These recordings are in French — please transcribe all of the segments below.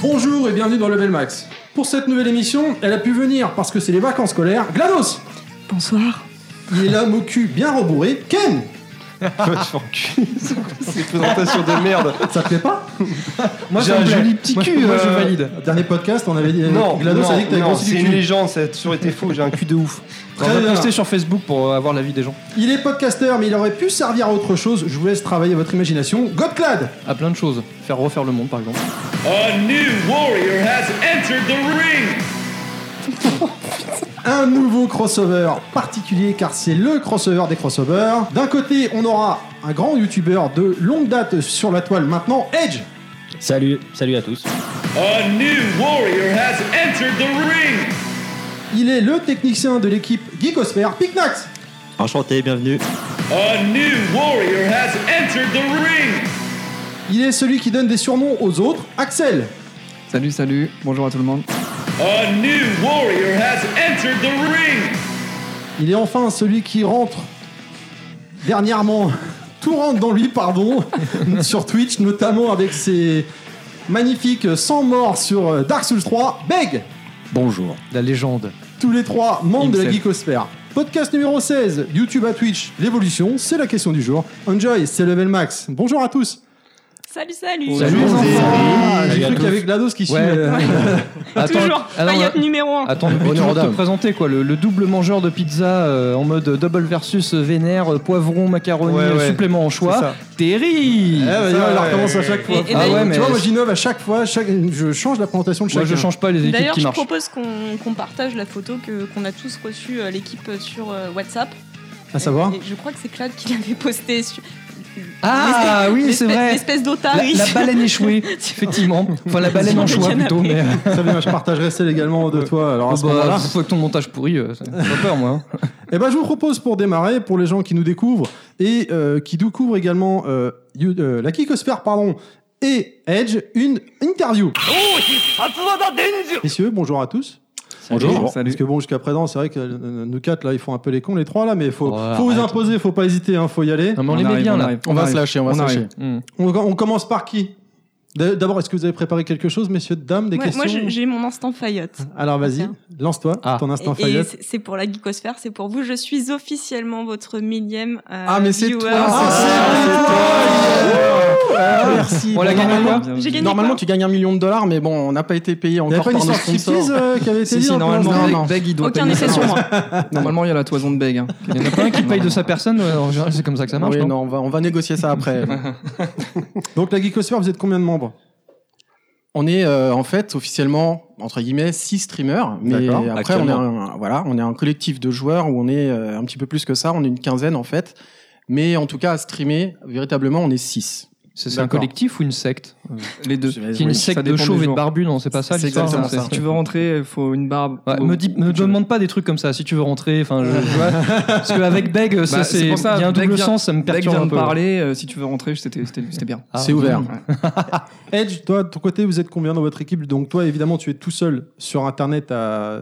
Bonjour et bienvenue dans Level Max. Pour cette nouvelle émission, elle a pu venir parce que c'est les vacances scolaires. GLaDOS Bonsoir. Il est là, mocu, bien rembourré. Ken Ces présentations de merde. Ça te plaît pas Moi, j'ai ça un me plaît. joli petit Moi, cul. moi, je euh, valide. Dernier podcast, on avait dit. Euh, Non, GLaDOS non, a dit que t'avais non, grossi c'est du une cul. légende, ça a toujours été faux. J'ai un cul de ouf. On Très va bien. poster sur Facebook pour euh, avoir l'avis des gens. Il est podcasteur, mais il aurait pu servir à autre chose. Je vous laisse travailler votre imagination. Godclad À plein de choses. Faire refaire le monde, par exemple. A new warrior has entered the ring! Un nouveau crossover particulier car c'est le crossover des crossovers. D'un côté, on aura un grand youtubeur de longue date sur la toile maintenant, Edge. Salut, salut à tous. A new warrior has entered the ring! Il est le technicien de l'équipe Geekosphère, Picnax. Enchanté, bienvenue. A new warrior has entered the ring! Il est celui qui donne des surnoms aux autres, Axel. Salut, salut, bonjour à tout le monde. A new warrior has entered the ring! Il est enfin celui qui rentre dernièrement, tout rentre dans lui, pardon, sur Twitch, notamment avec ses magnifiques 100 morts sur euh, Dark Souls 3, Beg Bonjour. La légende. Tous les trois membres de la Himself. Geekosphère. Podcast numéro 16, YouTube à Twitch, l'évolution, c'est la question du jour. Enjoy, c'est Level Max. Bonjour à tous. Salut, salut. les Salut. enfants. Ah, Salut J'ai cru à qu'il y tous. avait GLaDOS qui Ouais. suit. Toujours. ah Ah, attends, Payotte euh, numéro 1. euh, attends, depuis Honneur toujours aux te dames. présenter quoi, le, le double mangeur de pizza euh, en mode double versus vénère, euh, poivron, macaroni, euh, Ouais, ouais. supplément en C'est choix. ça. Terry Eh, bah, Ça, il ouais. recommence à chaque fois. Et- et Ah ouais, mais- Tu vois, moi j'innove à chaque fois, chaque... je change la présentation de chaque Moi je change pas les équipes D'ailleurs, qui je marchent. propose qu'on qu'on partage la photo que- qu'on a tous reçue, euh, l'équipe euh, sur euh, WhatsApp. À savoir Et Je crois que c'est Claude qui l'avait posté. sur- Ah oui, c'est l'espèce- vrai. L'espèce La, d'otarie. la baleine échouée, effectivement. Enfin, la baleine en Sur le choix plutôt. canapé. Mais... euh, Très bien, je partagerai celle également de toi. Alors Ah, à ce bah, moment-là. faut que ton montage pourri, euh, ça me fait peur, moi. hein. Eh ben, je vous propose pour démarrer, pour les gens qui nous découvrent et euh, qui découvrent également euh, You- euh, la Kikosphère, pardon, et Edge, une interview. Messieurs, bonjour à tous. Bonjour. Salut. Parce que bon, jusqu'à présent, c'est vrai que euh, nous quatre là, ils font un peu les cons, les trois là, mais faut, Oh, faut vous arrête. imposer, faut pas hésiter, hein, faut y aller. Non, mais on, les met arrive, bien, là. arrive, arrive. lâcher, on arrive. Hmm. On, on commence par qui D'a- D'abord, est-ce que vous avez préparé quelque chose, messieurs, dames, des Ouais, questions moi, j'ai j'ai mon instant faillotte. Alors vas-y, Tiens. lance-toi, Ah. ton instant Et- et faillotte. c'est- c'est pour la geekosphère, c'est pour vous. Je suis officiellement votre millième euh, Ah, mais c'est viewer. toi, Ah, c'est c'est toi, Ah, Merci. On l'a gagné, quoi J'ai gagné Ah, Normalement, quoi tu gagnes un million de dollars, mais bon, on n'a pas été payé Il n'y a encore pas par une nos histoire de striptease sponsors. euh, qui avait été Si, dit si, un peu normalement, dans le- Beg, non. Beg, il doit Aucun payer effet ça. sur moi. Normalement, il y a la toison de Beg. hein. Il y en a pas un qui paye de sa personne, ouais, en général, c'est comme ça que ça marche. Oui, non non, on va, on va négocier ça après. Donc la Geekosphère, vous êtes combien de membres on est euh, en fait officiellement entre guillemets six streamers, mais D'accord. après on est un, voilà, on est un collectif de joueurs où on est euh, un petit peu plus que ça, on est une quinzaine en fait. Mais en tout cas, à streamer, véritablement, on est six. C'est c'est un D'accord. collectif ou une secte Les deux. C'est une secte de chauves et de barbus, non, c'est pas ça C'est l'histoire, exactement hein, ça. Si tu veux rentrer, il faut une barbe. Ouais, Bon. me, dis- me demande pas des trucs comme ça si tu veux rentrer. Enfin, je, je vois. Parce qu'avec Beg, ça, Bah, c'est c'est pour ça, il y a un Beg double vient- sens, ça me Dès que perturbe vient un de peu. parler, euh, si tu veux rentrer, c'était c'était- c'était bien. Ah, C'est ouvert. Edge, toi, de ton côté, vous êtes combien dans votre équipe Donc toi, évidemment, tu es tout seul sur Internet à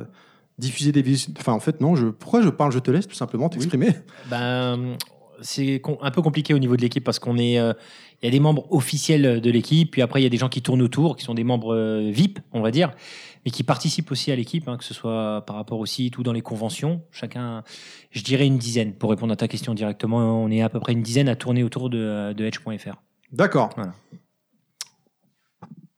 diffuser des vis... Enfin, en fait, non, je... pourquoi je parle Je te laisse tout simplement t'exprimer. Ben, c'est com- un peu compliqué au niveau de l'équipe parce qu'on est, euh, il y a des membres officiels de l'équipe, puis après il y a des gens qui tournent autour, qui sont des membres euh, VIP, on va dire, mais qui participent aussi à l'équipe, hein, que ce soit par rapport au site ou dans les conventions. Chacun, je dirais une dizaine. Pour répondre à ta question directement, on est à peu près une dizaine à tourner autour de, de Edge.fr. D'accord. Voilà.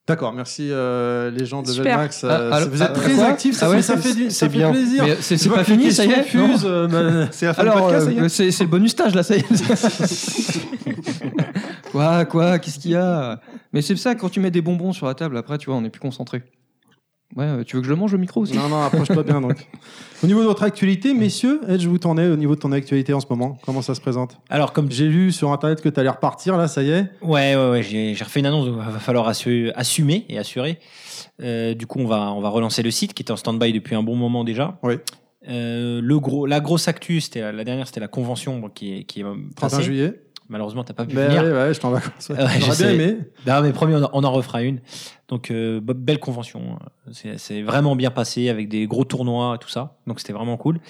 D'accord, merci euh, les gens de Super. Velmax. euh, Ah, allô, vous êtes ah, très quoi actifs, ça, Ah fait- ouais, ça fait, du- ça c'est fait bien. plaisir. Mais c'est Je c'est vois pas que les fini, ça y est questions Non fusent, euh, bah, C'est la fin Alors, du podcast, ça y est euh, c'est c'est le bonus stage là, ça y est. quoi, quoi, qu'est-ce qu'il y a Mais c'est ça, quand tu mets des bonbons sur la table, après, tu vois, on est plus concentré. Ouais, euh, tu veux que je le mange le micro aussi Non, non, approche-toi bien donc. Au niveau de votre actualité, messieurs, Edge, vous t'en es au niveau de ton actualité en ce moment Comment ça se présente Alors comme J'ai lu sur Internet que t'allais repartir, là, ça y est. Ouais, ouais, ouais, j'ai j'ai refait une annonce, donc il va falloir assu- assumer et assurer. Euh, du coup, on va, on va relancer le site qui était en stand-by depuis un bon moment déjà. Oui. Euh, le gros, la grosse actu, c'était la, la dernière, c'était la convention bon, qui est, qui est 31 passée. juillet. Malheureusement, t'as pas pu Ben venir. ouais, ouais, je t'en vacances. ouais. Ouais, je J'aurais bien sais. aimé. Non, mais promis, on en, on en refera une. Donc, euh, bo- belle convention. C'est c'est vraiment bien passé avec des gros tournois et tout ça. Donc, c'était vraiment cool.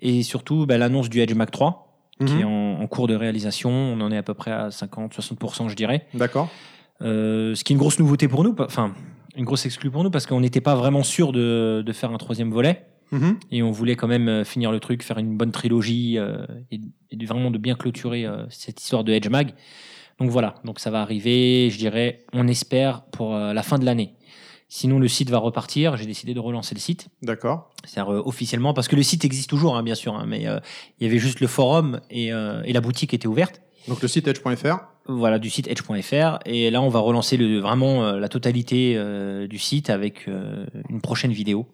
Et surtout, bah, l'annonce du Edge Mac 3 qui Mhm. est en, en cours de réalisation. On en est à peu près à 50-60%, je dirais. D'accord. Euh, ce qui est une grosse nouveauté pour nous. pas- Enfin, une grosse exclue pour nous parce qu'on n'était pas vraiment sûr de, de faire un troisième volet. Mhm. Et on voulait quand même euh, finir le truc, faire une bonne trilogie euh, et, et de- vraiment de bien clôturer euh, cette histoire de Edge Mag. Donc voilà, donc ça va arriver, je dirais, on espère pour euh, la fin de l'année. Sinon, le site va repartir. J'ai décidé de relancer le site. D'accord. C'est-à-dire euh, officiellement, parce que le site existe toujours, hein, bien sûr, hein, mais euh, il y avait juste le forum et, euh, et la boutique était ouverte. Donc le site edge.fr. Voilà, du site edge.fr. Et là, on va relancer le, vraiment euh, la totalité euh, du site avec euh, une prochaine vidéo.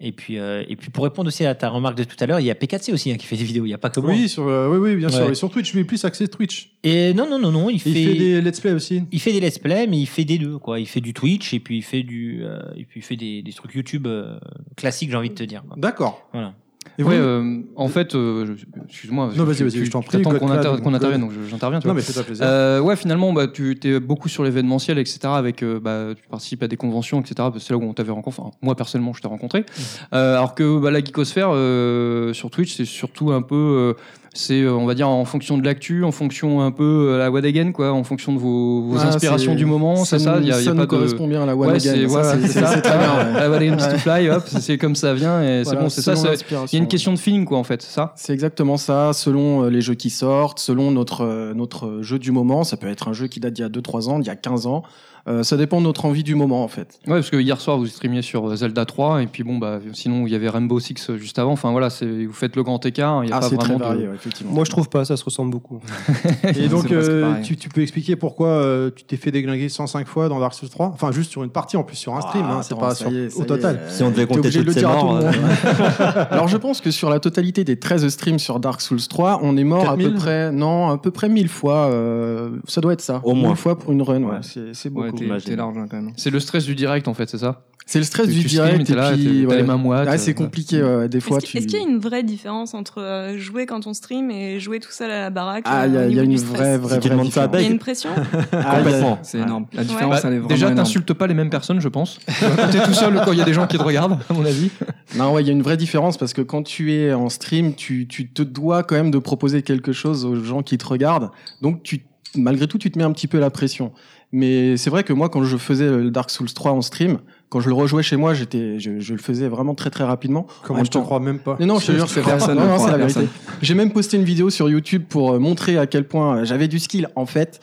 Et puis, euh, et puis pour répondre aussi à ta remarque de tout à l'heure, il y a P4C aussi hein, qui fait des vidéos, il n'y a pas que moi. Oui, sur, euh, oui, oui, bien sûr. Ouais. Et sur Twitch, lui, est plus axé Twitch. Et non, non, non, non, il, Et fait, Il fait des let's play aussi. il fait des let's play, mais il fait des deux, quoi. Il fait du Twitch et puis il fait, du, euh, et puis il fait des, des trucs YouTube euh, classiques, j'ai envie de te dire. quoi. D'accord. Voilà. Et Ouais, vous- euh, en fait, euh, je- excuse-moi. Non, vas-y, vas-y, tu- je t'en tu prie, t'attends God qu'on Cloud, inter- qu'on God. intervienne, donc je- j'interviens. tu vois. Non, mais fais-toi plaisir. Euh, ouais, finalement, bah, tu es beaucoup sur l'événementiel, etc. Avec, euh, bah, tu participes à des conventions, etc. parce que C'est là où on t'avait rencontré. Enfin, moi personnellement, je t'ai rencontré. Euh, alors que bah, la geekosphère euh, sur Twitch, c'est surtout un peu, euh, c'est, euh, on va dire, en fonction de l'actu, en fonction un peu euh, la Wad Again, quoi, en fonction de vos, vos Ah, inspirations c'est- du moment. C'est ça. nous- Il y a, y a ça pas nous de. correspond bien à la One Ouais, Again. c'est Ça, voilà, c'est- c'est ça. c'est très bien. ouais. La Wad Again is to fly, hop, c'est- c'est comme ça vient et c'est Voilà, bon, c'est ça. selon c'est- Il y l'inspiration. a une question de feeling, quoi, en fait, c'est ça. C'est exactement ça, selon euh, les jeux qui sortent, selon notre, euh, notre euh, jeu du moment. Ça peut être un jeu qui date d'il y a 2-3 ans, d'il y a 15 ans. Euh, ça dépend de notre envie du moment, en fait. Ouais, parce que hier soir, vous streamiez sur euh, Zelda 3, et puis bon, bah, sinon, il y avait Rainbow Six euh, juste avant. Enfin, voilà, c'est- vous faites le grand écart. Il y a Ah, pas c'est très vraiment varié, de. ouais, effectivement. Moi, je trouve pas, ça se ressemble beaucoup. Et donc, C'est presque euh, pareil. tu, tu peux expliquer pourquoi euh, tu t'es fait déglinguer 105 fois dans Dark Souls 3 Enfin, juste sur une partie, en plus, sur un stream, Ah, hein, c'est pas sur- au total. Si on devait T'es compter obligé de toutes le ces dire à tout morts, le euh, monde. Alors je pense que sur la totalité des 13 streams sur Dark Souls 3, on est mort à 4000? peu près non, à peu près 1000 fois euh, ça doit être ça. Au moins. 1000 fois pour une run, ouais. Ouais. c'est c'est Ouais, beaucoup. t'es- t'es large hein, quand même. C'est le stress du direct, en fait, c'est ça c'est le stress Tu- du tu streames, direct t'es et là, t'es- puis t'as ouais. les mains moites, Ah, euh, c'est compliqué ouais, des fois Est-ce qu'il- est-ce qu'il y a une vraie différence entre euh, jouer quand on stream et jouer tout seul à la baraque Ah, euh, il y a, au il y niveau a une du stress vraie vraie Si tu vraie demandes ça à Il y a différence. une pression Ah, il y a- complètement. C'est énorme. La différence, Bah, elle est vraiment Déjà, énorme. t'insultes pas les mêmes personnes, je pense. quand t'es tout seul, quand il y a des gens qui te regardent, à mon avis. Non, ouais, il y a une vraie différence parce que quand tu es en stream, tu, tu te dois quand même de proposer quelque chose aux gens qui te regardent. Donc, tu, malgré tout, tu te mets un petit peu la pression. Mais c'est vrai que moi, quand je faisais le Dark Souls 3 en stream, quand je le rejouais chez moi, j'étais, je, je le faisais vraiment très très rapidement. En Comment même je te temps- crois même pas Mais non, je te jure, c'est vrai. Personne Non, ne non, croit c'est la à vérité. personne. J'ai même posté une vidéo sur YouTube pour euh, montrer à quel point euh, j'avais du skill en fait.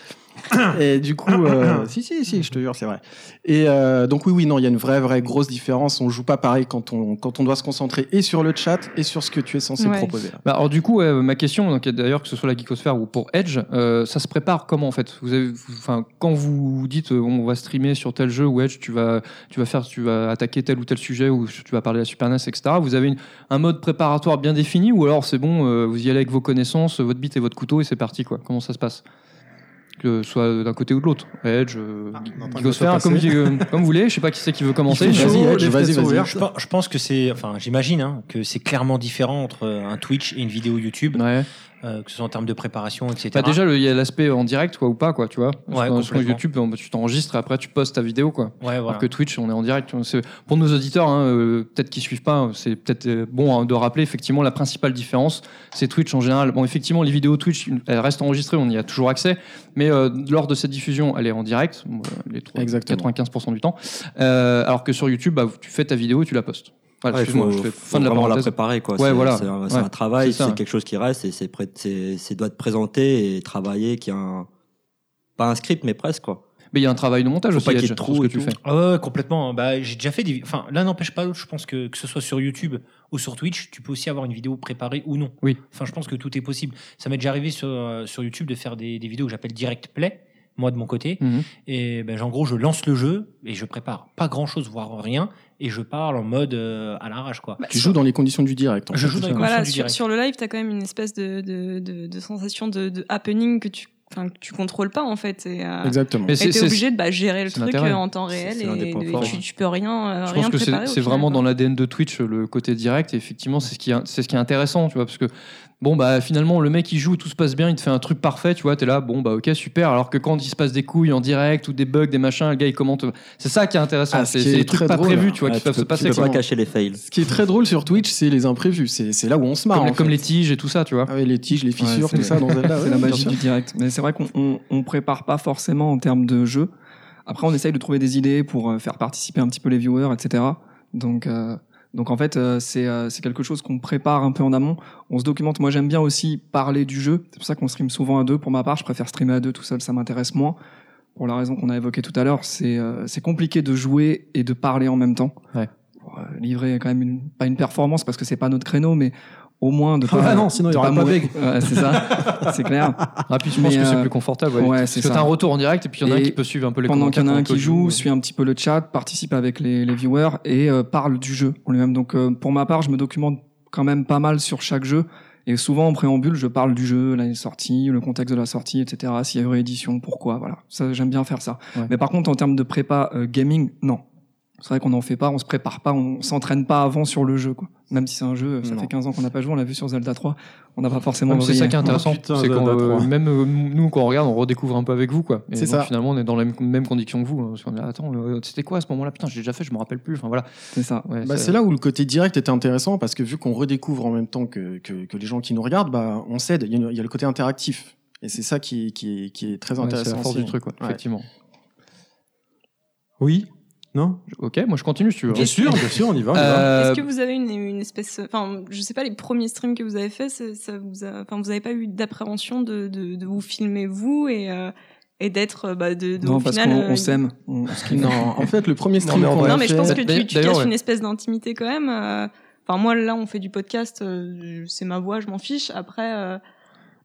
Et du coup, euh, si, si, si, je te jure, c'est vrai. Et euh, donc oui, oui, non, il y a une vraie, vraie grosse différence. On joue pas pareil quand on, quand on doit se concentrer et sur le chat et sur ce que tu es censé Ouais. proposer. Bah, alors, du coup, ouais, ma question, donc, d'ailleurs, que ce soit la Geekosphère ou pour Edge, euh, ça se prépare comment, en fait vous avez, vous- enfin, Quand vous dites, euh, on va streamer sur tel jeu ou Edge, tu vas, tu vas, faire, tu vas attaquer tel ou tel sujet ou tu vas parler à la Super E NES, etc., vous avez une- un mode préparatoire bien défini ou alors c'est bon, euh, vous y allez avec vos connaissances, votre bite et votre couteau et c'est parti, quoi Comment ça se passe que ce soit d'un côté ou de l'autre. Edge, euh, Ah, on entend Geekosphère, une fois comme, euh, comme vous voulez. Je sais pas qui c'est qui veut commencer. Il fait chaud, Vas-y, Edge, les vas-y, fenêtres sont vas-y. ouvertes. Je pense- je pense que c'est, enfin, j'imagine hein, que c'est clairement différent entre euh, un Twitch et une vidéo YouTube, Ouais. euh, que ce soit en termes de préparation, etc. Bah déjà, le- il y a l'aspect en direct, quoi, ou pas, quoi, tu vois. Ouais, Parce que sur complètement. YouTube, on- tu t'enregistres et après tu postes ta vidéo, quoi. Ouais, voilà. Alors que Twitch, on est en direct. tu vois, c'est- Pour nos auditeurs, hein, euh, peut-être qu'ils suivent pas, c'est peut-être euh, bon hein, de rappeler effectivement la principale différence, c'est Twitch en général. Bon, effectivement, les vidéos Twitch, une- elles restent enregistrées, on y a toujours accès, mais euh, lors de cette diffusion, elle est en direct, bon, euh, les trois- Exactement. 95% du temps. Euh, alors que sur YouTube, bah, tu fais ta vidéo, et tu la postes. Voilà, Ouais, excuse-moi, faut- je fais faut fin de la vraiment la parenthèse. préparer quoi. Ouais, c'est, voilà. c'est un, c'est Ouais. un travail, C'est ça. c'est, quelque chose qui reste et c'est, prêt, c'est, c'est doit te présenter et travailler qui a un pas un script mais presque quoi. Mais il y a un travail de montage Faut aussi, pas qu'il y ait Edge, de sur trous ce que et tu tout. fais. Ah ouais, ouais, complètement. Bah, j'ai déjà fait des. Enfin, l'un n'empêche pas l'autre. Je pense que que ce soit sur YouTube ou sur Twitch, tu peux aussi avoir une vidéo préparée ou non. Oui. Enfin, je pense que tout est possible. Ça m'est déjà arrivé sur euh, sur YouTube de faire des, des vidéos que j'appelle direct play. Moi de mon côté, Mhm. et ben en gros je lance le jeu et je prépare pas grand chose voire rien et je parle en mode euh, à l'arrache quoi. Tu joues dans les conditions du direct. en Je fait, joue c'est dans ça. les Voilà, du sur, direct. sur le live, t'as quand même une espèce de, de, de, de sensation de, de happening que tu, enfin, que tu contrôles pas en fait. Et, euh, Exactement. Mais et c'est- t'es c'est- obligé de bah, gérer le c'est truc l'intérêt. euh, en temps C'est- réel c'est et, l'un des points et forts, tu, ouais. tu peux rien, euh, Je rien pense que préparer. c'est au c'est final, vraiment quoi. dans l'ADN de Twitch le côté direct et effectivement c'est ce qui est- c'est ce qui est intéressant tu vois parce que bon bah finalement le mec il joue tout se passe bien il te fait un truc parfait tu vois t'es là bon bah ok super alors que quand il se passe des couilles en direct ou des bugs des machins le gars il commente c'est ça qui est intéressant Ah, ce c'est qui c'est est les trucs très pas drôle, prévus hein. tu vois Ouais, qui tu peuvent peux- se passer Tu peux comme, pas cacher les fails. Ce qui est très drôle sur Twitch, c'est les imprévus. C'est c'est là où on se marre. comme les- en comme fait. les tiges et tout ça tu vois Ah ouais, les tiges, les Ouais, fissures, c'est- tout ça dans Zelda. C'est ouais, la bien magie sûr. du direct. Mais c'est vrai qu'on on, on prépare pas forcément en termes de jeu. Après, on essaye de trouver des idées pour euh, faire participer un petit peu les viewers, etc. Donc, euh, donc en fait, euh, c'est euh, c'est quelque chose qu'on prépare un peu en amont. On se documente. Moi, j'aime bien aussi parler du jeu. C'est pour ça qu'on stream souvent à deux. Pour ma part, je préfère streamer à deux tout seul. Ça m'intéresse moins. Pour la raison qu'on a évoquée tout à l'heure, c'est euh, c'est compliqué de jouer et de parler en même temps. Ouais. Pour, euh, livrer quand même une, pas une performance parce que c'est pas notre créneau, mais au moins de pas. Ah non, sinon il de y aura pas mourir. Beg. Ouais, c'est ça, c'est clair. Ah, puis je pense Mais, que c'est euh, plus confortable. Ouais. ouais, Parce c'est que ça. t'as un retour en direct et puis il y en a un Et qui peut suivre un peu les pendant qu'il y en a un qui joue, suis suit un petit peu le chat, participe avec les, les viewers et euh, parle du jeu en lui-même. Donc euh, pour ma part, je me documente quand même pas mal sur chaque jeu. Et souvent en préambule, je parle du jeu, l'année de sortie, le contexte de la sortie, etc. S'il y a eu réédition, pourquoi, voilà. Ça, j'aime bien faire ça. Ouais. Mais par contre, en termes de prépa euh, gaming, non. C'est vrai qu'on n'en fait pas, on se prépare pas, on s'entraîne pas avant sur le jeu, quoi. Même si c'est un jeu, ça Non. fait 15 ans qu'on n'a pas joué, on l'a vu sur Zelda 3, on n'a pas forcément. Ouais, Ah, mais c'est ça brillé. qui est intéressant, Oh, putain, c'est qu'on Zelda euh, 3. même euh, nous quand on regarde, on redécouvre un peu avec vous quoi. Et C'est donc, ça. Finalement, on est dans la même, même condition que vous. hein, parce qu'on dit, attends, euh, c'était quoi à ce moment-là Putain, j'ai déjà fait, je me rappelle plus. Enfin voilà. C'est ça. Ouais, Bah, ça- c'est là où le côté direct était intéressant parce que vu qu'on redécouvre en même temps que, que, que les gens qui nous regardent, bah, on cède. Il y, a une- il y a le côté interactif. Et c'est ça qui, qui, qui est très ouais, c'est intéressant. la force aussi. du truc, quoi, Ouais. effectivement. Oui Non Je- Ok, moi je continue si tu veux. Bien sûr, Euh, bien sûr, on y va. on y va. Euh, Est-ce que vous avez une, une espèce, enfin, je sais pas, les premiers streams que vous avez faits, ça, ça vous a, enfin, vous avez pas eu d'appréhension de, de, de vous filmer vous et, euh, et d'être, euh, bah, de, de Non, au parce final, qu'on euh, on s'aime. On- Non, en fait, le premier stream mais en qu'on vrai, a Non, mais je fait- pense que D'ailleurs, tu, tu d'ailleurs, caches ouais. une espèce d'intimité quand même. euh, Enfin, moi, là, on fait du podcast, euh, c'est ma voix, je m'en fiche. Après, euh,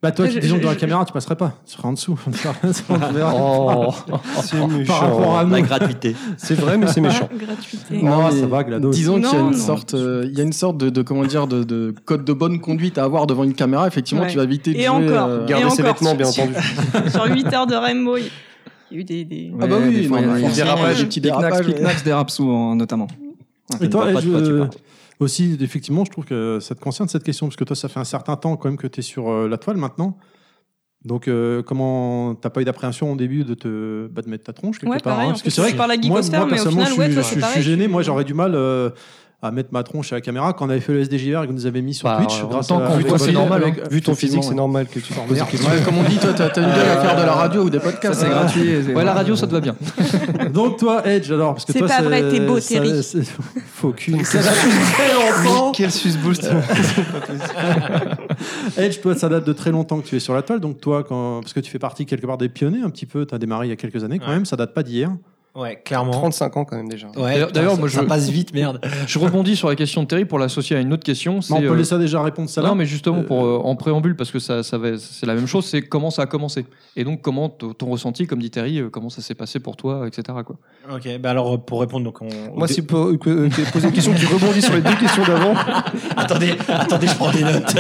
Bah toi, je- disons que dans la je- caméra, tu passerais pas. Tu serais en dessous. Oh. c'est méchant. Par rapport à nous. La gratuité. C'est vrai, mais c'est méchant. ah, gratuité. Non, Non, mais ça va, GLaDOS. Disons qu'il y a Non, une non. sorte, euh, il y a une sorte de, de comment dire, de, de code de bonne conduite à avoir devant une caméra. Effectivement, Ouais. tu vas éviter de Et jouer, encore. euh, Et Gardez ses encore, vêtements, bien sur- entendu. Sur 8 heures de Rainbow, il y a eu des. des... Ah bah Ouais, oui, des fois, non, il y a- mais il y a forcément, dérapage, des petits Picnax, dérapages. Picnax dérape souvent, hein, notamment. Et Je ne toi, vois pas de quoi tu je- euh, parles. aussi, effectivement, je trouve que ça te concerne cette question, parce que toi, ça fait un certain temps quand même que tu es sur euh, la toile maintenant. Donc, euh, comment t'as pas eu d'appréhension au début de te bah, de mettre ta tronche quelque Ouais, part pareil, hein, en fait, tu parles à moi, Geekosphère, moi, mais au personnellement, final, ouais, je suis, toi, c'est je suis pareil, gêné. tu- Moi, j'aurais du mal euh, à mettre ma tronche à la caméra quand on avait fait le SDJR et que nous avait mis sur Bah, Twitch. en grâce tant à- qu'enfant, avec- euh, c'est normal, hein. Vu ton physique, c'est normal que tu te poses des questions. Ouais, comme on dit, toi, t'as t'as une gueule à faire de la radio ou des podcasts. c'est hein. gratuit. et c'est- Ouais, la radio ça te va bien. Donc toi, Edge, alors, parce que C'est toi, pas ça- vrai, t'es beau, ça- t'es riche. c'est- Faux cul. Ça date de très longtemps. Quel sus boost Euh. Edge, toi, ça date de très longtemps que tu es sur la toile. Donc toi, quand... parce que tu fais partie quelque part des pionniers un petit peu. T'as démarré il y a quelques années quand Ouais. même. Ça date pas d'hier. Ouais, clairement. 35 ans quand même déjà. Ouais, D'ailleurs- putain, d'ailleurs, ça- moi, ça je- passe vite, merde. Je rebondis sur la question de Terry pour l'associer à une autre question. Mais Bah, on c'est, peut euh, laisser déjà répondre ça là. Non, mais justement, Euh, pour, euh, en préambule, parce que ça, ça va- c'est la même chose, c'est comment ça a commencé. Et donc, comment t- ton ressenti, comme dit Terry, euh, comment ça s'est passé pour toi, etc. Quoi. Ok, bah alors euh, pour répondre, donc on. Moi, c'est pour euh, que- euh, que- poser une question qui rebondit sur les deux questions d'avant. attendez, attendez, je prends des notes.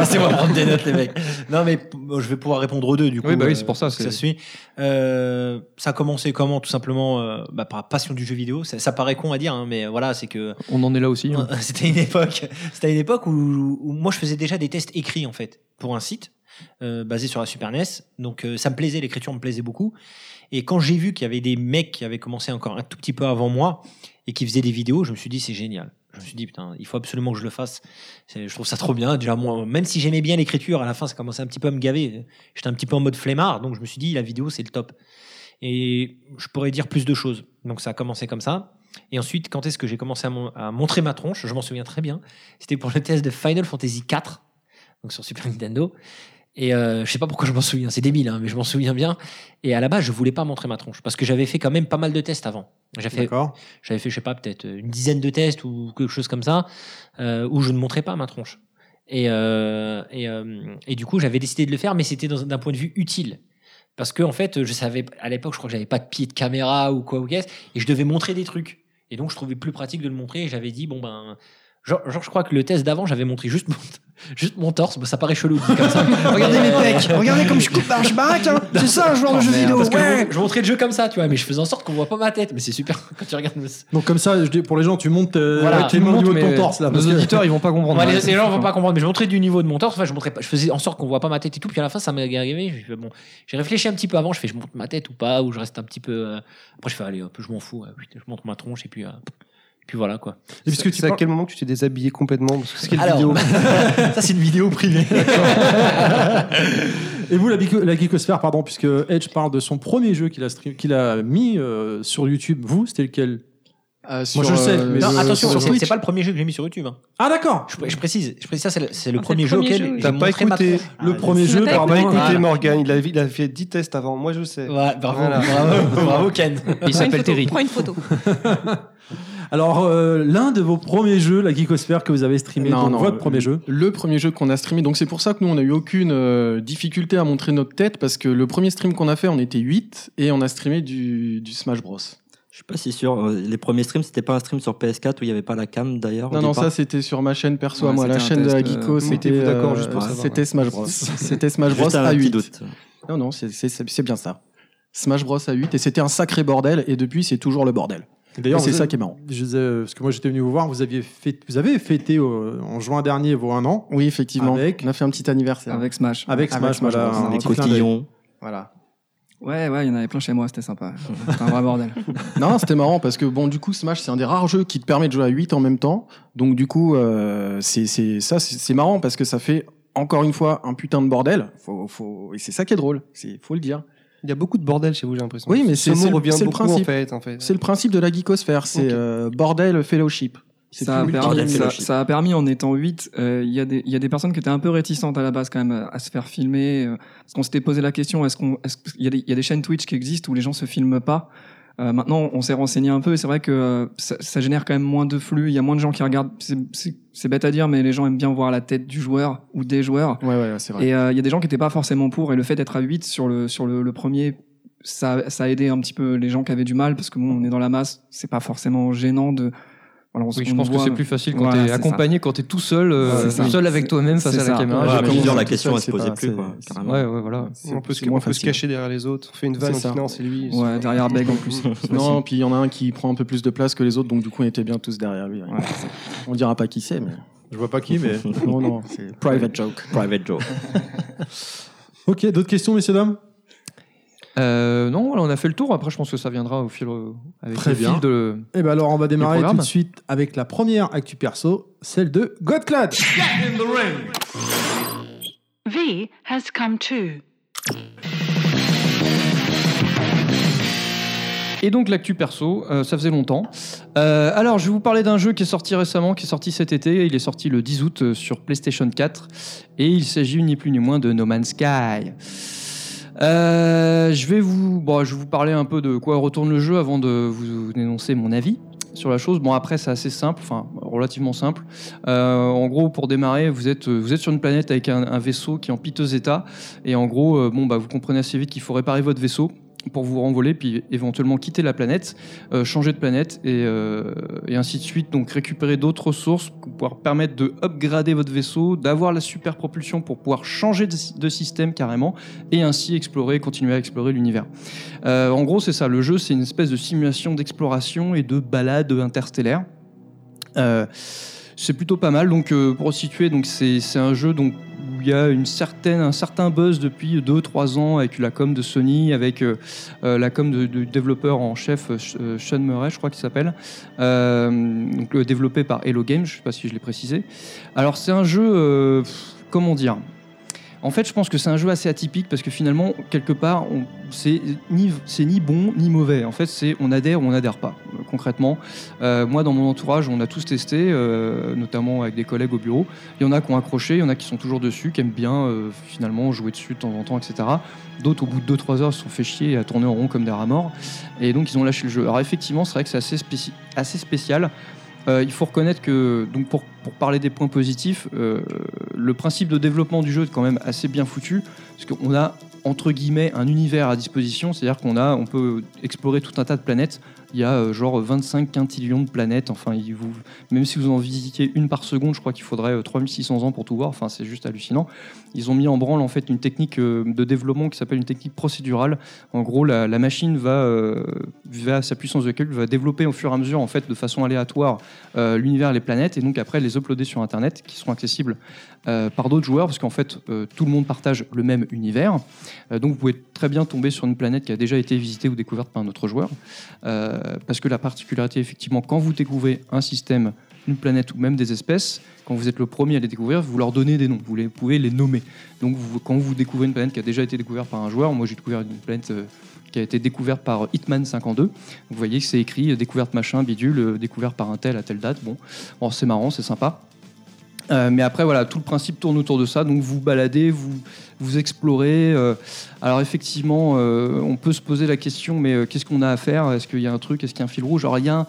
Laissez-moi prendre des notes, les mecs. Non, mais p- euh, je vais pouvoir répondre aux deux, du coup. Oui, bah oui, euh, c'est pour ça, parce que c'est- Ça suit. Euh, ça a commencé comment Tout simplement euh, bah, par la passion du jeu vidéo. Ça, ça paraît con à dire, hein, mais voilà, c'est que On en est là aussi. hein. c'était une époque. C'était une époque où, où moi je faisais déjà des tests écrits en fait pour un site euh, basé sur la Super NES. Donc euh, ça me plaisait, l'écriture me plaisait beaucoup. Et quand j'ai vu qu'il y avait des mecs qui avaient commencé encore un tout petit peu avant moi et qui faisaient des vidéos, je me suis dit c'est génial. Je me suis dit putain, il faut absolument que je le fasse. C'est- Je trouve ça trop bien. Déjà moi, même si j'aimais bien l'écriture, à la fin ça commençait un petit peu à me gaver. J'étais un petit peu en mode flemmard, donc je me suis dit la vidéo c'est le top. Et je pourrais dire plus de choses. Donc ça a commencé comme ça. Et ensuite, quand est-ce que j'ai commencé à, mon- à montrer ma tronche Je m'en souviens très bien. C'était pour le test de Final Fantasy IV, donc sur Super Nintendo. Et euh, je sais pas pourquoi je m'en souviens, c'est débile, hein, mais je m'en souviens bien. Et à la base, je voulais pas montrer ma tronche parce que j'avais fait quand même pas mal de tests avant. J'avais fait, D'accord. j'avais fait, je sais pas, peut-être une dizaine de tests ou quelque chose comme ça euh, où je ne montrais pas ma tronche. Et, euh, et, euh, et du coup, j'avais décidé de le faire, mais c'était dans- d'un point de vue utile. Parce que, en fait, je savais, à l'époque, je crois que j'avais pas de pied de caméra ou quoi ou qu'est-ce, et je devais montrer des trucs. Et donc, je trouvais plus pratique de le montrer, et j'avais dit, bon ben. Genre, genre, je crois que le test d'avant, j'avais montré juste mon, juste mon torse, Bon, ça paraît chelou dit comme ça. Regardez mes Mais, euh, pecs, regardez comme je coupe ma je baraque, hein. C'est ça un joueur de jeu vidéo. Parce que je ouais. mon- je montrais le jeu comme ça, tu vois, mais je faisais en sorte qu'on voit pas ma tête. Mais c'est super quand tu regardes. le- Donc comme ça, je dis- pour les gens, tu montes euh, Voilà, avec Tu les le mains au montres, niveau de ton mais torse là. Nos parce que- auditeurs, ils vont pas comprendre. Ouais, les, Ouais, les c'est gens vont différent. pas comprendre, mais je montrais du niveau de mon torse. Enfin, je montrais pas, je faisais en sorte qu'on voit pas ma tête et tout. Puis à la fin, ça m'a gagné. J'ai fait, bon, j'ai réfléchi un petit peu avant. Je fais, je monte ma tête ou pas, ou je reste un petit peu. euh, Après, je fais, allez, hop, je m'en fous. euh, putain, je monte ma tronche et puis. euh, Puis voilà quoi. Et puisque tu c'est à quel moment que tu t'es déshabillé complètement Parce que c'est quelle Alors, vidéo ça, c'est une vidéo privée. Et vous, la, geeko- la geekosphère, pardon, puisque Edge parle de son premier jeu qu'il a, stream- qu'il a mis euh, sur YouTube, vous, c'était lequel Euh, Moi, je le sais, mais Non, je- attention, sur c'est Twitch. c'est pas le premier jeu que j'ai mis sur YouTube. hein. Ah, d'accord Je, je précise, je précise ça, c'est le, c'est le Ah, premier c'est jeu le premier jeu, auquel oui. T'as j'ai pas montré ma écouté tronche. le Ah, premier c'est jeu, la Alors, pardon. bah, écoutez, Voilà. Morgan, il a, il a fait 10 tests avant. Moi, je sais. Ouais, bravo, Voilà. bravo, bravo Ken. Il Prends une s'appelle photo, Terry. Prends une photo. Alors, euh, l'un de vos premiers jeux, la geekosphère, que vous avez streamé, Non, donc non, votre euh, premier jeu. Le premier jeu qu'on a streamé, donc c'est pour ça que nous on n'a eu aucune euh, difficulté à montrer notre tête parce que le premier stream qu'on a fait, on était 8 et on a streamé du, du Smash Bros. Je suis pas si sûr. euh, Les premiers streams, c'était pas un stream sur PS4 où il n'y avait pas la cam d'ailleurs. au non, non, départ. ça c'était sur ma chaîne perso à Ouais, moi, la c'était un chaîne de la test, euh, Geeko, c'était mettez-vous euh, d'accord juste pour savoir, c'était ouais. Smash Bros. c'était Smash Bros Juste un à petit 8. doute. Non, non, c'est- c'est c'est bien ça. Smash Bros à 8 et c'était un sacré bordel et depuis c'est toujours le bordel. Et D'ailleurs, c'est vous- ça qui est marrant. je disais, euh, parce que moi j'étais venu vous voir, vous, aviez fêté, vous avez fêté euh, en juin dernier vos un an Oui, effectivement. Avec- On a fait un petit anniversaire. Avec Smash. avec Avec Smash, Smash voilà, Bros. un Des petit clin d'œil. cotillons. Voilà. Ouais, ouais, il y en avait plein chez moi, c'était sympa. C'était un vrai bordel. Non, non, c'était marrant parce que bon, du coup, Smash, c'est un des rares jeux qui te permet de jouer à 8 en même temps. Donc, du coup, euh, c'est c'est- ça, c'est c'est marrant parce que ça fait encore une fois un putain de bordel. Faut, faut... Et c'est ça qui est drôle. C'est faut le dire. Il y a beaucoup de bordel chez vous, j'ai l'impression. Oui, mais Ce c'est- c'est mot le- revient c'est le beaucoup, principe. En fait, en fait. C'est le principe de la geekosphère. C'est Ok. euh, bordel fellowship. C'est Ça a, plus permis, multi- ça, fellowship. ça a permis, en étant 8, euh, il y, a des- il y a des personnes qui étaient un peu réticentes à la base quand même euh, à se faire filmer. euh, parce qu'on s'était posé la question, est-ce qu'on, est-ce qu'il y, a des- il y a des chaînes Twitch qui existent où les gens se filment pas Euh, Maintenant, on s'est renseigné un peu et c'est vrai que euh, ça, ça génère quand même moins de flux. Il y a moins de gens qui regardent. C'est, c'est- c'est bête à dire, mais les gens aiment bien voir la tête du joueur ou des joueurs. Ouais, ouais, ouais, c'est vrai. Et euh, il y a des gens qui n'étaient pas forcément pour. Et le fait d'être à 8 sur le, sur le, le premier, ça, ça a aidé un petit peu les gens qui avaient du mal parce que bon, on est dans la masse. C'est pas forcément gênant de. Voilà, on, se- Oui, je on pense que voit, c'est mais- plus facile quand Voilà, c'est t'es ça. accompagné, quand t'es tout seul, euh, C'est ça. seul avec C'est- toi-même face c'est à la ça. caméra. Ouais, j'imagine. comme dire, la Tout question, seul, elle se c'est posait pas- plus, c'est- quoi, c'est- carrément. Ouais, ouais, voilà. C'est- On peut, se, c'est moins on peut se facile. cacher derrière les autres. On fait une vanne, C'est on dit ça. non, c'est lui. Ouais, derrière Beg en plus. Non, puis il y en a un qui prend un peu plus de place que les autres, donc du coup on était bien tous derrière lui. On dira pas qui c'est, mais. Je vois pas qui, mais. Non, non, c'est private joke. Private Joe. ok, d'autres questions, messieurs, dames Euh, non, voilà, on a fait le tour. Après, je pense que ça viendra au fil, euh, avec Très le bien. fil de. Eh ben alors, on va démarrer tout programme de suite avec la première actu perso, celle de Godclad. V has come to. Et donc l'actu perso, euh, ça faisait longtemps. Euh, alors je vais vous parler d'un jeu qui est sorti récemment, qui est sorti cet été. Il est sorti le 10 août euh, sur PlayStation 4. Et il s'agit ni plus ni moins de No Man's Sky. Euh, je vais vous, bon, je vais vous parler un peu de quoi retourne le jeu avant de vous dénoncer mon avis sur la chose. Bon après c'est assez simple, enfin relativement simple. Euh, en gros pour démarrer, vous êtes euh, vous êtes sur une planète avec un, un vaisseau qui est en piteux état et en gros euh, bon bah vous comprenez assez vite qu'il faut réparer votre vaisseau pour vous renvoler, puis éventuellement quitter la planète, euh, changer de planète et, euh, et ainsi de suite. Donc récupérer d'autres ressources pour pouvoir permettre de upgrader votre vaisseau, d'avoir la super propulsion pour pouvoir changer de, de système carrément et ainsi explorer, continuer à explorer l'univers. Euh, en gros, c'est ça. Le jeu, c'est une espèce de simulation d'exploration et de balade interstellaire. Euh, c'est plutôt pas mal. Donc euh, pour situer, donc c'est c'est un jeu donc où il y a une certaine un certain buzz depuis 2-3 ans avec la com de Sony, avec euh, euh, la com de- du développeur en chef euh, Sh- euh, Sean Murray, je crois qu'il s'appelle, Euh, donc euh, développé par Hello Games, je sais pas si je l'ai précisé. Alors c'est un jeu, euh, pff, comment dire en fait, je pense que c'est un jeu assez atypique parce que finalement, quelque part, on- c'est ni, c'est ni bon ni mauvais. En fait, c'est on adhère ou on n'adhère pas, euh, concrètement. Euh, moi, dans mon entourage, on a tous testé, euh, notamment avec des collègues au bureau. Il y en a qui ont accroché, il y en a qui sont toujours dessus, qui aiment bien euh, finalement jouer dessus de temps en temps, etc. D'autres, au bout de 2-3 heures, se sont fait chier à tourner en rond comme des rats morts. Et donc, ils ont lâché le jeu. Alors, effectivement, c'est vrai que c'est assez, spéci- assez spécial. Euh, il faut reconnaître que, donc pour, pour parler des points positifs, euh, le principe de développement du jeu est quand même assez bien foutu, parce qu'on a entre guillemets un univers à disposition, c'est-à-dire qu'on a, on peut explorer tout un tas de planètes. Il y a euh, genre 25 quintillions de planètes. Enfin, il vous, même si vous en visitiez une par seconde, je crois qu'il faudrait euh, 3600 ans pour tout voir. Enfin, c'est juste hallucinant. Ils ont mis en branle en fait une technique euh, de développement qui s'appelle une technique procédurale. En gros, la, la machine va, euh, va sa puissance de calcul va développer au fur et à mesure en fait de façon aléatoire euh, l'univers, les planètes, et donc après les uploader sur Internet, qui seront accessibles euh, par d'autres joueurs, parce qu'en fait euh, tout le monde partage le même univers. Euh, donc vous pouvez très bien tomber sur une planète qui a déjà été visitée ou découverte par un autre joueur. Euh, euh, parce que la particularité, effectivement, quand vous découvrez un système, une planète ou même des espèces, quand vous êtes le premier à les découvrir, vous leur donnez des noms, vous les, pouvez les nommer. Donc vous- quand vous découvrez une planète qui a déjà été découverte par un joueur, moi j'ai découvert une planète euh, qui a été découverte par Hitman 52, vous voyez que c'est écrit euh, découverte machin, bidule, euh, découverte par un tel à telle date, bon, bon c'est marrant, c'est sympa. Euh, mais après, voilà, tout le principe tourne autour de ça. Donc, vous baladez, vous, vous explorez. euh, alors, effectivement, euh, on peut se poser la question mais euh, qu'est-ce qu'on a à faire Est-ce qu'il y a un truc Est-ce qu'il y a un fil rouge Alors, il y a un,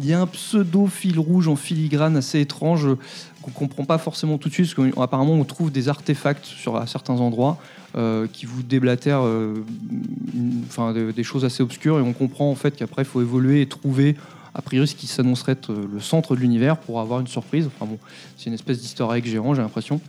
il y a un pseudo fil rouge en filigrane assez étrange euh, qu'on comprend pas forcément tout de suite, parce qu'apparemment, on trouve des artefacts sur, à certains endroits euh, qui vous déblatèrent euh, une- enfin, de- des choses assez obscures. Et on comprend en fait qu'après, il faut évoluer et trouver, a priori, ce qui s'annoncerait être euh, le centre de l'univers pour avoir une surprise. Enfin, bon, c'est une espèce d'historique géant, j'ai l'impression.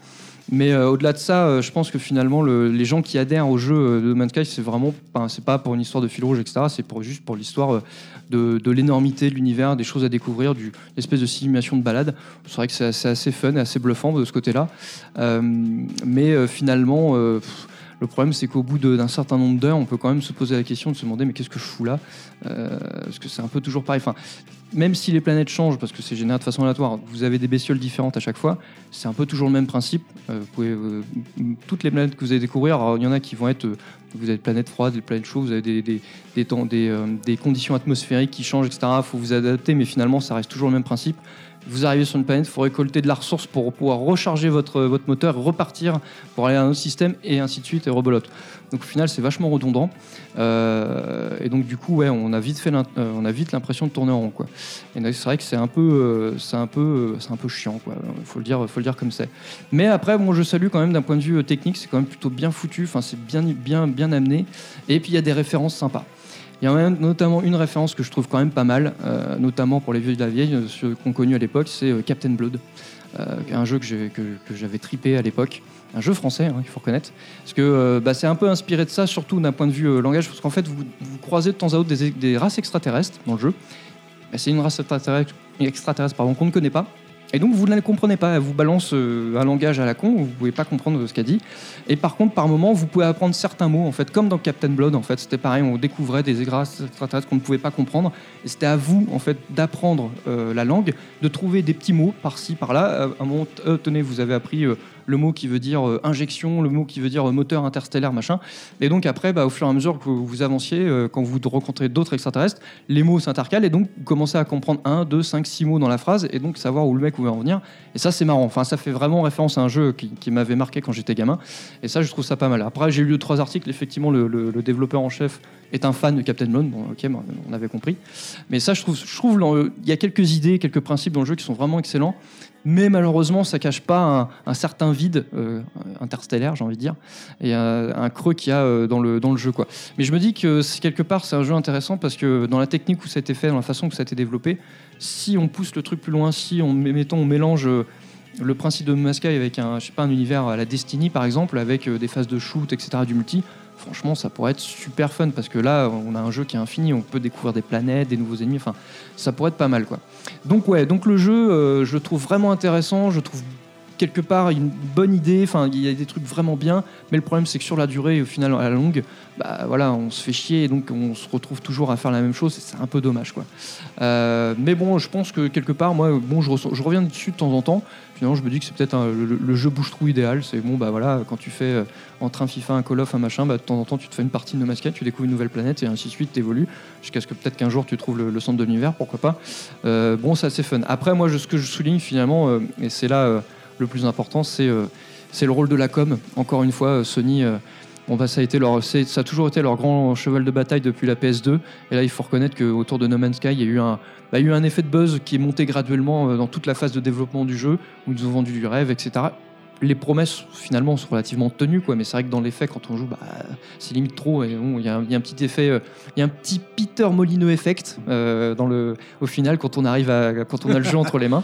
Mais euh, au-delà de ça, euh, je pense que finalement, le- les gens qui adhèrent au jeu euh, de Mankind, c'est vraiment, enfin, c'est pas pour une histoire de fil rouge, etc. C'est pour juste pour l'histoire euh, de, de l'énormité de l'univers, des choses à découvrir, du l'espèce de simulation de balade. C'est vrai que c'est assez, assez fun et assez bluffant de ce côté-là. Euh, mais euh, finalement. euh, pff, le problème, c'est qu'au bout de- d'un certain nombre d'heures, on peut quand même se poser la question de se demander mais qu'est-ce que je fous là Euh, Parce que c'est un peu toujours pareil. Enfin, même si les planètes changent, parce que c'est généré de façon aléatoire, vous avez des bestioles différentes à chaque fois, c'est un peu toujours le même principe. Euh, vous pouvez, euh, m- toutes les planètes que vous allez découvrir, alors, il y en a qui vont être. euh, vous avez des planètes froides, des planètes chaudes, vous avez des, des, des, temps- des, euh, des conditions atmosphériques qui changent, etc. Il faut vous adapter, mais finalement, ça reste toujours le même principe. Vous arrivez sur une planète, il faut récolter de la ressource pour pouvoir recharger votre, euh, votre moteur, repartir pour aller à un autre système, et ainsi de suite, et rebelote. Donc au final, c'est vachement redondant. Euh, et donc du coup, ouais, on a vite fait, l'int- euh, on a vite l'impression de tourner en rond, quoi. Et donc, c'est vrai que c'est un peu, euh, c'est un peu, euh, c'est un peu chiant, quoi. Faut le dire, faut le dire comme c'est. Mais après, bon, je salue quand même d'un point de vue euh, technique, c'est quand même plutôt bien foutu. Enfin, c'est bien, bien, bien amené. Et puis il y a des références sympas. Il y a même notamment une référence que je trouve quand même pas mal, euh, notamment pour les vieux de la vieille, euh, ceux qu'on connus à l'époque, c'est euh, Captain Blood, euh, un jeu que j'ai- que- que j'avais tripé à l'époque. Un jeu français, hein, il faut reconnaître. Parce que euh, bah, c'est un peu inspiré de ça, surtout d'un point de vue euh, langage, parce qu'en fait, vous, vous croisez de temps à autre des, des races extraterrestres dans le jeu. Bah, c'est une race extraterrestre, extraterrestre, pardon, qu'on ne connaît pas. Et donc, vous ne la comprenez pas. Elle vous balance euh, un langage à la con, vous ne pouvez pas comprendre ce qu'elle dit. Et par contre, par moment, vous pouvez apprendre certains mots, en fait, comme dans Captain Blood, en fait. C'était pareil, on découvrait des races extraterrestres qu'on ne pouvait pas comprendre. Et c'était à vous, en fait, d'apprendre euh, la langue, de trouver des petits mots par-ci, par-là. Euh, À un moment, t- euh, tenez, vous avez appris euh, le mot qui veut dire euh, injection, le mot qui veut dire euh, moteur interstellaire, machin. Et donc après, bah, au fur et à mesure que vous avanciez, euh, quand vous rencontrez d'autres extraterrestres, les mots s'intercalent et donc vous commencez à comprendre un, deux, cinq, six mots dans la phrase et donc savoir où le mec voulait en venir. Et ça, c'est marrant. Enfin, ça fait vraiment référence à un jeu qui, qui m'avait marqué quand j'étais gamin. Et ça, je trouve ça pas mal. Après, j'ai lu trois articles. Effectivement, le, le- le développeur en chef est un fan de Captain Blood. Bon, ok, bah, on avait compris. Mais ça, je trouve, je trouve, dans le- il y a quelques idées, quelques principes dans le jeu qui sont vraiment excellents. Mais malheureusement, ça cache pas un, un certain vide euh, interstellaire, j'ai envie de dire, et un, un creux qu'il y a euh, dans le, dans le jeu. Quoi. Mais je me dis que c'est- quelque part, c'est un jeu intéressant parce que dans la technique où ça a été fait, dans la façon où ça a été développé, si on pousse le truc plus loin, si on, met- mettons, on mélange euh, le principe de Maskai avec un, je sais pas, un univers à la Destiny, par exemple, avec euh, des phases de shoot, etc., du multi, franchement, ça pourrait être super fun parce que là, on a un jeu qui est infini, on peut découvrir des planètes, des nouveaux ennemis, enfin, ça pourrait être pas mal, quoi. Donc ouais, donc le jeu, euh, je le trouve vraiment intéressant, je trouve quelque part une bonne idée, enfin il y a des trucs vraiment bien, mais le problème c'est que sur la durée, au final à la longue, bah voilà, on se fait chier et donc on se retrouve toujours à faire la même chose, et c'est un peu dommage quoi. Euh, mais bon, je pense que quelque part, moi, bon, je, ressens- je reviens dessus de temps en temps, finalement je me dis que c'est peut-être un- le, le jeu bouche-trou idéal, c'est bon bah voilà, quand tu fais euh, entre un FIFA, un Call of, un machin, bah de temps en temps tu te fais une partie de No Man's Sky, tu découvres une nouvelle planète et ainsi de suite, t'évolues, jusqu'à ce que peut-être qu'un jour tu trouves le, le centre de l'univers, pourquoi pas. Euh, bon, c'est assez fun. Après, moi, je- ce que je souligne finalement, euh, et c'est là euh, le plus important, c'est euh, c'est le rôle de la com. Encore une fois, euh, Sony, euh, bon, bah, ça, a été leur, c'est- ça a toujours été leur grand cheval de bataille depuis la PS2. Et là, il faut reconnaître qu'autour de No Man's Sky, il y, a eu un, bah, il y a eu un effet de buzz qui est monté graduellement euh, dans toute la phase de développement du jeu, où ils nous ont vendu du rêve, etc. Les promesses finalement sont relativement tenues, quoi, mais c'est vrai que dans les faits, quand on joue, bah, c'est limite trop. Et bon, il y, a un- il y a un petit effet, euh, il y a un petit Peter Molyneux effect euh, dans le, au final quand on arrive à, quand on a le jeu entre les mains.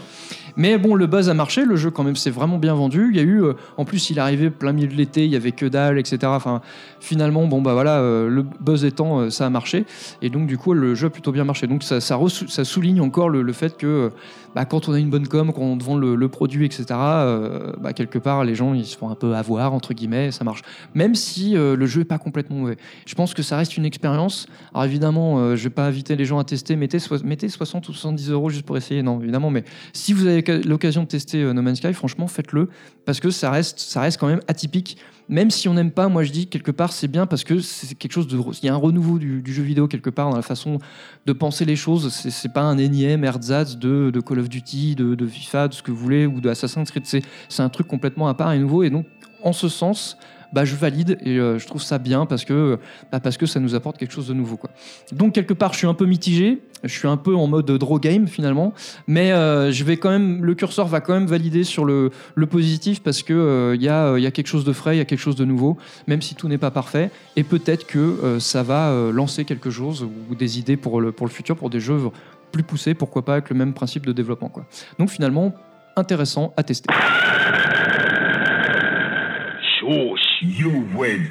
Mais bon, le buzz a marché, le jeu quand même s'est vraiment bien vendu. Il y a eu, euh, en plus, il est arrivé plein milieu de l'été, il y avait que dalle, etc. Enfin, finalement, bon bah voilà, euh, le buzz étant, euh, ça a marché. Et donc du coup, le jeu a plutôt bien marché. Donc ça, ça, ressou- ça souligne encore le, le fait que euh, bah, quand on a une bonne com, quand on te vend le, le produit, etc. euh, bah, quelque part, les gens ils se font un peu avoir entre guillemets, et ça marche. Même si euh, le jeu est pas complètement mauvais. Je pense que ça reste une expérience. Alors évidemment, euh, je vais pas inviter les gens à tester. Mettez, soi- mettez 60 ou 70 euros juste pour essayer. Non, évidemment, mais si vous avez ca- l'occasion de tester euh, No Man's Sky, franchement, faites-le parce que ça reste, ça reste quand même atypique. Même si on n'aime pas, moi je dis quelque part c'est bien parce que c'est quelque chose de, re- il y a un renouveau du, du jeu vidéo quelque part dans la façon de penser les choses. C'est, c'est pas un énième ersatz de, de Call of Duty, de, de FIFA, de ce que vous voulez ou de Assassin's Creed. C'est, c'est un truc complètement à part et nouveau. Et donc en ce sens, bah je valide et euh, je trouve ça bien parce que bah, parce que ça nous apporte quelque chose de nouveau quoi. Donc quelque part je suis un peu mitigé, je suis un peu en mode draw game finalement, mais euh, je vais quand même le curseur va quand même valider sur le, le positif parce que euh, il y, a, euh, il y a quelque chose de frais, il y a quelque chose de nouveau, même si tout n'est pas parfait et peut-être que euh, ça va euh, lancer quelque chose ou des idées pour le pour le futur pour des jeux plus poussés, pourquoi pas avec le même principe de développement quoi. Donc finalement intéressant à tester.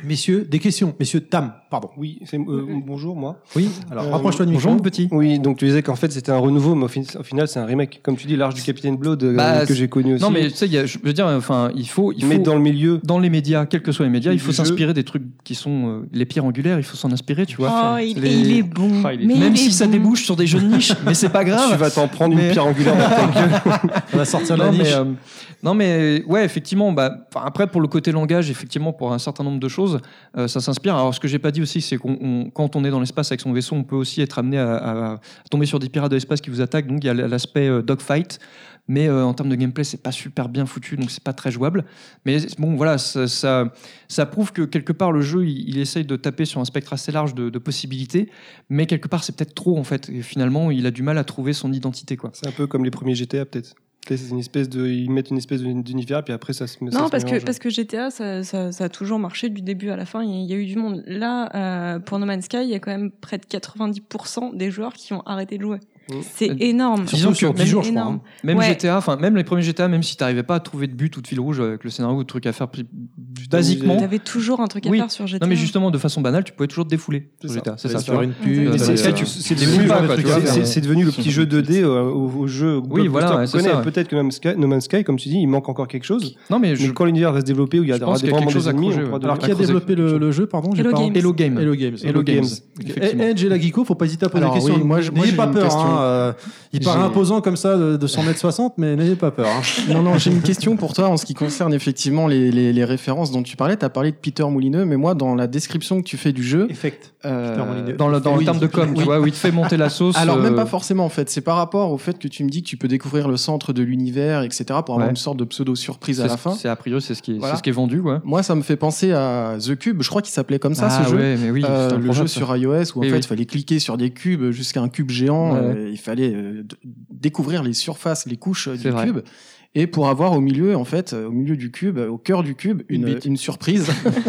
Messieurs, des questions. Messieurs, Tam, pardon. Oui, c'est, euh, bonjour, moi. Oui, alors Euh, rapproche-toi du micro. petit. Oui, donc tu disais qu'en fait c'était un renouveau, mais au, fin- au final c'est un remake. Comme tu dis, l'Arche du Capitaine Blood euh, Bah, que j'ai connu aussi. Non, mais tu sais, il y a- je veux dire, enfin, il faut, il faut. Mais dans le milieu. Dans les médias, quels que soient les médias, il faut Du jeu. s'inspirer des trucs qui sont euh, les pierres angulaires, il faut s'en inspirer, tu vois. Oh, il, Les- il est bon. Ah, il est- Mais Même il est si ça bon. débouche sur des jeux de niche, mais c'est pas grave. Tu vas t'en prendre une Mais- pierre angulaire dans ta gueule. On va sortir la Non mais, niche. euh, non mais ouais effectivement bah enfin, après pour le côté langage effectivement pour un certain nombre de choses euh, ça s'inspire alors ce que j'ai pas dit aussi c'est qu'on on- quand on est dans l'espace avec son vaisseau on peut aussi être amené à, à- à tomber sur des pirates de l'espace qui vous attaquent donc il y a l'aspect euh, dogfight mais euh, en termes de gameplay c'est pas super bien foutu donc c'est pas très jouable mais bon voilà ça, ça ça prouve que quelque part le jeu il, il essaye de taper sur un spectre assez large de, de possibilités mais quelque part c'est peut-être trop en fait et finalement il a du mal à trouver son identité quoi C'est un peu comme les premiers GTA peut-être. Tu sais, C'est une espèce de, ils mettent une espèce de- d'univers puis après ça se. ça Non, se parce que, mélange. parce que GTA, ça, ça- ça a toujours marché du début à la fin. Il y a eu du monde. Là, euh, pour No Man's Sky, il y a quand même près de 90% des joueurs qui ont arrêté de jouer. Mm. C'est Euh, énorme. surtout Disons que sur C'est 10 jours, hein. je crois, énorme. hein. Même Ouais. GTA, enfin même les premiers GTA, même si t'arrivais pas à trouver de but ou de fil rouge avec le scénario ou de trucs à faire, puis basiquement. T'avais toujours un truc à Oui. faire sur GTA. Non mais justement de façon banale, tu pouvais toujours te défouler sur GTA, c'est ça. tu vois. pub, Mais Euh, c'est- ça, c'est- tu- c'est tu devenu défoules pas, le quoi, tu truc- vois. c'est- c'est devenu le petit jeu 2D euh, au, au jeu. Oui, voilà, blockbuster ouais, qu'on c'est connaît. ça, ouais. Peut-être que No Man's Sky- No Man's Sky, comme tu dis, il manque encore quelque chose. Non mais je Mais quand l'univers va se développer, où il y Je aura pense qu'il y a vraiment quelque chose des à ennemis, on creuser, pourra ouais. développer. Alors, qui a Accroché, développé le, le jeu, pardon j'ai Hello pas Games. Hello Game. Hello Games. Hello Games. Ok. Effectivement. Edge et la Geeko, faut pas hésiter à poser Alors, des questions. oui, moi, je- moi, N'ayez j'ai pas une peur. question. hein, euh, il paraît J'ai- imposant comme ça de, de 100m60, mais n'ayez pas peur. hein. Non, non, j'ai une question pour toi en ce qui concerne effectivement les, les- les références dont tu parlais. Tu as parlé de Peter Moulineux, mais moi, dans la description que tu fais du jeu. Effect. euh, Peter Moulineux. dans le, dans le Oui. terme de com, tu Oui. vois, où il te fait monter la sauce. Alors, même euh, pas forcément en fait. C'est par rapport au fait que tu me dis que tu peux découvrir le centre de l'univers, etc., pour avoir Ouais. une sorte de pseudo-surprise à c'est la ce- fin. C'est a priori c'est ce qui est, Voilà. c'est ce qui est vendu, quoi. Moi, ça me fait penser à The Cube. Je crois qu'il s'appelait comme ça ce jeu. Ah ouais, mais oui, Euh, c'est le improbable, jeu ça. sur iOS où en Oui, fait oui. il fallait cliquer sur des cubes jusqu'à un cube géant, Ouais, euh, il fallait euh, d- découvrir les surfaces, les couches euh, C'est du vrai. cube. Et pour avoir au milieu, en fait, euh, au milieu du cube, euh, au cœur du cube, une, Une bite. une surprise.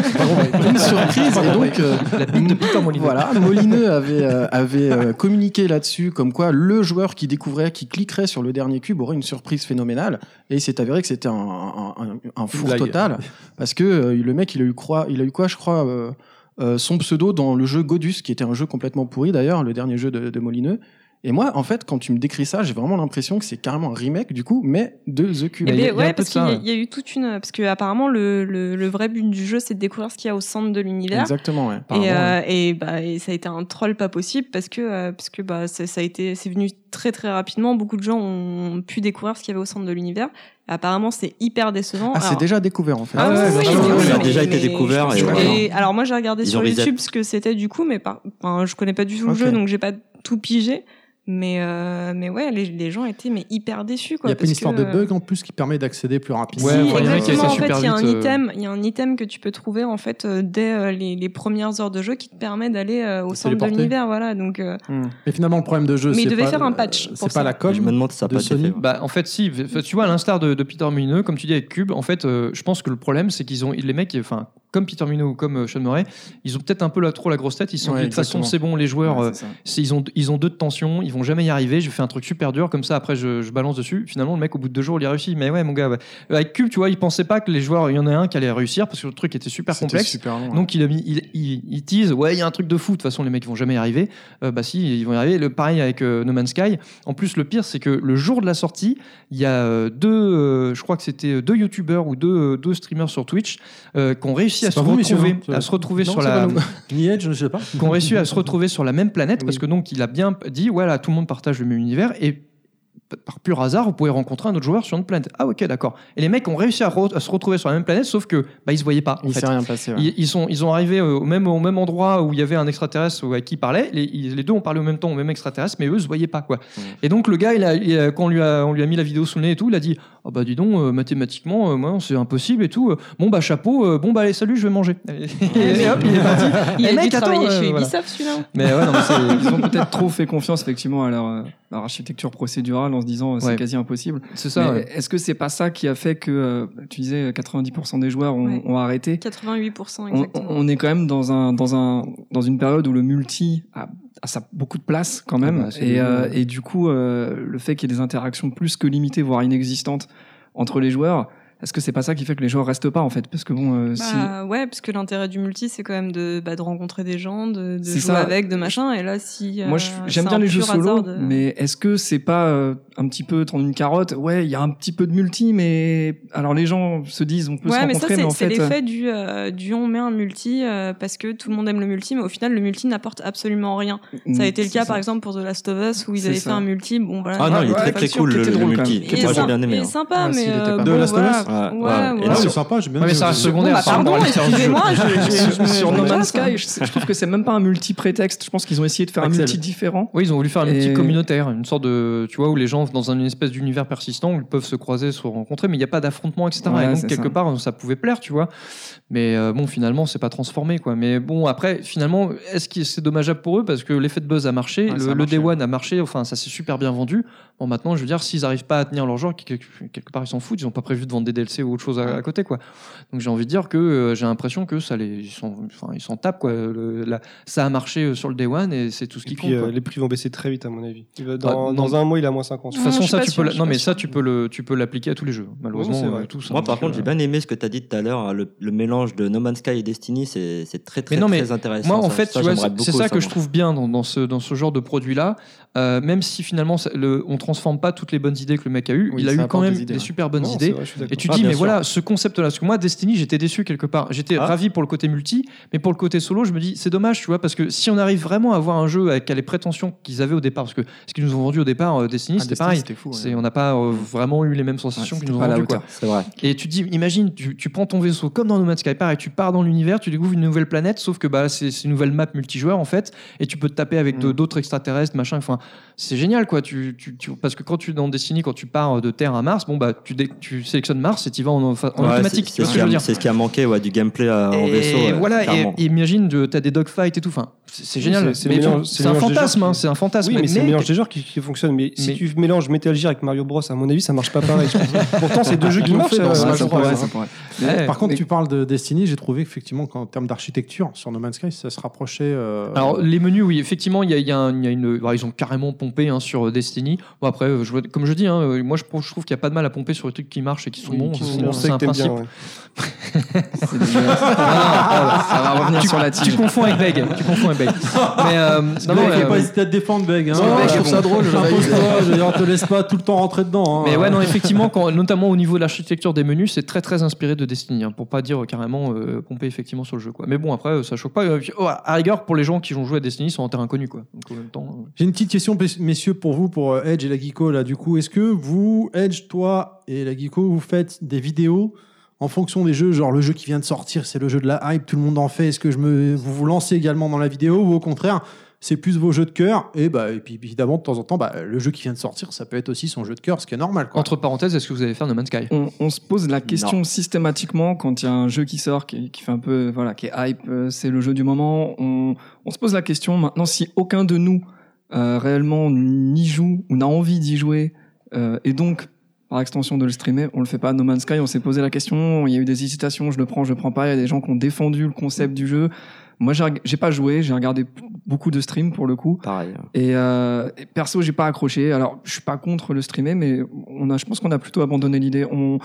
une surprise. Et donc, euh, La bite de Peter Molyneux. voilà, Molineux avait, euh, avait euh, communiqué là-dessus, comme quoi le joueur qui découvrait, qui cliquerait sur le dernier cube aurait une surprise phénoménale. Et il s'est avéré que c'était un, un, un- un four blague. total, parce que euh, le mec, il a eu, quoi, il a eu quoi, je crois, euh, euh, son pseudo dans le jeu Godus, qui était un jeu complètement pourri d'ailleurs, le dernier jeu de, de Molineux. Et moi, en fait, quand tu me décris ça, j'ai vraiment l'impression que c'est carrément un remake, du coup, mais de The Cube. Eh Il y ben a- il y a un ouais, peu parce de qu'il y, ça, a- ouais. il y a eu toute une. Parce que apparemment, le, le, le vrai but du jeu, c'est de découvrir ce qu'il y a au centre de l'univers. Exactement, ouais. Et, Apparemment, euh, et, bah, et ça a été un troll pas possible parce que, euh, parce que bah, ça, ça a été, c'est venu très très rapidement. Beaucoup de gens ont pu découvrir ce qu'il y avait au centre de l'univers. Apparemment, c'est hyper décevant. Ah, c'est Alors- déjà découvert en fait. Ah, oui, oui, sûr. oui, Ah, oui, ça a mais- déjà été mais- découvert, je- et et voilà. alors moi j'ai regardé Ils sur ont reset. YouTube ce que c'était du coup, mais par, enfin, je connais pas du tout le Ok. jeu, donc j'ai pas tout pigé. Mais euh, mais ouais, les, les gens étaient mais hyper déçus Il quoi. y a pas parce une histoire que, de euh, bug en plus qui permet d'accéder plus rapidement. Ouais, si, enfin, il y en a qui exactement. ça En fait, super il y a un vite, euh. item, il y a un item que tu peux trouver en fait euh, dès euh, les, les premières heures de jeu qui te permet d'aller euh, au centre de téléporter. l'univers, voilà. Donc euh, Mais finalement, le problème de jeu, Mais c'est il devait pas- faire un patch euh, pour C'est ça. pas la com. Je me demande si ça n'a de pas été Sony. fait. Bah, en fait, si. F- Tu vois, à l'instar de, de Peter Molineux, comme tu dis avec Cube, en fait, euh, je pense que le problème, c'est qu'ils ont. Les mecs, enfin, comme Peter Mino ou comme euh, Sean Murray, ils ont peut-être un peu la, trop la grosse tête. Ils se sont Ouais, dit, de toute façon, exactement. c'est bon, les joueurs, Ouais, euh, c'est ça. c'est- ils, ont, ils ont deux de tension, ils vont jamais y arriver. Je fais un truc super dur, comme ça, après, je, je balance dessus. Finalement, le mec, au bout de deux jours, il y réussit. Mais ouais, mon gars, ouais. avec Cube, tu vois, il pensait pas que les joueurs, il y en a un qui allait réussir parce que le truc était super C'était complexe. super long, ouais. Donc, il a mis, il, il, il tease, ouais, il y a un truc de fou. De toute façon, les mecs, ils vont jamais y arriver. Euh, bah, si, ils vont y arriver. Le, pareil avec euh, No Man's Sky. En plus, le pire, c'est que le jour de la sortie, il y a euh, deux, euh, je crois que c'était deux youtubeurs ou deux, euh, deux streamers sur Twitch euh, qui ont réussi à C'est se, pas vous, messieurs, retrouver, hein. à se retrouver Non, sur c'est la. pas nous. Ni Edge, je sais pas. qui ont réussi à se retrouver sur la même planète parce que donc il a bien dit voilà tout le monde partage le même univers et p- par pur hasard vous pouvez rencontrer un autre joueur sur une planète ah ok d'accord et les mecs ont réussi à, re- à se retrouver sur la même planète sauf que bah ils se voyaient pas en Il fait. s'est rien passé. ouais. Ils, ils sont, ils ont arrivé euh, au même, au même endroit où il y avait un extraterrestre à qui il parlait. Les, ils- les deux ont parlé au même temps au même extraterrestre, mais eux se voyaient pas. quoi. Mm. Et donc le gars, il a, il a- quand on lui, a, on lui a mis la vidéo sous le nez et tout, il a dit Ah bah dis donc, euh, mathématiquement, euh, moi c'est impossible et tout. Euh, Bon bah chapeau, euh, bon bah allez, salut, je vais manger. Et, hop, il est parti. Il Eh, a dû mec, attends, travailler euh, chez voilà. Ubisoft, celui-là. Mais ouais, non, mais ils c'est- ont peut-être trop fait confiance effectivement à leur, euh, leur architecture procédurale en se disant euh, c'est Ouais. quasi impossible. C'est Mais ça, ouais. Est-ce que c'est pas ça qui a fait que euh, tu disais 90% des joueurs ont, Ouais. ont arrêté 88% on, exactement. on est quand même dans un dans un dans une période où le multi a, a sa- beaucoup de place quand même Ah bah, c'est et, bien, euh, ouais. et du coup euh, le fait qu'il y ait des interactions plus que limitées voire inexistantes entre les joueurs est-ce que c'est pas ça qui fait que les joueurs restent pas en fait parce que bon euh, si Bah, ouais, parce que l'intérêt du multi, c'est quand même de, bah, de rencontrer des gens, de, de C'est jouer ça. avec, de machin. Et là, si. Moi, euh, je- c'est j'aime bien un les jeux pur hasard solo, de- mais est-ce que c'est pas euh, un petit peu tendre une carotte Ouais, il y a un petit peu de multi, mais alors les gens se disent on peut se Ouais, mais ça, rencontrer, mais, c'est en c'est fait, l'effet du, euh, du on met un multi euh, parce que tout le monde aime le multi, mais au final, le multi n'apporte absolument rien. Ça a Mm, été le c'est cas, ça. par exemple, pour The Last of Us où ils C'est avaient ça. fait un multi. Bon, voilà. Ah non, il est Ouais, très pas très sûr cool que- le, était le drôle, quand multi. même. Il Ah, est Moi j'ai sympa- bien aimé. il est hein. sympa, Ouais, mais. s'il était euh, pas bon, mal. voilà. Ouais, Ouais, ouais. ouais. Et non, Ouais. c'est sympa, j'ai bien Ouais, mais aimé, ça je- reste secondaire. Bon, bah, ça, pardon, on va excusez-moi, faire un jeu. Moi, je- je- Sur- je me- sur je No me Man's passe, Sky, je, je trouve que c'est même pas un multi prétexte. Je pense qu'ils ont essayé de faire un Axel. multi différent. Oui, ils ont voulu faire un multi Et- communautaire, une sorte de, tu vois, où les gens dans une espèce d'univers persistant, où ils peuvent se croiser, se rencontrer, mais il n'y a pas d'affrontement, etc. Ouais, Et donc c'est quelque ça. part, euh, ça pouvait plaire, tu vois. Mais euh, bon, finalement, c'est pas transformé, quoi. Mais bon, après, finalement, est-ce que c'est dommageable pour eux parce que l'effet de buzz a marché, Ouais, le, ça a le marché. Day One a marché, enfin, ça s'est super bien vendu. Bon, maintenant, je veux dire, s'ils n'arrivent pas à tenir leur genre, quelque, quelque part, ils s'en foutent, ils n'ont pas prévu de vendre des DLC ou autre chose à, à côté, quoi. Donc j'ai envie de dire que euh, j'ai l'impression que ça les, ils s'en enfin, ils s'en tapent, quoi. Le- la- ça a marché euh, sur le Day One et c'est tout ce qui Et compte. puis euh, quoi. les prix vont baisser très vite, à mon avis. Il va- Dans, Ah, non. dans un mois, il a moins 50. De toute façon, je suis ça, pas tu sûre, peux je la- suis non, pas mais ça, tu peux le, tu peux l'appliquer à tous les jeux. Malheureusement, c'est vrai. euh, tout ça. Moi, par Donc, contre, j'ai euh, bien aimé ce que tu as dit tout à l'heure, hein, le, le mélange de No Man's Sky et Destiny, c'est c'est très très, Mais non, mais très intéressant. Moi, en Ça- fait, ça, tu j'aimerais vois, c'est- c'est beaucoup ça que moi. je trouve bien dans, dans ce, dans ce genre de produit-là. Euh, même si finalement, ça- le, on transforme pas toutes les bonnes idées que le mec a eues, Oui, il a ça eu apporte quand même des des, idées, ouais. super bonnes Non, c'est idées. vrai, je suis d'accord. Et tu te Ah, dis, bien mais sûr. voilà, ce concept-là, parce que moi, Destiny, j'étais déçu quelque part. J'étais Ah. ravi pour le côté multi, mais pour le côté solo, je me dis, c'est dommage, tu vois, parce que si on arrive vraiment à avoir un jeu avec les prétentions qu'ils avaient au départ, parce que ce qu'ils nous ont vendu au départ, euh, Destiny, Ah, c'était Destiny, pareil. c'était fou, ouais. C'est- On n'a pas euh, vraiment eu les mêmes sensations Ouais, qu'ils nous ont c'était pas à la vendues, quoi. hauteur. C'est vrai. Et tu te dis, imagine, tu, tu prends ton vaisseau comme dans No Man's Sky, pareil, tu pars dans l'univers, tu découvres une nouvelle planète, sauf que bah, c'est c'est une nouvelle map multijoueur en fait, et tu peux te taper avec de- Mm. d'autres extraterrestres, machin. Enfin, c'est génial quoi. Tu, tu- tu- parce que quand tu es dans Destiny, quand tu pars euh, de Terre à Mars, bon bah tu, dé- tu sélectionnes Mars et tu vas en, en Ouais, c'est- automatique. Tu C'est vois ce qui ce que je veux a- dire c'est ce qui a manqué ouais, du gameplay euh, en vaisseau. ouais, et voilà, et, clairement. et imagine, tu as des dogfights et tout. Enfin, c'est c'est Oui, génial. c'est- c'est Mais le bon, mélange- c'est c'est le un mélange des fantasme, genres hein, qui- c'est un fantasme. Oui, mais c'est le mais- mélange des genres qui, qui fonctionne. Mais, Mais- si tu mélanges Metal Gear avec Mario Bros, à mon avis, ça marche pas pareil. je pense. Pourtant, c'est deux jeux qui Ils l'ont marchent. fait dans euh, Smash Smash Bros, Bros, ouais, hein. ça pourrait. Ouais. Par contre, Eh, Mais- tu parles de Destiny, j'ai trouvé effectivement qu'en termes d'architecture, sur No Man's Sky, ça se rapprochait. euh, Alors les menus, oui, effectivement, il y a, il y a un- il y a une, bah, ils ont carrément pompé hein, sur Destiny. Bon après, euh, je vois- comme je dis, hein, euh, moi je, trouve- je trouve qu'il n'y a pas de mal à pomper sur les trucs qui marchent et qui sont bons. Qui- C'est- on sait C'est que un t'aimes bien, principe. ouais. C'est dégueulasse. Non, non, voilà, ça va revenir sur la Tu tige. confonds avec Beg. Tu confonds avec Beg. Mais euh, Ah, Le non, mec, non, il a euh, pas hésité à te défendre, Beg. Hein. Non, non, Ouais, je trouve ça drôle, je valide. Impose-toi, je veux dire, on te laisse pas tout le temps rentrer dedans. hein. mais ouais, non, effectivement, quand, notamment au niveau de l'architecture des menus, c'est très très inspiré de Destiny, hein, pour pas dire euh, carrément euh, pompé effectivement sur le jeu. Quoi. Mais bon, après, euh, ça choque pas. Et puis, oh, à rigueur, pour les gens qui ont joué à Destiny, ils sont en terrain connu. Quoi. Donc en même temps, J'ai une petite question, pes- messieurs, pour vous, pour euh, Edge et la Geeko. Là, du coup, est-ce que vous, Edge, toi et la Geeko, vous faites des vidéos en fonction des jeux, genre le jeu qui vient de sortir, c'est le jeu de la hype, tout le monde en fait. Est-ce que je me, vous vous lancez également dans la vidéo ou au contraire, c'est plus vos jeux de cœur Et bah, et puis évidemment, de temps en temps, bah, le jeu qui vient de sortir, ça peut être aussi son jeu de cœur, ce qui est normal. euh, Quoi. entre parenthèses, est-ce que vous allez faire No Man's Sky On, on se pose la question systématiquement quand il y a un jeu qui sort, qui, qui fait un peu, voilà, qui est hype, euh, c'est le jeu du moment. On, on se pose la question maintenant si aucun de nous euh, réellement n'y joue ou n'a envie d'y jouer, euh, et donc par extension de le streamer. On le fait pas. No Man's Sky, on s'est posé la question. Il y a eu des hésitations. Je le prends, je le prends pas. Il y a des gens qui ont défendu le concept du jeu. Moi, j'ai j'ai pas joué. J'ai regardé p- beaucoup de streams pour le coup. Pareil. Et, euh, et perso, j'ai pas accroché. Alors, je suis pas contre le streamer, mais on a, je pense qu'on a plutôt abandonné l'idée. On,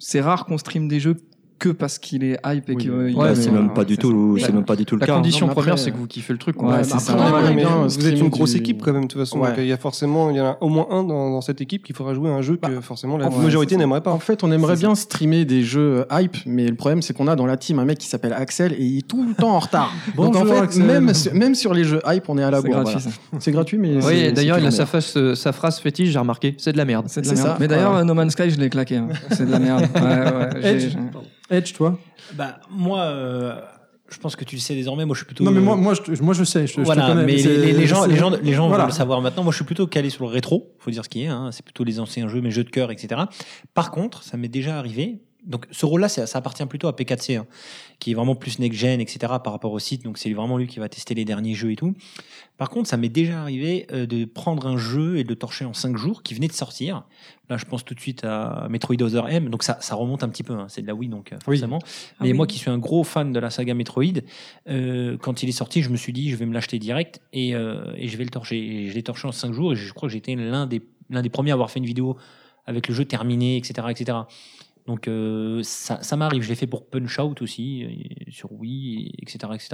c'est rare qu'on streame des jeux que parce qu'il est hype et qu'il Ouais, c'est même pas du tout, c'est même pas du tout le La cas. condition Non, mais après, première, c'est que vous kiffez le truc. quoi. Ouais, Après, c'est ça. on aimerait Ouais, mais bien vous streamer êtes une grosse du- équipe quand même de toute façon. Ouais. Donc, il y a forcément, il y en a au moins un dans, dans cette équipe qui fera jouer à un jeu que forcément la En fait, majorité n'aimerait pas. En fait, on aimerait bien streamer des jeux hype, mais le problème, c'est qu'on a dans la team un mec qui s'appelle Axel et il est tout le temps en retard. Donc, en Bonjour, fait, Axel. même, sur- même sur les jeux hype, on est à la C'est bourre. gratuit, voilà. C'est gratuit, mais. c'est- Oui, c'est d'ailleurs, il a toujours sa, bien. face, euh, sa phrase fétiche, j'ai remarqué. C'est de la merde. C'est de la merde. Mais d'ailleurs, euh, No Man's Sky, je l'ai claqué. hein. C'est de la merde. Ouais, ouais, j'ai- Edge. j'ai- Edge, toi Bah, moi, euh, je pense que tu le sais désormais. Moi, je suis plutôt. Non, mais euh, moi, moi, je, moi, je sais. Je, je te Voilà, connais, mais c'est- les, les- les gens, c'est- les gens, les gens voilà. veulent le savoir maintenant. Moi, je suis plutôt calé sur le rétro, faut dire ce qui est. hein. C'est plutôt les anciens jeux, mes jeux de cœur, etc. Par contre, ça m'est déjà arrivé. Donc, ce rôle-là, ça, ça appartient plutôt à P4C, hein, qui est vraiment plus next-gen, etc. par rapport au site. Donc, c'est vraiment lui qui va tester les derniers jeux et tout. Par contre, ça m'est déjà arrivé euh, de prendre un jeu et de le torcher en 5 jours qui venait de sortir. Là, je pense tout de suite à Metroid Other M. Donc, ça, ça remonte un petit peu. hein. C'est de la Wii, donc, euh, forcément. Mais oui. moi qui suis un gros fan de la saga Metroid, euh, quand il est sorti, je me suis dit, je vais me l'acheter direct et, euh, et je vais le torcher. Et je l'ai torché en 5 jours et je crois que j'étais l'un des, l'un des premiers à avoir fait une vidéo avec le jeu terminé, etc. etc. Donc euh, ça, ça m'arrive. Je l'ai fait pour Punch Out aussi, euh, sur Wii, etc. etc.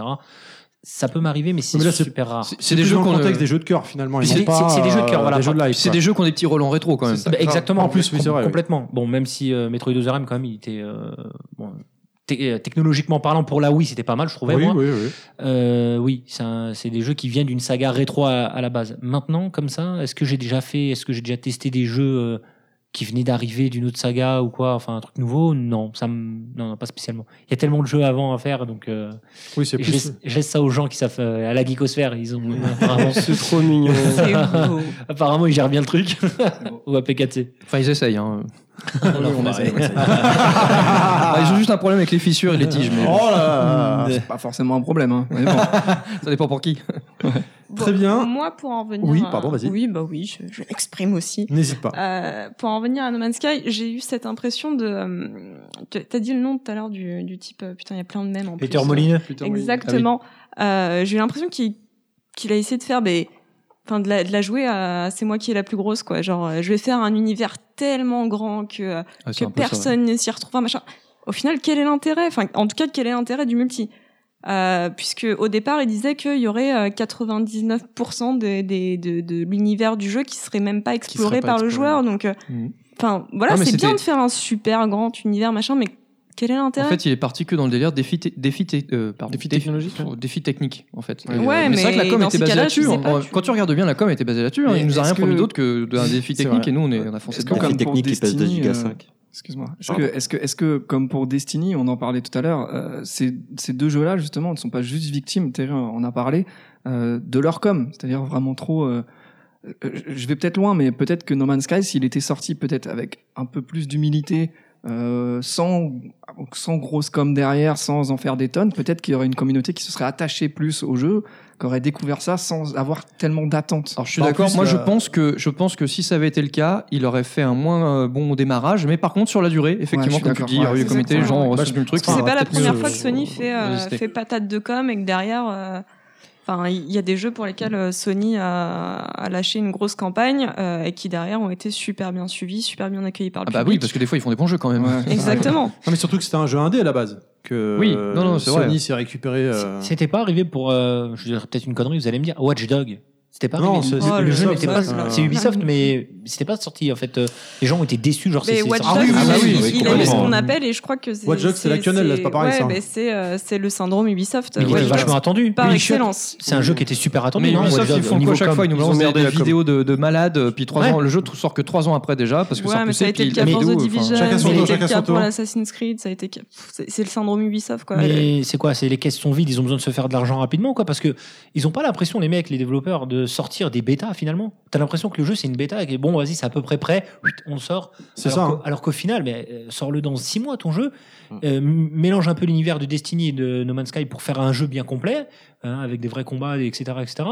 Ça peut m'arriver, mais c'est Mais là, c'est- super rare. C'est des jeux dans le euh, contexte des jeux de cœur finalement. Mais ils c'est sont des- pas, c'est- c'est des jeux de cœur, euh, voilà. Des jeux de live. C'est quoi. Ah, des jeux qui ont des petits relents rétro quand même. Bah, exactement. En plus, oui, c'est vrai. oui. Complètement. Bon, même si euh, Metroid Other M, quand même, il était. euh, bon, té- euh, technologiquement parlant, pour la Wii, c'était pas mal, je trouvais. Oui, moi. oui, oui. Euh, oui, c'est un- c'est des jeux qui viennent d'une saga rétro à, à la base. Maintenant, comme ça, est-ce que j'ai déjà fait, est-ce que j'ai déjà testé des jeux euh, qui venaient d'arriver d'une autre saga ou quoi, enfin un truc nouveau Non, ça, me- non, non, pas spécialement. Il y a tellement de jeux avant à faire, donc euh, Oui, c'est je, laisse, plus. je laisse ça aux gens qui savent euh, à la geekosphère. Ils ont apparemment, C'est trop mignon. apparemment, ils gèrent bien le truc ou à PKC. Enfin, ils essayent. hein. Alors, bah, Ah, ils ont juste un problème avec les fissures et les tiges. Mais Oh là là Hmm, C'est pas forcément un problème. Hein. honnêtement. ça dépend pour qui. Très bien. Moi, pour en revenir. Oui, à- pardon, vas-y. Oui, bah oui, je, je m'exprime aussi. N'hésite pas. Euh, pour en revenir à No Man's Sky, j'ai eu cette impression de. euh, tu- T'as dit le nom tout à l'heure du, du type. euh, putain, il y a plein de mêmes en Peter plus. Moline. Ah Exactement. Euh, j'ai eu l'impression qu'il qu'il a essayé de faire, ben, enfin, de la, de la jouer à c'est moi qui est la plus grosse, quoi. Genre, euh, je vais faire un univers tellement grand que, euh, Ah, c'est que un peu ça, personne ne s'y retrouve, machin. Au final, quel est l'intérêt Enfin, en tout cas, quel est l'intérêt du multi euh, puisque au départ, il disait qu'il y aurait euh, 99% des- des- de, de l'univers du jeu qui serait même pas exploré pas par le exploré. joueur. Donc, euh, Mhm. enfin, voilà, Non, mais c'est bien c'était- de faire un super grand univers, machin, mais quel est l'intérêt En fait, il est parti que dans le délire défi, te- défi, te- euh, pardon, Défi défi- technologique, pff, défi technique, en fait. Ouais, Et, mais c'est vrai que la com dans ces était basée cas-là, je là-dessus. sais hein. pas, Quand- Quand tu regardes bien, la com était basée là-dessus. hein. Mais Il nous a est-ce rien promis que- d'autre que d'un défi C'est technique vrai. et nous, on, est, on a foncé Est-ce dedans. que- Défi comme pour technique qui pèse 2 Destiny, gigas euh, 5. Excuse-moi. Est-ce que, est-ce que, est-ce que, comme pour Destiny, on en parlait tout à l'heure, euh, ces, ces deux jeux-là, justement, ne sont pas juste victimes, Thierry en a parlé, euh, de leur com. C'est-à-dire vraiment trop. euh, euh, je vais peut-être loin, mais peut-être que No Man's Sky, s'il était sorti peut-être avec un peu plus d'humilité, euh, sans, sans grosse com derrière, sans en faire des tonnes, peut-être qu'il y aurait une communauté qui se serait attachée plus au jeu, qui aurait découvert ça sans avoir tellement d'attentes. Alors je suis Bah, en d'accord. plus, Moi, la- je euh, pense que je pense que si ça avait été le cas, il aurait fait un moins euh, bon démarrage. Mais par contre, sur la durée, effectivement, je suis comme tu d'accord. dis, il y Ouais, a eu c'est le comité, exactement. genre on Bah, reçoit le truc. C'est enfin, pas la Ah, peut-être première mieux, fois que Sony fait, euh, résister. fait patate de com et que derrière, euh, enfin, il y a des jeux pour lesquels euh, Sony a, a lâché une grosse campagne euh, et qui derrière ont été super bien suivis, super bien accueillis par le Ah bah oui, public. parce que des fois ils font des bons jeux quand même. Ouais. Exactement. Non, mais surtout que c'était un jeu indé à la base. Que Oui, euh, non, non, c'est Sony vrai. s'est récupéré. euh, C'était pas arrivé pour, euh, je dirais peut-être une connerie, vous allez me dire, Watch Dog. C'était pas Non, arrivé. c'est- Le- c'est le jeu Ubisoft, n'était ça, pas. c'est- C'est Ubisoft, mais c'était pas sorti en fait. euh, Les gens ont été déçus, genre Mais c'est- c'est Watch Dogs, sorti. oui, oui, il, Ah bah oui, a- oui, il oui, a eu complètement. son appel et je crois que c'est. Watch Dogs, c'est la quenelle, là, c'est pas pareil, ouais, ça. mais c'est euh, c'est le syndrome Ubisoft. Mais il Watch était Dogs, vachement attendu. par Ubisoft, excellence. C'est un jeu qui était super attendu. Mais non, Watch Ubisoft, Dogs, ils font niveau quoi à chaque com fois Ils nous ont lancent des, merdé des la com. vidéos de, de malades, euh, puis trois Ouais. ans, le jeu ne sort que trois ans après déjà, parce que Ouais, ça mais ça a été le repoussé, cas puis pour les The vidéos, enfin, Division, ça Chacun a son tour, été le chacun cas son pour tour. l'Assassin's Creed, ça a été le cas- Pff, c'est c'est le syndrome Ubisoft quoi. Mais c'est quoi C'est les caisses sont vides, ils ont besoin de se faire de l'argent rapidement, quoi, parce que ils ont pas la pression, les mecs, les développeurs, de sortir des bêtas finalement. T'as l'impression que le jeu c'est une bêta et que, bon, vas-y, c'est à peu près prêt, huit, on le sort. C'est alors ça, qu'au- alors qu'au final, mais euh, sors-le dans six mois ton jeu, Mm. Euh, m- mélange un peu l'univers de Destiny et de No Man's Sky pour faire un jeu bien complet, hein, avec des vrais combats, etc., etc.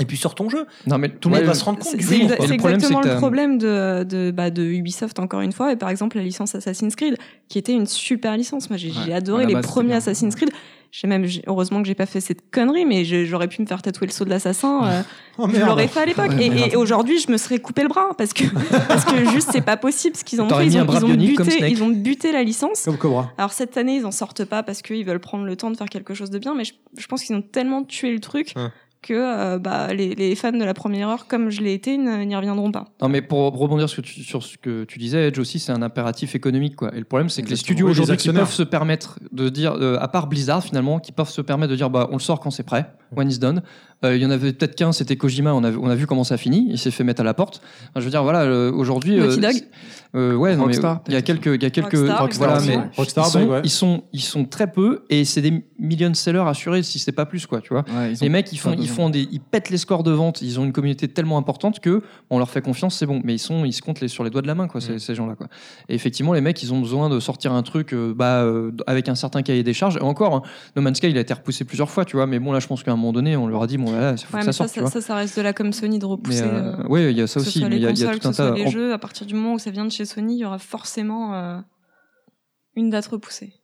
Et puis sur ton jeu. Non, mais tout le monde va se rendre compte C'est du c'est jour, exa- quoi. c'est Le problème, exactement c'est que le t'as- problème de, de, bah, de Ubisoft, encore une fois, et par exemple la licence Assassin's Creed, qui était une super licence. Moi, j'ai j'ai adoré à la les base, c'était premiers bien. Assassin's Creed. J'ai même, j'ai- heureusement que j'ai pas fait cette connerie, mais je- j'aurais pu me faire tatouer le sceau de l'assassin. euh, Oh, je merde. l'aurais fait à l'époque. Ouais, Et- et merde. et aujourd'hui, je me serais coupé le bras parce que, parce que juste, c'est pas possible ce qu'ils ont T'aurais fait. mis Ils un ont, bras ils ont bionique comme buté, Snake. ils ont buté la licence. Comme Cobra. Alors cette année, ils en sortent pas parce qu'ils veulent prendre le temps de faire quelque chose de bien, mais je, je pense qu'ils ont tellement tué le truc Ouais. que euh, bah, les, les fans de la première heure, comme je l'ai été, n- n'y reviendront pas. Non, mais pour rebondir sur, sur ce que tu disais, Edge aussi, c'est un impératif économique. Quoi. Et le problème, c'est que les Exactement. studios Oui, les aujourd'hui qui actionnaires. peuvent se permettre de dire, euh, à part Blizzard finalement, qui peuvent se permettre de dire bah, on le sort quand c'est prêt, when it's done. Euh, Il y en avait peut-être qu'un, c'était Kojima, on a, on a vu comment ça finit, il s'est fait mettre à la porte. Enfin, je veux dire, voilà, euh, aujourd'hui. Naughty Dog. c'est- euh, ouais, non, mais Rockstar, il y a quelques. Il y a quelques Rockstar, voilà, exactement. mais bah, Ouais. Rockstar, bah, ils, sont, ouais. ils, sont, ils sont très peu et c'est des million sellers assurés, si c'est pas plus, quoi, tu vois. les mecs, ils font, pas ils besoin. font des, ils pètent les scores de vente. Ils ont une communauté tellement importante que on leur fait confiance, c'est bon. Mais ils sont, ils se comptent les, sur les doigts de la main, quoi, ces, Mm. ces gens-là, quoi. Et effectivement, les mecs, ils ont besoin de sortir un truc, euh, bah, euh, avec un certain cahier des charges. Et encore, hein, No Man's Sky, il a été repoussé plusieurs fois, tu vois. Mais bon, là, je pense qu'à un moment donné, on leur a dit, bon, là, il faut Ouais, que mais ça sorte, tu ça, vois. ça, ça reste de la comme Sony de repousser. Mais, euh, euh, ouais, il y a ça que ce aussi, soit mais les il y a- il y a consoles, tout un que ce soit tas- les on- jeux, à partir du moment où ça vient de chez Sony, il y aura forcément euh, une date repoussée.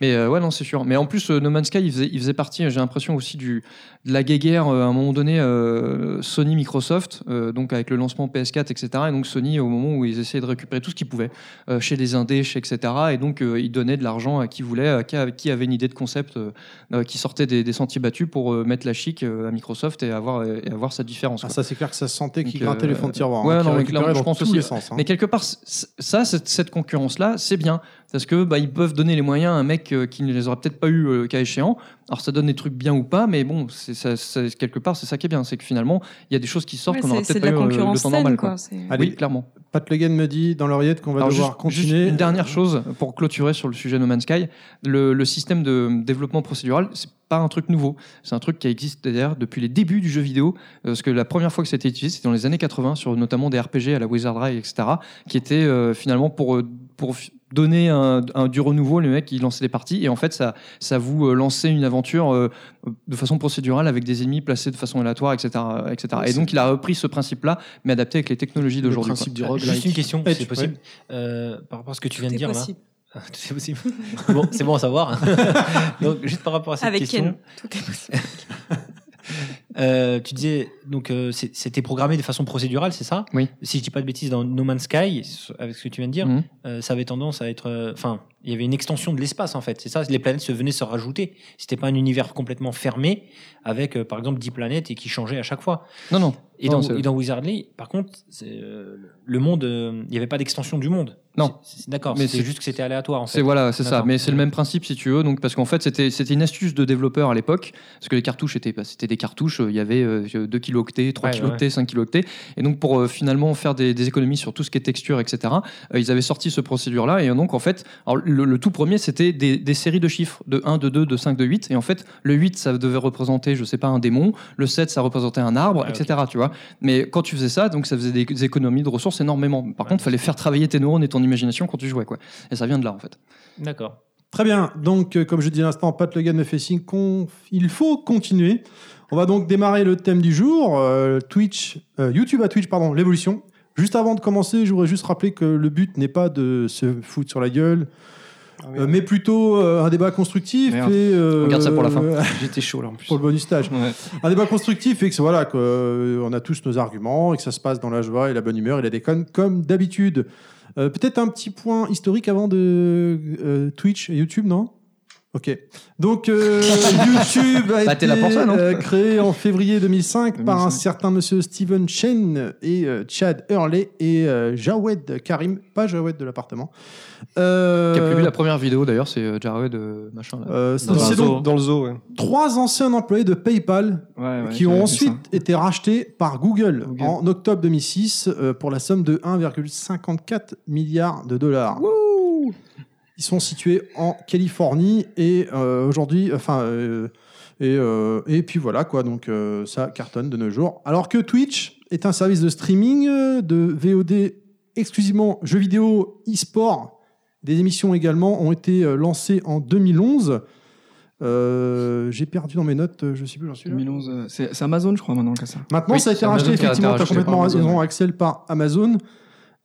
Mais euh, ouais, non, c'est sûr. Mais en plus, euh, No Man's Sky, il faisait, il faisait partie, euh, j'ai l'impression aussi, du, de la guéguerre euh, à un moment donné euh, Sony-Microsoft, euh, donc avec le lancement PS4, etc. Et donc Sony, au moment où ils essayaient de récupérer tout ce qu'ils pouvaient, euh, chez les indés, chez etc. Et donc, euh, ils donnaient de l'argent à qui voulait, à qui, a- qui avait une idée de concept, euh, euh, qui sortait des, des sentiers battus pour euh, mettre la chic euh, à Microsoft et avoir, et avoir sa différence. Ah, quoi. ça, c'est clair que ça se sentait qu'il Donc, grattait euh, les fonds de tiroir. Ouais, hein, qu'il non, mais récupérait clairement, je dans pense tous aussi. les sens, hein. Mais quelque part, c- c- ça, cette, cette concurrence-là, c'est bien. Parce que bah, ils peuvent donner les moyens à un mec euh, qui ne les aurait peut-être pas eu euh, cas échéant. Alors ça donne des trucs bien ou pas, mais bon, c'est ça, c'est- quelque part, c'est ça qui est bien. C'est que finalement, il y a des choses qui sortent Ouais, qu'on n'aurait c'est- peut-être c'est de pas eu la euh, le concurrence temps normal. saine, Quoi. quoi, c'est- Oui, clairement. Pat Le Guen me dit dans l'oreillette qu'on va Alors, devoir juste- continuer. Euh, juste une dernière chose pour clôturer sur le sujet No Man's Sky. Le, le système de développement procédural, c'est pas un truc nouveau. C'est un truc qui existe d'ailleurs depuis les débuts du jeu vidéo. Euh, Parce que la première fois que c'était utilisé, c'était dans les années 80 sur notamment des RPG à la Wizardry, etc. qui était euh, finalement pour euh, pour fi- donner un, un- du renouveau, les mecs, ils lançaient des parties et en fait, ça, ça vous euh, lançait une aventure euh, de façon procédurale avec des ennemis placés de façon aléatoire, etc. euh, etc. Et donc, il a repris ce principe-là, mais adapté avec les technologies d'aujourd'hui. quoi. Juste une question, c'est possible. Euh, par rapport à ce que tu viens de est dire possible. là. Tout est possible. bon, c'est bon à savoir. donc, juste par rapport à cette Avec question. Ken, tout est possible. Euh, tu disais, donc euh, c'est- c'était programmé de façon procédurale, c'est ça Oui. Si je dis pas de bêtises, dans No Man's Sky, s- avec ce que tu viens de dire, Mhm. euh, ça avait tendance à être. euh, Enfin, il y avait une extension de l'espace en fait, c'est ça Les planètes se venaient se rajouter. C'était pas un univers complètement fermé avec, euh, par exemple, 10 planètes et qui changeaient à chaque fois. Non, non. Et, Non, dans, c'est- et dans Wizardly, par contre, c'est, euh, le monde, euh, il n'y avait pas d'extension du monde. Non. C'est- c'est- D'accord, Mais c'est c'est- juste que c'était aléatoire en fait. C'est voilà, c'est ça. D'accord. Mais c'est le même principe si tu veux. Donc parce qu'en fait c'était c'était une astuce de développeur à l'époque parce que les cartouches étaient bah, c'était des cartouches. euh, Il y avait euh, 2 kilooctets, 3 Ouais, ouais, kilooctets, ouais. 5 kilooctets. Et donc pour euh, finalement faire des, des économies sur tout ce qui est texture, etc. euh, ils avaient sorti ce procédure là et donc en fait alors, le, le tout premier c'était des, des séries de chiffres de 1, de 2, de 5, de 8 et en fait le 8 ça devait représenter je sais pas un démon, le 7 ça représentait un arbre, Ah, etc. Tu vois. Mais quand tu faisais ça donc ça faisait des, des économies de ressources énormément. Par contre fallait faire travailler tes neurones et ton imagination quand tu jouais quoi. Et ça vient de là en fait. D'accord. Très bien. Donc, euh, comme je dis à l'instant, Pat Le Guen me fait signe qu'on- il faut continuer. On va donc démarrer le thème du jour, euh, Twitch, euh, YouTube à Twitch, pardon, l'évolution. Juste avant de commencer, je voudrais juste rappeler que le but n'est pas de se foutre sur la gueule, euh, mais plutôt euh, un débat constructif. Merde. Et, euh, On garde ça pour la fin. J'étais chaud là en plus. Pour le bonus stage. Un débat constructif et que voilà, que, euh, on a tous nos arguments et que ça se passe dans la joie et la bonne humeur et la déconne comme d'habitude. Euh, Peut-être un petit point historique avant de euh, Twitch et YouTube, non Ok. Donc euh, YouTube a Bah, été t'es là pour ça, non euh, créé en février 2005, par un certain monsieur Steven Chen et euh, Chad Hurley et euh, Jawed Karim, pas Jawed de l'appartement. Euh, Qui a publié la première vidéo d'ailleurs, c'est euh, Jared euh, machin. Là. Euh, c'est- c'est donc trois anciens employés de PayPal ouais, qui j'avais ont vu ensuite été rachetés par Google, en octobre 2006 euh, pour la somme de 1,54 milliard de dollars. Ils sont situés en Californie et euh, aujourd'hui, enfin, euh, et, euh, et puis voilà quoi, donc euh, ça cartonne de nos jours. Alors que Twitch est un service de streaming, euh, de VOD exclusivement jeux vidéo, e-sport, des émissions également ont été euh, lancées en 2011. Euh, j'ai perdu dans mes notes, euh, je sais plus, j'en suis là. 2011, euh, c'est c'est Amazon, je crois, maintenant, qui a ça. Maintenant, ça a été racheté, effectivement, t'as complètement raison, Axel, par Amazon.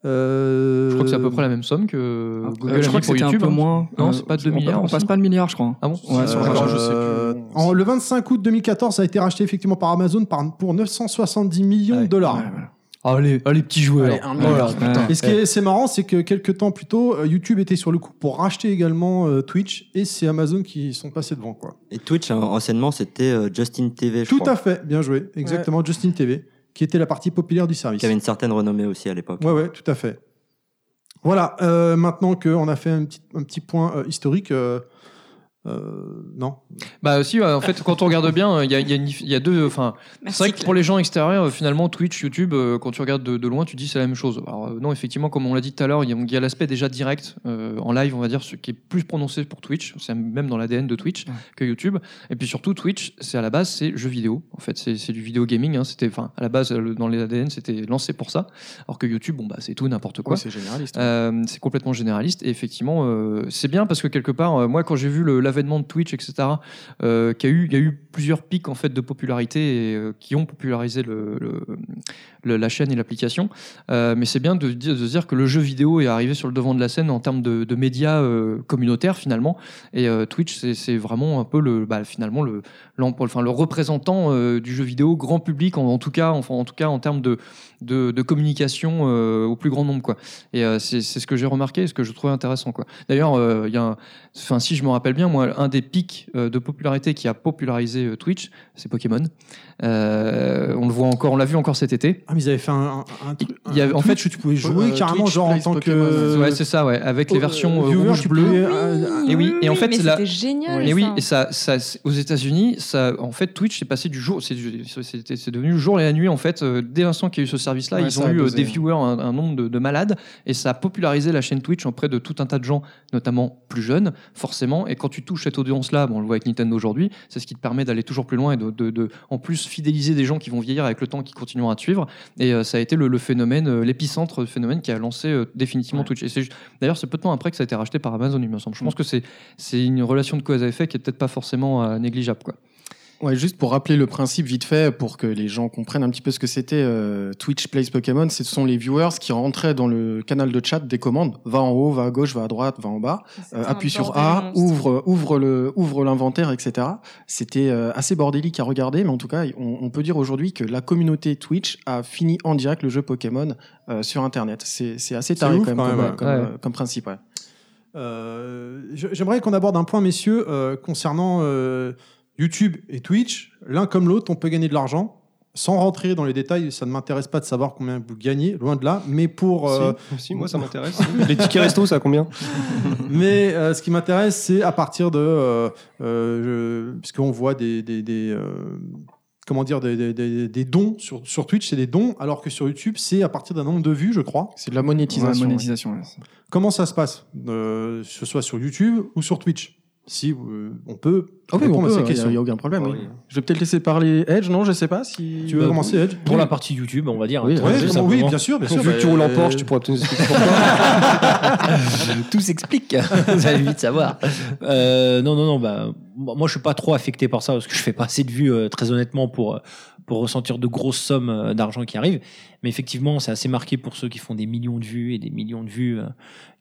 Euh, Je crois que c'est à peu près la même somme que Google Euh, je a crois mis que pour c'était un YouTube. hein. peu moins. Non, Euh, c'est pas 2 on pa- milliards. On passe pas le milliard, je crois. Ah bon Ouais, sur le rachat, je sais plus. Euh, en- le 25 août 2014, ça a été racheté effectivement par Amazon par- pour 970 millions de dollars. Ah, Allez, allez, petits joueurs. Allez, un milliard, Voilà, putain. Et ce qui est c'est marrant, c'est que quelques temps plus tôt, euh, YouTube était sur le coup pour racheter également euh, Twitch et c'est Amazon qui sont passés devant. Quoi. Et Twitch, hein, anciennement, c'était euh, Justin TV, je Tout crois, à fait, bien joué. Exactement, Justin TV, qui était la partie populaire du service. Qui avait une certaine renommée aussi à l'époque. Ouais, ouais, tout à fait. Voilà, euh, maintenant qu'on a fait un petit, un petit point euh, historique, euh, euh, non Bah aussi, en fait, quand on regarde bien, il y a, il y a une dif- il y a deux. Enfin, c'est vrai que pour les gens extérieurs, euh, finalement, Twitch, YouTube, euh, quand tu regardes de, de loin, tu dis c'est la même chose. Alors euh, non, effectivement, comme on l'a dit tout à l'heure, il y a- il y a, l'aspect déjà direct euh, en live, on va dire, ce qui est plus prononcé pour Twitch. C'est même dans l'ADN de Twitch que YouTube. Et puis surtout, Twitch, c'est à la base, c'est jeux vidéo. En fait, c'est c'est du vidéo gaming. hein. C'était, enfin, à la base, le- dans les ADN, c'était lancé pour ça. Alors que YouTube, bon bah, c'est tout n'importe quoi. Ouais, c'est généraliste. Euh, c'est complètement généraliste. Et effectivement, euh, c'est bien parce que quelque part, euh, moi, quand j'ai vu le- l'avènement de Twitch, etc., euh, qu'il y a eu, il y a eu plusieurs pics en fait de popularité et, euh, qui ont popularisé le- le- le- la chaîne et l'application. Euh, mais c'est bien de, dire- de se dire que le jeu vidéo est arrivé sur le devant de la scène en termes de, de médias euh, communautaires finalement. Et euh, Twitch, c'est- c'est vraiment un peu le, bah, finalement le, l'en- enfin, le représentant euh, du jeu vidéo grand public en, en tout cas, enfin, en tout cas en termes de, de, de communication euh, au plus grand nombre quoi. Et euh, c'est c'est ce que j'ai remarqué, et ce que je trouvais intéressant quoi. D'ailleurs, euh, il y a un- enfin si je me rappelle bien, moi, un des pics euh, de popularité qui a popularisé euh, Twitch, c'est Pokémon. Euh, on le voit encore, on l'a vu encore cet été. Ah, mais ils avaient fait un, un, un truc. Il y avait, en fait, Twitch où tu pouvais jouer euh, carrément, genre en tant que. Ouais, c'est ça, ouais, avec les euh, versions euh, viewer, rouge tu bleu. pouvais, euh, et oui, oui, et en oui, fait, mais c'est la- c'était génial, Et oui, ça. et ça, ça c'est- aux États-Unis, ça, en fait, Twitch c'est passé du jour, c'est du- c'était- c'est devenu le jour et la nuit en fait. euh, Dès l'instant qu'il y a eu ce service-là, Ouais, ils ça ont a eu euh, buzzé, des ouais. viewers, un, un nombre de, de malades, et ça a popularisé la chaîne Twitch auprès de tout un tas de gens, notamment plus jeunes, forcément. Et quand tu touches cette audience-là, bon, on le voit avec Nintendo aujourd'hui, c'est ce qui te permet d'aller toujours plus loin et de, de- de- en plus fidéliser des gens qui vont vieillir avec le temps, qui continueront à te suivre. Et euh, ça a été le, le phénomène, euh, l'épicentre du phénomène qui a lancé euh, définitivement Twitch. Et c'est ju- d'ailleurs c'est peu de temps après que ça a été racheté par Amazon, il me semble. Je pense que c'est c'est une relation de cause à effet qui est peut-être pas forcément euh, négligeable quoi. Ouais, juste pour rappeler le principe vite fait, pour que les gens comprennent un petit peu ce que c'était euh, Twitch Plays Pokémon, ce sont les viewers qui rentraient dans le canal de chat des commandes. Va en haut, va à gauche, va à droite, va en bas, euh, appuie sur bordel A, monstre. ouvre, ouvre le, ouvre l'inventaire, etc. C'était euh, assez bordélique à regarder, mais en tout cas, on, on peut dire aujourd'hui que la communauté Twitch a fini en direct le jeu Pokémon euh, sur Internet. C'est, c'est assez C'est taré ouf quand même, quand comme, même, euh, ouais. comme, Ouais. euh, comme principe. Ouais. Euh, je- J'aimerais qu'on aborde un point, messieurs, euh, concernant euh, YouTube et Twitch. L'un comme l'autre, on peut gagner de l'argent. Sans rentrer dans les détails, ça ne m'intéresse pas de savoir combien vous gagnez, loin de là. Mais pour. euh, Si, si, moi, ça m'intéresse. Les tickets resto, ça combien Mais euh, ce qui m'intéresse, c'est à partir de. euh, euh, je- parce qu'on voit des. des- des, euh, comment dire Des, des- des- des dons. Sur, sur Twitch, c'est des dons, alors que sur YouTube, c'est à partir d'un nombre de vues, je crois. C'est de la monétisation. Ouais, monétisation, ouais. Comment ça se passe euh, Que ce soit sur YouTube ou sur Twitch Si euh, on peut Ah oui, on peut, répondre à ces il questions. n'y a, aucun problème. Ah oui. oui. Je vais peut-être laisser parler Edge, non Je sais pas si. Tu veux commencer, Edge bah, Pour la partie YouTube, on va dire. Oui, hein, ouais, tout oui, oui, simplement. bien sûr, bien sûr. Bah, euh, Vu que tu roules en Porsche, tu pourras tout nous expliquer. Tout s'explique. Vous allez vite savoir. Euh, non, non, non. Bah, moi, je suis pas trop affecté par ça parce que je fais pas assez de vues, euh, très honnêtement, pour euh, pour ressentir de grosses sommes euh, d'argent qui arrivent. Mais effectivement, c'est assez marqué pour ceux qui font des millions de vues et des millions de vues euh,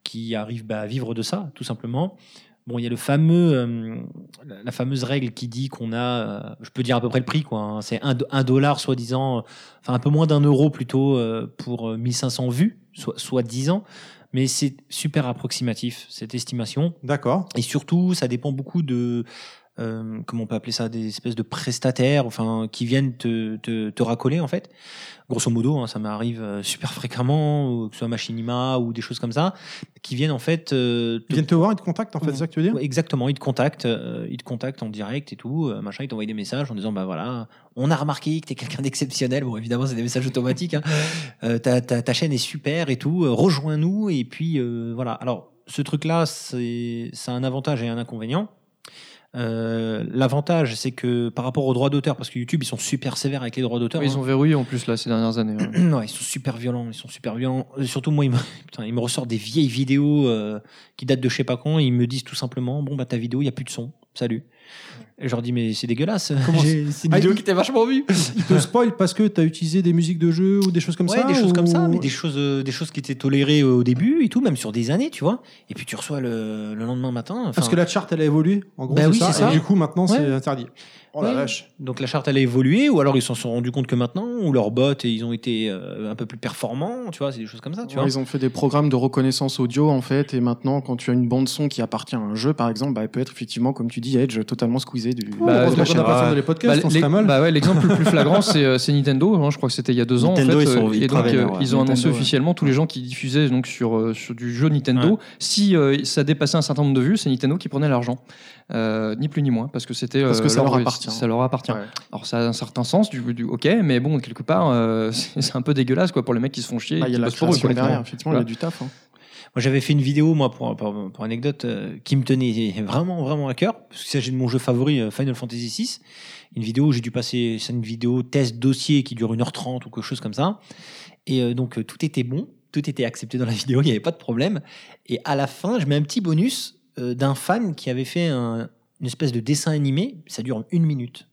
qui arrivent bah, à vivre de ça, tout simplement. Bon, il y a le fameux, euh, la- la fameuse règle qui dit qu'on a, euh, je peux dire à peu près le prix, quoi. hein, c'est un, do- un dollar, soi-disant, euh, enfin un peu moins d'un euro plutôt euh, pour euh, 1500 vues, soit, soit 10 ans. Mais c'est super approximatif, cette estimation. D'accord. Et surtout, ça dépend beaucoup de, euh, comment on peut appeler ça, des espèces de prestataires, enfin, qui viennent te, te, te racoler, en fait. Grosso modo, hein, ça m'arrive euh, super fréquemment, ou que ce soit Machinima ou des choses comme ça, qui viennent en fait. euh, te- Ils viennent te voir, ils te contactent, en fait, c'est ça que tu veux dire Ouais, Exactement, ils te contactent, euh, ils te contactent en direct et tout, euh, machin, ils t'envoient des messages en disant bah voilà, on a remarqué que t'es quelqu'un d'exceptionnel. Bon, évidemment, c'est des messages automatiques. hein. Euh, ta, ta- ta chaîne est super et tout, euh, rejoins-nous et puis euh, voilà. Alors, ce truc-là, c'est ça a un avantage et un inconvénient. Euh, L'avantage, c'est que par rapport aux droits d'auteur, parce que YouTube, ils sont super sévères avec les droits d'auteur. Ils hein. ont verrouillé en plus là ces dernières années. ouais. Ouais, ils sont super violents, ils sont super violents. Euh, Surtout moi, ils me, putain, ils me ressortent des vieilles vidéos euh, qui datent de je sais pas quand. et ils me disent tout simplement, bon bah ta vidéo, il y a plus de son. Salut. Et je leur dis, mais c'est dégueulasse. J'ai- C'est une vidéo Ah, il- qui était vachement vue. Il te spoil parce que t'as utilisé des musiques de jeu ou des choses comme Ouais, ça des choses comme ça, ou- mais des choses, euh, des choses qui étaient tolérées euh, au début et tout, même sur des années, tu vois. Et puis tu reçois le, le lendemain matin. enfin- Parce que la charte, elle a évolué. En gros, Bah c'est oui, ça. c'est ça. Et du coup, maintenant, c'est Ouais. interdit. Oh la Ouais. vache. Donc la charte elle a évolué, ou alors ils s'en sont rendus compte que maintenant, ou leurs bots et ils ont été euh, un peu plus performants, tu vois, c'est des choses comme ça, tu Ouais, vois. ils ont fait des programmes de reconnaissance audio en fait, et maintenant quand tu as une bande son qui appartient à un jeu par exemple, bah, elle peut être effectivement comme tu dis Edge totalement squeezée du. Bah, de la chaîne. bah, les- bah ouais, l'exemple le plus flagrant, Ah, c'est euh, c'est Nintendo. hein, je crois que c'était il y a deux ans. Nintendo, en fait, ils sont euh, et ultra donc, euh, vénères, ouais. ils ont annoncé Nintendo, ouais. officiellement tous les gens qui diffusaient donc sur, euh, sur du jeu Nintendo. Si euh, ça dépassait un certain nombre de vues, c'est Nintendo qui prenait l'argent, Euh, ni plus ni moins, parce que c'était Parce que ça leur ré- appartient. Ça leur appartient. Alors ça a un certain sens, du, du- ok, mais bon quelque part, euh, c'est c'est un peu dégueulasse quoi pour les mecs qui se font chier. Bah, et il y a qui la bossent pour eux, création quoi. derrière, effectivement, il y a Voilà. du taf. hein. Moi, j'avais fait une vidéo, moi, pour, pour, pour anecdote, euh, qui me tenait vraiment, vraiment à cœur, parce qu'il s'agit de mon jeu favori, euh, Final Fantasy VI. Une vidéo où j'ai dû passer, c'est une vidéo test dossier qui dure 1h30 ou quelque chose comme ça. Et euh, donc, euh, tout était bon, tout était accepté dans la vidéo, il n'y avait pas de problème. Et à la fin, je mets un petit bonus euh, d'un fan qui avait fait un- une espèce de dessin animé, ça dure une minute.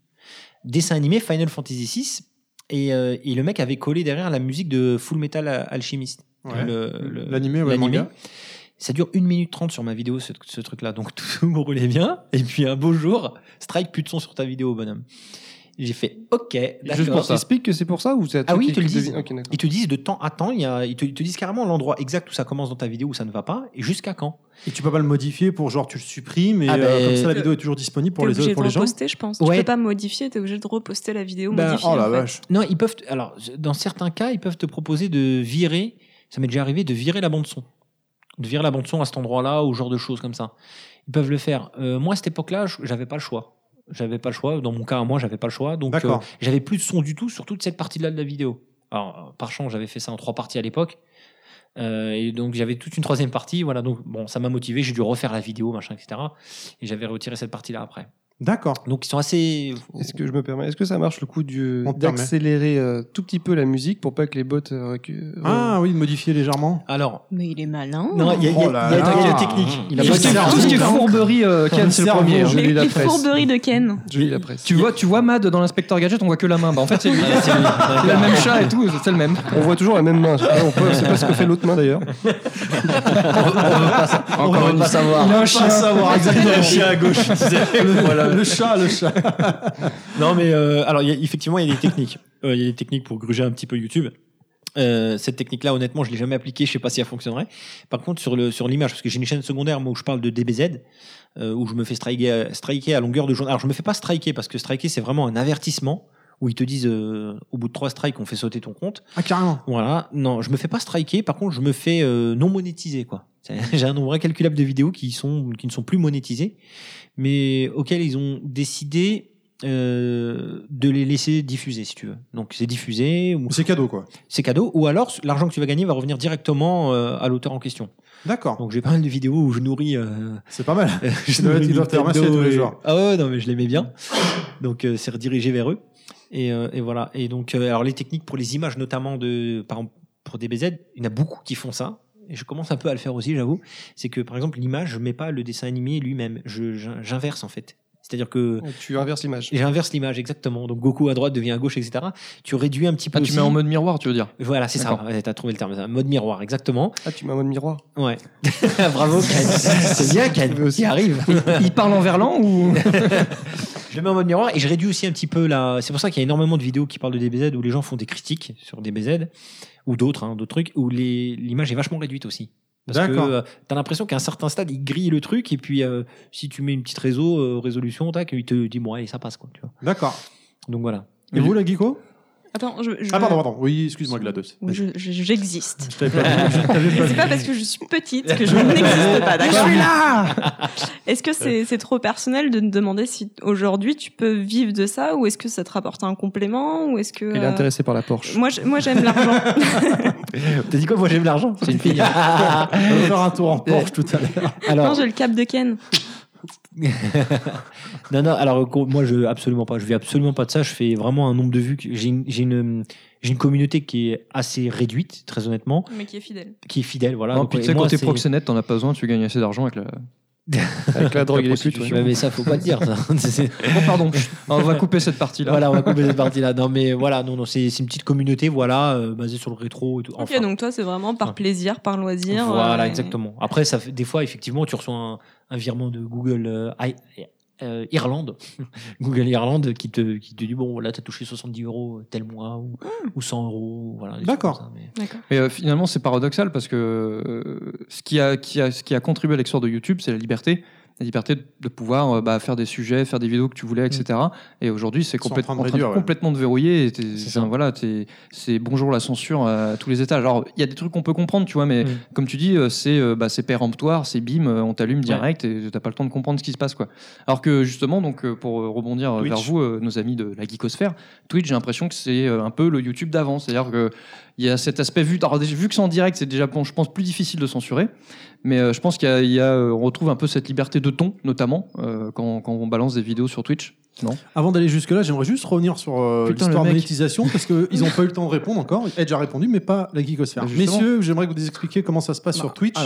Dessin animé Final Fantasy VI, et, euh, et le mec avait collé derrière la musique de Full Metal Alchemist. Ouais. Le- le- L'animé, ouais, le l'animé. manga. Ça dure 1 minute 30 sur ma vidéo, ce, ce truc-là. Donc tout me roulait bien. Et puis un beau jour, strike plus de son sur ta vidéo, bonhomme. J'ai fait OK. Juste D'accord. pour ça. Explique que c'est pour ça ou c'est un Ah truc oui, qui- ils te le qui disent. devient- Ok, d'accord. Ils te disent de temps à temps, il y a, ils, te, ils te disent carrément l'endroit exact où ça commence dans ta vidéo, où ça ne va pas, et jusqu'à quand. Et tu peux pas le modifier pour genre tu le supprimes et Ah, euh, ben, comme ça la t'es- vidéo est toujours disponible pour T'es les obligé pour de les gens. reposter, je pense. Ouais. Tu peux pas modifier, t'es obligé de reposter la vidéo Ben, modifiée. oh la en fait. vache. Non, ils peuvent. Alors, dans certains cas, ils peuvent te proposer de virer. Ça m'est déjà arrivé de virer la bande son, de virer la bande son à cet endroit-là ou ce genre de choses comme ça. Ils peuvent le faire. Euh, moi, à cette époque-là, je- j'avais pas le choix. J'avais pas le choix. Dans mon cas, à moi, j'avais pas le choix. Donc, D'accord. euh, j'avais plus de son du tout sur toute cette partie-là de la vidéo. Alors, euh, par chance, j'avais fait ça en trois parties à l'époque. Euh, et donc j'avais toute une troisième partie, voilà. Donc bon, ça m'a motivé, j'ai dû refaire la vidéo, machin, etc. Et j'avais retiré cette partie-là après. D'accord. Donc ils sont assez. Est-ce que je me permets Est-ce que ça marche le coup du- On te permet. d'accélérer euh, tout petit peu la musique pour pas que les bots euh, recu- Ah oui, de modifier légèrement. Alors. Mais il est malin. Non, il y a, il y a- Oh là il y a- là. il y a la technique. Il a pas de cerveau. Tout ce qui est fourberie, euh, Dans Ken, le c'est le cerveau, premier. hein. je Les fourberies de Ken. Je lis la presse. Tu vois, tu vois Mad dans l'inspecteur Gadget, on voit que la main. Bah, en fait, c'est lui. c'est lui. Il a le même chat et tout, c'est le même. On voit toujours la même main. Je sais pas, on peut- je sais pas ce que fait l'autre main d'ailleurs. Encore une savoir. Il a un chien. savoir exactement. Le chien à gauche. tu sais. Voilà. Le chat, le chat. Non, mais euh, alors, il y a- effectivement, il y a des techniques. Euh, Il y a des techniques pour gruger un petit peu YouTube. Euh, cette technique-là, honnêtement, je l'ai jamais appliquée. Je sais pas si elle fonctionnerait. Par contre, sur le sur l'image, parce que j'ai une chaîne secondaire moi, où je parle de DBZ, euh, où je me fais striker, à- striker à longueur de journée. Alors, je me fais pas striker parce que striker, c'est vraiment un avertissement où ils te disent euh, au bout de trois strikes, on fait sauter ton compte. Ah carrément. Voilà, non, je me fais pas striker, par contre, je me fais euh, non monétiser, quoi. C'est- J'ai un nombre incalculable de vidéos qui, sont, qui ne sont plus monétisées, mais auxquelles ils ont décidé euh, de les laisser diffuser, si tu veux. Donc, c'est diffusé. Ou... C'est cadeau quoi. C'est cadeau, ou alors l'argent que tu vas gagner va revenir directement euh, à l'auteur en question. D'accord. Donc j'ai pas mal de vidéos où je nourris. C'est pas mal. je Ils doivent- nourris ils doivent te Nintendo remercier tous les et- jours. Ah ouais, non mais je les mets bien. Donc euh, c'est redirigé vers eux. Et, euh, et voilà. Et donc euh, alors les techniques pour les images notamment de par exemple pour DBZ, il y en a beaucoup qui font ça. Et je commence un peu à le faire aussi, j'avoue. C'est que par exemple l'image, je mets pas le dessin animé lui-même. Je j'in- j'inverse en fait. C'est-à-dire que Tu inverses l'image. j'inverse l'image exactement. Donc Goku à droite devient à gauche, etc. Tu réduis un petit peu. Ah, tu aussi- mets en mode miroir, tu veux dire Voilà, c'est ça. D'accord. Ouais, T'as trouvé le terme. ça. Mode miroir, exactement. Ah, tu mets un mode miroir. Ouais. Bravo, Ken. C'est bien, Ken. Il arrive. Il parle en verlan ou Je le mets en mode miroir et je réduis aussi un petit peu la. C'est pour ça qu'il y a énormément de vidéos qui parlent de DBZ où les gens font des critiques sur DBZ ou d'autres, hein, d'autres trucs où les- l'image est vachement réduite aussi. Parce que D'accord. euh, t'as l'impression qu'à un certain stade, il grille le truc et puis euh, si tu mets une petite réseau, euh, résolution, tac, il te dit bon, allez, ça passe quoi. Tu vois. D'accord. Donc voilà. Et vous la Geeko Attends, je. je- Ah pardon, pardon. Oui, excuse-moi GLaDOS. Oui, je- je- J'existe. Je t'avais pas dit. Je t'avais pas C'est dit. pas parce que je suis petite que je n'existe pas, d'accord Je suis là Est-ce que c'est c'est trop personnel de me demander si aujourd'hui tu peux vivre de ça ou est-ce que ça te rapporte un complément ou est-ce que. Elle est euh, intéressée par la Porsche. Moi, je- moi j'aime l'argent. T'as dit quoi Moi, j'aime l'argent. C'est une fille. On va faire un tour en Porsche tout à l'heure. Non, Alors, j'ai le cap de Ken. non, non, alors gros, moi, je absolument pas. Je vis absolument pas de ça. Je fais vraiment un nombre de vues. que- J'ai une, j'ai une, j'ai une communauté qui est assez réduite, très honnêtement, Mais qui est fidèle. qui est fidèle. Voilà. Non, Donc, puis tu et sais, moi, quand t'es c'est- proxénète, t'en as pas besoin, tu gagnes assez d'argent avec la. Avec la drogue et les putes, prostitution. ouais. Mais ça, faut pas le dire. Ça. C'est- Bon, pardon, on va couper cette partie-là. Oh, Voilà, on va couper cette partie-là. Non, mais voilà, non, non, c'est c'est une petite communauté, voilà, euh, basée sur le rétro et tout. Ok, donc toi, c'est vraiment par plaisir, par loisir. Voilà, euh, exactement. Après, ça fait, des fois, effectivement, tu reçois un, un virement de Google euh, I- euh, Irlande, Google Irlande, qui te, qui te dit bon, là, t'as touché 70 euros tel mois ou, Hmm. ou 100 euros, voilà. des D'accord. choses comme ça, mais- Et euh, finalement, c'est paradoxal parce que euh, ce, qui a, qui a- ce qui a contribué à l'essor de YouTube, c'est la liberté. La liberté de- de pouvoir euh, bah, faire des sujets, faire des vidéos que tu voulais, etc. Et aujourd'hui, c'est Ils sont en complète- train de en train de réduire, ouais. complètement déverrouillé. et t'es- enfin, voilà, t'es- c'est bonjour la censure à tous les étages. Alors, il y a des trucs qu'on peut comprendre, tu vois, mais comme tu dis, euh, c'est euh, bah, c'est péremptoire, c'est bim, euh, on t'allume direct et t'as pas le temps de comprendre ce qui se passe, quoi. Alors que justement, donc euh, pour euh, rebondir euh, vers Twitch. vous, euh, nos amis de la geekosphère, Twitch, j'ai l'impression que c'est euh, un peu le YouTube d'avant, c'est-à-dire que il y a cet aspect vu. Alors, déjà, vu que c'est en direct, c'est déjà, bon, je pense, plus difficile de censurer. Mais euh, je pense qu'il y a, il y a, euh, on retrouve un peu cette liberté de ton, notamment euh, quand, quand on balance des vidéos sur Twitch. Non. Avant d'aller jusque-là, j'aimerais juste revenir sur euh, Putain, l'histoire le de mec. monétisation parce qu'ils n'ont pas eu le temps de répondre encore. Edge a répondu, mais pas la geekosphère. Bah, justement. Messieurs, j'aimerais que vous expliquiez comment ça se passe sur Twitch.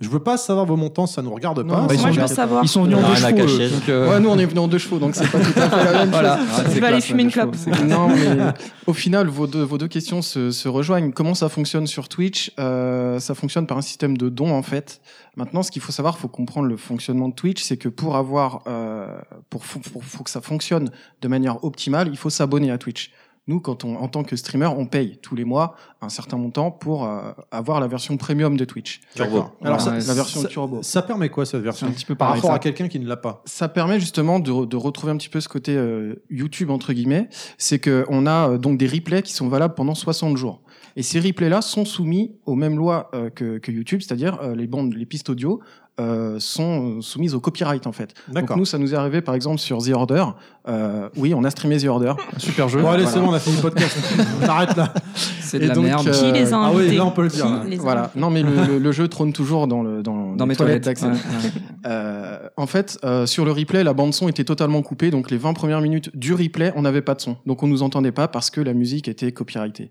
je veux pas savoir vos montants, ça nous regarde pas. Non, bah, ils Moi, sont- je veux savoir. ils sont venus en Non, deux la chevaux, eux, cachette. donc, euh, Ouais, nous, on est venus en deux chevaux, donc c'est pas tout à fait la même Voilà. chose. Ah, c'est Je vais aller classe, fumer ouais, une je trouve, clope. c'est classe. Non, mais au final, vos deux, vos deux questions se, se rejoignent. Comment ça fonctionne sur Twitch Euh, Ça fonctionne par un système de dons, en fait. Maintenant, ce qu'il faut savoir, faut comprendre le fonctionnement de Twitch, c'est que pour avoir, euh, pour, fon- pour- faut que ça fonctionne de manière optimale, il faut s'abonner à Twitch. Nous, quand on, en tant que streamer, on paye tous les mois un certain montant pour euh, avoir la version premium de Twitch. D'accord. Alors, ça- Ouais, la version ça- turbo. Ça permet quoi cette version C'est un petit peu par pareil, rapport ça. à quelqu'un qui ne l'a pas Ça permet justement de, de retrouver un petit peu ce côté euh, YouTube entre guillemets, c'est que on a euh, donc des replays qui sont valables pendant 60 jours. Et ces replays-là sont soumis aux mêmes lois euh, que, que YouTube, c'est-à-dire euh, les bandes, les pistes audio euh, sont euh, soumises au copyright en fait. Donc D'accord. nous, ça nous est arrivé par exemple sur The Order. Euh, oui, on a streamé The Order. Super Bon, allez, c'est bon, on a fini le podcast. On arrête là. C'est Et donc, euh, Ah oui, là on peut le dire. là. Voilà. Non, mais le, le- le jeu trône toujours dans le dans, Dans les mes toilettes, toilettes, d'Axel. ouais, ouais. Euh, en fait, euh, sur le replay, la bande son était totalement coupée, donc les 20 premières minutes du replay, on n'avait pas de son, donc on nous entendait pas parce que la musique était copyrightée.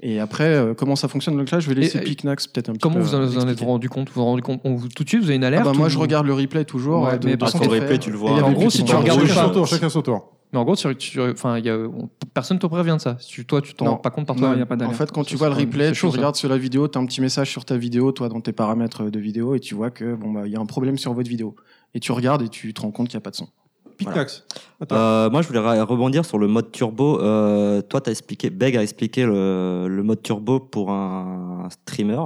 Et après, euh, comment ça fonctionne donc là, je vais laisser Et, euh, Picnax peut-être un petit Comment peu. euh, vous en, vous en êtes rendu compte Vous vous en rendez compte on vous- Tout de suite, vous avez une alerte Ah bah, moi, ou- je regarde le replay toujours, euh, de- de ce parce qu'on que- fait. Et il y Et avait en plus gros, si de tu temps. regardes Chacun pas- son tour, chacun son tour. Mais en gros, sur- sur- enfin, il y a- on- personne te prévient de ça. Tu- Toi, tu t'en Non. rends pas compte par Non, toi. y a pas d'alerte. En fait, quand tu vois le replay, tu hein. regardes sur la vidéo, tu as un petit message sur ta vidéo, toi, dans tes paramètres de vidéo, et tu vois que bon bah il y a un problème sur votre vidéo. Et tu regardes et tu te rends compte qu'il n'y a pas de son. Picnax. Euh, moi, je voulais ra- rebondir sur le mode turbo. Euh, toi, t'as expliqué, Beg a expliqué le, le mode turbo pour un streamer,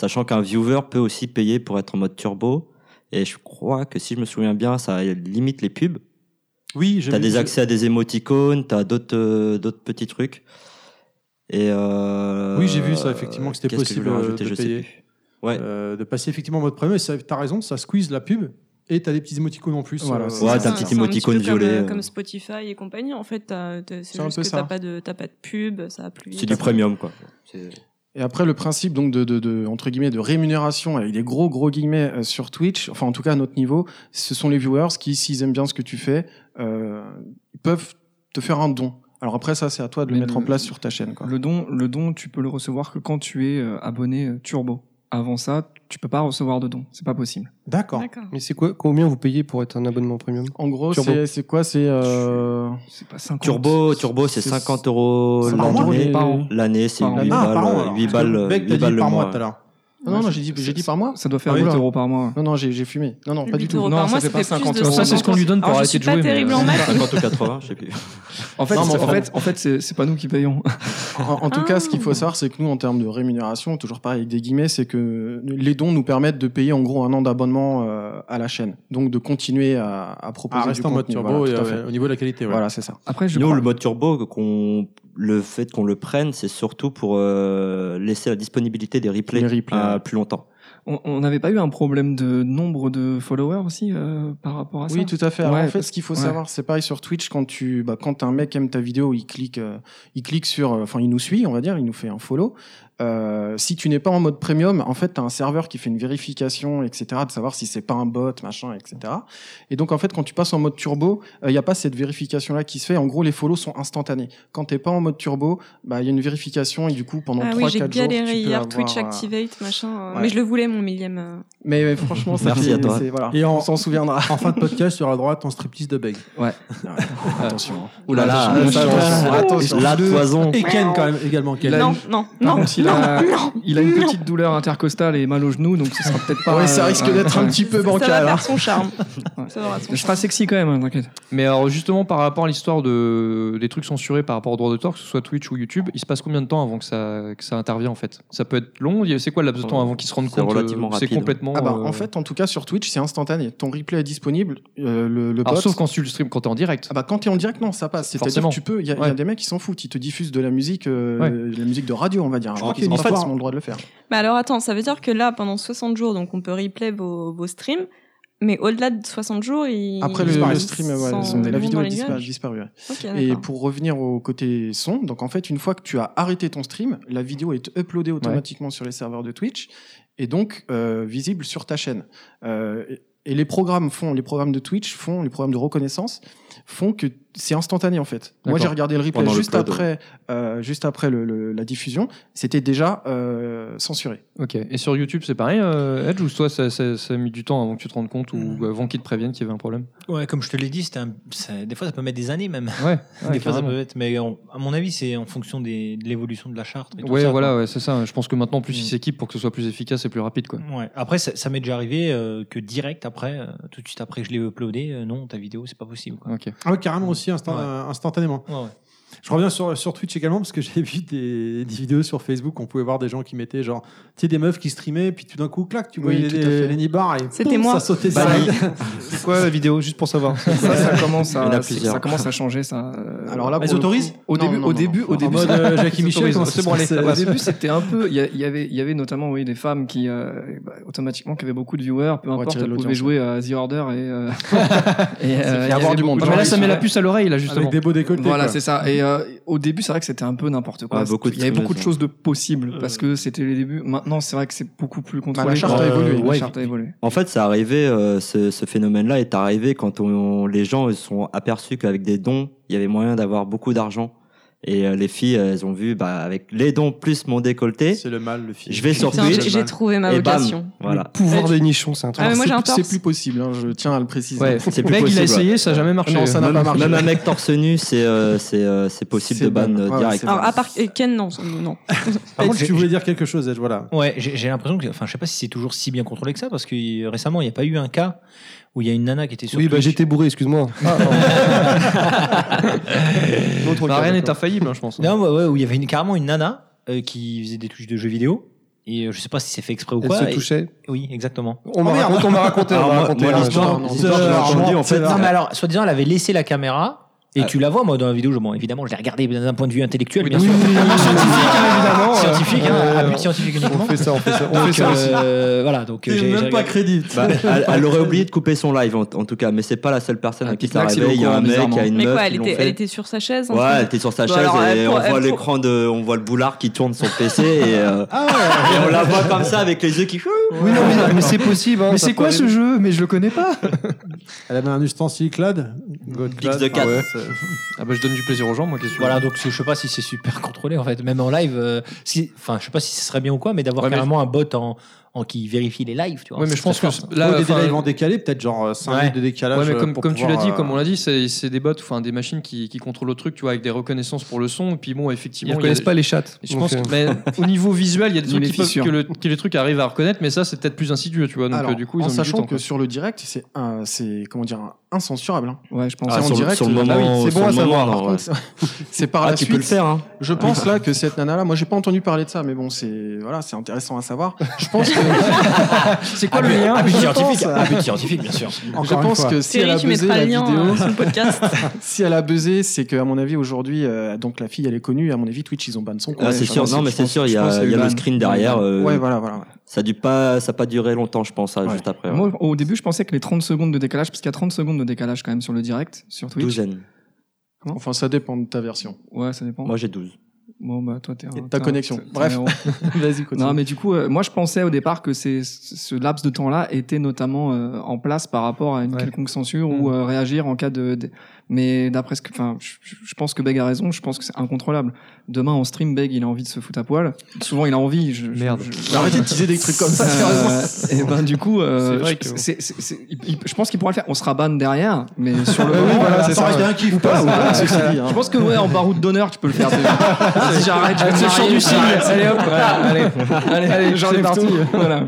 sachant qu'un viewer peut aussi payer pour être en mode turbo. Et je crois que si je me souviens bien, ça limite les pubs. Oui, j'ai T'as vu des que- accès à des émoticônes, t'as d'autres euh, d'autres petits trucs. Et euh, Oui, j'ai vu ça, effectivement, que c'était qu'est-ce je possible voulais euh, rajouter, de je sais payer. plus. Ouais. Euh, de passer effectivement en mode premium. Et ça- T'as raison, ça squeeze la pub et t'as des petits émoticônes en plus. Voilà, euh, c'est Ouais, ça. t'as un petit C'est un petit peu émoticône comme, violet, euh, euh. comme Spotify et compagnie. En fait, t'as- t'as- c'est C'est un juste peu que ça. t'as pas, de- t'as pas de pub, ça va plus vite. C'est du premium, quoi. Et après, le principe donc de, de, de- entre guillemets de rémunération avec des gros gros guillemets euh, sur Twitch, enfin en tout cas à notre niveau, ce sont les viewers qui, s'ils aiment bien ce que tu fais, euh, ils peuvent te faire un don. Alors après, ça c'est à toi de le Mais mettre en place sur ta chaîne. Quoi. Le don, le don, tu peux le recevoir que quand tu es euh, abonné euh, Turbo. Avant ça, tu peux pas recevoir de don. C'est pas possible. D'accord. Mais c'est quoi Combien vous payez pour être un abonnement premium En gros, Turbo. c'est c'est quoi C'est euh, Turbo, turbo, c'est 50 euros Par mois l'année. Par an. L'année, c'est Par an. 8 Ah, par an, balles, alors. 8 balles, Bec, 8 t'as dit balles le par mois mois. tout à ouais. Ah, l'heure. Ah Non, non, j'ai dit, j'ai dit par mois. Ça doit faire Ah oui. 8 euros par mois. Non, non, j'ai j'ai fumé. Non, non, pas du tout. euros par non, mois, ça fait plus de Ça, c'est ce qu'on lui donne pour Alors, je arrêter suis de pas jouer, mais, terrible en euh, maths. 50 ou 80, je sais plus. En fait, Non, mais en en fait, en fait, c'est c'est pas nous qui payons. En, en tout cas, ce Ah. qu'il faut savoir, c'est que nous, en termes de rémunération, toujours pareil avec des guillemets, c'est que les dons nous permettent de payer en gros un an d'abonnement euh, à la chaîne. Donc de continuer à, à proposer Ah, du reste en contenu. mode turbo Voilà, et, tout à euh, fait. au niveau hein. de la qualité. ouais. Voilà, c'est ça. Nous, le mode turbo, qu'on- le fait qu'on le prenne, c'est surtout pour euh, laisser la disponibilité des replays, Les replays, euh, ouais. plus longtemps. On on n'avait pas eu un problème de nombre de followers aussi euh, par rapport à ça Oui, tout à fait. Alors, Ouais, en fait, parce- ce qu'il faut ouais. savoir, c'est pareil sur Twitch quand tu, bah, quand un mec aime ta vidéo, il clique, euh, il clique sur, euh, enfin, il nous suit, on va dire, il nous fait un follow. Euh, si tu n'es pas en mode premium, en fait, t'as un serveur qui fait une vérification, etc., de savoir si c'est pas un bot, machin, etc. Et donc, en fait, quand tu passes en mode turbo, il n'y a pas cette vérification-là qui se fait. En gros, les follows sont instantanés. Quand t'es pas en mode turbo, bah, il y a une vérification et du coup, pendant Ah oui, 3-4 j'ai jours, tu galéré peux hier avoir, Twitch euh, Activate, machin. euh, ouais. Mais je le voulais, mon mon millième. euh, Mais ouais, franchement, ça, Merci c'est- à toi. c'est- voilà. Et en- on s'en souviendra. En fin de podcast, sur la droite, ton striptease de Ah Beg. Ouais. Attention. Ouh là là, Attention, attention, Ah, attention, attention. la toison. Et Ken, quand même, également. Ken. Il a Non, une- non, Par non, contre, il, non, a, non, il a une non. petite douleur intercostale et mal au genou, donc ce sera peut-être pas. Ouais, ça euh, risque ouais, d'être un ouais. petit peu Ça va bancal. hein. faire son charme. Ça aura son Je serai sexy quand même, hein, t'inquiète. Mais alors justement par rapport à l'histoire de des trucs censurés par rapport au droit d'auteur, que ce soit Twitch ou YouTube, il se passe combien de temps avant que ça que ça intervient en fait Ça peut être long. il y a- C'est quoi le laps de temps avant qu'ils se rendent C'est compte relativement euh, C'est rapide. complètement. Ah bah, euh, en fait, en tout cas, sur Twitch, c'est instantané. Ton replay est disponible. euh, le le alors, bot- sauf quand tu le stream, quand t'es en direct. Ah bah, quand t'es en direct, non, ça passe. C'est-à-dire Forcément. que tu peux. Il y, a- il y a Ouais. des mecs qui s'en foutent. Ils te diffusent de la musique, euh, de la musique de radio, on va dire. Je crois crois qu'il y a qu'ils ont une histoire- forcément le droit de le faire. Mais Bah alors attends, ça veut dire que là, pendant 60 jours, donc on peut replay vos, vos streams, mais au-delà de 60 jours, ils Après ils le, le disparaissent. stream, ouais, Sans- son- la ils vont vidéo dans est les disparue. nuages. disparue, ouais. Ok, Et d'accord. pour revenir au côté son, donc en fait, une fois que tu as arrêté ton stream, la vidéo est uploadée automatiquement sur les serveurs de Twitch et donc euh, visible sur ta chaîne. Euh, et- et les programmes font, les programmes de Twitch font, les programmes de reconnaissance font que c'est instantané en fait. Moi, D'accord. j'ai regardé le replay Pendant juste l'upload, après, euh, juste après le- le- la diffusion, c'était déjà euh, censuré. Ok. Et sur YouTube, c'est pareil. euh, Edge ou toi, ça, ça- ça a mis du temps avant que tu te rendes compte Hmm. ou euh, avant qu'ils te préviennent qu'il y avait un problème. Ouais, comme je te l'ai dit, c'était un- ça- des fois ça peut mettre des années même. Ouais. des ouais, fois ça carrément. peut être, mais en- à mon avis, c'est en fonction des- de l'évolution de la charte. Et tout Ouais, ça, voilà, quoi. ouais, c'est ça. Je pense que maintenant, plus Mm. ils Hmm. s'équipent pour que ce soit plus efficace et plus rapide, quoi. Ouais. Après, ça, ça m'est déjà arrivé euh, que direct après, euh, tout de suite après que je l'ai uploadé, euh, non, ta vidéo, c'est pas possible. Quoi. Ok. Ah ouais, carrément aussi, instan- Ouais. euh, instantanément. Ouais, ouais. Je reviens sur, sur Twitch également parce que j'ai vu des, des vidéos sur Facebook. On pouvait voir des gens qui mettaient genre, tu sais, des meufs qui streamaient, puis tout d'un coup, clac, tu Oui, voyais tout à les, fait. les nibards et C'était poum, moi. ça sautait sur Bah, la- C'est quoi la vidéo, juste pour savoir Ça, ça commence Il y en a à, plusieurs. ça commence à changer. Ça. euh, Alors là, bah, Ils pour le coup- autorisent Au Non, début, non, au non, début, non. au En début, mode euh, Jackie Michel, comment ça C'est bon, allez, se ça Au passe début, c'était un peu. Il y, a- il y avait, il y avait notamment oui, des femmes qui euh, bah, automatiquement qui avaient beaucoup de viewers, peu Pour importe, attirer elles pouvaient l'audience. jouer à The Order et, euh, et, euh, il y avoir avait du monde. hein, beaucoup de Ah, mais là, gens ça qui- met la puce à l'oreille, là, Avec justement. des beaux décolletés. Voilà, quoi. Ah, c'est ça. Et euh, au début, c'est vrai que c'était un peu n'importe quoi. Ouais, beaucoup de il y avait beaucoup de streamers, choses de possibles Euh. parce que c'était les débuts. Maintenant, c'est vrai que c'est beaucoup plus contrôlé. Bah, la charte a évolué. La Ouais. charte a évolué. En fait, c'est arrivé, euh, ce, ce phénomène-là est arrivé quand on- les gens se sont aperçus qu'avec des dons, il y avait moyen d'avoir beaucoup d'argent. Et euh, les filles, elles ont vu, bah, avec les dons plus mon décolleté, C'est le mal, le film. je vais sur Putain, Twitch. j'ai j'ai trouvé ma et bam, vocation. voilà. Pouvoir des nichons, c'est un truc. Ah, mais moi, C'est j'ai un plus- torse. C'est plus possible, hein, je tiens à le préciser. Ouais. C'est plus Mec, il possible, a ouais. essayé, ça a jamais marché. Non, ça n'a Même- pas marché. Même un mec torse nu, c'est euh, c'est euh, c'est possible C'est de ban ban. euh, Ouais, direct. c'est Alors, Ah, à part et Ken, non, ça- non. Par Et contre, j'ai- tu voulais dire quelque chose, Edge, voilà. Ouais, j'ai j'ai l'impression que, enfin, je sais pas si c'est toujours si bien contrôlé que ça, parce que euh, récemment, il n'y a pas eu un cas où il y a une nana qui était sur Oui, bah Twitch. j'étais bourré, excuse-moi. Bah, rien n'est infaillible, hein, je pense. Non, ouais, ouais, où il y avait une- carrément une nana euh, qui faisait des touches de jeux vidéo. Et euh, je sais pas si c'est fait exprès ou Elle quoi. se et- touchait. Oui, exactement. On m'a raconté, on m'a raconté, on Alors, m'a moi- raconté. moi, euh, l'histoire- non, non, l'histoire, je l'ai non, Ah. entendue, en fait. Non, mais alors, soi-disant, elle avait laissé la caméra. Et tu la vois, moi, dans la vidéo, je, bon, évidemment, je l'ai regardée d'un point de vue intellectuel, bien Ah, sûr. scientifique, hein, évidemment. euh. Scientifique, hein, à but scientifique On uniquement. fait ça, on fait ça. On Donc, fait ça aussi. euh, voilà, donc. euh, C'est j'ai- j'ai même pas regardé. crédible. Bah, elle, elle aurait oublié de couper son live en, en tout cas, mais c'est pas la seule personne Ah, à qui ça Pitmax, il est arrivait. Il y a au un courant, mec, il y a une Mais meuf. quoi, qui elle l'ont était, fait. elle était sur sa chaise en Ouais, train elle de- était sur sa Bah chaise alors, et elle pour- on elle voit pour- l'écran de, on voit le boulard qui tourne son PC et, euh, et on la voit comme ça avec les yeux qui. Oui, non, mais, mais c'est possible. hein, Mais ça c'est peut quoi ce arriver. jeu Mais je le connais pas. Elle avait un ustensile clad. X de 4. Ah bah je donne du plaisir aux gens, moi, qu'est-ce que Voilà, donc c'est- je sais pas si c'est super contrôlé en fait, même en live. euh, si- Enfin, je sais pas si ce serait bien ou quoi, mais d'avoir Ouais, mais- carrément un bot en, en qui vérifie les lives, tu vois. Ouais, mais je pense que Là, là, des enfin, délais en décalé, peut-être genre 5 Ouais. minutes de décalage. ouais, mais euh, comme, pour comme tu l'as pouvoir, dit, euh, comme on l'a dit, c'est c'est des bots, enfin des machines qui, qui contrôlent le truc, tu vois, avec des reconnaissances pour le son. Et puis bon, Ils effectivement, il y a reconnaissent des- pas les chattes. Je donc, pense euh, que, mais au niveau visuel, il y a des Ni trucs les qui peuvent- fissures. que, le- que les trucs arrivent à reconnaître, mais ça, c'est peut-être plus insidieux, tu vois. Donc Alors, euh, du coup, ils en ont mis du sachant temps, que quoi. sur le direct, c'est un- c'est comment dire un- incensurable. hein. Ouais, je pense. Ah, C'est en sur le- direct. sur le là, moment, oui, c'est sur bon à le moment, savoir. alors, par contre, c'est par Ah, la tu suite. peux le faire, hein. Je pense là que cette nana là, moi j'ai pas entendu parler de ça, mais bon c'est voilà, c'est intéressant à savoir. Je pense que c'est quoi le lien Abus scientifique, abus scientifique, bien sûr. je Encore une pense fois. que si elle Thierry, a tu buzzé mettras la le lien vidéo, euh, sur le podcast. si elle a buzzé, c'est que à mon avis aujourd'hui, euh, donc la fille elle est connue, à mon avis Twitch ils ont ban son compte. Ah, c'est Je sûr, pense- non, mais je c'est pense- sûr, il y je pense a, que il y a c'est le Ulan. screen derrière. euh, Ouais voilà voilà. Ça a dû pas, ça a pas duré longtemps, je pense, hein, Ouais. juste après. Moi, au début, je pensais que les 30 secondes de décalage, parce qu'il y a 30 secondes de décalage quand même sur le direct, sur Twitch. Douzaine. Enfin ça dépend de ta version. Ouais, ça dépend. Moi, j'ai 12. Bon, bah, toi, t'es un- Et ta t'es un- connexion. t'es un Bref. héros. Vas-y, continue. Non, mais du coup, euh, moi, je pensais au départ que ces- ce laps de temps-là était notamment euh, en place par rapport à une quelconque censure Mm. ou euh, réagir en cas de. de- Mais d'après ce que. Enfin, je- je je pense que Beg a raison, je pense que c'est incontrôlable. Demain, en stream, Beg, il a envie de se foutre à poil. Souvent, il a envie. Je, Merde. Arrêtez de teaser des trucs comme ça, et sérieusement. ben, du coup, euh, C'est vrai je- que- c'est- c'est- c'est- il- il- je pense qu'il pourra le faire. On sera ban derrière, mais sur le. Ouais, oui, moment, voilà, c'est ça aurait ça. été un kiff, Ou pas, ou ou pas, ceci dit, hein. Je pense que, ouais, en baroud d'honneur, tu peux le faire. Vas-y, j'arrête, je vais C'est me le chant marier, du j'arrête. signe. Allez, hop, allez, allez, allez, j'enlève c'est tout. Voilà.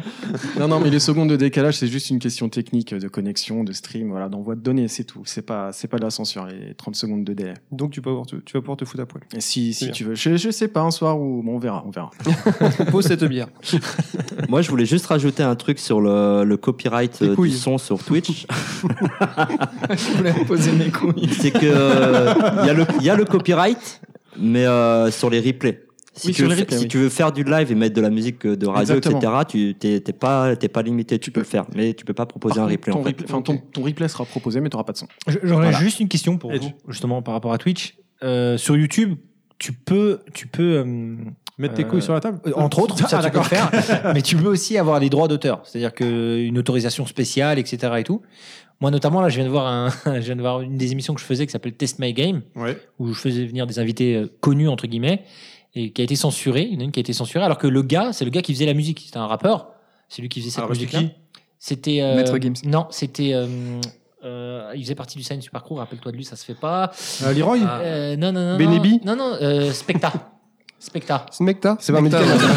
Non, non, mais les secondes de décalage, c'est juste une question technique de connexion, de stream, voilà, d'envoi de données, c'est tout. C'est pas, c'est pas de la censure, les 30 secondes de délai. Donc tu, peux avoir, tu, tu vas pouvoir te foutre à poil. Et si, C'est si bien. tu veux, je, je sais pas, un soir ou, bon, on verra, on verra. Pose cette bière. Moi, je voulais juste rajouter un truc sur le, le copyright euh, du couilles. son sur Twitch. Je voulais poser mes couilles. C'est que euh, il y, a le- il y a le copyright, mais euh, sur les replays. Si, Oui, tu, sur veux, les fa- replays, si oui. tu veux faire du live et mettre de la musique euh, de radio, Exactement. etc., tu t'es t'es pas, t'es pas limité, tu peux le faire, mais tu peux pas proposer Par un contre, replay. ton, en fait. replay- enfin, ton- ton replay sera proposé, mais t'auras pas de son. Je- J'aurais Voilà. juste une question pour Edge. vous, justement, par rapport à Twitch. Euh, sur YouTube, tu peux. Tu peux Mettre tes couilles sur la table euh, Entre autres, Ah, ça tu peux le d'accord. faire. mais tu peux aussi avoir des droits d'auteur, c'est-à-dire qu'une autorisation spéciale, etc. Et tout. Moi, notamment, là, je viens de voir, un, je viens de voir une des émissions que je faisais qui s'appelle Test My Game, où je faisais venir des invités euh, connus, entre guillemets, et qui a été censurée. Il y en a une qui a été censurée, alors que le gars, c'est le gars qui faisait la musique. C'était un rappeur. C'est lui qui faisait cette Ah, Ah, Alors, musique. c'était qui C'était. euh, Maître Gims. Non, c'était. euh, euh, il faisait partie du Science Super Crew, rappelle-toi de lui, ça se fait pas. Euh, Leroy Ah. Euh, Non, non, non. Benny non. B Non, non, euh, Specta. Specta. Smecta C'est pas un Smecta, médicament.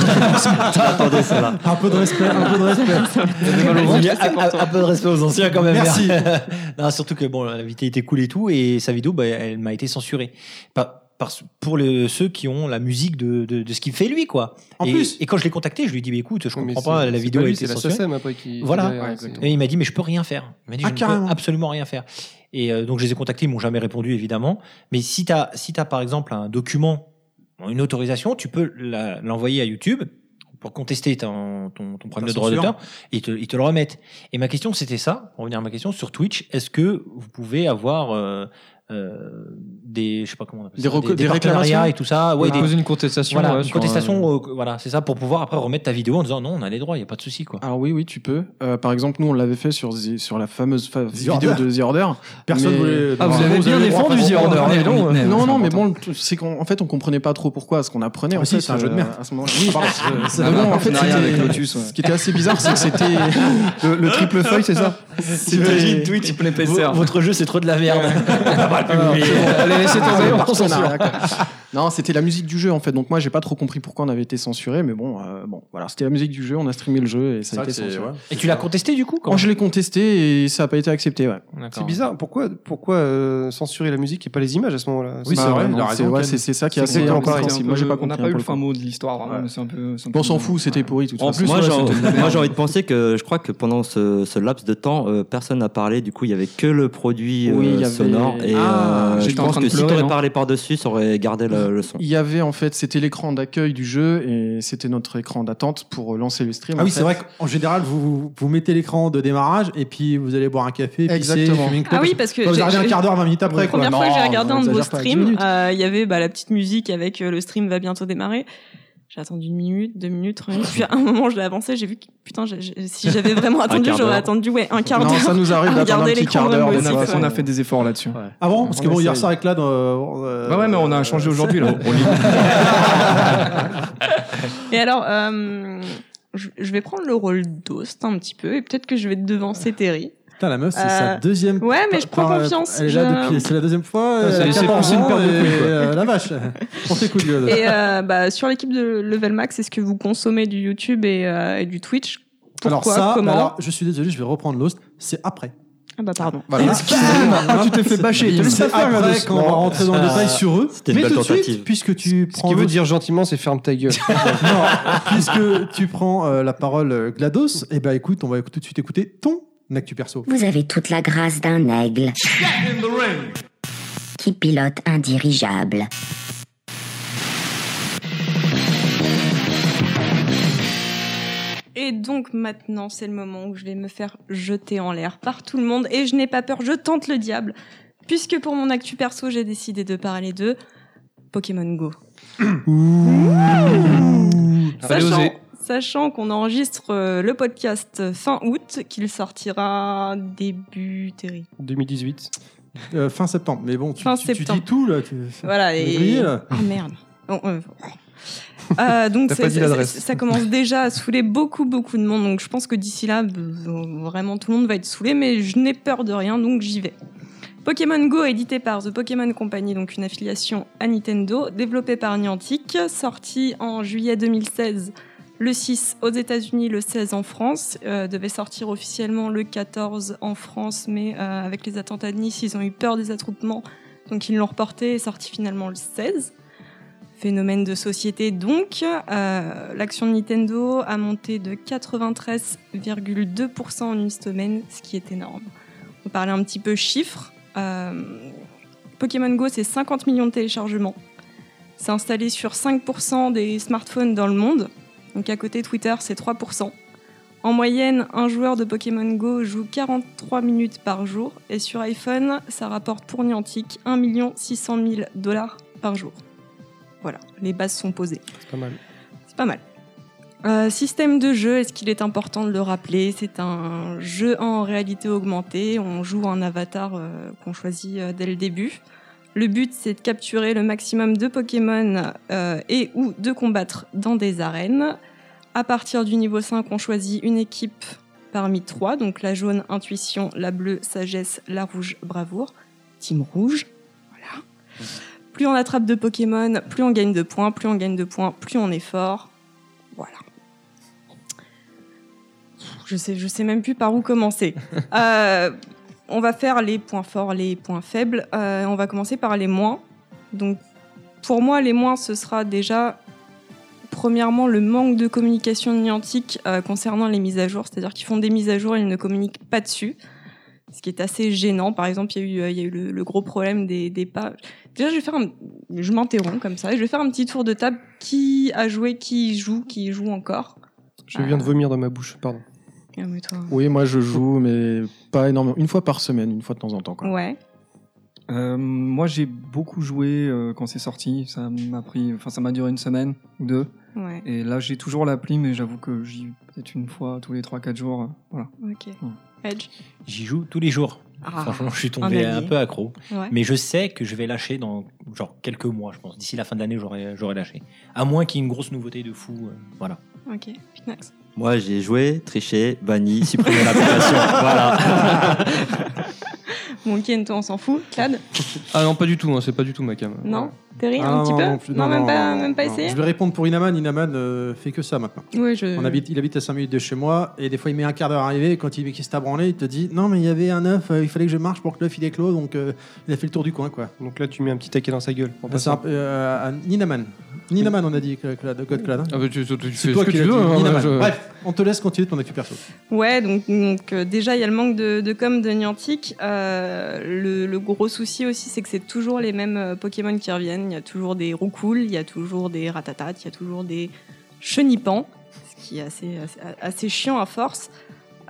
Ah, Attendez, ça là. Un peu de respect, un peu de respect. Il y a un, un- un peu de respect aux anciens quand même. Merci. hein. merde. non, surtout que bon, l'invité était cool et tout, et sa vidéo, bah, elle m'a été censurée. Par- par- pour le- ceux qui ont la musique de, de, de ce qu'il fait lui, quoi. En et, plus. et quand je l'ai contacté, je lui ai dit, mais écoute, je Mais comprends c'est- pas, la c'est vidéo pas a lui, été C'est la hein, censurée. SACEM après qui. Voilà. qui est derrière, Ouais, c'est- exactement. Et il m'a dit, mais je peux rien faire. Il m'a dit, Ah, je ne carrément. peux absolument rien faire. Et euh, donc, je les ai contactés, ils m'ont jamais répondu, évidemment. Mais si tu as, si t'as, par exemple, un document, une autorisation, tu peux la- l'envoyer à YouTube pour contester ton, ton, ton problème Ta de droit censure. d'auteur. et Ils te, ils te le remettent. Et ma question, c'était ça, pour revenir à ma question, sur Twitch, est-ce que vous pouvez avoir euh, euh, des, je sais pas comment on appelle Des ça, reco- des partenariats réclamations et tout ça, ouais, des, poser une contestation. voilà, ouais, une sur un- contestation, euh, voilà, c'est ça, pour pouvoir après remettre ta vidéo en disant non, on a les droits, il n'y a pas de souci, quoi. Alors oui, oui, tu peux. Euh, par exemple, nous, on l'avait fait sur, The- sur la fameuse fa- vidéo Order. de The Order. Personne mais- voulait. Ah, vous Non, avez bien le droit, défendu pas The pour moi. Order. mais non, euh, non, non, mais c'est bon, le truc, c'est qu'en en fait, on comprenait pas trop pourquoi, ce qu'on apprenait. Ah, en si, fait, c'est un jeu de euh, merde. À ce moment Oui, pardon. Ah, Non, bah, en fait, partenariat c'était- avec Lotus, ouais. ce qui était assez bizarre, c'est que c'était le, le triple feuille, c'est ça C'était Twitch, triple épaisseur. Votre jeu, c'est trop de la merde. Ah, Allez, laissez tomber, on Partenariat, censure. quoi. Non, c'était la musique du jeu en fait. Donc moi, j'ai pas trop compris pourquoi on avait été censuré, mais bon, euh, bon, voilà, c'était la musique du jeu. On a streamé le jeu et C'est ça a vrai été que c'est- censuré. ouais. Et tu l'as contesté du coup Quand je l'ai contesté et ça a pas été accepté, ouais. C'est bizarre. Pourquoi, pourquoi euh, censurer la musique et pas les images à ce moment-là Oui, Bah c'est vrai, ouais, il a non, raison, c'est ouais, Ken. c'est- c'est ça qui est C'est assez qu'on- incompréhensible. Moi, j'ai pas On n'a compris. pas eu un peu le le fin fond. mot de l'histoire, vraiment, Ouais. mais c'est un peu. c'est un Bon, on peu- s'en fout, c'était ouais. pourri. de toute En façon. plus, Moi, ouais, j'ai- c'était de la moi, merde. j'ai envie de penser que je crois que pendant ce, ce laps de temps, euh, personne n'a parlé. Du coup, il y avait que le produit euh, Oui, il y avait- sonore. Et Ah, euh, je j'étais en pense train que de si pleurer, t'aurais non parlé par-dessus, ça aurait gardé le, le son. Il y avait en fait, c'était l'écran d'accueil du jeu et c'était notre écran d'attente pour lancer le stream. Ah oui, Après, c'est vrai qu'en général, vous, vous- vous mettez l'écran de démarrage et puis vous allez boire un café, pisser, Exactement. fumer une clope. Ah oui, parce que Vous j'ai- arrivez un j'ai- quart d'heure, 20 minutes après. La quoi. première fois que j'ai Non, regardé on un de vos exagère pas, dix streams, minutes. euh, il y avait bah, la petite musique avec euh, le stream va bientôt démarrer. J'ai attendu une minute, deux minutes, trois minutes. Puis à un moment, je l'ai avancé, j'ai vu que putain, j'ai- j'ai- si j'avais vraiment attendu, quart j'aurais d'heure. attendu ouais, un quart Non, ça d'heure. nous arrive d'attendre un Regardez petit l'écran quart de d'heure. Rainbow de Six, toute ouais. façon. On a fait des efforts là-dessus. Ah bon Parce On que bon, hier essaye. soir avec là. Euh, Bah ouais, mais on a changé aujourd'hui là. Et alors, euh, je je vais prendre le rôle d'host un petit peu et peut-être que je vais devancer Terry. Putain, la meuf, c'est Euh, sa deuxième. ouais, mais je prends Enfin, confiance, Elle est là je- depuis. C'est la deuxième fois. Ah, ça euh, laissait 14 penser une ans, paire de et, couilles, quoi. euh, La vache. On t'écoute, Lyon. Et euh, bah, sur l'équipe de Level Max, est-ce que vous consommez du YouTube et, euh, et du Twitch Pourquoi Alors ça, Comment alors, je suis désolé, je vais reprendre Lost. C'est après. Ah bah pardon. Voilà. Ah, tu t'es fait bâcher. te laisse C'est pas faire, après Gados. quand on va rentrer dans le Euh, détail sur eux. c'était une Mais belle tout de tentative. suite, puisque tu Ce prends qui veut Lost- dire gentiment, c'est ferme ta gueule. Non, puisque tu prends euh, la parole euh, GLaDOS, eh ben écoute, on va tout de suite écouter ton actu perso. Vous avez toute la grâce d'un aigle qui pilote un dirigeable. Et donc maintenant, c'est le moment où je vais me faire jeter en l'air par tout le monde et je n'ai pas peur, je tente le diable. Puisque pour mon actu perso, j'ai décidé de parler de Pokémon Go. Fallait Sachant, oser. sachant qu'on enregistre euh, le podcast fin août, qu'il sortira début terrible. 2018. Euh, fin septembre. Mais bon, tu, Fin tu- tu septembre. dis tout là. tu- Voilà. Et... février, là. Ah, merde. Bon, euh, euh, donc T'as ça, pas dit ça- l'adresse. ça- ça commence déjà à saouler beaucoup beaucoup de monde donc je pense que d'ici là b- vraiment tout le monde va être saoulé mais je n'ai peur de rien donc j'y vais. Pokémon Go édité par The Pokémon Company donc une affiliation à Nintendo développé par Niantic sorti en juillet 2016 le 6 aux États-Unis le 16 en France euh, devait sortir officiellement le 14 en France mais euh, avec les attentats de Nice ils ont eu peur des attroupements donc ils l'ont reporté et sorti finalement le 16 Phénomène de société donc, Euh, l'action de Nintendo a monté de 93,2% en une semaine, ce qui est énorme. On parlait un petit peu chiffres. Euh, Pokémon Go, c'est 50 millions de téléchargements. C'est installé sur 5% des smartphones dans le monde. Donc à côté, Twitter, c'est 3%. En moyenne, un joueur de Pokémon Go joue 43 minutes par jour. Et sur iPhone, ça rapporte pour Niantic 1 600 000 dollars par jour. Voilà, les bases sont posées. C'est pas mal. C'est pas mal. Euh, système de jeu, est-ce qu'il est important de le rappeler C'est un jeu en réalité augmentée. On joue un avatar euh, qu'on choisit euh, dès le début. Le but, c'est de capturer le maximum de Pokémon euh, et ou de combattre dans des arènes. À partir du niveau 5, on choisit une équipe parmi trois, donc la jaune, intuition, la bleue, sagesse, la rouge, bravoure. Team rouge. Plus on attrape de Pokémon, plus on gagne de points, plus on gagne de points, plus on est fort. Voilà. Je sais, je sais même plus par où commencer. Euh, on va faire les points forts, les points faibles. Euh, on va commencer par les moins. Donc, pour moi, les moins, ce sera déjà premièrement le manque de communication de Niantic euh, concernant les mises à jour. C'est-à-dire qu'ils font des mises à jour, ils ne communiquent pas dessus ce qui est assez gênant. Par exemple, il y a eu, euh, il y a eu le, le gros problème des, des pas. Déjà, je vais faire un... je m'interromps comme ça. et Je vais faire un petit tour de table. Qui a joué, qui joue, qui joue encore Ah, Je Ah. viens de vomir dans ma bouche, pardon. Calme-toi. Oui, moi je joue, mais pas énormément. Une fois par semaine, une fois de temps en temps. Quoi. Ouais. Euh, moi, j'ai beaucoup joué euh, quand c'est sorti. Ça m'a pris, enfin, ça m'a duré une semaine ou deux. Ouais. Et là, j'ai toujours l'appli, mais j'avoue que j'y vais peut-être une fois tous les 3-4 jours. euh, Voilà. Ok. Hmm. Edge. J'y joue tous les jours. Ah, Franchement, je suis un allié. tombé un, peu accro. Ouais. Mais je sais que je vais lâcher dans genre quelques mois, je pense. D'ici la fin de l'année, j'aurai j'aurai lâché. À moins qu'il y ait une grosse nouveauté de fou. euh, voilà. Ok. Pinax. Moi, j'ai joué, triché, banni, supprimé l'application. voilà. Bon, Ken, toi, on s'en fout. Clad Ah non, pas du tout, hein, c'est pas du tout ma cam. Non Terry, Ah, un non, petit non, peu non Non, plus, même pas, même pas non. essayer Je vais répondre pour Inaman. Inaman euh, fait que ça maintenant. Ouais, je- On habite, il habite à 5 minutes de chez moi et des fois il met un quart d'heure à arriver. Et quand il met qu'il s'est abranlé, il te dit Non, mais il y avait un œuf, euh, il fallait que je marche pour que l'œuf il éclose. Donc euh, il a fait le tour du coin quoi. Donc là, tu mets un petit taquet dans sa gueule. Ah, en c'est passant. un peu, euh, à Ninaman. Ninaman, on a dit que, que la- de code Clad. hein. Ah bah, tu, tu- tu C'est fais toi ce que qui tu l'as veux. dit, hein, Ninaman. je- Bref, on te laisse continuer ton actu perso. Ouais, donc, donc euh, déjà, il y a le manque de, de com de Niantic. Euh, le, le gros souci aussi, c'est que c'est toujours les mêmes euh, Pokémon qui reviennent. Il y a toujours des Roucool, il y a toujours des Ratatat, il y a toujours des Chenipans, ce qui est assez, assez, assez chiant à force.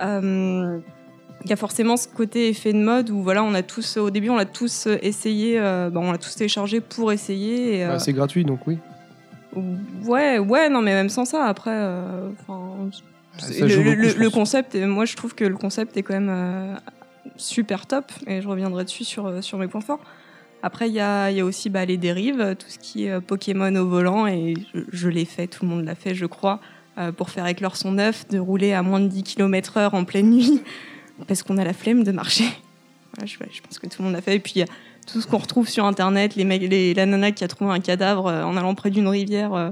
Euh, il y a forcément ce côté effet de mode où voilà on a tous au début on l'a tous essayé euh, bon, on l'a tous téléchargé pour essayer et, euh, Bah, c'est gratuit, donc oui. Ouais, ouais, non, mais même sans ça, après, euh, enfin, c'est- Ah, ça le, joue le- beaucoup, je le pense. concept, et moi je trouve que le concept est quand même euh, super top, et je reviendrai dessus sur, euh, sur mes points forts. Après, il y a, il y a aussi bah, les dérives, tout ce qui est euh, Pokémon au volant, et je, je l'ai fait, tout le monde l'a fait, je crois, euh, pour faire éclore son œuf, de rouler à moins de 10 km/h en pleine nuit, parce qu'on a la flemme de marcher. Voilà, je, je pense que tout le monde l'a fait, et puis il y a tout ce qu'on retrouve sur internet, les, mecs- les- la nana qui a trouvé un cadavre euh, en allant près d'une rivière euh,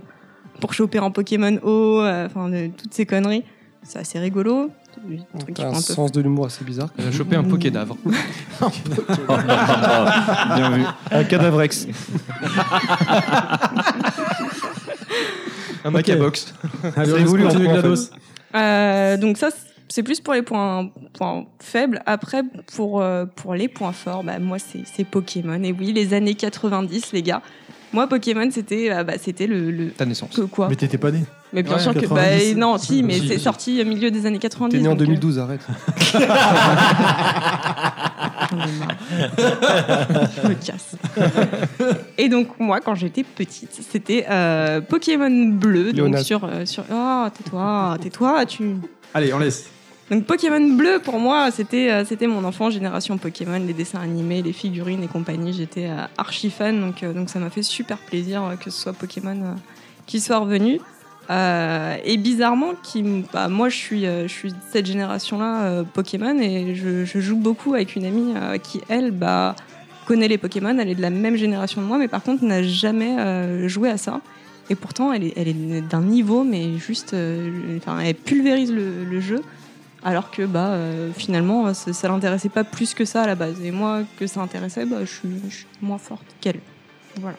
pour choper un Pokémon eau, euh, enfin de- toutes ces conneries. C'est assez rigolo. Des trucs qui T'as un font un peu- sens de l'humour assez bizarre. Elle a chopé un pokédavre. Bien vu. Un cadavrex. Un macabox. Allez, on continue avec GLaDOS. Euh, donc ça, c'est plus pour les points, points faibles. Après, pour, euh, pour les points forts, bah, moi, c'est c'est Pokémon. Et oui, les années 90, les gars. Moi, Pokémon, c'était euh, bah, c'était le, le- Ta naissance. que quoi Mais t'étais pas né. Mais bien Ouais, sûr que 90. bah, non, si, mais Si, c'est si. sorti au milieu des années 90. T'es né en donc, euh, 2012, arrête. Je me casse. Et donc moi, quand j'étais petite, c'était euh, Pokémon bleu donc Léonard. sur euh, sur. Oh, tais-toi, tais-toi, tu. Allez, on laisse. Donc Pokémon bleu pour moi, c'était euh, c'était mon enfant génération Pokémon, les dessins animés, les figurines et compagnie. J'étais euh, archi fan, donc euh, donc ça m'a fait super plaisir euh, que ce soit Pokémon euh, qui soit revenu. Euh, et bizarrement, qui, m- bah, moi je suis, euh, je suis de cette génération-là euh, Pokémon et je, je joue beaucoup avec une amie euh, qui, elle, bah, connaît les Pokémon, elle est de la même génération que moi, mais par contre n'a jamais euh, joué à ça. Et pourtant, elle est, elle est d'un niveau, mais juste, euh, enfin, elle pulvérise le, le jeu, alors que bah, euh, finalement, euh, ça, ça l'intéressait pas plus que ça à la base. Et moi, que ça intéressait, bah, je suis- je suis moins forte qu'elle. Voilà.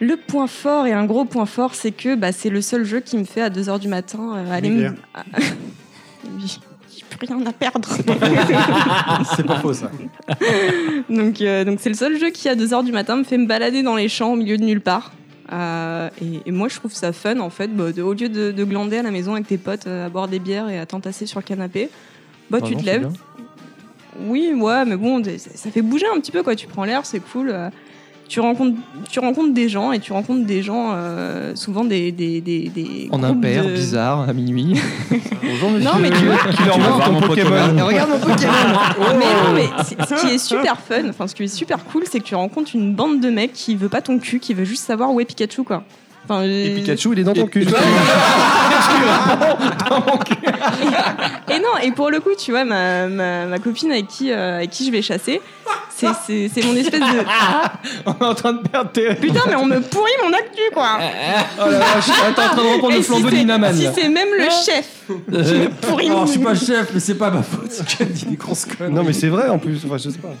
Le point fort et un gros point fort, c'est que bah, c'est le seul jeu qui me fait à 2h du matin euh, aller me. Nucléaire. Ah, J'ai j'ai plus rien à perdre. C'est pas faux, ça. donc euh, donc c'est le seul jeu qui à 2h du matin me fait me balader dans les champs au milieu de nulle part. Euh, et, et moi je trouve ça fun en fait, bah, de- au lieu de, de glander à la maison avec tes potes euh, à boire des bières et à t'entasser sur le canapé, bah, Bah tu non, te c'est lèves. bien. Oui, ouais, mais bon, c'est- ça fait bouger un petit peu quoi, tu prends l'air, c'est cool. euh, tu rencontres, tu rencontres des gens et tu rencontres des gens euh, souvent des des des, des En groupes impair, de- bizarre, à minuit. Bonjour euh, monsieur. Non, mais tu vois- Qui leur montre mon Pokémon. Euh, Oh. Regarde mon Pokémon. Oh. Mais non, mais c'est- ce qui est super fun, enfin ce qui est super cool, c'est que tu rencontres une bande de mecs qui veut pas ton cul, qui veut juste savoir où est Pikachu quoi. Enfin, euh, Et Pikachu, il est dans ton cul. Ah, Et non, et pour le coup, tu vois, ma, ma, ma copine avec qui, euh, avec qui je vais chasser, c'est- c'est c'est mon espèce de. on est en train de perdre tes. Putain, mais on me pourrit mon actu, quoi! Oh la vache, attends, en train de reprendre Et le si flambeau Hein Euh, de c'est- Ninaman, Si là. c'est même le chef! qui me pourrit oh, Alors, mon- Oh, je suis pas chef, mais c'est pas ma faute. Quelle dit des grosses conneries. Non, mais c'est vrai en plus. Enfin, je sais pas.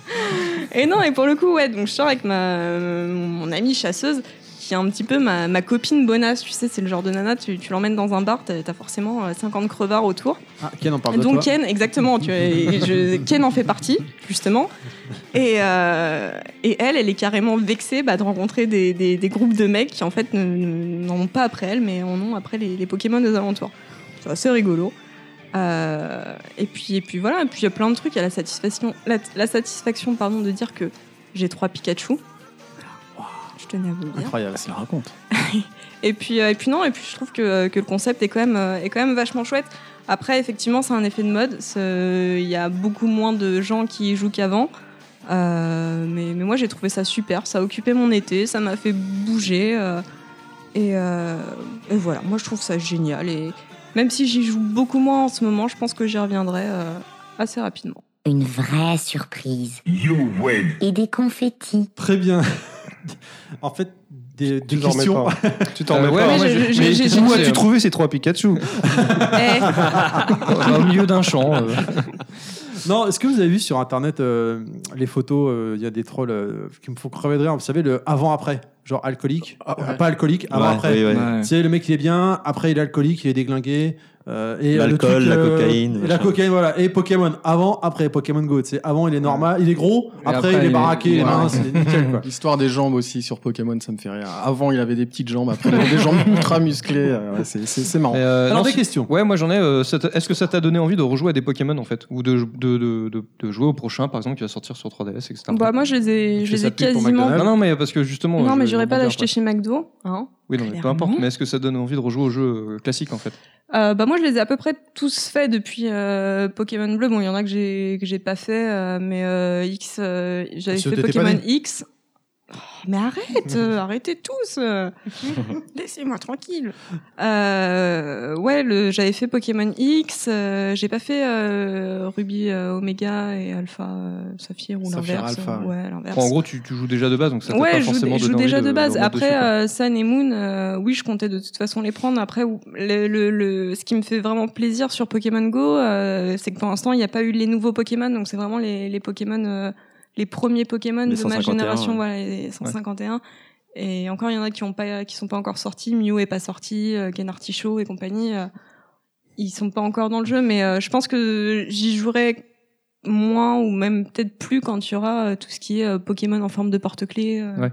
Et non, et pour le coup, ouais, donc je sors avec ma, euh, mon amie chasseuse, qui est un petit peu ma, ma copine bonasse, tu sais, c'est le genre de nana, tu, tu l'emmènes dans un bar, t'as t'as forcément euh, 50 crevards autour. Ah, Ken en parle de donc toi. Ken, exactement, tu, et je- Ken en fait partie, justement. Et, euh, et elle, elle est carrément vexée bah, de rencontrer des, des- des groupes de mecs qui, en fait, ne- ne- n'en ont pas après elle, mais en ont après les, les Pokémon des alentours. C'est assez rigolo. Euh, et puis et puis voilà, et puis il y a plein de trucs. Il y a la satisfaction, la, la satisfaction pardon, de dire que j'ai trois Pikachu. Je tenais à vous le dire. Incroyable, ça raconte. Et puis, euh, et puis non, et puis je trouve que, que le concept est quand, même, euh, est quand même vachement chouette. Après, effectivement, c'est un effet de mode. C'est- Il y a beaucoup moins de gens qui y jouent qu'avant. Euh, mais, mais moi, j'ai trouvé ça super. Ça a occupé mon été, ça m'a fait bouger. euh, et, euh, et voilà, moi, je trouve ça génial. Et même si j'y joue beaucoup moins en ce moment, je pense que j'y reviendrai euh, assez rapidement. Une vraie surprise. Et des confettis. Très bien. En fait, des, des Tu t'en remets questions. pas. Tu t'en remets Euh, pas. ouais, mais je- je- j'ai- j'ai- où j'ai- as-tu trouvé ces trois Pikachu Au milieu d'un champ. euh. Non, est-ce que vous avez vu sur internet euh, les photos euh, Il y a des trolls euh, qui me font crever de rire. Vous savez, le avant-après, genre alcoolique, Euh, pas alcoolique, avant-après. oui, ouais. Ouais. Tu sais, le mec il est bien, après il est alcoolique, il est déglingué. euh, et euh, le L'alcool, truc, la cocaïne, et la machin. cocaïne, voilà. Et Pokémon, avant, après Pokémon Go. Tu sais, avant il est normal, il est gros, Et après, il est baraqué, il est mince, il est nickel quoi. L'histoire des jambes aussi sur Pokémon, ça me fait rire. Avant, il avait des petites jambes, après, il a des jambes ultra musclées. Euh, ouais, c'est- c'est c'est marrant. Mais, euh, non, si- questions. Ouais, moi j'en ai. euh, ça t'a- Est-ce que ça t'a donné envie de rejouer à des Pokémon en fait Ou de, de, de, de- de jouer au prochain par exemple qui va sortir sur 3DS, etc. Bah, moi, je les ai, Tu je fais les ça ai pub pour quasiment. McDonald's Non, non, mais parce que justement. Non, je mais vais j'aurais pas rebondir l'acheter après. chez McDo. Hein Oui, non, mais peu importe. Mais est-ce que ça donne envie de rejouer au jeu euh, classique en fait Euh, bah moi, je les ai à peu près tous faits depuis euh, Pokémon Bleu. Bon, il y en a que j'ai que j'ai pas fait, euh, mais euh, X, euh, j'avais Parce que fait t'étais pas Pokémon né. X. Oh, mais arrête, euh, arrêtez tous, euh. laissez-moi tranquille. Euh, ouais, le- j'avais fait Pokémon X. euh, j'ai pas fait euh, Ruby, euh, Oméga et Alpha, euh, Saphir ou Saphir, l'inverse. Alpha, ouais. Ouais, l'inverse. Bon, En gros, tu, tu joues déjà de base, donc ça t'a Ouais, pas je joue, forcément je joue donné envie déjà de, base. remettre dessus, Après, quoi. euh, Sun et Moon, euh, oui, je comptais de toute façon les prendre. Après, ou- le, le- le- ce qui me fait vraiment plaisir sur Pokémon Go, euh, c'est que pour l'instant, il n'y a pas eu les nouveaux Pokémon, donc c'est vraiment les, les Pokémon, euh, les premiers Pokémon Les de ma 151, génération, ouais. voilà, les 151. Et encore, il y en a qui ont pas, qui sont pas encore sortis. Mew est pas sorti, euh, Ken Artichaut et compagnie. euh, ils sont pas encore dans le jeu, mais euh, je pense que j'y jouerai moins ou même peut-être plus quand il y aura euh, tout ce qui est euh, Pokémon en forme de porte-clés. euh. Ouais.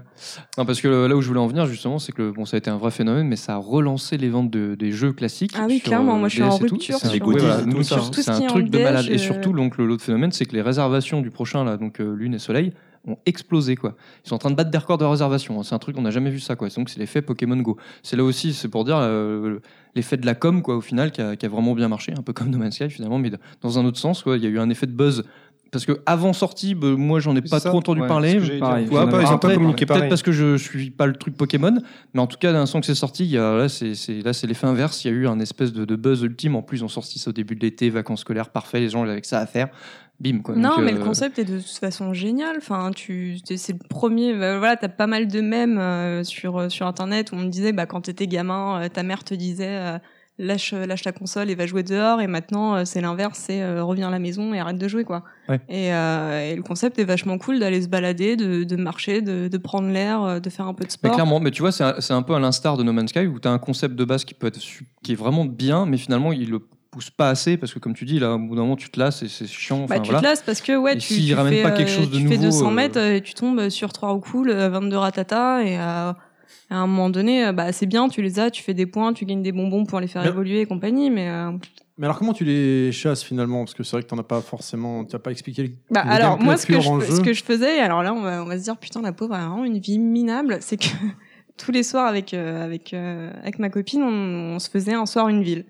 Non, parce que euh, là où je voulais en venir, justement, c'est que bon, ça a été un vrai phénomène, mais ça a relancé les ventes de- des jeux classiques. Ah oui, clairement, moi, je suis en DS et tout. rupture C'est un- sur- ouais, voilà, sur nous, tout c'est un- ce qui C'est est un en truc de DS, malade. euh, Et surtout, donc, le- l'autre phénomène, c'est que les réservations du prochain, là, donc euh, Lune et Soleil, ont explosé quoi. Ils sont en train de battre des records de réservation. hein. C'est un truc on n'a jamais vu ça quoi. Donc c'est l'effet Pokémon Go. C'est là aussi c'est pour dire euh, l'effet de la com quoi au final qui a, qui a vraiment bien marché, un peu comme No Man's Sky finalement, mais dans un autre sens quoi. Il y a eu un effet de buzz parce que avant sortie, bah, moi j'en ai pas ça. trop entendu Ouais, c'est parler. ce que j'allais Pareil. dire. Ils ont pas- ils ont pas Après, communiqué Peut-être pareil. parce que je, je suis pas le truc Pokémon, mais en tout cas, d'un son que c'est sorti, il y a- là c'est c'est- là, c'est l'effet inverse. Il y a eu un espèce de, de buzz ultime. En plus, ils ont sorti ça au début de l'été, vacances scolaires, parfait. Les gens avec ça à faire, bim quoi. non, Donc, mais euh, le concept est de toute façon génial. Enfin, tu, t'es- c'est le premier. bah, Voilà, t'as pas mal de mèmes euh, sur euh, sur internet où on me disait, bah, quand t'étais gamin, euh, ta mère te disait, euh, lâche euh, lâche la console et va jouer dehors. Et maintenant, euh, c'est l'inverse, c'est euh, reviens à la maison et arrête de jouer, quoi. Ouais. Et, euh, et le concept est vachement cool d'aller se balader, de, de marcher, de, de prendre l'air, euh, de faire un peu de Mais sport. clairement, mais tu vois, c'est un, c'est un peu à l'instar de No Man's Sky où tu as un concept de base qui peut être su- qui est vraiment bien, mais finalement il le pousse pas assez parce que comme tu dis là, au bout d'un moment tu te lasses et c'est chiant. Bah, enfin, tu voilà. te lasses parce que ouais, Et tu, s'il tu ramène fais, pas quelque euh, chose de tu fais nouveau, 200 euh, mètres euh, et tu tombes sur 3 au cool, euh, 22 ratata et euh, à un moment donné, euh, bah, c'est bien, tu les as, tu fais des points, tu gagnes des bonbons pour les faire Mais- évoluer et compagnie, mais euh, Mais alors, comment tu les chasses finalement Parce que c'est vrai que t'en as pas forcément. T'as pas expliqué le. Bah, le alors gameplay moi ce que, pur en je, ce jeu. que je faisais, alors là on va, on va se dire putain la pauvre a vraiment une vie minable, c'est que tous les soirs avec, euh, avec, euh, avec ma copine on, on se faisait un soir une ville.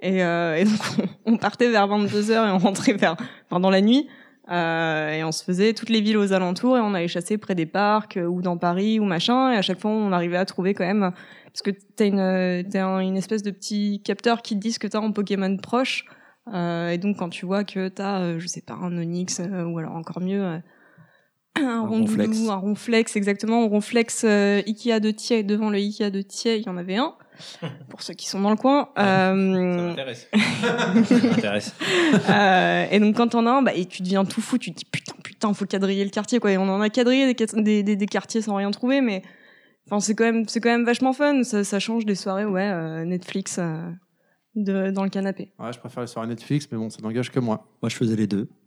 Et, euh, et donc on, on partait vers 22h et on rentrait vers, enfin, dans la nuit euh, et on se faisait toutes les villes aux alentours et on allait chasser près des parcs euh, ou dans Paris ou machin et à chaque fois on arrivait à trouver quand même, parce que t'as une, euh, t'as un- une espèce de petit capteur qui te dit ce que t'as en Pokémon proche. Euh, et donc, quand tu vois que t'as, euh, je sais pas, un Onyx, euh, ou alors encore mieux, euh, un, rondoudou, ronflex. un ronflex, exactement, un ronflex euh, Ikea de Thiers, devant le Ikea de Thiers, il y en avait un, pour ceux qui sont dans le coin. Euh, m'intéresse. Ça m'intéresse. euh, et donc quand t'en as un, bah, et tu deviens tout fou, tu te dis putain, putain, faut quadriller le quartier, quoi. Et on en a quadrillé des, quat- des, des- des quartiers sans rien trouver, mais enfin, c'est quand même, c'est quand même vachement fun. Ça, ça change des soirées, ouais, euh, Netflix euh, de- dans le canapé. Ouais, je préfère les soirées Netflix, mais bon, ça n'engage que moi. Moi, je faisais les deux.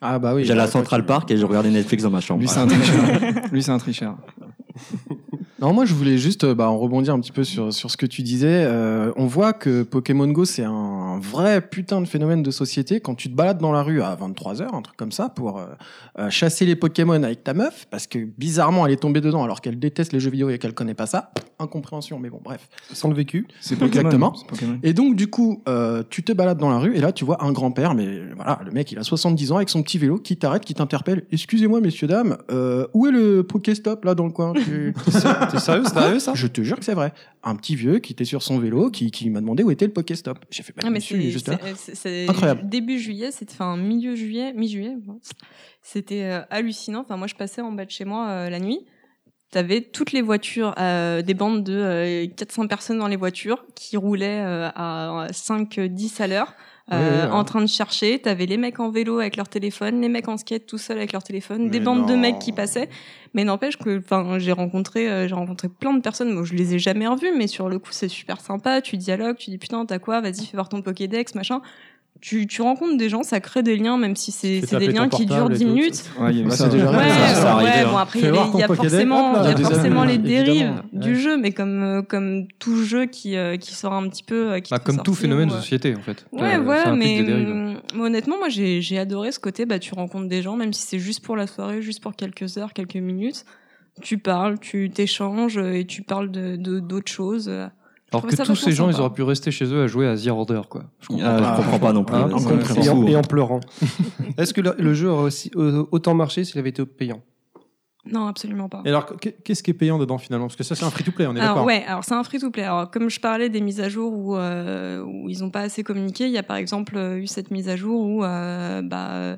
Ah bah oui. J'allais à bah, toi, Central Park et je regardais Netflix dans ma chambre. Lui, c'est un tricheur. Lui, c'est un tricheur. Non, moi je voulais juste euh, bah, en rebondir un petit peu sur, sur ce que tu disais. Euh, on voit que Pokémon Go, c'est un vrai putain de phénomène de société. Quand tu te balades dans la rue à 23h, un truc comme ça, pour euh, euh, chasser les Pokémon avec ta meuf, parce que bizarrement elle est tombée dedans alors qu'elle déteste les jeux vidéo et qu'elle connaît pas ça. Incompréhension, mais bon, bref. Sans le vécu. C'est Pokémon, Exactement. c'est Pokémon. Et donc, du coup, euh, tu te balades dans la rue et là, tu vois un grand-père, mais voilà, le mec, il a 70 ans avec son petit vélo qui t'arrête, qui t'interpelle. Excusez-moi, messieurs, dames, euh, où est le Pokéstop là dans le coin Tu- T'es sérieux, c'est sérieux, ça Je te jure que c'est vrai. Un petit vieux qui était sur son vélo qui, qui m'a demandé où était le Pokéstop. J'ai fait pas Ah, mais dessus, c'est juste là. c'est- c'est- c'est- Incroyable. Début juillet, c'était enfin milieu juillet, mi-juillet, bon. c'était euh, hallucinant. Enfin, moi, je passais en bas de chez moi euh, la nuit. T'avais toutes les voitures, euh, des bandes de euh, 400 personnes dans les voitures qui roulaient euh, à 5-10 à l'heure. euh, Ouais, ouais, ouais. en train de chercher, t'avais les mecs en vélo avec leur téléphone, les mecs en skate tout seuls avec leur téléphone, des Mais bandes de non. mecs qui passaient. Mais n'empêche que, enfin, j'ai rencontré, euh, j'ai rencontré plein de personnes. Moi, je les ai jamais revues, mais sur le coup, c'est super sympa. Tu dialogues, tu dis putain, t'as quoi Vas-y, fais voir ton Pokédex, machin. Tu, tu rencontres des gens, ça crée des liens, même si c'est fais c'est des taper ton liens qui durent portable et 10 tout, minutes. ça. Ouais, il y a eu Ouais, ça, ouais. ouais, Ouais, ça, ça arrivait, ouais, hein. bon après, il Fais y a, voir il y a ton Pokédex, forcément, hop là, il y a des forcément abus, les dérives évidemment. du Ouais. jeu, mais comme, euh, comme tout jeu qui, euh, qui sort un petit peu. euh, Qui Bah, te fait comme tout sortir, phénomène ou, de euh, société, en fait. Ouais, Ça- ça voilà, implique mais, des dérives. hum, mais honnêtement, moi j'ai j'ai adoré ce côté, bah, tu rencontres des gens, même si c'est juste pour la soirée, juste pour quelques heures, quelques minutes. Tu parles, tu t'échanges euh, et tu parles de de- d'autres choses. euh, Je Alors trouvais que ça tous vachement ces gens, sympa. ils auraient pu rester chez eux à jouer à The Order, quoi. euh, Je comprends, Ah, je comprends pas non plus. Hein, Ouais, en c'est- comprenant. c'est Et en, sourd. et en pleurant. Est-ce que le, le jeu aurait aussi- euh, autant marché s'il avait été payant Non, absolument pas. Et alors, qu'est- qu'est-ce qui est payant dedans finalement Parce que ça, c'est un free-to-play, on est Alors d'accord Ah, ouais, alors c'est un free-to-play. Alors comme je parlais des mises à jour où, euh, où ils n'ont pas assez communiqué, il y a par exemple euh, eu cette mise à jour où euh, bah euh,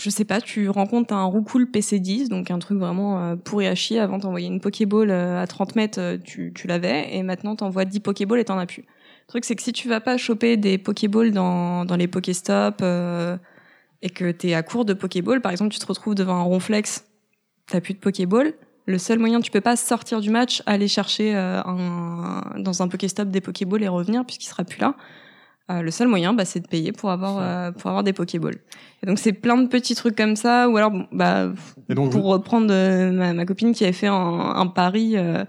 je sais pas, tu rencontres un Roucoule PC10, donc un truc vraiment euh, pourri à chier. Avant t'envoyais une Pokéball euh, à 30 mètres, euh, tu, tu l'avais, et maintenant t'envoies 10 Pokéballs et t'en as plus. Le truc c'est que si tu vas pas choper des Pokéballs dans, dans les Pokéstops euh, et que t'es à court de Pokéball, par exemple tu te retrouves devant un Ronflex, t'as plus de Pokéball, le seul moyen, tu peux pas sortir du match, aller chercher euh, un- dans un Pokéstop des Pokéballs et revenir puisqu'il sera plus là. Euh, le seul moyen, bah, c'est de payer pour avoir, euh, pour avoir des Pokéballs. Et donc, c'est plein de petits trucs comme ça. Ou alors, bon, bah, Et donc, pour vous- reprendre euh, ma, ma copine qui avait fait un, un pari, euh,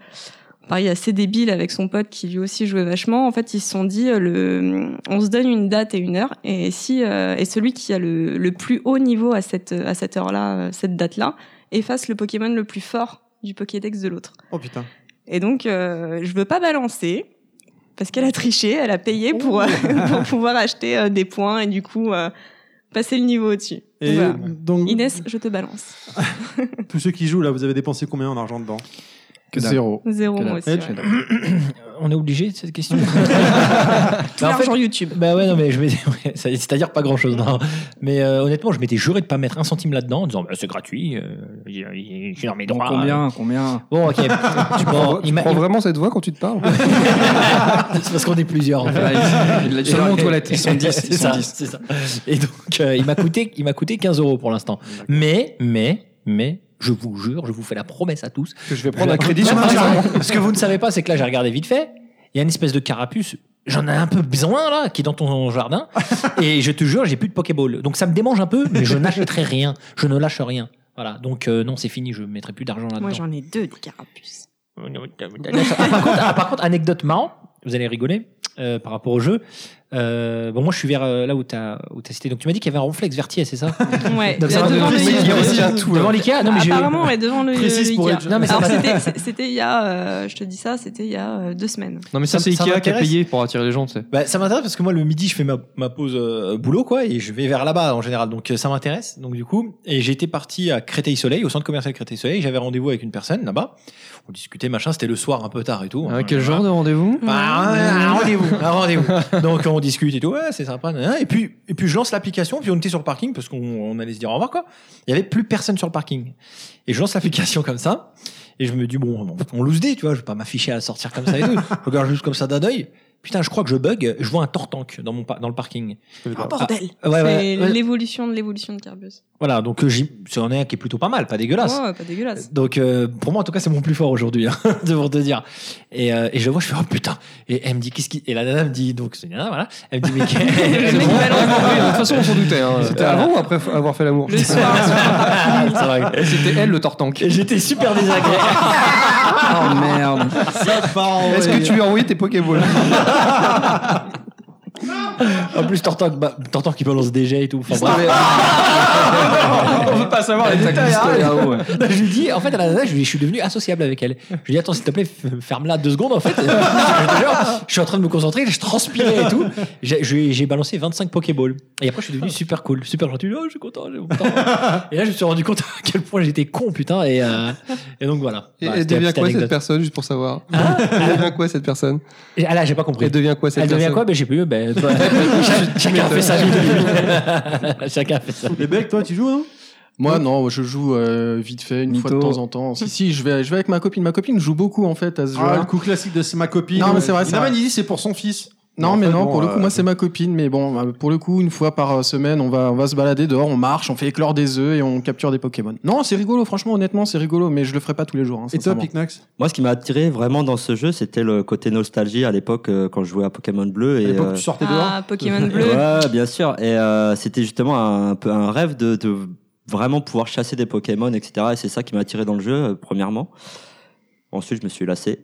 un pari assez débile avec son pote qui lui aussi jouait vachement. En fait, ils se sont dit, euh, le, on se donne une date et une heure, et si euh, et celui qui a le, le plus haut niveau à cette à cette heure-là, euh, cette date-là, efface le Pokémon le plus fort du Pokédex de l'autre. Oh putain. Et donc, euh, je veux pas balancer. Parce qu'elle a triché, elle a payé pour, euh, pour pouvoir acheter euh, des points et du coup euh, passer le niveau au-dessus. Et Voilà. donc, Inès, je te balance. tous ceux qui jouent là, vous avez dépensé combien en argent dedans Eh, Que dalle. Zéro. Zéro, Que moi dalle. aussi, Edge Euh, On est obligé de cette question Tout l'argent YouTube. Bah ouais, non, mais je m'étais- ouais, ça- c'est-à-dire pas grand-chose. non. Mais euh, honnêtement, je m'étais juré de pas mettre un centime là-dedans en disant bah, c'est gratuit, euh, il- il- je suis dans mes Bon, droits. combien, combien Bon, ok. Ah, tu prends- tu prends vraiment cette voix quand tu te parles C'est parce qu'on est plusieurs. En fait. Il l'a dit seulement aux toilettes. Ils sont 10, ils C'est sont ça, 10. c'est ça. Et donc, euh, il m'a coûté, il m'a coûté 15 euros pour l'instant. Mais, mais, mais. Je vous jure, je vous fais la promesse à tous que je vais prendre un crédit sur Amazon. Ce que vous ne savez pas, c'est que là, j'ai regardé vite fait. Il y a une espèce de carapuce. J'en ai un peu besoin là, qui est dans ton jardin. Et je te jure, j'ai plus de Pokéball. Donc ça me démange un peu, mais je n'achèterai rien. Je ne lâche rien. Voilà. Donc euh, non, c'est fini. Je mettrai plus d'argent là-dedans. Moi, j'en ai deux des carapuces. Ah, par, contre, ah, par contre, anecdote marrant, vous allez rigoler euh, par rapport au jeu. Euh, bon, moi, je suis vers euh, là où tu as, cité. Donc, tu m'as dit qu'il y avait un ronflex vertier, c'est ça Ouais, Donc, il y a ça va devant de- le il y a Ikea. aussi à tout, hein. Devant l'Ikea, non, mais j'ai- Apparemment, ouais, devant le, Précise le pour Ikea. être- Non, mais ça Alors, va. c'était- c'est- c'était il y a, euh, je te dis ça, c'était il y a euh, deux semaines. Non, mais ça, Ça- c'est ça Ikea qui a m'intéresse. payé pour attirer les gens, tu sais. Bah, ça m'intéresse parce que moi le midi je fais ma, ma pause euh, boulot quoi et je vais vers là-bas en général donc euh, ça m'intéresse donc du coup et j'étais parti à Créteil Soleil au centre commercial Créteil Soleil j'avais rendez-vous avec une personne là-bas on discutait machin c'était le soir un peu tard et tout hein. Ah, quel genre de rendez-vous Bah, un, un rendez-vous un rendez-vous donc on discute et tout ouais c'est sympa nanana. et puis et puis je lance l'application puis on était sur le parking parce qu'on on allait se dire au revoir quoi il y avait plus personne sur le parking et je lance l'application comme ça et je me dis bon bon, on loose dé tu vois je vais pas m'afficher à sortir comme ça et tout je regarde juste comme ça d'un œil Putain, je crois que je bug. Je vois un tortank dans mon pa- dans le parking. Oh, bordel Ah, ouais, ouais, C'est ouais. l'évolution de l'évolution de Carbus. Voilà, donc euh, j'y- c'en est un qui est plutôt pas mal, pas dégueulasse. Oh, pas dégueulasse. Donc euh, pour moi en tout cas c'est mon plus fort aujourd'hui hein, de pour te dire et, euh, et je vois je fais oh putain et elle me dit qu'est-ce qui et la nana me dit donc c'est une nana voilà elle me dit mais C'est bon. Oui, de toute façon, on s'en doutait. hein. C'était Voilà. avant ou après f- avoir fait l'amour c'était Eh, elle le tortank j'étais super désagréable Oh merde. Est-ce que tu lui as envoyé tes Pokéballs en plus Tortank bah, Tortank qui balance des jets et tout enfin, bref. On veut pas savoir les détails. arrête. hein. Non, je lui dis, en fait, à la nana, je, lui- je suis devenu associable avec elle. Je lui dis, attends, s'il te plaît, f- ferme-la deux secondes, en fait. je, te jure, je suis en train de me concentrer, je transpirais et tout. J'ai- je lui ai- J'ai balancé 25 Pokéballs. Et après, je suis devenu super cool, super gentil. Oh, je suis content, je suis content. Et là, je me suis rendu compte à quel point j'étais con, putain. Et, euh, et donc, voilà. Et elle Voilà, c'était devient la petite quoi cette anecdote. Hein personne, juste pour savoir Elle devient quoi cette personne Et- Ah là, j'ai pas compris. Elle devient quoi cette Elle devient personne quoi Ben, j'ai plus. Ben, toi- Ch- chacun fait sa vie. hein. chacun fait sa vie. Eh, Les becs, toi, tu joues, non moi non, je joue euh, vite fait une fois de Mytho. temps en temps. Si si, je vais je vais avec ma copine. Ma copine joue beaucoup en fait à ce Ah, jeu-là. le coup classique de c'est ma copine. Non, mais c'est vrai, Il c'est a vrai. même dit c'est pour son fils. Non, En mais fait, non, bon, pour le euh, coup, moi, c'est ma copine, mais bon, euh, pour le coup, une fois par euh, semaine, on va, on va se balader dehors, on marche, on fait éclore des œufs et on capture des Pokémon. Non, c'est rigolo, franchement, honnêtement, c'est rigolo, mais je le ferai pas tous les jours. hein, sincèrement. Moi, ce qui m'a attiré vraiment dans ce jeu, c'était le côté nostalgie à l'époque euh, quand je jouais à Pokémon Bleu. Et, l'époque où euh, tu sortais Ah, Pokémon bleu. Ouais, bien sûr. Et euh, c'était justement un, un peu un rêve de, de vraiment pouvoir chasser des Pokémon, etc. Et c'est ça qui m'a attiré dans le jeu, euh, premièrement. Ensuite, je me suis lassé.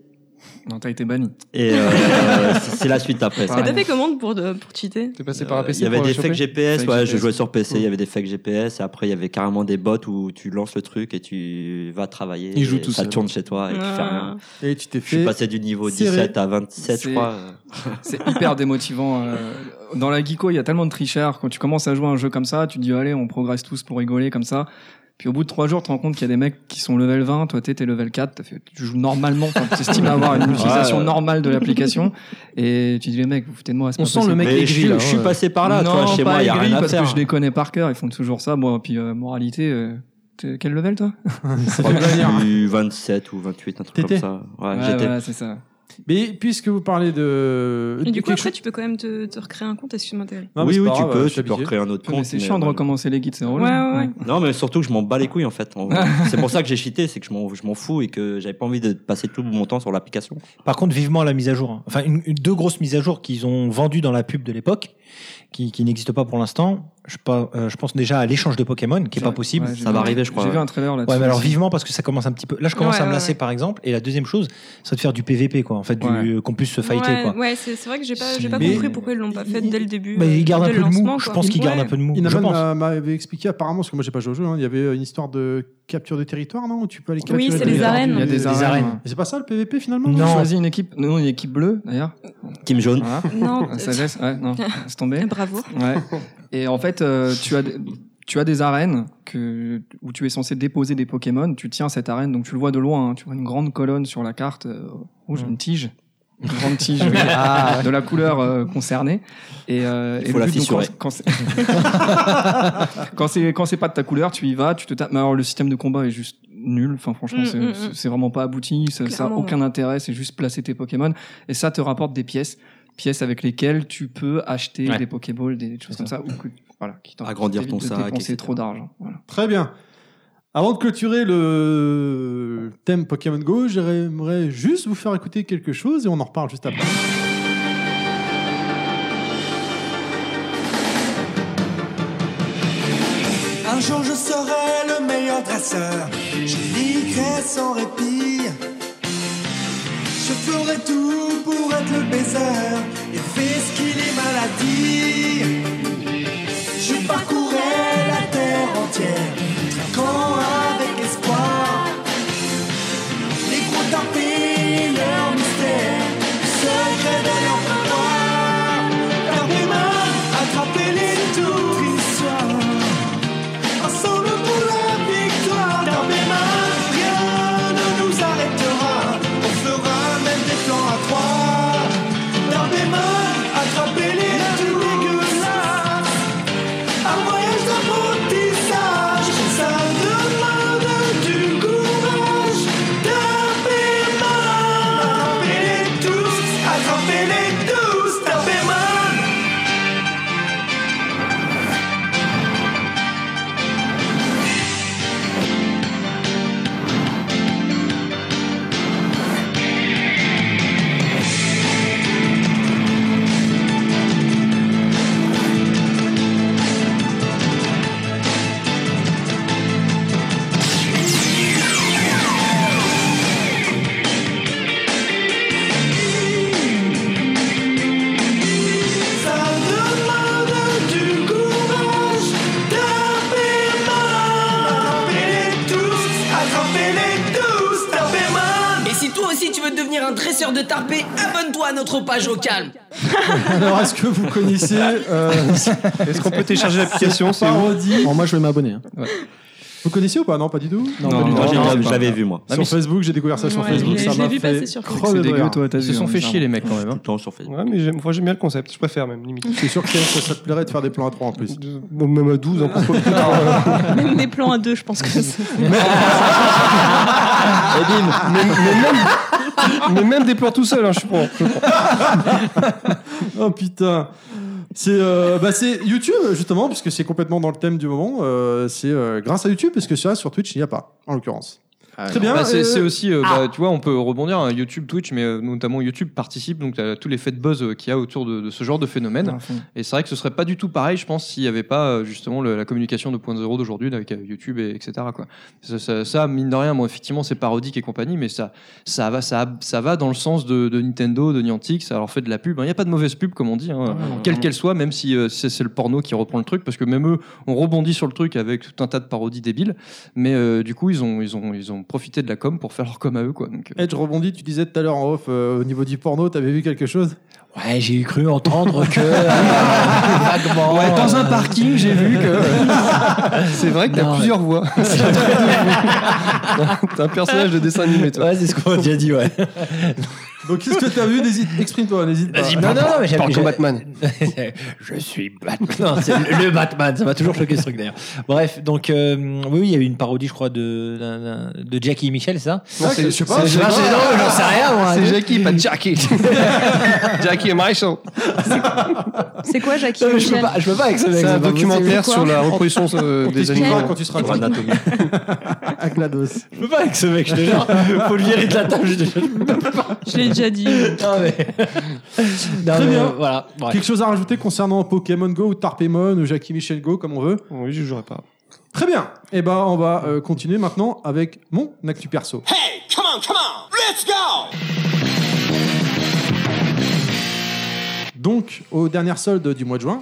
Non, t'as été banni. Et euh, c'est c'est la suite après. Mais T'as fait comment pour, de- pour cheater Bah, T'es passé par un Euh, Il PC y avait euh, pour des la fakes choper GPS, Fake ouais, je GPS. jouais sur PC, il y Mm. avait des fakes GPS, et après il y avait carrément des bots où tu lances le truc et tu vas travailler, Il joue et tout ça seul. tourne chez toi et tu fais rien. Ah. Et tu t'es fait. Je suis passé du niveau serrer. 17 à 27, je C'est- crois. C'est hyper démotivant. euh, Dans la Geeko, il y a tellement de tricheurs. Quand tu commences à jouer à un jeu comme ça, tu te dis, allez, on progresse tous pour rigoler comme ça. Puis au bout de trois jours, tu te rends compte qu'il y a des mecs qui sont level 20, toi t'es t'es level 4, t'as fait- tu joues normalement, enfin, tu estimes avoir une utilisation Ouais. normale de l'application, et tu te dis les mecs, vous foutez de moi, c'est On pas sent le possible. mec Mais aigri, je suis- là, je suis ouais. passé par là, non, toi, chez pas moi, y a aigri, rien à parce faire. que je les connais par cœur, ils font toujours ça, bon, puis euh, moralité, euh, t'es- quel level toi Je crois que je suis 27 ou 28, un truc comme T'étais ça. Ouais, Ouais, j'étais. voilà, c'est ça. Mais puisque vous parlez de. Et du de coup, quelque après, chose- tu peux quand même te, te recréer un compte, excuse-moi, Thierry. Non, mais oui, c'est oui, pas tu grave, euh, peux, je tu suis peux habillé. recréer un autre Ah, Ouais, mais compte. c'est chiant de recommencer les guides, c'est relou. Ouais, ouais, ouais. Non, mais surtout que je m'en bats les couilles en fait. En vrai. c'est pour ça que j'ai cheaté, c'est que je m'en, je m'en fous et que j'avais pas envie de passer tout mon temps sur l'application. Par contre, vivement la mise à jour. hein. Enfin, une- une- deux grosses mises à jour qu'ils ont vendues dans la pub de l'époque, qui, qui n'existent pas pour l'instant. Je, pas- euh, je pense déjà à l'échange de Pokémon, qui est pas possible. ouais, j'ai Ça va vu- arriver, je crois, j'ai vu ouais. un trailer là-dessus Ouais, mais alors aussi. vivement parce que ça commence un petit peu. Là, je commence Ouais, à me ouais, lasser, ouais. par exemple. Et la deuxième chose, c'est de faire du PVP, quoi. En fait, du- qu'on puisse se fighter, ouais, quoi. ouais, c'est c'est vrai que j'ai pas, j'ai pas Mais- compris pourquoi ils l'ont pas fait dès le début. euh, Bah, ils gardent un dès le peu de mou, lancement, je quoi. pense qu'ils gardent Ouais. un peu de mou. Inaman je pense. m'a- euh, m'avait expliqué apparemment, parce que moi j'ai pas joué au jeu, hein, il y avait une histoire de capture de territoire, non Où tu peux aller capturer c'est le les territoire arènes. du- Il y a des des arènes. Mais C'est pas ça le PVP finalement On non choisit une équipe, nous, on est une équipe bleue d'ailleurs. Team jaune. Non. La sagesse, ouais, non, c'est tombé. Bravo. Ouais. Et en fait, euh, tu as des- tu as des arènes que, où tu es censé déposer des Pokémon. Tu tiens cette arène, donc tu le vois de loin. hein. tu vois une grande colonne sur la carte euh, rouge, une tige, une grande tige euh, Ah, ouais. de la couleur euh, concernée. Et, euh, Il et faut le la but, donc, fissurer. quand, quand c'est- quand c'est quand c'est pas de ta couleur, tu y vas, tu te tapes. Mais alors le système de combat est juste nul. Enfin franchement, Mm, c'est- mm, mm. c'est- c'est vraiment pas abouti. Ça, ça a Clairement, aucun intérêt. C'est juste placer tes Pokémon et ça te rapporte des pièces, pièces avec lesquelles tu peux acheter Ouais. des Pokéballs, des choses comme ça, ou que- voilà, qui t'en- Agrandir qui ton t'évitent de sac, dépenser etc. trop d'argent. Voilà. Très bien. Avant de clôturer le thème Pokémon Go, j'aimerais juste vous faire écouter quelque chose et on en reparle juste après. Un jour je serai le meilleur dresseur, je niquerai sans répit. Je ferai tout pour être le baiser et fais ce qu'il est maladie. Je parcourrai la terre entière, traquant avec espoir. Les gros tarpés, leur mystère, le secret de leur pouvoir. Par mes mains, attraper les tours, histoire. Ensemble pour la victoire dans mes mains, rien ne nous arrêtera. On fera même des plans à trois. Dans mes mains, attraper les tout dégueulasses. Un voyage d'apprentissage, ça demande du courage. Dans mes mains, attrapez-les tous, attrapez-les tous dans mes mains. Ça demande du courage Tapez Attrapez-les tous Attrapez-les tous Et si toi aussi tu veux devenir un dresseur de tarpé, abonne-toi à notre page au calme. Alors, est-ce que vous connaissez euh, Est-ce qu'on peut télécharger l'application, c'est où Bon, Moi, je vais m'abonner. hein. Vous connaissiez ou pas Non, pas du tout. Non, pas du tout. Moi, j'ai- je l'avais vu, moi. Sur Facebook, j'ai découvert ça sur Ouais, Facebook. je ça l'ai- je l'ai m'a vu fait passer sur crever Facebook. de C'est dégueu, rire. toi, t'as Ils se vu, sont hein, fait chier, les mecs, quand même, hein. Tout le temps sur Facebook. Ouais, mais j'aime, moi, j'aime bien le concept, je préfère même, limite. C'est sûr que ça, ça te plairait de faire des plans à 3 en plus. Même à hein, 12 en plus. faut le faire. Même des plans à deux, je pense que c'est. Eh, bim. mais, mais même, mais même des plans tout seul, hein, je suis pour. oh putain. C'est euh, bah, c'est YouTube justement puisque c'est complètement dans le thème du moment. euh, c'est euh, grâce à YouTube parce que ça sur Twitch il n'y a pas en l'occurrence. Ah, Très bien. Bah, c'est euh, c'est aussi, euh, ah. bah, tu vois, on peut rebondir à YouTube, Twitch, mais euh, notamment YouTube participe donc à tous les faits de buzz euh, qu'il y a autour de, de ce genre de phénomène. Ouais, à fond. et c'est vrai que ce serait pas du tout pareil, je pense, s'il n'y avait pas euh, justement le- la communication 2.0 d'aujourd'hui avec euh, YouTube et etc. Quoi. Ça, ça- ça, mine de rien, bon, effectivement, c'est parodique et compagnie, mais ça, ça va, ça, ça va dans le sens de, de Nintendo, de Niantic, ça leur fait de la pub. Il n'y a pas de mauvaise pub, comme on dit, hein, quelle qu'elle soit, même si euh, c'est c'est le porno qui reprend le truc, parce que même eux, on rebondit sur le truc avec tout un tas de parodies débiles, mais euh, du coup, ils ont, ils, ont, ils ont profité de la com pour faire leur com à eux, quoi. Donc, euh, Edge rebondit, tu disais tout à l'heure en off euh, au niveau du porno, t'avais vu quelque chose Ouais, j'ai cru entendre que. euh, vaguement. dans un parking, j'ai vu que. C'est vrai que t'as plusieurs voix. T'es un personnage de dessin animé, toi. Ouais, c'est ce qu'on a déjà dit, ouais. Donc, qu'est-ce que t'as vu N'hésite- Exprime-toi, n'hésite pas. euh, Vas-y, Non, parle- non, parle- mais parle j'ai- comme Batman. je suis Batman. Non, c'est le le Batman. Ça m'a toujours choqué ce truc d'ailleurs. Bref, donc euh, oui, oui, il y a eu une parodie, je crois, de d'un- d'un- de Jackie et Michel, c'est ça Non, c'est- je sais pas, C'est- je sais non, pas. c'est- non, j'en sais rien. moi. C'est Jackie, pas Jackie. Jackie et Michael. C'est quoi, Jackie Non, mais je Michel peux pas- je peux pas avec ce mec, C'est c'est un pas possible. documentaire sur la reproduction, On euh, des t'expliquera animaux. quand tu seras Grande grand. anatomie. À GLaDOS. Je peux pas avec ce mec, je te jure. Faut le virer de la table, je te jure. je peux pas. Je l'ai déjà dit. Ah Non, mais... Non, Très mais, bien. euh, Voilà. bref. Quelque chose à rajouter concernant Pokémon Go ou Tarpémon ou Jackie Michel Go, comme on veut Oui, je jouerai pas. Très bien. Et ben, on va euh, continuer maintenant avec mon actu perso. Come on, come on, let's go! Donc, aux dernières soldes du mois de juin,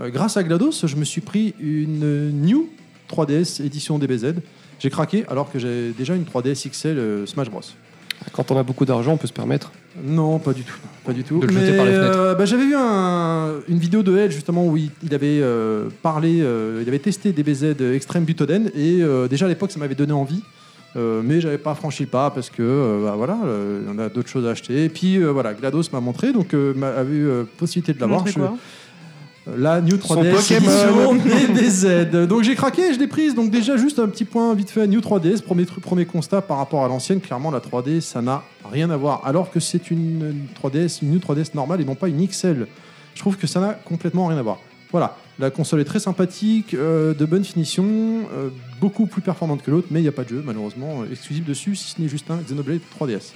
euh, grâce à GLaDOS, je me suis pris une euh, New 3DS édition DBZ. J'ai craqué alors que j'ai déjà une 3DS XL euh, Smash Bros. Quand on a beaucoup d'argent, on peut se permettre. Non, pas du tout. Pas du tout. De le jeter Mais, par les fenêtres. euh, bah, J'avais vu un- une vidéo de Edge justement où il, il avait euh, parlé, euh, il avait testé DBZ Extreme Butoden et euh, déjà à l'époque ça m'avait donné envie. Euh, mais j'avais pas franchi le pas parce que euh, bah, voilà, euh, on a d'autres choses à acheter. Et puis euh, voilà, Glados m'a montré donc euh, m'a- avait eu euh, possibilité de l'avoir. Montré Je- quoi euh, La New Son 3DS Pokémon. édition DBZ. Donc j'ai craqué, et je l'ai prise. Donc déjà juste un petit point vite fait New 3DS, premier truc, premier constat par rapport à l'ancienne, clairement la 3D ça n'a rien à voir alors que c'est une 3DS, une New 3DS normale et non pas une XL. Je trouve que ça n'a complètement rien à voir. Voilà, la console est très sympathique, euh, de bonne finition, euh, beaucoup plus performante que l'autre, mais il n'y a pas de jeu malheureusement euh, exclusif dessus, si ce n'est juste un Xenoblade 3DS.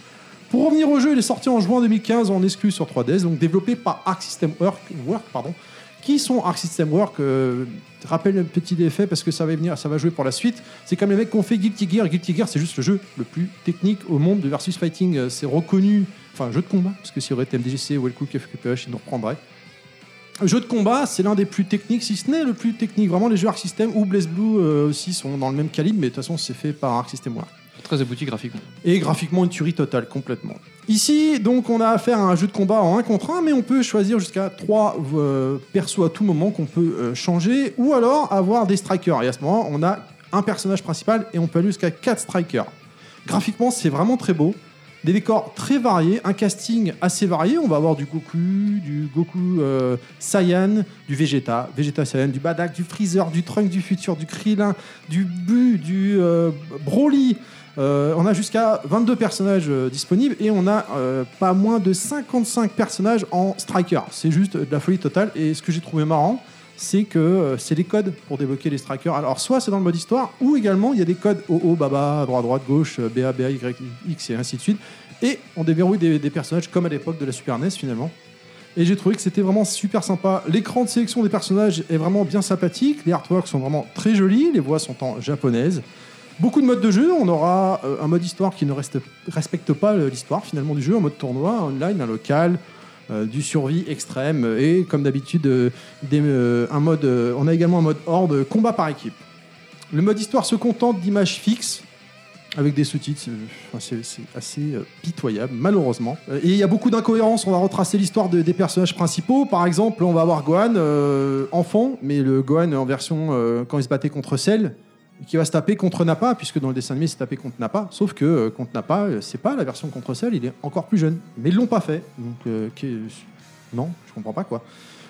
Pour revenir au jeu, il est sorti en juin 2015 en exclu sur 3DS, donc développé par Arc System Work, Work, pardon, qui sont Arc System Work. euh, rappelle un petit effet parce que ça va venir, ça va jouer pour la suite. C'est comme les mecs qui ont fait Guilty Gear. Guilty Gear, c'est juste le jeu le plus technique au monde de versus fighting. Euh, C'est reconnu, enfin jeu de combat, parce que s'il y aurait été MDGC, Wellcook, FQPH, ils nous reprendraient. Jeu de combat, c'est l'un des plus techniques, si ce n'est le plus technique. Vraiment, les jeux Arc System ou Blaze Blue euh, aussi sont dans le même calibre, mais de toute façon, c'est fait par Arc System Work. Très abouti graphiquement. Et graphiquement, une tuerie totale, complètement. Ici, donc, on a affaire à un jeu de combat en 1 contre 1, mais on peut choisir jusqu'à 3 persos à tout moment qu'on peut euh, changer, ou alors avoir des strikers. Et à ce moment, on a un personnage principal et on peut aller jusqu'à 4 strikers. Graphiquement, c'est vraiment très beau. Des décors très variés, un casting assez varié. On va avoir du Goku, du Goku euh, Saiyan, du Vegeta, Vegeta Saiyan, du Badak, du Freezer, du Trunk du futur, du Krillin, du Bu, du euh, Broly. Euh, on a jusqu'à 22 personnages euh, disponibles et on a euh, pas moins de 55 personnages en striker. C'est juste de la folie totale. Et ce que j'ai trouvé marrant, c'est que euh, c'est les codes pour débloquer les strikers. Alors, soit c'est dans le mode histoire, ou également il y a des codes OO, Baba, droite, droite, gauche, euh, BA, BA, Y, X et ainsi de suite. Et on déverrouille des, des personnages comme à l'époque de la Super NES finalement. Et j'ai trouvé que c'était vraiment super sympa. L'écran de sélection des personnages est vraiment bien sympathique. Les artworks sont vraiment très jolis. Les voix sont en japonaise. Beaucoup de modes de jeu. On aura euh, un mode histoire qui ne reste- respecte pas euh, l'histoire finalement du jeu. Un mode tournoi, un online, un local, euh, du survie extrême euh, et comme d'habitude, euh, des, euh, un mode. euh, on a également un mode horde euh, combat par équipe. Le mode histoire se contente d'images fixes avec des sous-titres. euh, enfin, C'est c'est assez euh, pitoyable, malheureusement. Euh, Et il y a beaucoup d'incohérences. On va retracer l'histoire de- des personnages principaux. Par exemple, on va avoir Gohan, euh, enfant, mais le Gohan en version euh, quand il se battait contre Cell, qui va se taper contre Nappa, puisque dans le dessin animé, il s'est tapé contre Nappa. Sauf que euh, contre Nappa, euh, c'est pas la version contre Cell, il est encore plus jeune. Mais ils l'ont pas fait. Donc, euh, qu'est- non, je comprends pas quoi.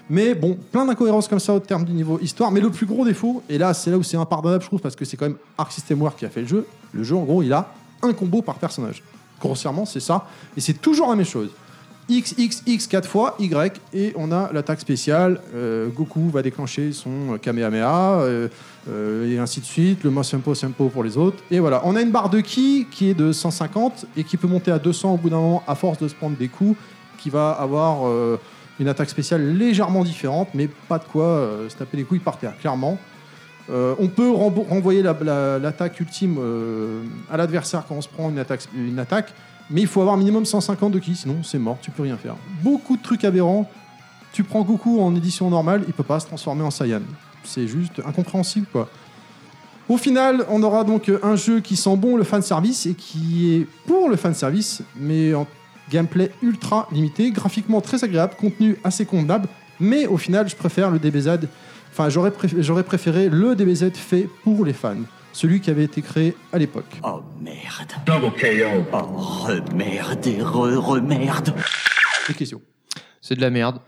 Mais bon, plein d'incohérences comme ça au terme du niveau histoire. Mais le plus gros défaut, et là c'est là où c'est impardonnable je trouve, parce que c'est quand même Arc System War qui a fait le jeu. Le jeu en gros, il a un combo par personnage. Grossièrement, c'est ça. Et c'est toujours la même chose. X, X, X 4 fois, Y, et on a l'attaque spéciale. Euh, Goku va déclencher son Kamehameha, euh, euh, et ainsi de suite. Le Mosempo Sempo pour les autres. Et voilà, on a une barre de ki qui est de 150 et qui peut monter à 200 au bout d'un moment à force de se prendre des coups, qui va avoir euh, une attaque spéciale légèrement différente, mais pas de quoi euh, se taper les couilles par terre, clairement. Euh, on peut rembo- renvoyer la- la- l'attaque ultime euh, à l'adversaire quand on se prend une attaque, une attaque, mais il faut avoir minimum 150 de ki, sinon c'est mort, tu peux rien faire. Beaucoup de trucs aberrants. Tu prends Goku en édition normale, il peut pas se transformer en Saiyan. C'est juste incompréhensible quoi. Au final, on aura donc un jeu qui sent bon le fanservice et qui est pour le fanservice, mais en gameplay ultra limité, graphiquement très agréable, contenu assez convenable, mais au final, je préfère le DBZ. Enfin, j'aurais préf- j'aurais préféré le DBZ fait pour les fans. celui qui avait été créé à l'époque. Oh merde. Double KO. Oh remerde et re-remerde. Des questions. C'est de la merde.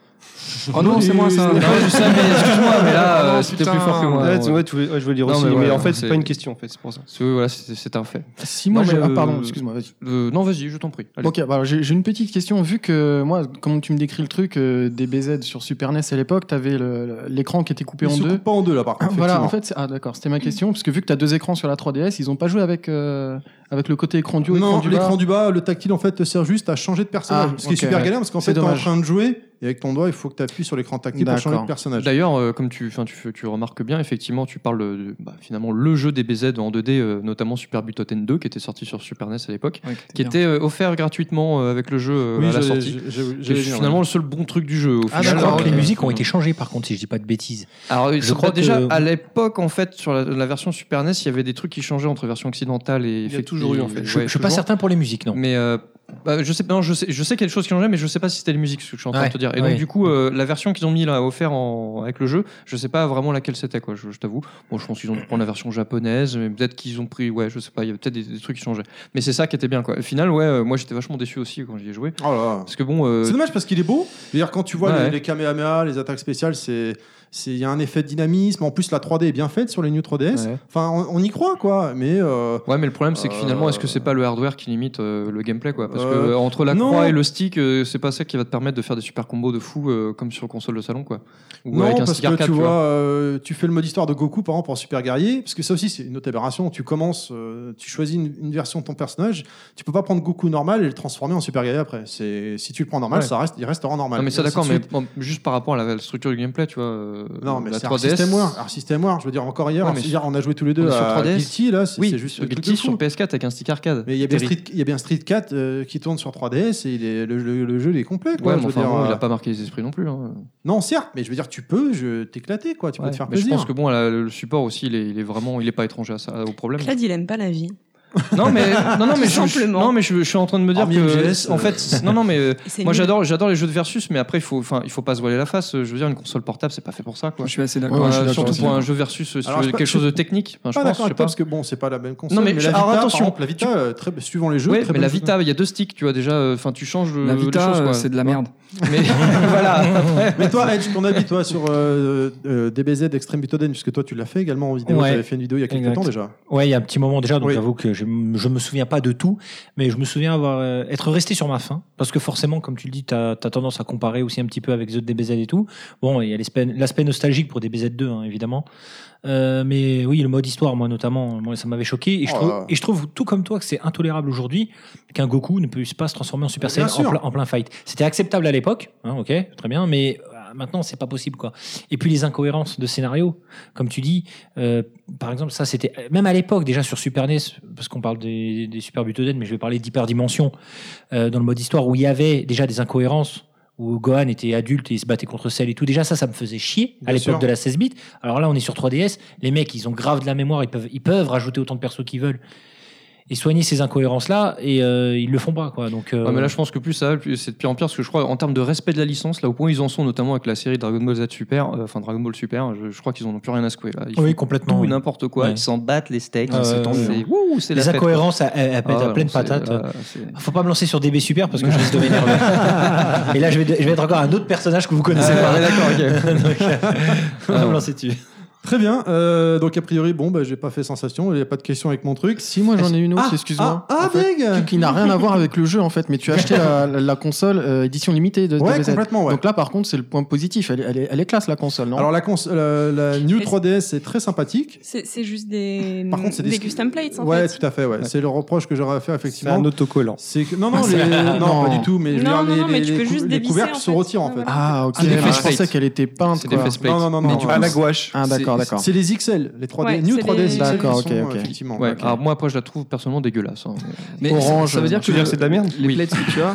Oh non, c'est moi, ça. Non, je sais, mais excuse-moi, mais là, Ah non, euh, c'était putain. plus fort que moi. Ouais, tu vois, tu voulais- ouais, je voulais dire aussi, mais en fait, c'est pas une question, en fait, c'est pour ça. Oui, voilà, c'est c'est un fait. Si moi, Non, j'ai- mais, ah, euh, pardon, excuse-moi, vas-y. euh, non, vas-y, je t'en prie. Allez. Ok, bah alors, j'ai j'ai une petite question. Vu que moi, comment tu me décris le truc, euh, DBZ sur Super NES à l'époque, t'avais le- le- l'écran qui était coupé Il en se deux. coupe pas en deux là par contre. Voilà, effectivement. en fait, c'est- ah d'accord, c'était ma question, parce que vu que t'as deux écrans sur la 3DS, ils ont pas joué avec, euh, avec le côté écran du haut, non, écran du l'écran bas. du bas, le tactile en fait te sert juste à changer de personnage. Ah, ce qui est ok, super ouais. galère parce qu'en C'est fait t'es en dommage. train de jouer et avec ton doigt il faut que tu appuies sur l'écran tactile pour changer de personnage. D'ailleurs, euh, comme tu, enfin, tu, fais- tu remarques bien, effectivement, tu parles euh, de, bah, finalement le jeu DBZ en 2D, euh, notamment Super Butoten 2, qui était sorti sur Super NES à l'époque, Ouais, qui bien. était euh, offert gratuitement euh, avec le jeu euh, Oui, à la j'allais- sortie. j'ai- j'ai- Qui j'allais est dire, finalement ouais. le seul bon truc du jeu. Au Ah, final. je crois que les Euh, musiques ont euh, été changées, par contre, si je dis pas de bêtises. Alors, je, Je crois crois déjà que- à l'époque, en fait, sur la, la version Super NES, il y avait des trucs qui changeaient entre version occidentale et. Il y a effect- toujours eu, en et- fait. ouais, Je- je suis pas toujours. certain pour les musiques, non. Mais euh, bah, je sais, non, je sais, je sais qu'il y a des choses qui changeaient, mais je sais pas si c'était les musiques, ce que je suis en train Ouais, de te dire. Et ouais. donc, du coup, euh, la version qu'ils ont mis là, offert en, avec le jeu, je sais pas vraiment laquelle c'était, quoi. Je, je t'avoue. Bon, je pense qu'ils ont dû prendre la version japonaise, mais peut-être qu'ils ont pris, ouais, je sais pas. Il y avait peut-être des, des trucs qui changeaient. Mais c'est ça qui était bien, quoi. Au final, ouais, euh, moi j'étais vachement déçu aussi quand j'y ai joué. Oh Parce que bon, euh, C'est dommage parce qu'il est beau. D'ailleurs, quand tu vois Ouais. les, les Kamehameha, les attaques spéciales, c'est c'est- il y a un effet de dynamisme. En plus, la 3D est bien faite sur les New 3DS. Ouais. Enfin, on, on y croit quoi. Mais euh, Ouais, mais le problème, c'est que finalement, Euh, est-ce que c'est pas le hardware qui limite euh, le gameplay, quoi Parce que Euh, entre la non. croix et le stick, euh, c'est pas ça qui va te permettre de faire des super combos de fou euh, comme sur console de salon, quoi. Ou non, avec un parce stick que arcade, tu vois, euh, tu fais le mode histoire de Goku par exemple pour Super Guerrier, parce que ça aussi c'est une autre aberration. Tu commences, euh, tu choisis une, une version de ton personnage, tu peux pas prendre Goku normal et le transformer en Super Guerrier après. C'est si tu le prends normal, Ouais. ça reste, il restera normal. Non, mais Et ça ainsi d'accord, de mais suite. bon, juste par rapport à la structure du gameplay, tu vois. euh, Non, mais la c'est Art 3DS. System War. Art System War, je veux dire, encore hier, Ouais, on- mais hier, on a joué tous les deux on est sur à 3DS. Guilty, là, c'est Oui, c'est juste sur le truc Guilty, de fou. sur PS4 avec un stick arcade. Mais il y a bien Terrible. Street, il y a bien Street 4 euh, qui tourne sur 3DS et il est- le, le- le jeu il est complet. Quoi, Ouais, je mais veux enfin, dire, bon, il euh, a pas marqué les esprits non plus. hein. Non, certes, mais je veux dire, tu peux je... t'éclater, quoi. Tu Ouais, peux te faire mais je plaisir. pense que bon, là, le support aussi, il est, il est vraiment, il est pas étranger à ça, au problème. Claude, il aime pas la vie. Non mais non non Tout mais je, je- simplement. non mais je, je suis en train de me dire Hormis que MGS, en euh. fait non non mais euh, C'est moi nul. j'adore j'adore les jeux de versus mais après il faut enfin il faut pas se voiler la face euh, je veux dire une console portable c'est pas fait pour ça quoi. Je suis assez d'accord. Euh, Ouais, je suis d'accord surtout aussi. pour un jeu versus euh, sur Alors, je suis pas- quelque je chose de suis technique enfin, je pas pense d'accord je sais avec toi pas. parce que bon, c'est pas la même console. Non, mais mais, la alors, Vita, par attention, exemple, la Vita, euh, très... suivant les jeux, Ouais, très mais bonne la console. Vita, il y a deux sticks, tu vois déjà. euh, Enfin, tu changes euh, La Vita, les choses. euh, quoi. c'est de la merde. Mais voilà. Mais toi, Edge, ton avis, toi, sur euh, euh, DBZ Extreme Butoden, puisque toi, tu l'as fait également en vidéo. Ouais. J'avais fait une vidéo il y a quelques Exact. Ah, temps déjà. Ouais, il y a un petit moment déjà, donc Oui. j'avoue que je, je me souviens pas de tout, mais je me souviens avoir euh, être resté sur ma faim parce que forcément, comme tu le dis, t'as as tendance à comparer aussi un petit peu avec The DBZ et tout. Bon, il y a l'aspect- l'aspect nostalgique pour DBZ2 hein, évidemment, Euh, mais oui, le mode histoire, moi notamment, moi ça m'avait choqué et je, Oh là trouve, là. et je trouve tout comme toi que c'est intolérable aujourd'hui qu'un Goku ne puisse pas se transformer en Super Bien Saiyan en sûr. plein, en plein fight. C'était acceptable à l'époque, hein, ok, très bien, mais euh, maintenant c'est pas possible quoi. Et puis les incohérences de scénario, comme tu dis, euh, par exemple, ça c'était euh, même à l'époque déjà sur Super NES, parce qu'on parle des, des Super Butoden, mais je vais parler d'hyperdimension euh, dans le mode histoire où il y avait déjà des incohérences où Gohan était adulte et il se battait contre Cell et tout. Déjà ça, ça me faisait chier à Bien l'époque sûr. de la 16 bits. Alors là, on est sur 3DS, les mecs ils ont grave de la mémoire, ils peuvent ils peuvent rajouter autant de persos qu'ils veulent et soigner ces incohérences là et euh, ils le font pas quoi. Donc euh, Ouais, mais là, je pense que plus ça, va, plus c'est de pire en pire, parce que je crois, en termes de respect de la licence, là, au point où ils en sont, notamment avec la série Dragon Ball Z Super, euh, enfin Dragon Ball Super, je, je crois qu'ils en ont plus rien à secouer, là. Ils font oui complètement. tout et oui. n'importe quoi, Ouais. ils s'en battent les steaks, Ah, c'est ouais, tendu. ouais. C'est- wouh, c'est la les fête, quoi. incohérences à, à- à- Ah, à non, pleine c'est- patate. ah, c'est- Faut pas me lancer sur DB Super parce que je risque de m'énerver. Et là, je vais, je vais être encore un autre personnage que vous connaissez Ah, pas. ouais, d'accord, ok. Donc, euh, faut pas me lancer dessus. Très bien. euh, donc, a priori, bon, bah, j'ai pas fait sensation. Il n'y a pas de question avec mon truc. Si, moi j'en ai une autre, Ah, excuse-moi. ah, ah, En fait, dingue qui- Qui n'a rien à voir avec le jeu en fait, mais tu as acheté la, la- la console euh, édition limitée de Ouais, DBZ. complètement, ouais. Donc là par contre, c'est le point positif. Elle, est- elle est, elle est classe la console, non Alors, la, cons- euh, la- ah, la New Et- 3DS est très sympathique. C'est c'est juste des, Par contre, c'est des, custom plates en Ouais, fait. tout à fait. Ouais. C'est le reproche que j'aurais à faire effectivement. C'est un autocollant. C'est que non non, Ah, les- c'est- non, Non. pas du tout mais je veux Non, dire, non, les- non, mais les- tu peux les cou- juste les dévisser, couvercles en se fait. retirent en fait. Ah ok, C'est des Ah, je faceplates. pensais qu'elle était peinte. C'est des quoi. faceplates. Non, non, non, Mais non, du non. coup, À la gouache. Ah d'accord, C'est- d'accord. C'est les XL, les 3D Ouais, New c'est 3D les- XL D'accord, ok, qui sont, euh, ok. effectivement. Ouais, ok. alors moi, après, je la trouve personnellement dégueulasse. hein. Mais Orange, ça, ça veut dire Tu que veux dire c'est de la merde les Oui. plates que tu as,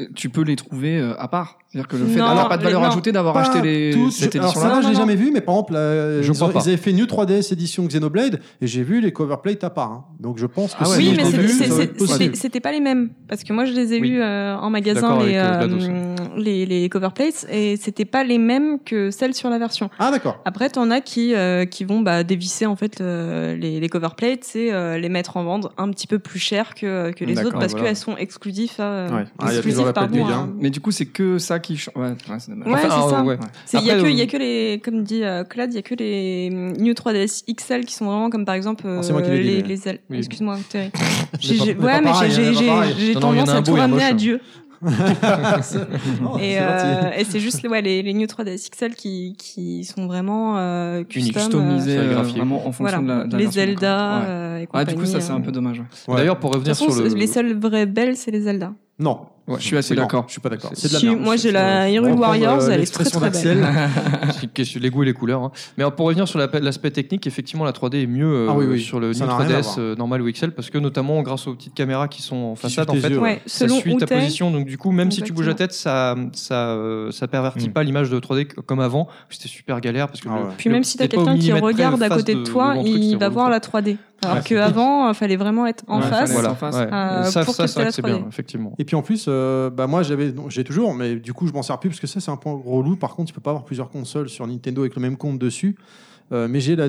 euh, tu peux les trouver euh, à part. C'est-à-dire que le fait d'avoir pas de valeur ajoutée, d'avoir Pas acheté les, toutes. cette Alors, édition-là. celle-là, je l'ai jamais vu, mais par exemple, la- Je ils, crois ont- pas. ils avaient fait New 3DS édition Xenoblade et j'ai vu les cover plates à part. hein. Donc je pense que Ah ouais, si oui, je mais l'ai c'est- vu, c'est- ça doit c'est- être c'est- possible. C'était- C'était pas les mêmes parce que moi je les ai Oui. eus euh, en d'accord magasin avec, les, euh, euh, GLaDOS. les les cover plates et c'était pas les mêmes que celles sur la version. Ah d'accord. Après t'en as qui euh, qui vont bah, dévisser en fait euh, les, les cover plates et euh, les mettre en vente un petit peu plus cher que que les D'accord, autres parce voilà. qu'elles sont exclusives. Ah, euh, Ouais. exclusives, pardon, à- Mais du coup, c'est que ça qui change. Ouais, ouais, c'est dommage. Ouais, Enfin, c'est ah, ça. ouais. C'est- Il y a Après, que, il y euh, a que les, comme dit euh, Clad, il y a que les hum, New 3DS XL qui sont vraiment comme par exemple euh, Ah, c'est moi qui l'ai les, dit, mais- les ailes. Oui. Excuse-moi, Terry. On J'ai- j'ai- est pas- on est pas Ouais, mais pareil, j'ai- on est j'ai pas pareil. j'ai- j'ai Non, non, il y en tendance a un à beau tout et un ramener moche, à hein. Dieu. Oh, et c'est euh, gentil. et c'est juste ouais, les, les New 3DS XL qui, qui sont vraiment euh, Unique, custom, customisé, euh, euh, vraiment en fonction voilà. de la, de la Les version, d'accord. Zelda Ouais. euh, et Ah, du coup, compagnie, ça, c'est un euh. peu dommage. ouais. Ouais. D'ailleurs, pour De toute revenir façon, sur le. Les seules vraies belles, c'est les Zelda. Non. je suis assez Non, d'accord. Je suis pas d'accord. C'est de la Je suis- merde. moi, j'ai la Hyrule Reprendre, euh, Warriors, elle est l'expression très, très belle. d'Axel. C'est une question- les goûts et les couleurs. hein. Mais alors, pour revenir sur la- l'aspect technique, effectivement, la 3D est mieux euh, Ah oui, oui. sur le Ça New n'a rien à 3DS voir. euh, normal ou XL parce que notamment grâce aux petites caméras qui sont en façade, en suivent tes fait, yeux, ouais. Ouais, ça selon suit où ta t'es. position. Donc du coup, même si tu bouges la Exactement. tête, ça ça euh, ça Mm. pervertit pas l'image de 3D comme avant. C'était super galère parce que. Ah le- Puis le- même si t'as t'es pas au quelqu'un qui millimètre près regarde à face côté de, toi, mon truc, il c'est va relou, voir quoi. la 3D. Alors Ouais. qu'avant, il fallait vraiment être en Ouais, face fallait euh, être en face, ouais. Ça, pour ça, capter c'est vrai la que c'est 3D. bien, effectivement. Et puis en plus, euh, bah moi j'avais, donc, j'ai toujours, mais du coup je m'en sers plus parce que ça c'est un point gros loup. Par contre, tu peux pas avoir plusieurs consoles sur Nintendo avec le même compte dessus. Euh, mais j'ai la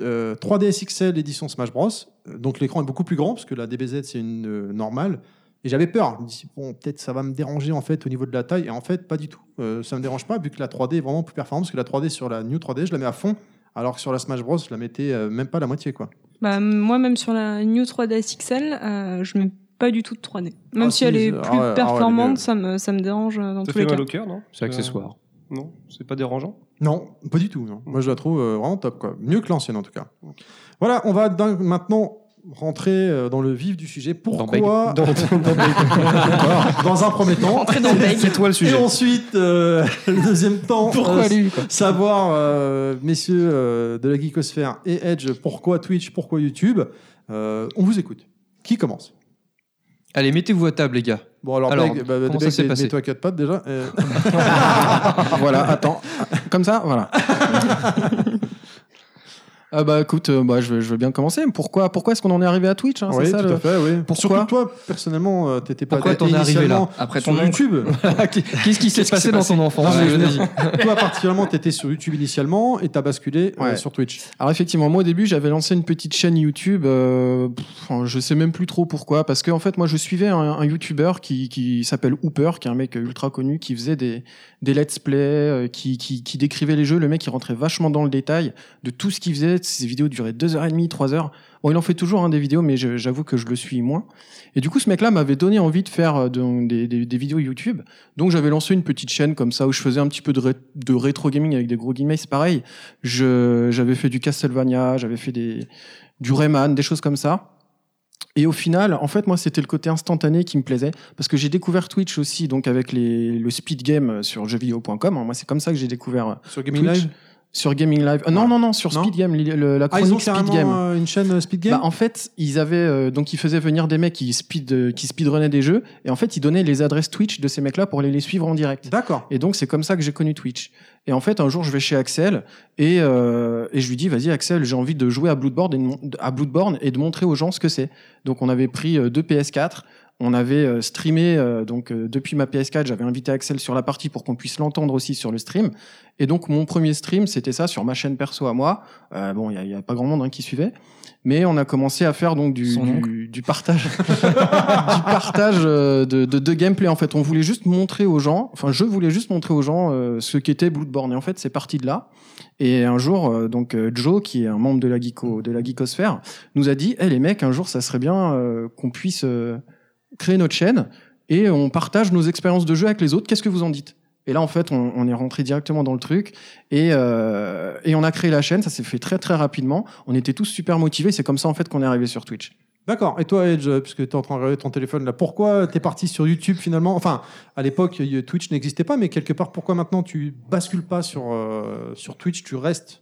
euh, 3DS XL édition Smash Bros. Euh, Donc l'écran est beaucoup plus grand parce que la DBZ c'est une euh, normale. Et j'avais peur. Je me dis bon peut-être ça va me déranger en fait au niveau de la taille. Et en fait pas du tout. Euh, ça me dérange pas vu que la 3D est vraiment plus performante parce que la 3D sur la New 3D je la mets à fond, alors que sur la Smash Bros je la mettais euh, même pas la moitié quoi. Bah, moi, même sur la New 3DS XL, euh, je mets pas du tout de 3D. Même Ah, si, si, elle est ah plus ouais, ah ouais, performante, mais- ça, me, ça me dérange euh, dans Ça tous fait les mal cas. au cœur, non Euh, C'est accessoire. Non, c'est pas dérangeant. Non, pas du tout. non. Moi, je la trouve euh, vraiment top, quoi. Mieux que l'ancienne, en tout cas. Voilà, on va d'un- maintenant rentrer euh, dans le vif du sujet. Pourquoi Dans Beg. Dans- dans Beg. Voilà, dans un premier temps. Rentrer dans Beg. C'est toi le sujet. Et ensuite, euh, le deuxième temps. Pourquoi lui, s- Savoir, euh, messieurs euh, de la geekosphère et Edge, pourquoi Twitch, pourquoi YouTube. Euh, on vous écoute. Qui commence Allez, mettez-vous à table, les gars. Bon, alors, Beg, bah, comment Beg, ça s'est passé mets-toi à quatre pattes déjà. Euh, voilà, attends. Comme ça, voilà. Ah bah écoute, euh, bah, je, veux, je veux bien commencer. Pourquoi, pourquoi est-ce qu'on en est arrivé à Twitch hein, oui, c'est tout ça, le- à fait, oui. Pourquoi Surtout toi, personnellement, euh, t'étais pas Pourquoi t'étais t'en es arrivé là, initialement après ton sur oncle YouTube. Qu'est-ce qui s'est passé dans ton Ah, enfance Non, mais je veux Vas-y. dire, Toi, particulièrement, t'étais sur YouTube initialement et t'as basculé euh, Ouais. sur Twitch. Alors effectivement, moi au début, j'avais lancé une petite chaîne YouTube. euh, pff, je sais même plus trop pourquoi, parce que en fait, moi, je suivais un, un YouTuber qui, qui s'appelle Hooper, qui est un mec ultra connu, qui faisait des, des let's play, euh, qui, qui, qui décrivait les jeux. Le mec, il rentrait vachement dans le détail de tout ce qu'il faisait. Ses vidéos duraient deux heures et demie, trois heures. Bon, il en fait toujours hein, des vidéos, mais je- j'avoue que je le suis moins. Et du coup, ce mec-là m'avait donné envie de faire euh, de- des, des- des vidéos YouTube. Donc, j'avais lancé une petite chaîne comme ça où je faisais un petit peu de, ré- de rétro gaming avec des gros guillemets. C'est pareil. Je- J'avais fait du Castlevania, j'avais fait des, du Rayman, des choses comme ça. Et au final, en fait, moi, c'était le côté instantané qui me plaisait parce que j'ai découvert Twitch aussi, donc avec les, le speed game euh, sur jeuxvideo.com. hein. Moi, c'est comme ça que j'ai découvert euh, Sur Gaming Twitch. Live Sur Gaming Live. Euh, non, non, non, sur Speed Game, li- le- la Ah, chronique ils ont Speed carrément, Game. euh, une chaîne euh, Speed Game Bah, en fait, ils avaient euh, donc ils faisaient venir des mecs qui speed euh, qui speedrunnaient des jeux et en fait, ils donnaient les adresses Twitch de ces mecs-là pour aller les suivre en direct. D'accord. Et donc c'est comme ça que j'ai connu Twitch. Et en fait, un jour, je vais chez Axel et euh, et je lui dis "Vas-y Axel, j'ai envie de jouer à Bloodborne et de, mon- à Bloodborne et de montrer aux gens ce que c'est." Donc on avait pris euh, deux PS4 on avait euh, streamé euh, donc euh, depuis ma PS4, j'avais invité Axel sur la partie pour qu'on puisse l'entendre aussi sur le stream. Et donc mon premier stream, c'était ça sur ma chaîne perso à moi. Euh, bon, il y a- il y a, pas grand monde hein, qui suivait, mais on a commencé à faire donc du, du, du partage, du partage euh, de, de, de gameplay. En fait, on voulait juste montrer aux gens, enfin je voulais juste montrer aux gens euh, ce qu'était Bloodborne. Et en fait, c'est parti de là. Et un jour, euh, donc euh, Joe, qui est un membre de la geeko, de la geekosphère, nous a dit "Eh les mecs, un jour, ça serait bien euh, qu'on puisse euh, créer notre chaîne et on partage nos expériences de jeu avec les autres. Qu'est-ce que vous en dites Et là, en fait, on, on est rentré directement dans le truc et, euh, et on a créé la chaîne. Ça s'est fait très très rapidement. On était tous super motivés. C'est comme ça en fait qu'on est arrivé sur Twitch. D'accord. Et toi, Edge, euh, puisque t'es en train de regarder ton téléphone là, pourquoi t'es parti sur YouTube finalement Enfin, à l'époque, euh, Twitch n'existait pas, mais quelque part, pourquoi maintenant tu bascules pas sur, euh, sur Twitch, tu restes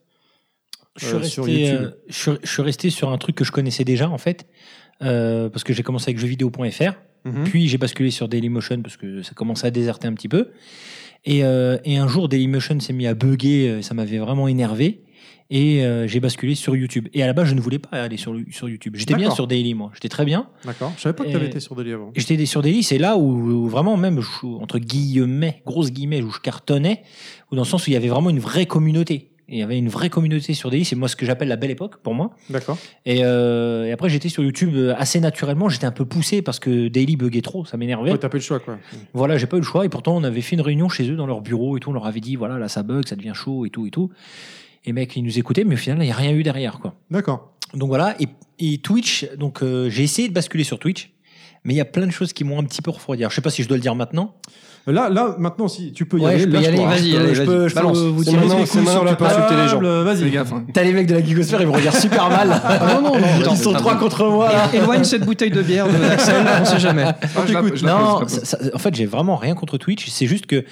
je suis, euh, sur resté, YouTube euh, je, suis- je suis resté sur un truc que je connaissais déjà en fait, euh, parce que j'ai commencé avec jeuxvideo.fr. Mhm. Puis j'ai basculé sur Dailymotion parce que ça commençait à déserter un petit peu. Et, euh, et un jour, Dailymotion s'est mis à bugger, euh, ça m'avait vraiment énervé. Et euh, j'ai basculé sur YouTube. Et à la base, je ne voulais pas aller sur, sur YouTube. J'étais bien D'accord. sur Daily, moi. J'étais très bien. D'accord. Je savais pas que Et- t'avais été sur Delhi avant. Et J'étais sur Daily, c'est là où, où vraiment même, je- entre guillemets, grosses guillemets, où je cartonnais, ou dans le sens où il y avait vraiment une vraie communauté. Il y avait une vraie communauté sur Daily, c'est moi ce que j'appelle la belle époque pour moi. D'accord. Et, euh, et après, j'étais sur YouTube euh, assez naturellement. J'étais un peu poussé parce que Daily buguait trop, ça m'énervait. Ouais, t'as pas eu le choix, quoi. Voilà, j'ai pas eu le choix. Et pourtant, on avait fait une réunion chez eux dans leur bureau et tout. On leur avait dit, voilà, là, ça bug, ça devient chaud et tout et tout. Et mec, ils nous écoutaient, mais au final, il n'y a rien eu derrière, quoi. D'accord. Donc voilà. Et, et Twitch, donc euh, j'ai essayé de basculer sur Twitch, mais il y a plein de choses qui m'ont un petit peu refroidi. Alors, je sais pas si je dois le dire maintenant. Là, là, maintenant, si tu peux y Ouais, aller, je peux là, y aller, crois. Je vas-y, peux- je allez, vas-y, peux, je peux balance. vous C'est tirer maintenant, des c'est coups maintenant sur que la tu peux insulter les gens. table, Vas-y. Fais gaffe, hein. T'as les mecs de la gigosphère, ils me regardent super mal. Ah non, non, non. Ils sont trois contre moi. là. Éloigne cette bouteille de bière de Axel, on sait jamais. Ah, je la- je la non, pose, je la pose. ça- ça- en fait, j'ai vraiment rien contre Twitch. C'est juste que. euh,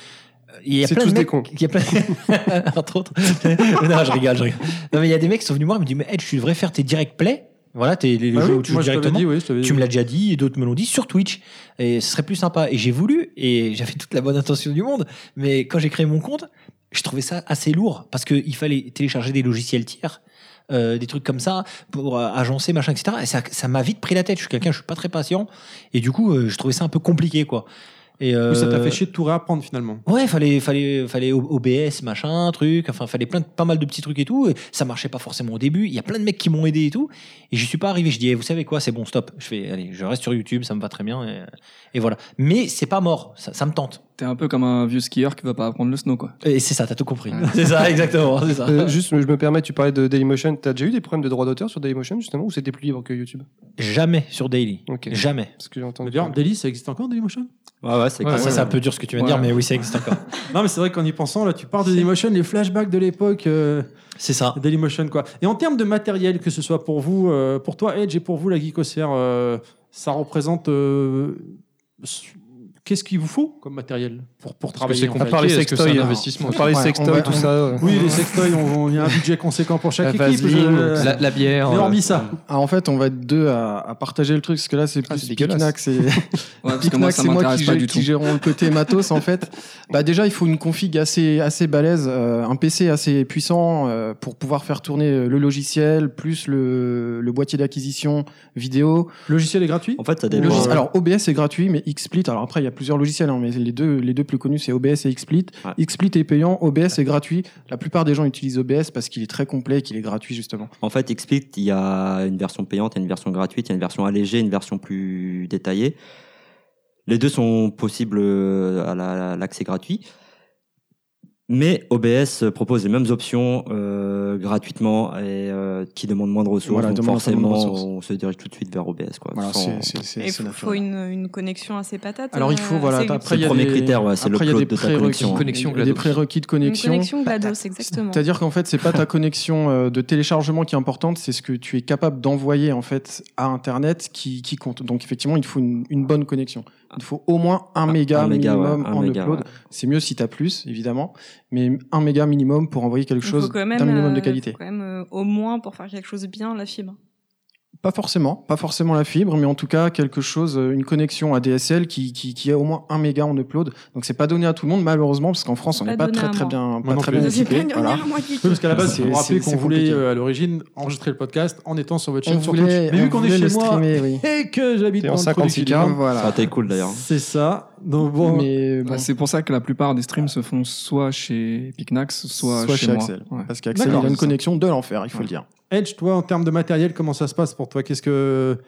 Il y a C'est plein tous de des mecs, cons. Il y a plein... Entre autres. non, je rigole, je rigole. Non, mais il y a des mecs qui sont venus me voir et me disent Mais Ed, tu devrais faire tes direct play. Voilà, tes, les Bah oui, jeux où tu moi, joues je t'avais directement. dit, oui, je t'avais tu dit. me l'as déjà dit et d'autres me l'ont dit sur Twitch. Et ce serait plus sympa. Et j'ai voulu et j'avais toute la bonne intention du monde. Mais quand j'ai créé mon compte, je trouvais ça assez lourd parce qu'il fallait télécharger des logiciels tiers. euh, des trucs comme ça pour euh, agencer machin etc et ça ça m'a vite pris la tête je suis quelqu'un je suis pas très patient et du coup euh, je trouvais ça un peu compliqué quoi et euh, Oui, Ça t'a fait chier de tout réapprendre finalement. Ouais, fallait, fallait, fallait O- OBS, machin, truc. Enfin, fallait plein de, pas mal de petits trucs et tout. Et ça marchait pas forcément au début. Il y a plein de mecs qui m'ont aidé et tout. Et je suis pas arrivé. Je dis, eh, vous savez quoi, c'est bon, stop. Je fais, allez, je reste sur YouTube, ça me va très bien. Et, et voilà. Mais c'est pas mort. Ça, ça me tente. T'es un peu comme un vieux skieur qui va pas apprendre le snow, quoi. Et c'est ça, t'as tout compris. C'est ça, exactement. C'est ça. Euh, juste, je me permets, tu parlais de Dailymotion. T'as déjà eu des problèmes de droits d'auteur sur Dailymotion, justement, ou c'était plus libre que YouTube Jamais sur Daily. Jamais. Parce que j'ai entendu. D'ailleurs, Daily, ça existe encore, Dailymotion Ouais, ouais, ça, existe. ça, Ouais, c'est un ouais. peu dur ce que tu viens de Ouais. dire, mais oui, ça existe encore. Non, mais c'est vrai qu'en y pensant, là, tu pars de Dailymotion, les flashbacks de l'époque. euh, c'est ça. Dailymotion, quoi. Et en termes de matériel, que ce soit pour vous, euh, pour toi, Edge, et pour vous, la geekosphère, euh, ça représente. euh, s- Qu'est-ce qu'il vous faut comme matériel pour, pour Parce que travailler c'est en compliqué, fait À part les est-ce que sextoys, c'est un hein. investissement Ouais, Par les on va- sextoys, tout on- ça, euh. Oui, les sextoys, on, on y a un budget conséquent pour chaque La équipe. vaseline, euh, la- la bière, Mais euh, hormis ça. Ah, en fait, on va être deux à, à partager le truc, parce que là, c'est plus Picnac, c'est parce que Picnac, moi, ça c'est moi m'intéresse qui, pas gé- du qui tout. gérons le côté matos, en fait. Bah, déjà, il faut une config assez, assez balèze, euh, un PC assez puissant euh, pour pouvoir faire tourner le logiciel, plus le, le boîtier d'acquisition vidéo. Logiciel est gratuit En fait, ça Logis- dépend. euh, Alors OBS est gratuit, mais XSplit. Alors après, il y a plusieurs logiciels, hein, mais les deux, les deux plus connus, c'est OBS et XSplit. XSplit est payant, OBS est gratuit. La plupart des gens utilisent OBS parce qu'il est très complet et qu'il est gratuit justement. En fait, XSplit, il y a une version payante, il y a une version gratuite, il y a une version allégée, une version plus détaillée. Les deux sont possibles euh, à la- à l'accès gratuit. Mais OBS propose les mêmes options euh, gratuitement et euh, qui demandent moins de ressources. Voilà, donc demande un peu moins de forcément, ressources. on se dirige tout de suite vers OBS. Quoi, Voilà, Sans- c'est- c'est- c'est- Il faut, faut une, une connexion assez patate. Alors il euh, faut voilà. assez- Après, le il y a premier des- critère, ouais, c'est le après, il y a cloud des de ta prérequis- connexion. hein. Connexion il y a des GLaDOS. prérequis de Une connexion. connexion GLaDOS, exactement. C'est-à-dire qu'en fait, c'est pas ta connexion euh, de téléchargement qui est importante, c'est ce que tu es capable d'envoyer en fait à Internet qui, qui compte. Donc effectivement, il te faut une, une bonne connexion. Il te faut au moins un méga un méga, minimum ouais, un en méga, upload. ouais. C'est mieux si t'as plus, évidemment, mais un méga minimum pour envoyer quelque Il chose faut quand même, d'un minimum de euh, qualité. faut quand même, euh, au moins pour faire quelque chose bien, la fibre. Pas forcément, pas forcément la fibre, mais en tout cas quelque chose, euh, une connexion ADSL qui, qui, qui a au moins un méga en upload. Donc c'est pas donné à tout le monde malheureusement parce qu'en France on Pas n'est pas donné très à très moi. bien, Moi pas non très plus. bien C'est équipé, pas donné voilà. à moi Oui, parce qu'à la base, C'est- il faut rappeler c'est- qu'on c'est voulait compliqué. euh, à l'origine enregistrer le podcast en étant sur votre On chaîne sur voulait- Twitch. Mais on vu qu'on est voulait le chez moi streamer, oui. et que j'habite Et dans en le trou du 56K, cul, voilà. Ça a été cool d'ailleurs. C'est ça. Donc bon. Mais Bah, c'est pour ça que la plupart des streams se font soit chez Picnax, soit, Soit chez, chez moi. Axel. Parce qu'Axel, D'accord. il a une connexion de l'enfer, il faut le dire. Edge, toi, en termes de matériel, comment ça se passe pour toi Qu'est-ce que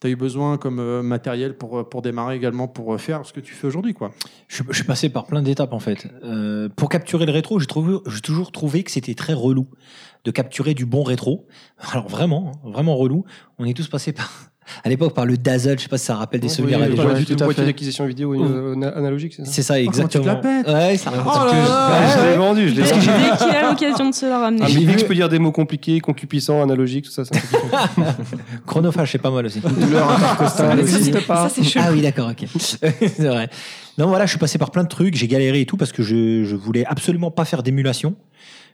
tu as eu besoin comme euh, matériel pour, euh, pour démarrer également, pour euh, faire ce que tu fais aujourd'hui quoi Je, suis- je suis passé par plein d'étapes en fait. Euh, pour capturer le rétro, j'ai trouvé- j'ai toujours trouvé que c'était très relou de capturer du bon rétro. Alors vraiment, hein, vraiment relou. On est tous passés par, à l'époque par le Dazzle. Je sais pas si ça rappelle des Oui, souvenirs à oui, des oui, gens. oui, tout à boîtier fait. d'acquisition vidéo euh, ana- analogique, c'est ça C'est ça, Oh, comment tu te la exactement. pètes Ouais, ça raconte Oh là que- là, Ouais, je ouais. l'ai vendu, je l'ai Parce que vendu. j'ai- Et qui a l'occasion de se la ramener Ah, mais vu que je peux dire des mots compliqués, concupissants, analogiques, tout ça, ça me fait Chronophage, c'est pas mal aussi. Douleur intercostale Ça n'existe aussi. pas. Ça, c'est chelou. ah oui, d'accord, ok. c'est vrai. Non, voilà, je suis passé par plein de trucs, j'ai galéré et tout parce que je, je voulais absolument pas faire d'émulation.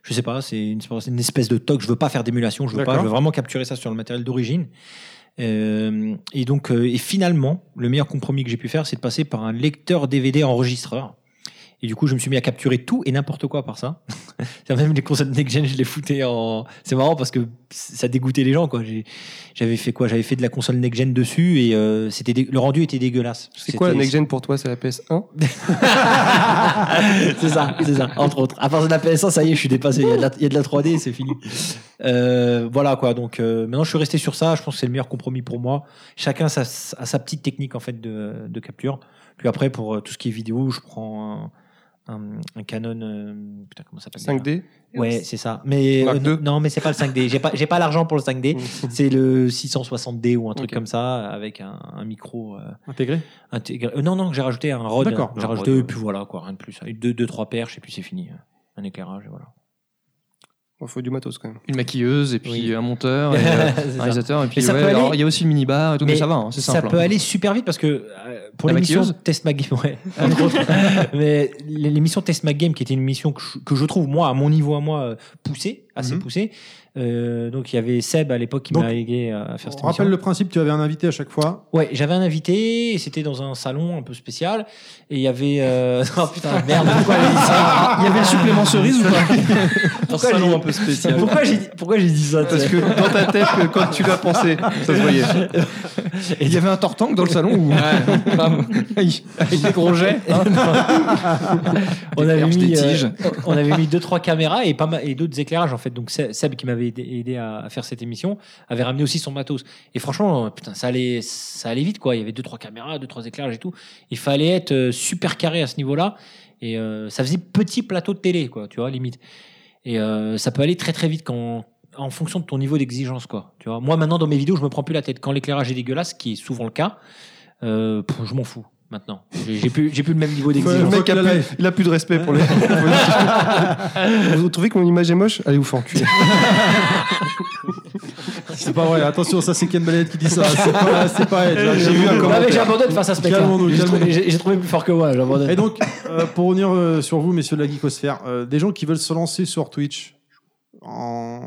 Je sais pas, c'est une, c'est une espèce de toc, je veux pas faire d'émulation, je veux pas, D'accord. je veux vraiment capturer ça sur le matériel d'origine. Euh, et donc, euh, et finalement, le meilleur compromis que j'ai pu faire, c'est de passer par un lecteur DVD enregistreur. Et du coup, je me suis mis à capturer tout et n'importe quoi par ça. C'est-à-dire Même les consoles Next Gen, je les foutais en. C'est marrant parce que ça dégoûtait les gens, quoi. J'ai- J'avais fait quoi J'avais fait de la console Next Gen dessus et euh, c'était dé- le rendu était dégueulasse. C'est quoi la C'était- next gen pour toi C'est la PS1 c'est ça, c'est ça, entre autres. À partir de la PS1, ça y est, je suis dépassé. Il y a de la, il y a de la 3D, c'est fini. Euh, voilà quoi. Donc euh, maintenant, je suis resté sur ça. Je pense que c'est le meilleur compromis pour moi. Chacun sa- a sa petite technique en fait de, de capture. Puis après, pour euh, tout ce qui est vidéo, je prends un, un- un Canon. euh, putain, comment ça s'appelle 5D? déjà Ouais, c'est ça. Mais Mark euh, non, non, mais c'est pas le 5D. J'ai pas, j'ai pas l'argent pour le 5D. c'est le 660D ou un truc comme ça avec un, un micro euh, intégré. non, non, j'ai rajouté un rod. D'accord. J'ai Un rajouté rod, et puis voilà quoi, rien de plus. Deux, deux, trois perches et puis c'est fini. Un éclairage et voilà. Il faut du matos quand même. Une maquilleuse et puis un monteur, et, euh, C'est ça. un réalisateur et puis Mais ça ouais, peut alors, aller- il y a aussi le minibar et tout mais, Mais ça va, hein, c'est ça simple. peut hein. aller super vite parce que euh, pour La l'émission maquilleuse Test Mag Game, ouais, entre autres. mais l'émission Test Mag Game qui était une émission que je, que je trouve moi à mon niveau à moi euh, poussée, Mhm. assez poussée. Euh, donc il y avait Seb à l'époque qui Donc, m'a aidé à faire cette On émission. rappelle le principe, tu avais un invité à chaque fois. Ouais, j'avais un invité et c'était dans un salon un peu spécial et il y avait euh... oh putain merde pourquoi j'ai dit ça Il y avait le supplément cerise ou pas pourquoi salon j'ai- un peu spécial. Pourquoi j'ai dit pourquoi j'ai dit ça Parce que dans ta tête, que quand tu l'as pensé, ça se voyait. Il y avait un tortank dans le salon ou Avec des gros jets. hein. on avait perches, mis des euh, tiges. on avait mis deux trois caméras et pas mal- et d'autres éclairages en fait donc Se- Seb qui m'avait aidé, aidé à, à faire cette émission avait ramené aussi son matos et franchement euh, putain ça allait ça allait vite quoi il y avait deux trois caméras deux trois éclairages et tout il fallait être euh, super carré à ce niveau là et euh, ça faisait petit plateau de télé quoi tu vois limite et euh, ça peut aller très très vite quand en fonction de ton niveau d'exigence quoi tu vois moi maintenant dans mes vidéos je me prends plus la tête quand l'éclairage est dégueulasse ce qui est souvent le cas euh, pff, je m'en fous maintenant j'ai j'ai plus j'ai plus le même niveau Le d'exigence mec a plus, il a plus de respect pour les. vous trouvez que mon image est moche Allez vous faire enculer. C'est pas vrai, attention, ça c'est Ken Ballet qui dit ça. C'est pas, c'est pas Edge. hein. J'ai vu un commentaire. J'abandonne face à ce mec-là. Calmons-nous, J'ai calmons-nous. trouvé- J'ai j'ai trouvé plus fort que moi, j'abandonne. Et donc, euh, pour revenir euh, sur vous, messieurs de la geekosphère, euh, des gens qui veulent se lancer sur Twitch, en-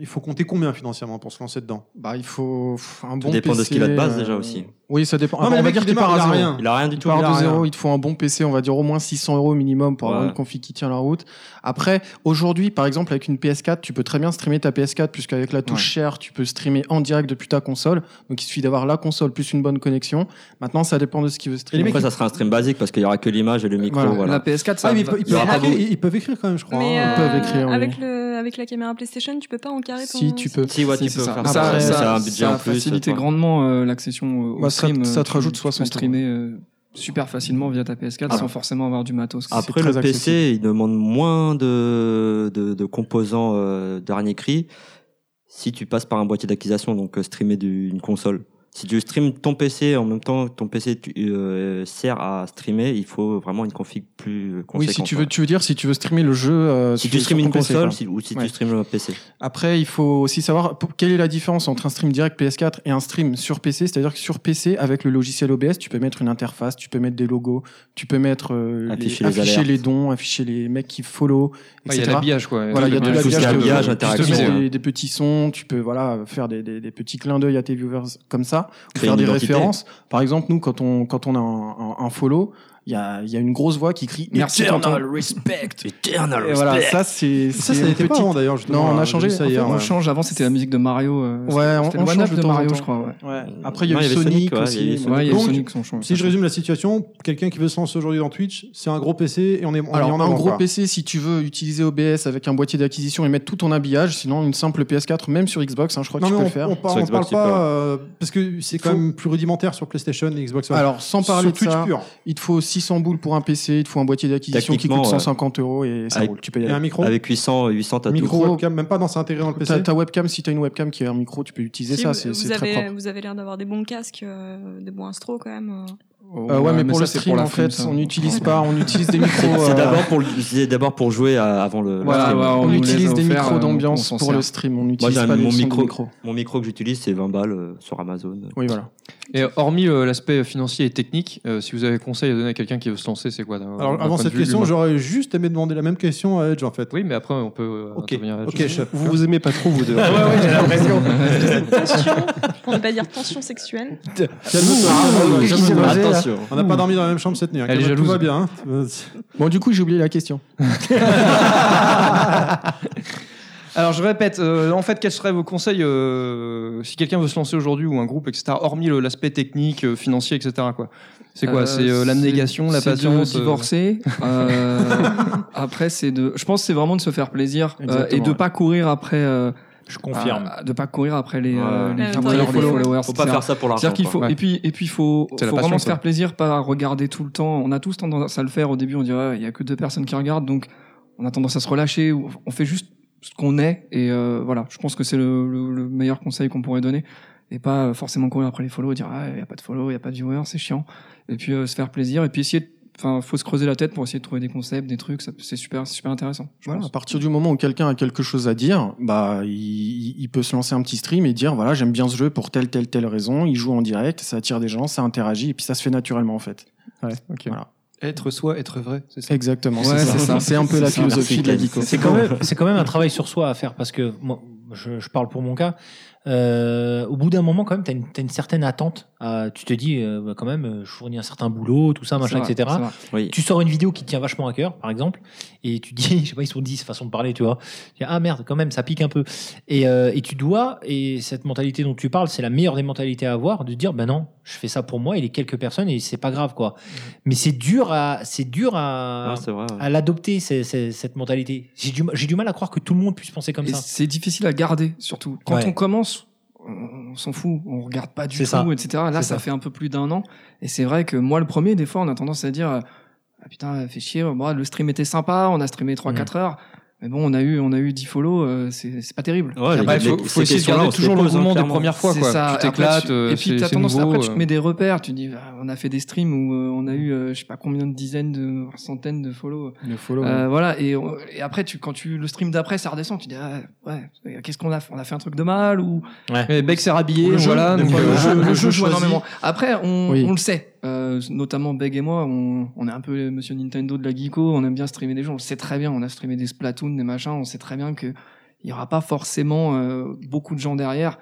il faut compter combien financièrement pour se lancer dedans Bah, il faut pff, un bon dépend de ce qu'il a de PC, base, euh, déjà, aussi. Oui, ça dépend. Non, mais on le va mec, dire il qu'il démarre, part à hein. il a zéro. rien. Il a rien du tout. part Il a de zéro, rien. il te faut un bon PC, on va dire au moins 600 euros minimum pour avoir Ouais. une config qui tient la route. Après, aujourd'hui, par exemple, avec une PS4, tu peux très bien streamer ta PS4, puisqu'avec la touche share, tu peux streamer en direct depuis ta console. Donc, il suffit d'avoir la console plus une bonne connexion. Maintenant, ça dépend de ce qu'il veut streamer. Après, ça sera un stream basique parce qu'il y aura que l'image et le micro. Voilà. Voilà. La PS4, ça- Ah, mais il peut- il Il y aura peut- pas il- beaucoup- Ils peuvent écrire quand même, je crois. Mais hein. euh, peuvent écrire, oui. avec, le, avec la caméra PlayStation, tu peux pas en carrer ton. Si, tu peux. Si, ouais, tu c'est peux ça. Ah, faire ça. ça, ça, C'est un ça budget en plus, facilité toi. grandement euh, l'accession euh, au Bah, ça te- stream. ça te rajoute 60 streamer euh, super facilement via ta PS4 Ah. sans forcément avoir du matos. Après, le PC, il demande moins de, de, de composants euh, dernier cri si tu passes par un boîtier d'acquisition, donc euh, streamer du- une console. Si tu streames ton PC en même temps que ton PC tu, euh, sert à streamer, il faut vraiment une config plus euh, conséquente. Oui, si tu veux, tu veux dire si tu veux streamer le jeu. euh, Si sur- tu sur streames ton une PC, console quoi. si- ou si Ouais. tu streames le PC. Après, il faut aussi savoir pour- quelle est la différence entre un stream direct PS4 et un stream sur PC. C'est-à-dire que sur PC, avec le logiciel OBS, tu peux mettre une interface, tu peux mettre des logos, tu peux mettre euh, Afficher les, les afficher alertes. les dons, afficher les mecs qui follow, Ouais, il y etc. a l'habillage, quoi. Voilà, il y a de Tout ce qui est l'habillage, de- habillage, tu peux interaction, mettre hein. des, des petits sons, tu peux voilà faire des, des- des petits clins d'œil à tes viewers comme ça, ou Créer faire une des identité. références. Par exemple, nous, quand on quand on a un, un- un follow. Il y a, il y a une grosse voix qui crie Merci, Eternal Tonton. respect. Eternal Et voilà, respect. ça c'est Ça, c'est ça une n'était pas petite- avant, d'ailleurs, justement, Non, on hein, a j'ai changé. vu ça en fait, hier, on ouais. change. Avant, c'était la musique de Mario. euh, Ouais, on, c'était le on one-up change de, de temps en Mario, temps. je crois, ouais. Ouais. Après, il y a Non, eu il y avait Sonic, Sonic, ouais, il y a eu aussi. Sonic. Ouais, Ah, il y a eu Donc, Sonic, son chant. Si je résume la situation, quelqu'un qui veut se lancer aujourd'hui dans Twitch, c'est un gros PC et on est on est Alors, en un avant, gros quoi. PC, si tu veux utiliser OBS avec un boîtier d'acquisition et mettre tout ton habillage, sinon une simple PS4, même sur Xbox, hein, je crois Non, que mais tu on, peux le faire. on parle, on parle pas euh, parce que c'est quand même plus rudimentaire sur PlayStation et Xbox One. Alors, sans parler Sur de Twitch ça, pur. il te faut 600 boules pour un PC, il te faut un boîtier d'acquisition qui Techniquement, coûte ouais. 150 euros et ça Avec- roule. Tu peux y aller. Et un micro Avec 800, 800 t'as tout. Micro webcam, même pas dans c'est intégré dans le Ta, PC. ta webcam, si tu as une webcam qui a un micro, tu peux utiliser Si, ça, vous- c'est vous c'est très avez- propre. Vous avez l'air d'avoir des bons casques, euh, des bons instros quand même. euh. Euh, ouais, mais pour le stream, en fait, on n'utilise pas, on utilise des micros. C'est euh, d'abord pour, c'est d'abord pour jouer à- avant le. le Voilà, stream. bah, on On nous utilise les a des offerts, micros euh, d'ambiance on s'en pour sert. le stream, on Moi, n'utilise j'ai pas un- le mon son du micro, micro. Mon micro que j'utilise, c'est 20 balles euh, sur Amazon. Et hormis euh, l'aspect financier et technique, euh, si vous avez conseil à donner à quelqu'un qui veut se lancer, c'est quoi Euh, d'un- Alors, d'un avant point de cette vue question, humain j'aurais juste aimé demander la même question à Edge, en fait. Oui, mais après, on peut euh, Ok, intervenir là-dessus. ok, chef. Vous vous aimez pas trop, vous deux. Ah ouais, ouais, j'ai l'impression. Tension, pour ne pas dire tension sexuelle. Attention. On n'a pas dormi dans la même chambre cette nuit. hein. Elle est Calme-toi, jalouse. Tout va bien. hein. Bon, du coup, j'ai oublié la question. Alors je répète, euh, en fait, quels seraient vos conseils euh, si quelqu'un veut se lancer aujourd'hui ou un groupe, etc., hormis le- l'aspect technique, euh, financier, etc. Quoi. C'est quoi Euh, C'est euh, l'abnégation, la c'est de patience euh, divorcer. Euh, après, c'est de. Je pense que c'est vraiment de se faire plaisir euh, et Exactement, de ouais. pas courir après. euh, je confirme. de pas courir après les, euh, Ouais. les Ouais, viewers, ouais, les faut- followers. faut pas etc. faire ça pour l'argent, C'est-à-dire qu'il quoi. faut. Ouais. Et puis, et puis, il faut, C'est la faut vraiment passion, se faire quoi. plaisir, pas regarder tout le temps. On a tous tendance à le faire au début. On dirait, il y a que deux personnes qui regardent, donc on a tendance à se relâcher. ou- On fait juste ce qu'on est et euh, voilà. Je pense que c'est le, le- le meilleur conseil qu'on pourrait donner et pas euh, forcément courir après les follow, dire ah il y a pas de follow, il y a pas de viewers, c'est chiant. Et puis euh, se faire plaisir et puis essayer. de- Enfin, faut se creuser la tête pour essayer de trouver des concepts, des trucs. ça- C'est super, c'est super intéressant. je Voilà, pense. à partir du moment où quelqu'un a quelque chose à dire, bah, il- il, il peut se lancer un petit stream et dire voilà, j'aime bien ce jeu pour telle, telle, telle raison. Il joue en direct, ça attire des gens, ça interagit, et puis ça se fait naturellement en fait. Ouais, ok. Être soi, être vrai, c'est ça Exactement, c'est ça. C'est un peu C'est la ça. philosophie de la Geeko. C'est quand, même- c'est quand même un travail sur soi à faire parce que moi, je, je parle pour mon cas. euh, au bout d'un moment, quand même, t'as une, t'as une certaine attente. à- tu te dis, euh, bah, quand même, euh, je fournis un certain boulot, tout ça, C'est machin, vrai, etc. c'est vrai. Oui. Tu sors une vidéo qui te tient vachement à cœur, par exemple, et tu te dis, je sais pas, ils sont 10 façon de parler, tu vois. Tu dis, ah merde, quand même, ça pique un peu. Et, euh, et tu dois, et cette mentalité dont tu parles, c'est la meilleure des mentalités à avoir, de dire, ben non, je fais ça pour moi et les quelques personnes, et c'est pas grave, quoi. Mais c'est dur à, c'est dur à, Ouais, c'est vrai, ouais. à l'adopter, c'est- c'est- cette mentalité. J'ai du, j'ai du mal à croire que tout le monde puisse penser comme Et ça. c'est difficile à garder, surtout. Quand Ouais. on commence, on, on s'en fout, on regarde pas du C'est tout, ça. etc. Là, ça, C'est ça. fait un peu plus d'un an. Et c'est vrai que moi, le premier, des fois, on a tendance à dire euh, ah, Putain, fait chier, bon, le stream était sympa, on a streamé Mm. 3-4 heures. Mais bon, on a eu, on a eu 10 follow, euh, c'est c'est pas terrible. Ouais, Après, les- Ah bah, faut- les- faut ces essayer de garder questions-là, on se toujours les pose, l'engouement hein, des clairement. premières fois, C'est quoi. ça. Tu Après, t'éclates, euh, Et c'est- puis, t'as c'est tendance, nouveau, après, tu te euh. mets des repères. Tu dis, Ah, on a fait des streams où euh, on a eu, euh, je sais pas combien de dizaines, de centaines de follow. Le follow, Euh, ouais. Voilà. Et, on- et après, tu, quand tu, le stream d'après, ça redescend. Tu dis, ah, ouais, qu'est-ce qu'on a fait On a fait un truc de mal ou. Eh, Mais Beck s'est rhabillé, Le jeu, voilà. le donc, jeu- euh, le jeu- le jeu joue choisit. énormément. Après, on, Oui. on le sait, Euh, notamment Beg et moi, on, on est un peu les monsieur Nintendo de la Geeko, on aime bien streamer des jeux, on le sait très bien, on a streamé des Splatoon, des machins, on sait très bien qu'il n'y aura pas forcément euh, beaucoup de gens derrière,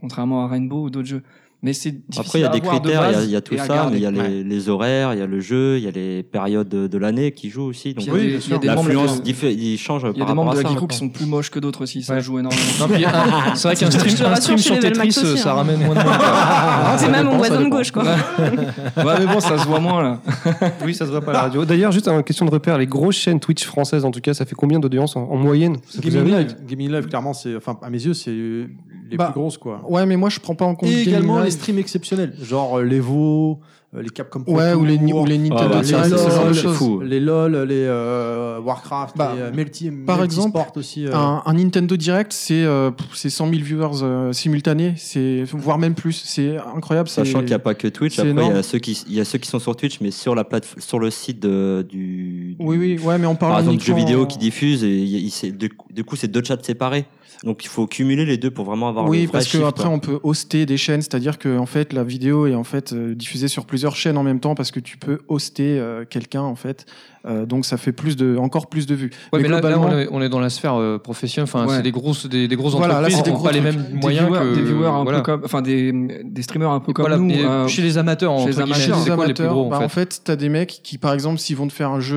contrairement à Rainbow ou d'autres jeux. Mais c'est difficile Après, il y a à des avoir de critères, il y a- base il y, a tout et à ça, mais il y a garder. les, les horaires, il y a le jeu, il y a les périodes de, de l'année qui jouent aussi. Donc, Puis il y a des- il y a des membres l'influence, de- diffé- il change Il y a par des rapport membres à de ça. la Geeko maintenant. qui sont plus moches que d'autres aussi, ça joue énormément. Non, puis, un- c'est vrai qu'un stream, un stream sur Tetris, euh, hein. ça ramène moins de monde, quoi. C'est même mon voisin de dépend. gauche, quoi. ouais, mais bon, ça se voit moins là. hein. oui, ça se voit pas à Ah. la radio. D'ailleurs, juste une question de repère les grosses chaînes Twitch françaises, en tout cas, ça fait combien d'audience en, en moyenne Ça vous Gaming arrive Live, Gaming Live, clairement, c'est, enfin, à mes yeux, c'est euh, les Bah, plus grosses, quoi. Ouais, mais moi, je prends pas en compte Et Gaming également Live. les streams exceptionnels, genre euh, les VO, euh, les Capcom Pro Ouais, ou les ni- Tour, ou les Nintendo euh, les Direct, LOL, Ah, c'est ça, les c'est fou. les LOL, les euh, Warcraft, Bah, les euh, Melty, par Melty exemple, Sport aussi. euh. un, un Nintendo Direct, c'est euh, pff, c'est 100 000 viewers euh, simultanés, c'est voire même plus. C'est incroyable. c'est- Sachant qu'il n'y a pas que Twitch, c'est après, il y, énorme. a ceux qui, il y a ceux qui sont sur Twitch, mais sur, la plate- sur le site de- du. Oui, oui, ouais, mais on parle Par exemple, de jeux uniquement vidéo en- euh, qui diffusent, et il y a- il s'est- du coup, du coup, c'est deux chats séparés. Donc, il faut cumuler les deux pour vraiment avoir le Oui, vrai parce que chiffre, après quoi. on peut hoster des chaînes, c'est-à-dire que en fait la vidéo est en fait euh, diffusée sur plusieurs chaînes en même temps parce que tu peux hoster euh, quelqu'un en fait, Euh, donc ça fait plus de encore plus de vues. Ouais, mais là, là, globalement- on, est, on est dans la sphère euh, professionnelle. Enfin, Ouais. c'est des grosses, des, des grosses Voilà, là, entreprises c'est des qui n'ont gros pas les trucs. mêmes Des moyens viewers- que des viewers un peu voilà. comme- enfin des, des streamers un peu comme Voilà, nous. euh, mais euh, chez les amateurs, entre chez les guillemets, amateurs, c'est quoi les plus gros, en bah, fait t'as des mecs qui, par exemple, s'ils vont te faire un jeu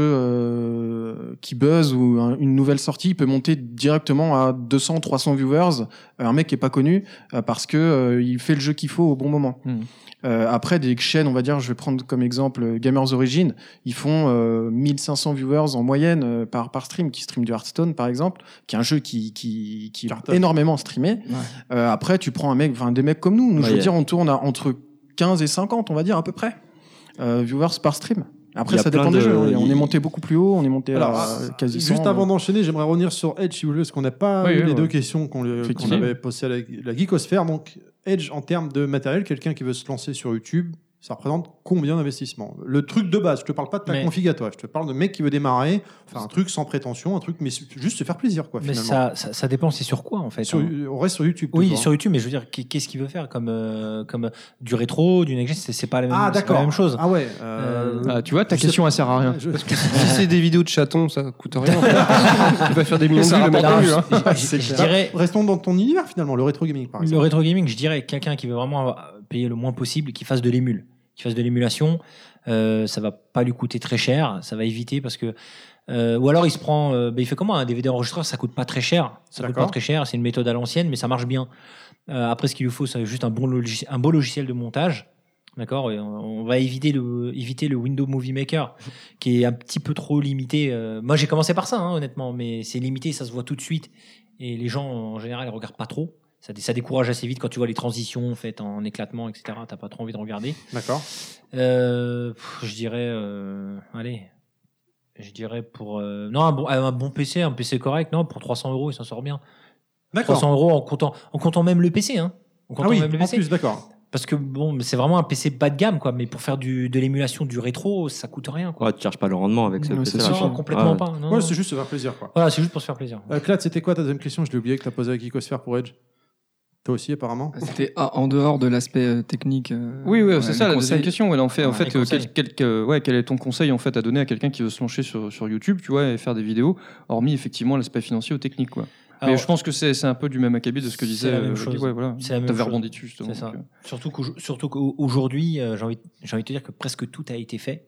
euh, qui buzz ou un- une nouvelle sortie, il peut monter directement à 200, 300 viewers. euh, Un mec qui est pas connu euh, parce que euh, il fait le jeu qu'il faut au bon moment. Hmm. Euh, après des chaînes, on va dire, je vais prendre comme exemple euh, Gamers Origin, ils font euh, 1500 viewers en moyenne euh, par par stream, qui stream du Hearthstone par exemple, qui est un jeu qui qui, qui est énormément streamé. Euh, après, tu prends un mec, enfin des mecs comme nous, nous je Ouais. veux dire, on tourne à entre 15 et 50, on va dire à peu près, euh, viewers par stream. Il Après, y a ça plein dépend des de- jeux. hein. il- On est monté beaucoup plus haut, on est monté Alors, ah, à ah, euh, quasi 100, juste avant d'enchaîner, j'aimerais revenir sur Edge, si vous voulez, parce qu'on n'a pas Oui, eu oui, les ouais. deux questions qu'on le- qu'on Effectivement. avait postées à la, la geekosphère. Donc, Edge, en termes de matériel, quelqu'un qui veut se lancer sur YouTube, ça représente combien d'investissement Le truc de base, je te parle pas de ta Mais- config à toi, je te parle de mec qui veut démarrer, faire un truc sans prétention, un truc, mais juste se faire plaisir, quoi, Mais finalement. ça, ça, ça dépend, c'est sur quoi en fait. Sur- hein. on reste sur YouTube. Oui, toujours. sur YouTube, mais je veux dire, qu'est- qu'est-ce qu'il veut faire comme, euh, comme euh, du rétro, du next gen, c'est- c'est pas la même, Ah, c'est pas la d'accord. même chose. Ah ouais. Euh, Ah, tu vois, ta question, elle sert à rien. Parce que si c'est des vidéos de chatons, ça coûte rien. tu vas faire des millions de Ça vues le rappelle- matin. Non, lui, hein. je- je- je- je dirais- Restons dans ton univers finalement, le rétro gaming par Le exemple. rétro gaming, je dirais quelqu'un qui veut vraiment avoir- payer le moins possible, qui fasse de l'émule, qui fasse de l'émulation, euh, ça va pas lui coûter très cher, ça va éviter parce que euh, ou alors il se prend, euh, ben, il fait comment un DVD enregistreur, ça coûte pas très cher, ça coûte D'accord. pas très cher, c'est une méthode à l'ancienne, mais ça marche bien. Euh, après, ce qu'il lui faut, c'est juste un bon logis- un beau logiciel de montage. D'accord, et on on va éviter le, éviter le Windows Movie Maker qui est un petit peu trop limité. Euh, moi, j'ai commencé par ça, hein, honnêtement, mais c'est limité, ça se voit tout de suite. Et les gens, en général, ils regardent pas trop. Ça, dé- ça décourage assez vite quand tu vois les transitions faites en éclatement, etc. T'as pas trop envie de regarder. D'accord. Euh, pff, je dirais, euh, allez, je dirais pour euh, non un bon, un bon PC, un PC correct, non pour 300 euros, il s'en sort bien. D'accord. 300 euros en comptant, en comptant même le PC, hein. En Ah comptant oui, même le en PC. plus, d'accord. Parce que bon, c'est vraiment un PC bas de gamme, quoi. Mais pour faire du, de l'émulation, du rétro, ça coûte rien, quoi. Ouais, tu cherches pas le rendement avec ce Non, PC. c'est là, sûr. quoi. Complètement Ouais. pas, hein, non. Ouais, c'est juste se faire plaisir quoi. Voilà, c'est juste pour se faire plaisir. Euh, Clad, c'était quoi ta deuxième question Je l'ai oublié que t'as posé avec Icosphère pour Edge. Toi aussi apparemment. C'était ah, en dehors de l'aspect euh, technique. euh, Oui, oui, euh, les c'est ça la deuxième conseils. question. ouais, en fait, en Ouais, fait les euh, conseils. quel, quel- que- ouais, quel est ton conseil en fait à donner à quelqu'un qui veut se lancer sur, sur YouTube, tu vois, et faire des vidéos, hormis effectivement l'aspect financier ou technique, quoi. Mais Alors- je pense que c'est c'est un peu du même acabit de ce que C'est disait. la même euh, chose. ouais, voilà. C'est la même T'avais chose. rebondi dessus justement. C'est ça. donc, euh. Surtout qu'au- surtout qu'aujourd'hui, euh, j'ai envie, j'ai envie de te dire que presque tout a été fait,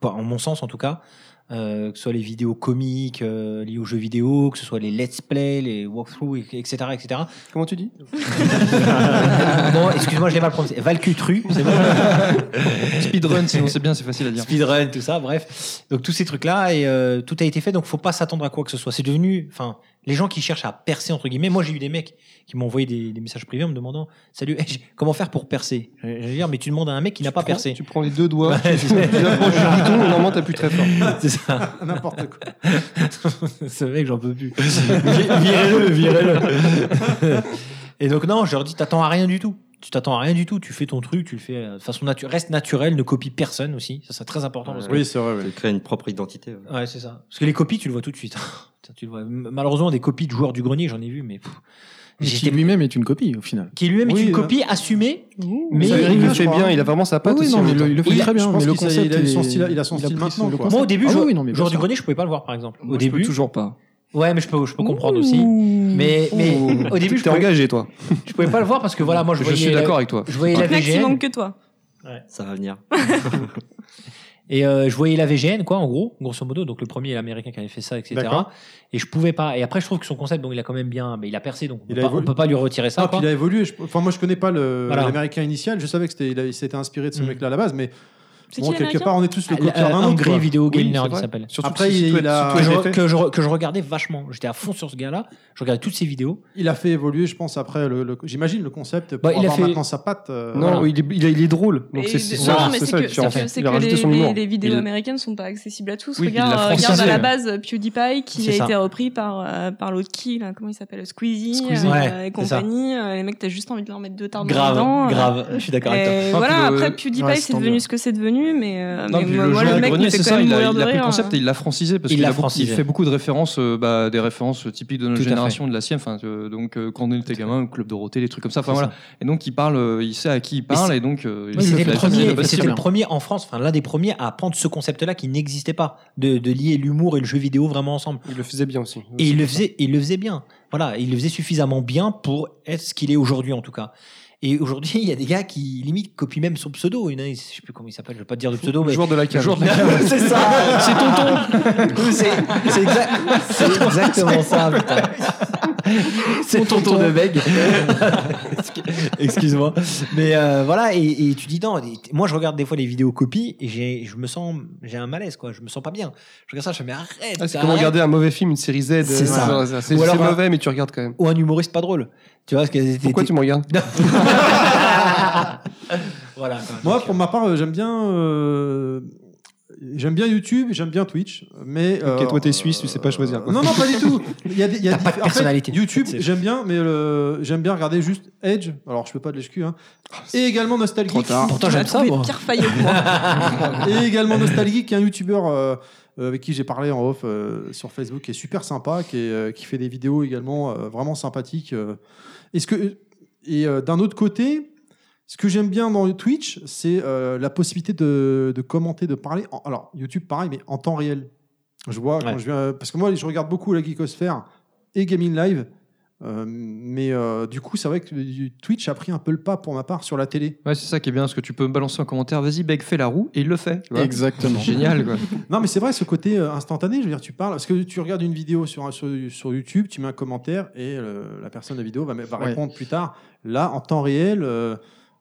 pas- en mon sens en tout cas, euh, que ce soit les vidéos comiques euh, liées aux jeux vidéo, que ce soit les let's play, les walkthroughs, et- etc., etc. Comment tu dis Non, excuse-moi, je l'ai mal prononcé. Valcutru, c'est bon. Speedrun, sinon c'est bien, c'est facile à dire. Speedrun, tout ça, bref. Donc tous ces trucs-là, et euh, tout a été fait, donc faut pas s'attendre à quoi que ce soit. C'est devenu, enfin, les gens qui cherchent à percer, entre guillemets, moi j'ai eu des mecs qui m'ont envoyé des, des messages privés en me demandant, salut, hey, j- comment faire pour percer Je veux dire, mais tu demandes à un mec qui n'a pas percé. Tu prends les deux doigts, tu, approches du bouton, normalement, t'appuies très fort. C'est ça. N'importe quoi. Ce mec, j'en peux plus. Vi- virez-le, virez-le. Et donc, non, je leur dis, t'attends à rien du tout. Tu t'attends à rien du tout. Tu fais ton truc, tu le fais euh, de façon naturelle. Reste naturel, ne copie personne aussi. Ça, c'est très important. parce que- Tu crées une propre identité. ouais. Ouais, c'est ça. Parce que les copies, tu le vois tout de suite. Putain, tu le vois. M- Malheureusement, des copies de joueurs du grenier, j'en ai vu, mais. pff, Qui lui-même est une copie au final. Qui lui-même est Oui, une euh. copie assumée. Mais ça, il le fait bien, il a vraiment sa patte aussi, en même temps. Il a- je pense qu'il s'est- il a son style- il a son style maintenant, quoi. Moi, au début, Ah joueur, oui, oui, non, mais bien joueur du sûr. grenier, je pouvais pas le voir, par exemple. Moi, au je peux début, toujours pas. Ouais, mais je peux, je peux comprendre aussi. Mais, mais au début, je t'es pouvais- engagé, toi. Je pouvais pas le voir parce que voilà, moi, je Je voyais. suis la- d'accord avec toi. Je voyais Ouais. la Max, il VGN. manque que toi. Ça va venir. Et euh, je voyais la VGN, quoi, en gros, grosso modo. Donc le premier, l'américain qui avait fait ça, etc. D'accord. Et je pouvais pas. Et après, je trouve que son concept, bon, il a quand même bien, mais il a percé, donc on, Il peut, a pas, évolu- on peut pas lui retirer ça. Ah, quoi. puis il a évolué. je- Enfin, moi, je connais pas le- Voilà. l'américain initial. Je savais que c'était, il a- il s'était inspiré Hmm. de ce mec-là à la base, mais C'est bon, qui, quelque l'Américain part, on est tous le Ah, le- copieur euh, d'un autre. Angry quoi. Video Oui, Game c'est Nerd, il vrai. s'appelle. Après, il, il a, que, je, que, je, que je regardais vachement. J'étais à fond sur ce gars-là. Je regardais toutes ses vidéos. il a fait évoluer, je pense, après, le, le- j'imagine, le concept pour Bah, il a avoir fait- maintenant sa patte. euh, Non, voilà. il, est, il est- il est drôle. Donc Et c'est de- c'est non, ça, mais c'est c'est ça que, la différence. c'est que- c'est Il a que rajouté les, son humour. les- les vidéos Il- américaines sont pas accessibles à tous. Oui, puis il regarde, l'a euh, regarde à francisé. la base euh, PewDiePie qui C'est a ça. été repris par, euh, par l'autre qui, là, comment il s'appelle Squeezie, Squeezie. euh, Ouais, et c'est ça. compagnie. Euh, les mecs, t'as juste envie de leur mettre deux tartes Grave, dedans. euh. grave. Je suis d'accord avec toi. Et Ah, Voilà, puis le- après PewDiePie, Ouais, c'est c'est tendu. devenu ce que c'est devenu, mais, euh, Non, mais puis moi, le moi, jeu le du mec me grenier, fait c'est quand ça, même il a, mourir il de a pris rire. hein. le concept et il l'a francisé parce Il qu'il l'a a beaucoup- il francisé. fait beaucoup de références, euh, bah, des références typiques de notre Tout à génération, de la sienne, enfin, euh, donc euh, quand on était gamin, au Club Dorothée, des trucs comme ça, enfin C'est voilà. ça. Et donc il parle, euh, il sait à qui il Mais parle c'est- et donc euh, Oui, il c'était fait le la- premier, la- la- c'était la- le premier en France, enfin l'un des premiers à prendre ce concept-là qui n'existait pas, de, de lier l'humour et le jeu vidéo vraiment ensemble. Il le faisait bien aussi. Et il le faisait, il le faisait bien. Voilà, il le faisait suffisamment bien pour être ce qu'il est aujourd'hui en tout cas. Et aujourd'hui, il y a des gars qui limite copient même son pseudo. Il y en a, je sais plus comment il s'appelle, je vais pas te dire de pseudo, mais joueur de la cave. joueur de la cave. c'est ça, c'est tonton. c'est c'est exact- c'est exactement ça. putain. C'est tonton de Beg. Excuse-moi. Mais euh, voilà, et, et tu dis non. et t- Moi, je regarde des fois les vidéos copies et j'ai, je me sens, j'ai un malaise, quoi. Je me sens pas bien. Je regarde ça, je me dis, mais arrête. Ah, c'est arrête. comme regarder un mauvais film, une série Z. euh, C'est ça. genre, C'est c'est Ou alors un- mauvais, mais tu regardes quand même. Ou un humoriste pas drôle. Tu vois, parce que Pourquoi tu me regardes Voilà. quoi. Ah, Moi, pour ma part, euh, j'aime bien. euh, J'aime bien YouTube, j'aime bien Twitch, mais. euh, Ok, toi, t'es suisse, tu sais pas choisir. quoi. Non, non, pas du tout. Il y a, des- il y a T'as pas de en fait, personnalité. YouTube, C'est- j'aime bien, mais le- j'aime bien regarder juste Edge. Alors, je fais pas de l'HQ, hein. Oh, Et également Nostalgique. Pourtant, j'aime ça, moi. Pierre Fayot, moi. Et également Nostalgique, qui est un YouTuber euh, euh, avec qui j'ai parlé en off euh, sur Facebook, qui est super sympa, qui, est, euh, qui fait des vidéos également euh, vraiment sympathiques. euh. Est-ce que et euh, d'un autre côté, ce que j'aime bien dans Twitch, c'est euh, la possibilité de, de commenter, de parler. en- alors, YouTube, pareil, mais en temps réel. Je vois, quand je viens- parce que moi, je regarde beaucoup la Geekosphère et Gaming Live. euh, mais euh, du coup, c'est vrai que euh, Twitch a pris un peu le pas pour ma part sur la télé. Ouais, c'est ça qui est bien, parce que tu peux me balancer un commentaire, vas-y, Beg, fais la roue, et il le fait. tu vois. Exactement. C'est Génial, quoi. non, mais c'est vrai, ce côté euh, instantané, je veux dire, tu parles, parce que tu regardes une vidéo sur, sur, sur YouTube, tu mets un commentaire et euh, la personne de la vidéo va, va Ouais. répondre plus tard. Là, en temps réel. euh,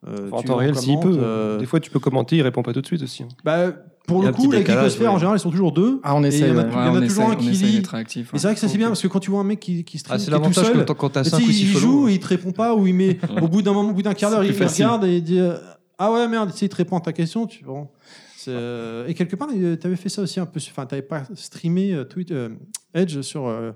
euh, En tu temps réel, s'il commentes, peut. euh, Des fois, tu peux commenter, il répond pas tout de suite aussi. hein. bah, pour Il y le a un petit coup, les décalage, geekosphères, ouais. en général, ils sont toujours deux. Ah, on Et essaye, Il y en a, ouais. il y Ouais, en a on toujours essaye, un on qui essaye lit. d'être réactif, Et c'est vrai que ça, c'est bien parce que quand tu vois un mec qui, qui stream, Ah, qui c'est est tout l'avantage seul, quand- quand t'as tu sais, cinq ou six il follow, joue, ouais. il te répond pas, ou il met. au bout d'un moment, au bout d'un quart d'heure, C'est il plus facile. regarde et il dit euh, Ah ouais, merde, tu sais, il te répond à ta question. Tu... bon. C'est, euh, Et quelque part, euh, t'avais fait ça aussi un peu. sur- Enfin, t'avais pas streamé euh, Twitch, euh, Edge sur. euh,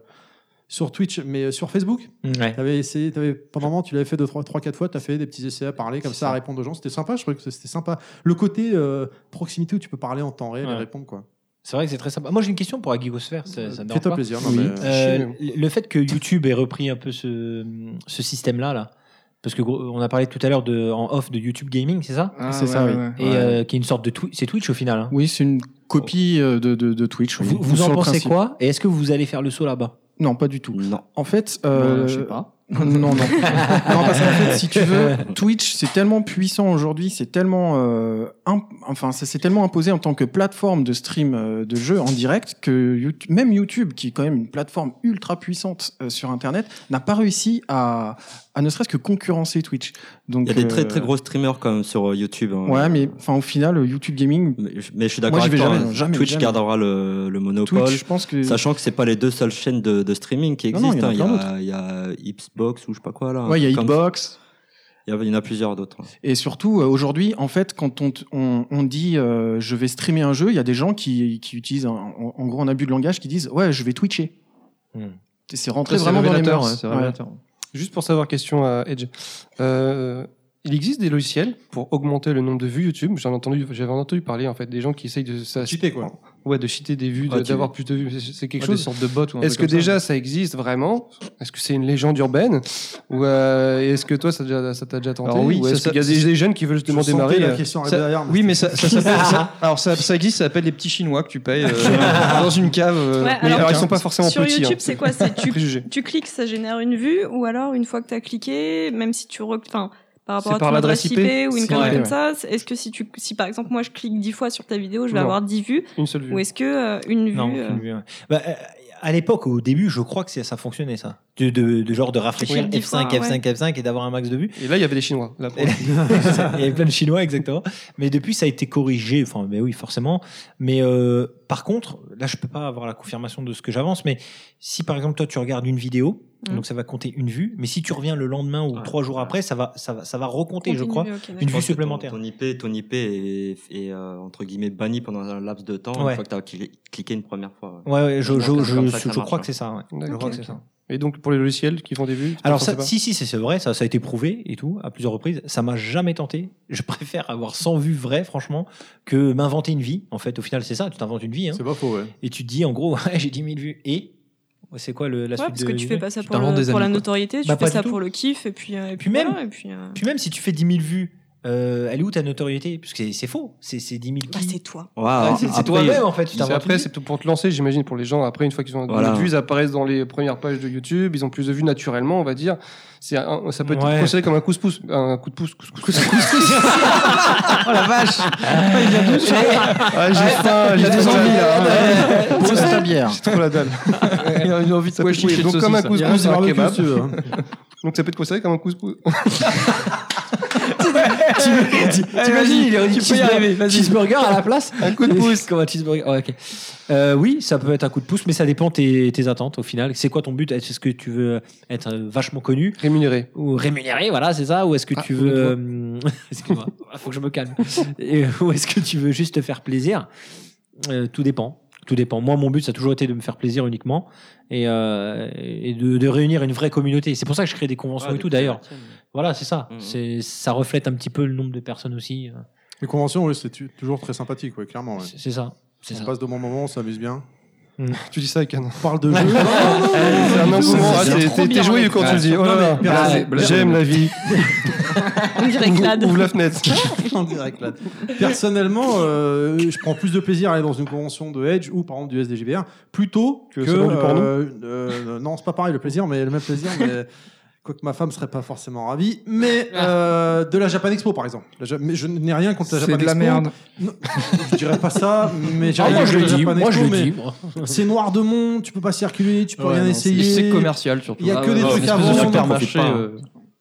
sur Twitch, mais euh, sur Facebook. Ouais. T'avais essayé, t'avais- pendant un moment, tu l'avais fait 3-4 fois, tu as fait des petits essais à parler comme ça, à répondre aux gens. C'était sympa, je trouvais que c'était sympa. Le côté euh, proximité où tu peux parler en temps réel et Ouais. répondre, quoi. Euh, C'est vrai que c'est très sympa. Moi, j'ai une question pour Agigosphère. Ça, ça me dérange Fais-toi pas. plaisir, non, Oui. mais- Euh, le fait que YouTube ait repris un peu ce, ce système-là, là, parce que gros, on a parlé tout à l'heure de, en off de YouTube Gaming, c'est ça Ah, C'est ouais, ça, ouais, oui. ouais. Et euh, qui est une sorte de Twi- c'est Twitch au final. hein. Oui, c'est une copie euh, de, de, de Twitch. oui. Vous, vous Sur en le pensez principe. quoi Et est-ce que vous allez faire le saut là-bas Non, pas du tout. En fait, Bah, euh, je sais pas. Non, non, non. non parce qu'en fait, si tu veux, Twitch, c'est tellement puissant aujourd'hui, c'est tellement, euh, imp- enfin, ça s'est tellement imposé en tant que plateforme de stream euh, de jeux en direct que YouTube- même YouTube, qui est quand même une plateforme ultra puissante euh, sur Internet, n'a pas réussi à, à ne serait-ce que concurrencer Twitch. Il Donc, y a des très euh, très gros streamers quand même sur euh, YouTube. hein. Ouais, mais enfin, au final, euh, YouTube Gaming. Mais je, mais je suis Moi, d'accord j'y avec vais toi. jamais, hein. jamais, Twitch jamais. gardera le, le monopole. Twitch, je pense que- Sachant que c'est pas les deux seules chaînes de, de streaming qui Non, non, existent. il y en a hein. plein il, y a, il y a Xbox ou je sais pas quoi là. Ouais, il y a Xbox. Il y, a- il y en a plusieurs d'autres. hein. Et surtout, euh, aujourd'hui, en fait, quand on, t- on, on dit euh, je vais streamer un jeu, il y a des gens qui, qui utilisent, un- en, en gros, un abus de langage, qui disent ouais, je vais twitcher. C'est rentré Hmm. Ça, c'est vraiment dans les révélateur, mœurs. ouais, c'est Ouais. révélateur. Juste pour savoir, question à Edge. Euh, il existe des logiciels pour augmenter le nombre de vues YouTube. J'en ai entendu, j'avais entendu parler en fait des gens qui essayent de ça, cheater quoi. Ouais, de cheater des vues, de- Ouais, tu- d'avoir plus de vues. C'est- C'est quelque Ouais, chose. des sortes de bots ou un Est-ce que truc comme ça. déjà ça, existe vraiment Est-ce que c'est une légende urbaine Ou euh, est-ce que toi ça t'a déjà, ça t'a déjà tenté Alors oui, Ou ça- est-ce ça- qu'il y a des, des jeunes qui veulent justement Je démarrer sentais la euh, question ça- arriver derrière, mais Oui, c'était- mais ça, ça s'appelle. ça- alors ça, ça existe, ça s'appelle les petits chinois que tu payes euh, dans une cave. euh, Ouais, mais alors, ils sont pas forcément sur petits. YouTube, hein. c'est quoi C'est tu, Préjugé. tu cliques, ça génère une vue, ou alors une fois que tu as cliqué, même si tu rec- enfin par rapport C'est à par ton l'adresse adresse IP, IP, ou c'est une connerie vrai, comme ouais. ça, c'est- est-ce que si tu si par exemple moi je clique 10 fois sur ta vidéo, je vais Non. avoir 10 vues Une seule vue. Ou est-ce que euh, une vue Non, euh, aucune vue, ouais. Bah, euh, à l'époque, au début, je crois que c'est- ça fonctionnait, ça. De, de- de genre de rafraîchir Oui, dix F5, ah, fois, F5, F5 et d'avoir un max de vues. Et là, il y avait des Chinois. là, pour le coup. Il y avait plein de Chinois, exactement. Mais depuis, ça a été corrigé. Enfin, mais oui, forcément. Mais euh, par contre, là, je peux pas avoir la confirmation de ce que j'avance. Mais si, par exemple, toi, tu regardes une vidéo, Mmh. Mm. donc ça va compter une vue. Mais si tu reviens le lendemain ou trois jours après, ça va, ça va, ça va recompter, je crois, une vue pense que ton- supplémentaire. Ton, IP, ton IP est, est, euh, entre guillemets banni pendant un laps de temps Ouais. une fois que tu as cliqué une première fois. Ouais, ouais, je, C'est je, comme je, ça je marche, crois hein. que c'est ça. ouais. Je D'accord. crois que c'est ça. Et donc pour les logiciels qui font des vues. Alors tu ça, penses pas si si c'est c'est vrai, ça, ça a été prouvé et tout à plusieurs reprises. Ça m'a jamais tenté. Je préfère avoir 100 vues vraies, franchement, que m'inventer une vie. En fait, au final, c'est ça. Tu t'inventes une vie. C'est pas faux. Et tu te dis en gros, ouais, j'ai 10 000 vues. Et c'est quoi le, la ouais, suite parce de- que tu du fais truc pas ça Tu pour, t'inventes le- des pour la amis, quoi. notoriété, tu Bah, fais pas du ça tout. pour le kiff, et puis, euh, et puis, même- voilà, et puis, euh, Puis même si tu fais 10 000 vues, euh, elle est où ta notoriété Parce que c'est- c'est faux. C'est c'est 10 000. c'est Bah, toi. Ah, c'est c'est toi-même en fait. Tu C'est t'inventes Après, une c'est pour te lancer, j'imagine, pour les gens. Après, une fois qu'ils ont Voilà. les vues, ils apparaissent dans les premières pages de YouTube. Ils ont plus de vues naturellement, on va dire. C'est un- ça peut être Ouais. considéré comme un couscous, un coup de pouce. Couscous, Ah, oh la vache Ah. Il vient d'où, ça Ah, j'ai faim, j'ai des envies. hein. là. Pose ta bière. J'ai trop la dalle. Il a une envie de pois chiche. chiche et de Donc, comme un saucisse, là. couscous, Il y c'est a un un barbecue, kebab. si tu veux, hein. Donc, ça peut être considéré comme un couscous. T'imagines, il aurait dit Tu peux y arriver, cheeseburger, vas-y. cheeseburger à la place Un coup de pouce. Comme un cheeseburger. Ouais, ok. Euh, oui, ça peut être un coup de pouce, mais ça dépend tes, tes attentes au final. C'est quoi ton but Est-ce que tu veux être euh, vachement connu Rémunéré. Ah, Ou rémunéré, voilà, c'est ça Ou est-ce que tu veux. euh, Excuse-moi, faut que je me calme. Et, euh, ou est-ce que tu veux juste te faire plaisir Euh, tout dépend. Tout dépend. Moi, mon but, ça a toujours été de me faire plaisir uniquement et, euh, et de, de réunir une vraie communauté. C'est pour ça que je crée des conventions Ouais, et des tout, d'ailleurs. conventions, ouais. Voilà, c'est ça. C'est Ça reflète un petit peu le nombre de personnes aussi. euh. Les conventions, oui, c'est tu- toujours très sympathique, ouais, clairement. ouais. C'est ça. c'est On ça. passe de bons moments, on s'amuse bien. Tu dis ça avec un. On parle de jeux. Non, non, non, non, C'est un non, instrument, non, ah, c'est- c'est trop t'es- bien, t'es joyeux ouais. quand tu le dis. Oh là là, j'aime la vie. On dirait Ouvre- Clad. Ouvre la fenêtre. On dirait Clad. Personnellement, euh, je prends plus de plaisir à aller dans une convention de Edge ou par exemple du SDGBR plutôt que. Que selon du porno euh, euh, non, c'est pas pareil le plaisir, mais le même plaisir, mais. Quoique ma femme serait pas forcément ravie, mais Ah. euh, de la Japan Expo par exemple. La Ja- mais je n'ai rien contre la C'est Japan de la Expo. merde. Non, je dirais pas ça, mais j'ai Ah, rien moi, je contre le la dis, Japan moi, je Expo, le mais dis, moi. C'est noir de monde, tu peux pas circuler, tu peux Ouais, rien non, c'est- essayer. c'est commercial, surtout. Il y a Ah que ouais, des ouais, trucs une à espèce de vendre. supermarché, euh,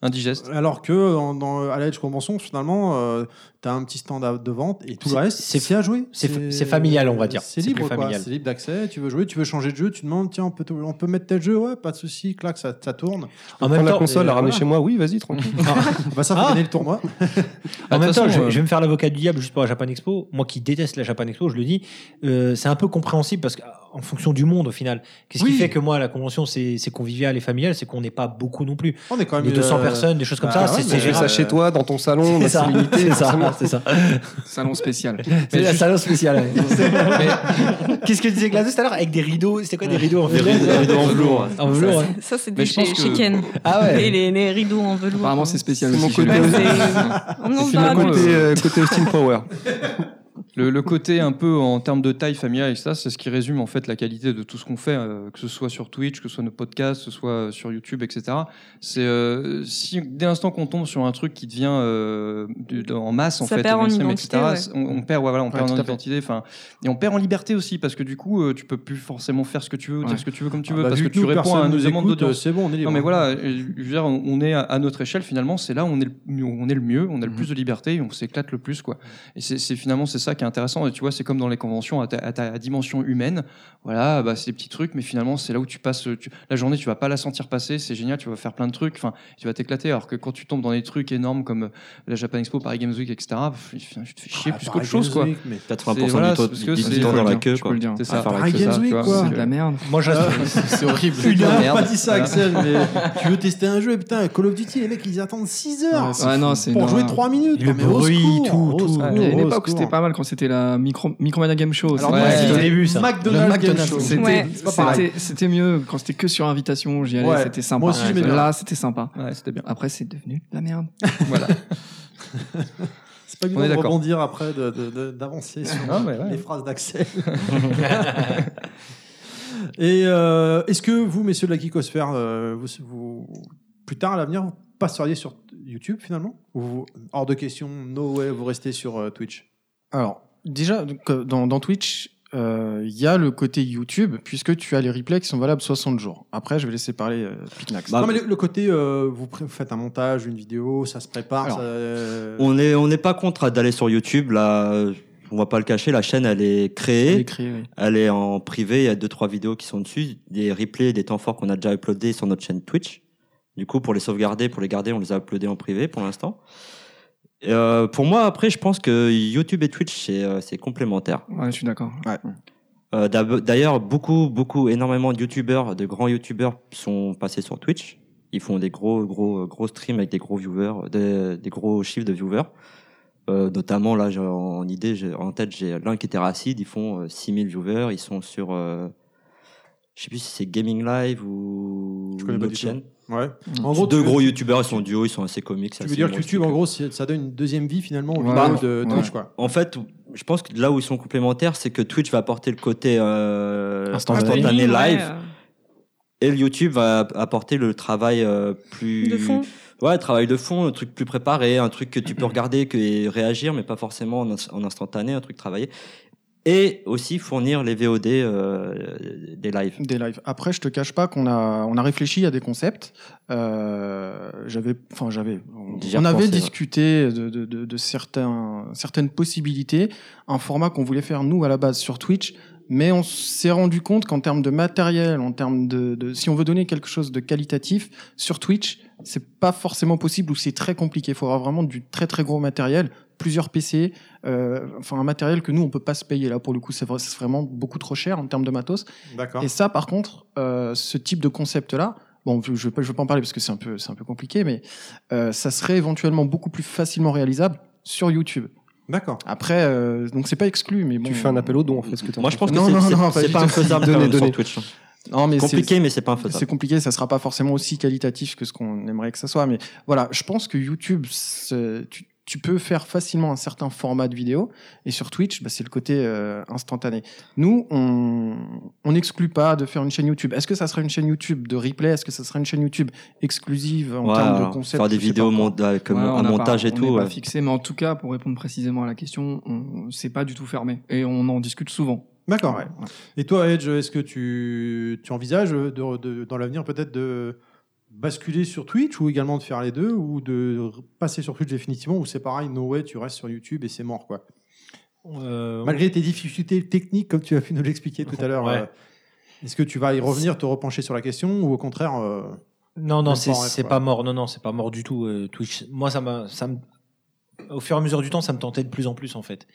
indigeste. Alors que dans, dans- euh, à l'Edge Convention, finalement, euh, t'as un petit stand à- de vente et tout le reste, c'est à jouer. c'est fa- c'est familial, on va dire. C'est C'est libre, plus quoi. familial. C'est libre d'accès. Tu veux jouer, tu veux changer de jeu, tu demandes, tiens, on peut, te- on peut mettre tel jeu, ouais, pas de souci, clac, ça, ça tourne. En même Prends temps, euh, voilà. oui, vas-y, tranquille. bah, ça fait Ah. gagner le tournoi. En même toute temps, façon, je, euh, je vais me faire l'avocat du diable juste pour la Japan Expo. Moi qui déteste la Japan Expo, je le dis, euh, c'est un peu compréhensible parce qu'en fonction du monde au final, qu'est-ce qui fait que moi la convention c'est c'est convivial et familial, c'est qu'on n'est pas beaucoup non plus. On est quand même, Les 200 euh, personnes, des choses comme bah ça, ouais, c'est mais- c'est gérable. chez toi, dans ton salon, C'est bah, ça, c'est limité, c'est ça, forcément. c'est ça. Salon spécial. C'est Mais la juste- salon spéciale. ouais. Qu'est-ce que disait Glazeux tout à l'heure Avec des rideaux, c'était quoi des rideaux en Des velours rideaux- des rideaux en velours, ouais. En velours, ouais. Ça, c'est Mais des je chez pense que- chez Ken. Ah ouais. Et les, les rideaux en velours. Oh bah, Apparemment, c'est spécial aussi. côté- j'ai lu. On en C'est finalement parle. le- euh, côté Austin Power. Le, le côté un peu en termes de taille familiale et ça, c'est ce qui résume en fait la qualité de tout ce qu'on fait, euh, que ce soit sur Twitch, que ce soit nos podcasts, que ce soit euh, sur YouTube, etc. C'est euh, si dès l'instant qu'on tombe sur un truc qui devient euh, du- de- en masse en Ça fait, perd en mainstream, identité, etc. ouais. On, on perd, ouais, voilà, on Ouais, perd tout en à fait. identité, enfin, et on perd en liberté aussi parce que du coup, euh, tu peux plus forcément faire ce que tu veux, Ouais. dire ce que tu veux comme tu Ah veux, bah, parce vu que que tu nous, réponds à personne une nous demande écoute, hein. d'audience. c'est bon, on est libre. Non mais voilà, euh, je veux dire, on on est à, à notre échelle finalement, c'est là où on est le, où on est le mieux, on Mhm. a le plus de liberté, on s'éclate le plus quoi. Et c'est c'est finalement c'est ça qui est intéressant. Et tu vois, c'est comme dans les conventions à ta, à ta dimension humaine. Voilà, bah, c'est des petits trucs, mais finalement c'est là où tu passes tu- la journée, tu vas pas la sentir passer, c'est génial, tu vas faire plein de trucs, enfin tu vas t'éclater. Alors que quand tu tombes dans des trucs énormes comme euh, la Japan Expo, Paris Games Week, etc. pff, tu te fais chier Ah, plus Paris qu'autre chose Games quoi. Week, mais C'est- 80% du voilà, temps- c'est parce que du c'est- temps dans la queue, je peux quoi. le dire. C'est À Ah, ça. faire la Paris queue, ça, Games Week, tu vois, quoi. c'est de la merde. Moi, je C'est horrible. Une C'est de la heure, merde. Ah. Ah. pas dit ça, Voilà. Axel, mais tu veux tester un jeu, et putain, Call of Duty, les mecs, ils attendent 6 heures Ouais, c'est Ouais, fou. non, c'est pour une jouer horreur. 3 minutes. Le Non, mais au bruit, secours, tout, au tout. secours, Ah, Il y a une au époque, où secours. c'était pas mal quand c'était la Micro, Micromania Game Show. Alors, moi, c'était au début, ça. McDonald's Le Game McDonald's, Show. C'était, Ouais. C'est pas c'était- pareil. c'était mieux quand c'était que sur invitation, j'y allais, Ouais. c'était sympa. Moi aussi, j'aimais bien. Là, c'était sympa. Ouais, c'était bien. Après, c'est devenu de la merde. voilà. C'est pas On évident de est d'accord. rebondir après, de- de- de- d'avancer sur Ah, ouais, ouais. les phrases d'Axel. Et euh, est-ce que vous, messieurs de la Geekosphère, euh, vous, vous- plus tard à l'avenir, vous passeriez sur YouTube finalement Ou vous- hors de question, no way, vous restez sur euh, Twitch Alors, déjà, donc, euh, dans, dans Twitch, euh, il y a le côté YouTube, puisque tu as les replays qui sont valables 60 jours. Après, je vais laisser parler euh, Pitnax. Non, mais le, le côté, euh, vous pré- vous faites un montage, une vidéo, ça se prépare. Alors, ça, euh, On n'est on n'est pas contre d'aller sur YouTube. Là, euh, on va pas le cacher, la chaîne elle est créée. Elle est créée, oui. Elle est en privé. Il y a deux trois vidéos qui sont dessus, des replays des temps forts qu'on a déjà uploadés sur notre chaîne Twitch. Du coup, pour les sauvegarder, pour les garder, on les a uploadés en privé pour l'instant. Euh, pour moi, après, je pense que YouTube et Twitch c'est euh, c'est complémentaire. Ouais, je suis d'accord. Euh, d'ab- D'ailleurs, beaucoup, beaucoup, énormément de youtubeurs, de grands youtubeurs sont passés sur Twitch. Ils font des gros, gros, gros streams avec des gros viewers, euh, des, des gros chiffres de viewers. Euh, notamment, là, j'ai en, en idée, j'ai- en tête, j'ai l'un qui était Racid, ils font euh, 6000 viewers, ils sont sur, euh, je sais plus si c'est Gaming Live ou connais une pas autre du tout. chaîne. Ouais. Mm. En gros, deux tu- gros youtubeurs, ils sont en duo, ils sont assez comiques. c'est tu veux assez dire que humoristique. YouTube, en gros, c'est- ça donne une deuxième vie finalement au Bah, vidéo de ouais. Twitch, quoi. En fait, je pense que là où ils sont complémentaires, c'est que Twitch va apporter le côté euh, Instantané. instantané Ouais, live. euh. Et le YouTube va apporter le travail euh, plus. De fond. Ouais, le travail de fond, un truc plus préparé, un truc que tu peux regarder que, et réagir, mais pas forcément en, ins- en instantané, un truc travaillé. Et aussi fournir les VOD euh, des lives. Des lives. Après, je te cache pas qu'on a, on a réfléchi à des concepts. Euh, j'avais, enfin, j'avais, on, J'y ai on avait repensé, ouais. discuté de, de, de, de certains, certaines possibilités. Un format qu'on voulait faire nous à la base sur Twitch, mais on s'est rendu compte qu'en termes de matériel, en termes de, de, si on veut donner quelque chose de qualitatif sur Twitch, c'est pas forcément possible ou c'est très compliqué. Il faudra vraiment du très très gros matériel plusieurs PC, euh, enfin un matériel que nous on peut pas se payer là pour le coup, c'est vrai- c'est vraiment beaucoup trop cher en termes de matos. D'accord. Et ça, par contre, euh, ce type de concept-là, bon, je ne veux, pas- je veux pas en parler parce que c'est un peu, c'est un peu compliqué, mais euh, ça serait éventuellement beaucoup plus facilement réalisable sur YouTube. D'accord. Après, euh, donc c'est pas exclu, mais bon. euh, Tu fais un appel au don, en fait, ce que Moi, je pense que c'est- c'est- c'est plutôt faisable quand même sur Twitch. hein. hein. Non, mais Compliqué, mais c'est pas infaisable. C'est compliqué, ça sera pas forcément aussi qualitatif que ce qu'on aimerait que ça soit. Mais voilà, je pense que YouTube, c'est- tu, tu peux faire facilement un certain format de vidéo. Et sur Twitch, bah, c'est le côté euh, instantané. Nous, on on n'exclut pas de faire une chaîne YouTube. Est-ce que ça sera une chaîne YouTube de replay Est-ce que ça sera une chaîne YouTube exclusive en Ouais, termes de alors, concept faire des je sais vidéos pas. mon- avec un Ouais, on n'a montage pas- et on tout. n'est pas ouais. fixé, mais en tout cas, pour répondre précisément à la question, on- c'est pas du tout fermé. Et on en discute souvent. D'accord. Et toi, Edge, est-ce que tu, tu envisages de, de- dans l'avenir peut-être de basculer sur Twitch ou également de faire les deux ou de passer sur Twitch définitivement ou c'est pareil, no way, tu restes sur YouTube et c'est mort quoi. Euh, Malgré tes difficultés techniques, comme tu as pu nous l'expliquer tout à l'heure, Ouais. euh, est-ce que tu vas y revenir, te repencher sur la question ou au contraire euh, Non, non, même c'est en rêve, c'est quoi pas mort. Non, non, c'est pas mort du tout. euh, Twitch. Moi, ça m'a, ça me- au fur et à mesure du temps, ça me tentait de plus en plus en fait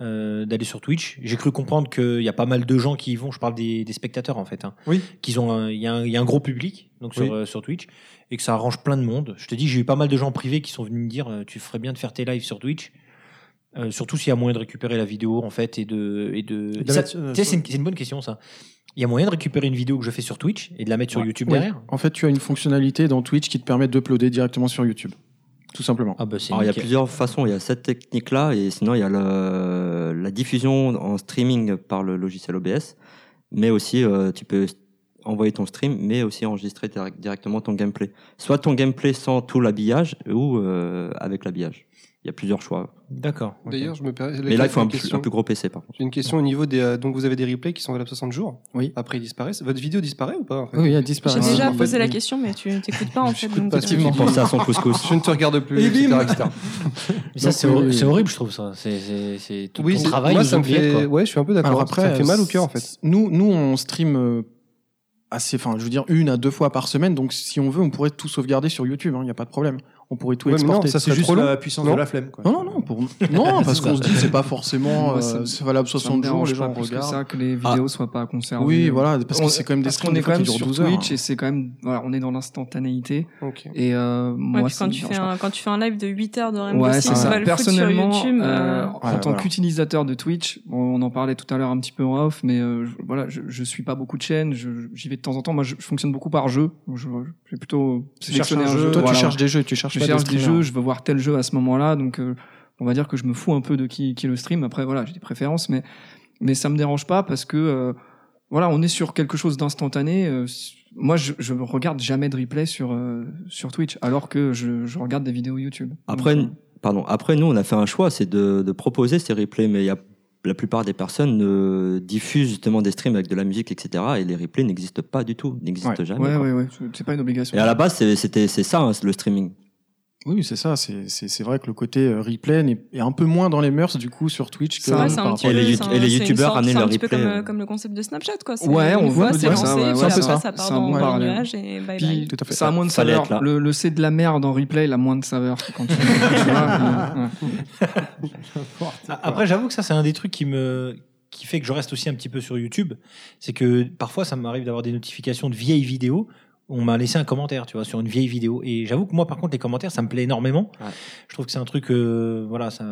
euh, d'aller sur Twitch. J'ai cru comprendre qu'il y a pas mal de gens qui y vont. Je parle des, des spectateurs en fait. Hein, oui. Qu'ils ont, un- il y, a un- il y a un gros public donc sur, Oui. euh, sur Twitch et que ça arrange plein de monde. Je te dis, j'ai eu pas mal de gens privés qui sont venus me dire, euh, tu ferais bien de faire tes lives sur Twitch. Euh, surtout s'il y a moyen de récupérer la vidéo en fait et de et de. Et de la Ça- mettre euh, sur- tu sais, c'est une, c'est une bonne question ça. Il y a moyen de récupérer une vidéo que je fais sur Twitch et de la mettre sur Ouais. YouTube Oui. derrière. En fait, tu as une fonctionnalité dans Twitch qui te permet d'uploader directement sur YouTube. Tout simplement. Ah bah c'est Alors, il y a plusieurs façons. Il y a cette technique-là, et sinon, il y a le- la diffusion en streaming par le logiciel OBS. Mais aussi, euh, tu peux envoyer ton stream, mais aussi enregistrer direct- directement ton gameplay. Soit ton gameplay sans tout l'habillage, ou euh, avec l'habillage. Il y a plusieurs choix. D'accord. D'ailleurs, je me permets- Mais là, il faut un, une plus- question. un plus gros PC, par contre. J'ai une question au niveau des. euh, donc, vous avez des replays qui sont valables 60 jours. Oui. Après, ils disparaissent. Votre vidéo disparaît ou pas en fait Oui, elle J'ai déjà En fait, posé la oui. question, mais tu t'écoutes pas en fait. donc, Parce euh, qu'il dit- Je ne te regarde plus. Et bim. etc., etc. Mais ça, c'est hor- c'est horrible, je trouve ça. C'est- C'est c'est tout Oui, ton c'est- travail. moi, nous ça me oubliait, fait- quoi. ouais, je suis un peu d'accord. Alors Ça après, me fait mal au cœur, en fait. c- Nous, nous, on stream euh, assez, enfin, je veux dire, une à deux fois par semaine. Donc, si on veut, on pourrait tout sauvegarder sur YouTube. Il n'y a pas de problème. On pourrait tout Ouais, mais non, exporter. ça, c'est serait juste trop la long. puissance Non. de la flemme, quoi. Non, non, non. pour- Non, parce qu'on se dit, c'est pas forcément. Moi, euh, ça me- C'est valable ça me 60 jours, dérange les gens pas plus que regardent. Ah. ça, que les vidéos soient pas conservées. Oui, voilà, parce que On- c'est quand même des parce streams qu'on des est fois quand qui durent même sur 12 heures. Twitch et c'est quand même. Voilà, on est dans l'instantanéité. Et euh, Ouais, moi, puis ça quand, me tu fais dérange pas. un, quand tu fais un live de 8 heures de Rainbow Ouais, Six, c'est on ça. va le foutre sur Personnellement, YouTube. euh, euh, en tant voilà. qu'utilisateur de Twitch, bon, on en parlait tout à l'heure un petit peu en off, mais euh, je, voilà, je, je suis pas beaucoup de chaînes, je- j'y vais de temps en temps. Moi, je, je fonctionne beaucoup par jeu. Je, je vais plutôt Tu cherches sélectionner un jeu. Toi, tu cherches des jeux, tu cherches je pas des cherche des streamers. jeux, je veux voir tel jeu à ce moment-là, donc euh, on va dire que je me fous un peu de qui, qui le stream. Après, voilà, j'ai des préférences, mais mais ça me dérange pas parce que euh, voilà, on est sur quelque chose d'instantané. euh, s- moi, je, je regarde jamais de replay sur euh, sur Twitch, alors que je, je regarde des vidéos YouTube. Après, Donc, pardon, après, nous, on a fait un choix, c'est de, de proposer ces replays, mais il y a- la plupart des personnes euh, diffusent justement des streams avec de la musique, etc. Et les replays n'existent pas du tout, n'existent euh, jamais. ouais, quoi. ouais, ouais, c'est- c'est pas une obligation. Et à la base, c'est- c'était c'est ça, hein, le streaming. Oui, c'est ça. C'est- C'est c'est vrai que le côté euh, replay n'est- est un peu moins dans les mœurs, du coup, sur Twitch. que Ça, par c'est un rapport- petit peu- hein, c'est un- c'est une sorte- c'est un petit peu comme, euh, comme le concept de Snapchat, quoi. C'est Ouais, une fois, on voit Ah, c'est dire ça. lancé, ouais, puis ouais, après, c'est ça. ça part C'est un bon dans les parallèle. nuages et bye Puis, bye. ça a moins de Fallait saveur. être là. Le, le c'est de la merde en replay, il a moins de saveur. que Quand tu, tu vois, mais- ouais. A- Après, j'avoue que ça, c'est un des trucs qui me qui fait que je reste aussi un petit peu sur YouTube, c'est que parfois ça m'arrive d'avoir des notifications de vieilles vidéos. où On m'a laissé un commentaire, tu vois, sur une vieille vidéo. Et j'avoue que moi, par contre, les commentaires, ça me plaît énormément. Je trouve que c'est un truc, euh, voilà, ça.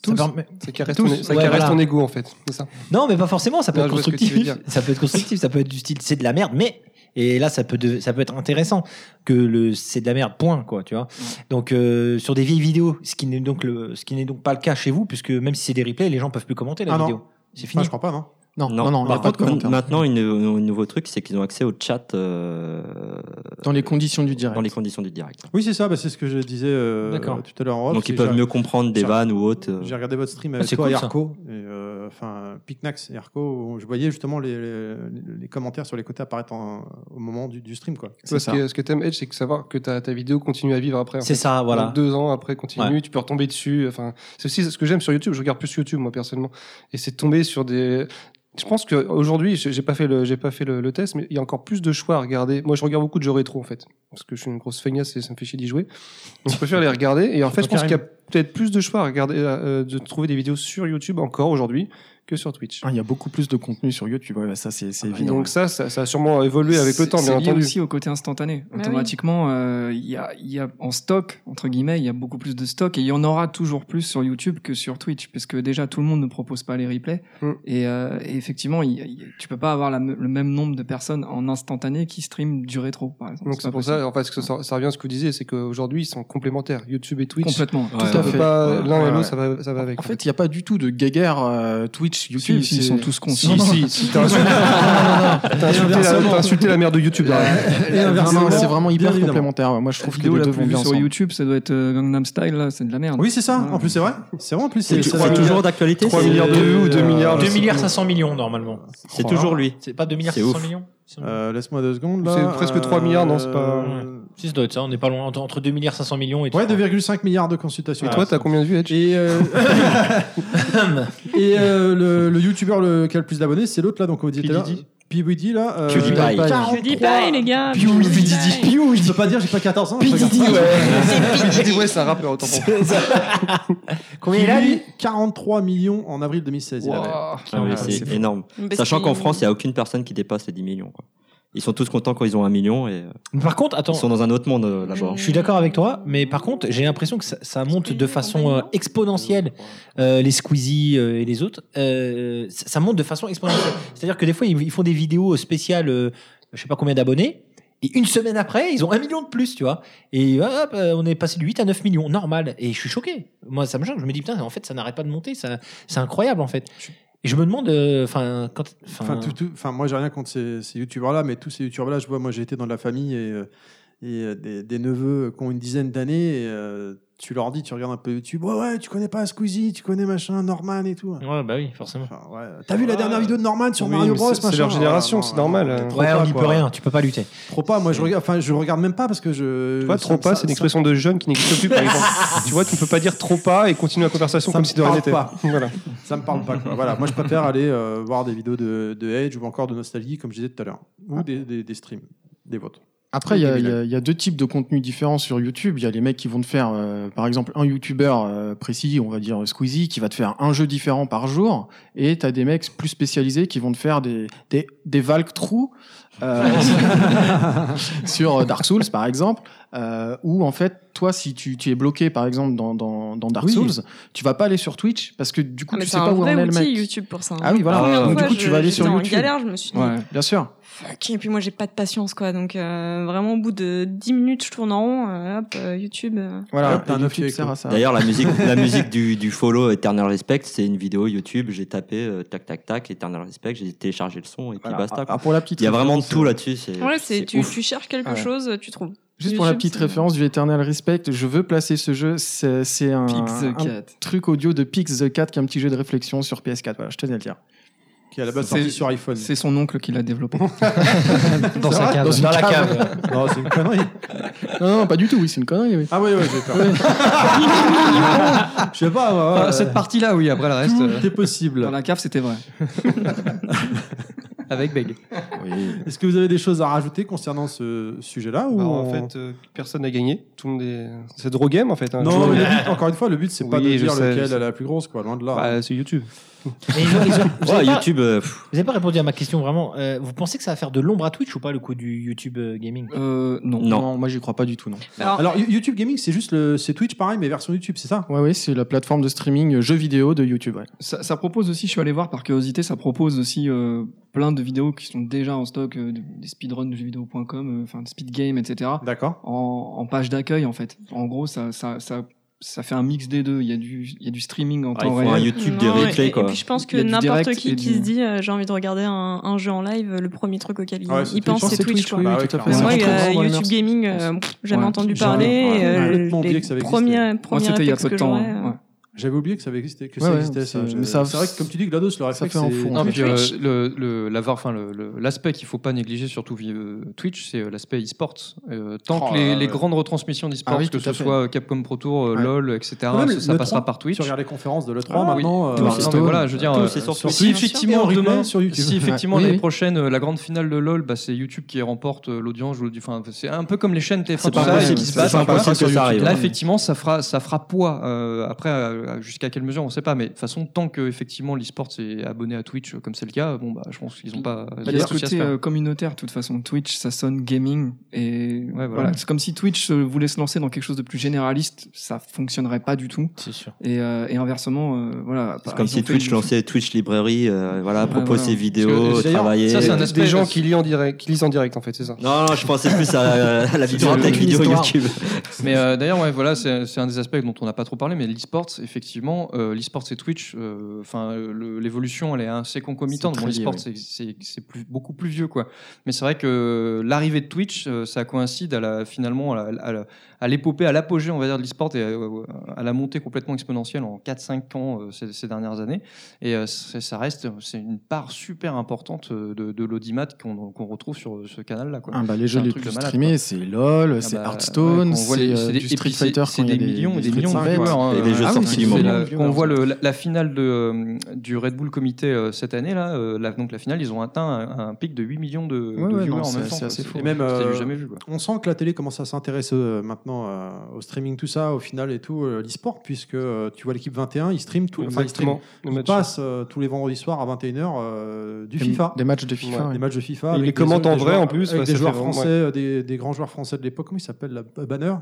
Tous. Ça caresse ton- ça caresse ton égo, en fait. C'est ça. Non, mais pas forcément. Ça peut Non, être je vois ce que tu veux constructif. dire. Ça peut être constructif. Ça peut être du style, c'est de la merde, mais. Et là, ça peut, de- ça peut être intéressant que le c'est de la merde, point, quoi, tu vois. Donc, euh, sur des vieilles vidéos, ce qui n'est donc, le- ce qui n'est donc pas le cas chez vous, puisque même si c'est des replays, les gens peuvent plus commenter la Ah non. vidéo. C'est fini. Enfin, je crois pas, non Non, Par contre, Maintenant, une- un nouveau truc, c'est qu'ils ont accès au chat. euh, dans les conditions du direct. Dans les conditions du direct. Oui, c'est ça, bah, c'est ce que je disais euh, D'accord. tout à l'heure en off, Donc ils c'est peuvent j'ai- mieux comprendre des j'ai- vannes ou autres. euh. J'ai regardé votre stream Ah, avec c'est toi cool, et ça. Arco, et, euh, enfin Picnax et Arco, où je voyais justement les, les, les commentaires sur les côtés apparaître en- au moment du, du stream. quoi. Toi, ce que, ce que t'aimes, Edge, c'est que savoir que ta, ta vidéo continue à vivre après. en C'est fait. ça, voilà. Donc, deux ans après, continue, Ouais. tu peux retomber dessus. Enfin, c'est aussi ce que j'aime sur YouTube. Je regarde plus YouTube, moi, personnellement. Et c'est de tomber sur des. Je pense qu'aujourd'hui, j'ai pas fait le, j'ai pas fait le, le test, mais il y a encore plus de choix à regarder. Moi, je regarde beaucoup de jeux rétro en fait, parce que je suis une grosse feignasse et ça me fait chier d'y jouer. Donc, je préfère les regarder. Et en fait, je pense qu'il y a peut-être plus de choix à regarder, euh, de trouver des vidéos sur YouTube encore aujourd'hui que sur Twitch. Ah, il y a beaucoup plus de contenu sur YouTube, ouais, bah, ça c'est Ah c'est évident. Donc ça, ça, ça a sûrement évolué avec le temps, bien C'est lié entendu. aussi au côté instantané. Ah Bah oui. Automatiquement, euh, il y, a, il y a en stock, entre guillemets, il y a beaucoup plus de stock et il y en aura toujours plus sur YouTube que sur Twitch, parce que déjà tout le monde ne propose pas les replays. Mm. Et, euh, et effectivement, il y a- il y a- tu peux pas avoir la me- le même nombre de personnes en instantané qui streament du rétro, par exemple. Donc c'est pas pour possible. ça, en fait, que ça, ça revient à ce que vous disiez, c'est qu'aujourd'hui ils sont complémentaires, YouTube et Twitch. Complètement. Tout Ouais, à ouais, fait. ouais. Pas Ouais, L'un ouais, et ouais. l'autre, ça va, ça va avec. En fait, il n'y a pas du tout de guéguerre euh, Twitch, YouTube. si, ils c'est- sont tous cons. Si, Non, non. si, si, t'as insulté- Non, non, non. T'as Et insulté la- inversement. t'as insulté la mère de YouTube. derrière. Et inversement, Non, non, C'est vraiment hyper bien évidemment. complémentaire. Moi, je La trouve que les vidéo deux la vont plus vue bien sur ensemble. YouTube, ça doit être euh, Gangnam Style, là, c'est de la merde. Oui, c'est ça. Voilà. En plus, c'est vrai. C'est vrai. En plus, Et c'est tu- ça c'est doit être- toujours d'actualité, 3 c'est- milliards de vues ou 2 milliards. 2 milliards 500 millions normalement. C'est toujours lui. C'est pas 2 milliards C'est 500 ouf. millions Euh, Laisse-moi deux secondes. là. C'est Euh, euh, Si, ça doit être ça, on est pas loin, entre, entre 2 milliards 500 millions et Ouais, 2,5 milliards de consultations. Et toi, t'as combien de vues Et, euh, et euh, le, le youtubeur le- qui a le plus d'abonnés, c'est l'autre là, donc on dit tout à l'heure. PewDiePie là. euh, PewDiePie. 43. PewDiePie, les gars. PewDiePie. Je peux pas dire, j'ai pas 14 ans. PewDiePie, ouais. PewDiePie, ouais, c'est un rappeur, autant pour moi. Combien il a, lui 43 millions en avril 2016. il avait. Ah oui, c'est énorme. Une bêtise. Sachant qu'en France, il n'y a aucune personne qui dépasse les 10 millions. quoi. Ils sont tous contents quand ils ont un million. Et... euh, Mais par contre, attends. Ils sont dans un autre monde euh, là-bas. Mmh. Je suis d'accord avec toi, mais par contre, j'ai l'impression que ça, ça monte de façon euh, exponentielle. euh, les Squeezie euh, et les autres, euh, ça ça monte de façon exponentielle. C'est-à-dire que des fois, ils, ils font des vidéos spéciales, euh, je sais pas combien d'abonnés, et une semaine après, ils ont un million de plus, tu vois. Et hop, euh, on est passé de 8 à 9 millions, normal. Et je suis choqué. Moi, ça me choque. Je me dis, putain, en fait, ça n'arrête pas de monter. ça- C'est incroyable, en fait. Et je me demande, euh, enfin, quand. Enfin, tout- tout- enfin, moi, j'ai rien contre ces, ces youtubeurs-là, mais tous ces youtubeurs-là, je vois, moi, j'ai été dans de la famille et, euh, et, euh, des, des neveux qui ont une dizaine d'années, et euh, tu leur dis, tu regardes un peu YouTube, ouais, ouais, tu connais pas Squeezie, tu connais machin, Norman et tout. Ouais, bah oui, forcément. T'as vu la dernière vidéo de Norman sur Mario Bros, machin C'est leur génération, c'est normal. Trop pas, quoi. tu peux pas lutter. Trop pas, moi, je regarde, enfin, je regarde même pas parce que je. Tu vois, trop pas, c'est une expression de jeune qui n'existe plus, par exemple. tu vois, tu ne peux pas dire trop pas et continuer la conversation Ça comme me si de rien parle n'était. pas. Voilà. Ça me parle pas, quoi. Voilà, moi, je préfère aller euh, voir des vidéos de, de Edge ou encore de Nostalgie, comme je disais tout à l'heure, ou des, des, des streams, des vôtres. Après, il y, a- Des il y lives. a- il y a deux types de contenus différents sur YouTube. Il y a les mecs qui vont te faire, euh, par exemple, un YouTuber euh, précis, on va dire Squeezie, qui va te faire un jeu différent par jour. Et t'as des mecs plus spécialisés qui vont te faire des, des, des Valk True, euh, sur euh, Dark Souls, par exemple, euh, où en fait, toi, si tu, tu es bloqué, par exemple, dans, dans, dans Dark Oui. Souls, tu vas pas aller sur Twitch parce que du coup, Ah, mais tu c'est sais pas un où vrai en est le outil mec. YouTube pour ça. hein. Ah oui, voilà. La première Donc, du fois, coup, tu je- vas aller sur j'étais en YouTube. galère, je me suis dit. Ouais, bien sûr. Fuck, et puis moi j'ai pas de patience quoi, donc euh, vraiment au bout de 10 minutes je tourne en rond, euh, hop, euh, YouTube. euh. Voilà, Hop, t'as et un YouTube objet, sert quoi. à ça. D'ailleurs, la musique, la musique du, du follow Eternal Respect, c'est une vidéo YouTube. J'ai tapé euh, tac tac tac Eternal Respect, j'ai téléchargé le son et puis Voilà. basta. quoi. Ah, pour la petite Il y a vraiment de référence, euh, tout là-dessus. c'est- Ouais, c'est, tu, ouf. tu cherches quelque Ah Ouais. chose, tu trouves. Juste pour la YouTube, petite c'est- référence du Eternal Respect, je veux placer ce jeu. C'est c'est un, Pix the un Cat. truc audio de Pix the Cat, qui est un petit jeu de réflexion sur PS4. Voilà, je tenais à le dire. Qui est à la base C'est- sorti sur iPhone. C'est son oncle qui l'a développé. Dans sa cave. Dans la cave. Non, c'est une connerie. Non, non, pas du tout. Oui, c'est une connerie. Oui. Ah oui, oui, j'ai peur. Je sais pas. moi, Enfin, euh, cette partie-là, oui, après le reste. Tout euh, est possible. Dans la cave, c'était vrai. Avec Beg. Est-ce que vous avez des choses à rajouter concernant ce sujet-là ou Alors, on- en fait, euh, personne n'a gagné. Tout le monde est. C'est draw game en fait. hein. Non, Je- mais le but, encore une fois, le but c'est pas de Oui, je dire sais, je lequel sais. a la plus grosse, quoi, loin de là. Bah, c'est YouTube. Mais ils ont- ils ont- vous Ouais, avez pas- YouTube. euh, pff, Vous n'avez pas répondu à ma question vraiment. Euh, vous pensez que ça va faire de l'ombre à Twitch ou pas le coup du YouTube euh, gaming non. Non. moi j'y crois pas du tout. Non. Alors, You- YouTube Gaming, c'est juste le, c'est Twitch pareil, mais version YouTube, c'est ça Ouais, ouais, c'est la plateforme de streaming euh, jeux vidéo de YouTube. ouais. Ça, ça propose aussi, je suis allé voir par curiosité, ça propose aussi euh, plein de vidéos qui sont déjà en stock, euh, de- des speedruns de jeuxvideo.com, euh, enfin des speed games, etc. D'accord. En, en page d'accueil, en fait. En gros, ça, ça, ça, ça fait un mix des deux. Il y a du, il y a du streaming en Ah, temps il faut un réel. YouTube des replays, et, et quoi. puis je pense que Il y a du n'importe direct qui et qui du- se dit euh, j'ai envie de regarder un, un jeu en live, euh, le premier truc auquel il, Ah ouais, il c'est pense Twitch. c'est Twitch. Twitch, quoi. oui, oui, tout à fait. Pour Moi, C'est il y rentré a dans le YouTube immerse. Gaming, euh, pff, jamais Ouais. entendu J'avais parler. complètement euh, oublié les que ça avait existé. premiers, Moi, premiers c'était il y a réflexes peu de que temps, j'aurais, hein, euh, ouais. J'avais oublié que ça existait. Que Ouais, ça ouais, existait ça. c'est- Je- mais C'est ça- vrai que comme tu dis, GLaDOS, le ça réflexe, fait un c'est- Ah, fond. Non, Mais puis, euh, Twitch- le- le- la var- enfin, le- le- l'aspect qu'il faut pas négliger, surtout via, euh, Twitch, c'est euh, l'aspect e-sport. Euh, tant Oh que les, là les là. grandes retransmissions d'e-sport, Ah oui, que tout ce à fait. soit Capcom Pro Tour, euh, Ouais. LOL, etc., Non, mais ça, ça le passera 3, par Twitch. Tu regardes les conférences de l'E3 Ah, maintenant. oui. euh, Tout, non, mais voilà, je veux dire, tout, euh, c'est sur si Twitch. Et en effectivement, replay demain, sur YouTube. si effectivement Ouais. l'année Oui. prochaine, euh, la grande finale de LoL, bah, c'est YouTube qui remporte euh, l'audience. je vous le dis. Enfin, c'est un peu comme les chaînes TF1 C'est tout pas ça, et possible, qui se c'est battent, pas voilà. possible que ça arrive. Là, effectivement, ça fera, ça fera poids. Euh, après, euh, jusqu'à quelle mesure, on ne sait pas. Mais de toute façon, tant que effectivement l'e-sport est abonné à Twitch, euh, comme c'est le cas, bon, bah, je pense qu'ils n'ont pas. hein. Il y a ce côté euh, communautaire, de toute façon. Twitch, ça sonne gaming. Et voilà. c'est comme si Twitch euh, voulait se lancer dans quelque chose de plus généraliste, ça fonctionnerait pas du tout. C'est sûr. Et, euh, et inversement, euh, voilà. Bah, C'est comme si Twitch lançait Twitch Librairie, euh, voilà, propose ses vidéos, Parce que- d'ailleurs, travailler. Ça, c'est un aspect des gens Non, qui lisent en direct, qui lisent en direct en fait, c'est ça. non, je pensais plus à euh, à la bibliothèque vidéo YouTube. Mais euh, d'ailleurs, ouais, voilà, c'est c'est un des aspects dont on n'a pas trop parlé, mais l'e-sport, effectivement, euh, l'e-sport c'est Twitch. euh, Enfin, euh, le- l'évolution, elle est assez concomitante. C'est Bon, très lié, l'e-sport, oui. c'est- c'est c'est plus- beaucoup plus vieux, quoi. Mais c'est vrai que l'arrivée de Twitch, euh, ça coïncide à la, finalement à la- à la- à l'épopée, à l'apogée, on va dire, de l'e-sport et euh, à la montée complètement exponentielle en 4-5 ans euh, ces, ces dernières années. Et euh, c'est- ça reste, c'est une part super importante euh, de, de l'audimat qu'on qu'on retrouve sur euh, ce canal-là, quoi. Ah bah, les C'est jeux un les truc plus de malade, streamés, quoi. c'est LOL, Ah c'est bah, Hearthstone, ouais, qu'on voit c'est les- euh, c'est des- du et Street puis c'est- Fighter, c'est quand il y des a millions et des Street millions de Fighter. joueurs. hein. Et les jeux Ah oui, sortis c'est- du c'est monde. la- Millions, Quand on ouais. voit le- la, la finale de, euh, du Red Bull Comité euh, cette année, là, euh, la, donc la finale, ils ont atteint un, un pic de 8 millions de, de Ouais, ouais, viewers non, en c'est- même temps. c'est quoi. assez C'est- fou. Et même, c'était euh, du jamais vu. quoi. On sent que la télé commence à s'intéresser euh, maintenant euh, au streaming, tout ça, au final et tout, euh, l'e-sport, puisque euh, tu vois l'équipe 21, ils streament tout, enfin, ils, Exactement, streament, le ils match. passent euh, tous les vendredis soirs à 21h euh, du Des- FIFA. des matchs de FIFA, ouais. Des matchs de FIFA. Et avec ils les des- commentent en des vrai, joueurs- en plus, Avec ouais, des ça joueurs fait vraiment- français, euh, des, des grands joueurs français de l'époque, comment il s'appelle la- euh, Banner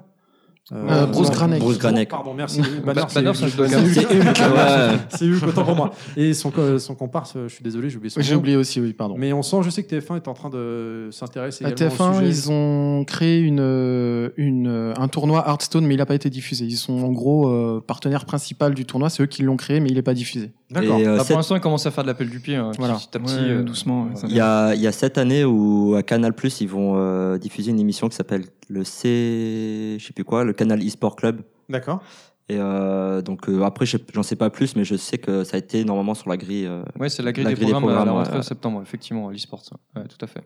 Euh, Bruce Granek. Bruce Bruce Granek. Pardon, merci. Ba- Banner, c'est Banner, Hulk. ça, je dois C'est dire. Hulk. Ouais. C'est Hulk, autant pour moi. Et son, co- son comparse, euh, je suis désolé, j'ai oublié son Oui, j'ai nom. oublié aussi, oui, pardon. Mais on sent, je sais que TF1 est en train de s'intéresser À également au TF1, sujet. ils ont créé une, euh, une, euh, un tournoi Hearthstone, mais il n'a pas été diffusé. Ils sont en gros euh, partenaire principal du tournoi. C'est eux qui l'ont créé, mais il n'est pas diffusé. Et, euh, Bah, cette- Pour l'instant, ils commencent à faire de l'appel du pied. hein, Voilà. Petit à petit, Ouais, euh, doucement, ouais, ça Il y a, il y a cette année où à Canal Plus ils vont euh, diffuser une émission qui s'appelle le C, je sais plus quoi, le Canal eSport Club. D'accord. Et euh, donc euh, après, je- j'en sais pas plus, mais je sais que ça a été normalement sur la grille. euh, Ouais, c'est la grille des programmes, euh, à la rentrée en septembre, effectivement, l'e-sport. ouais. Ouais, tout à fait.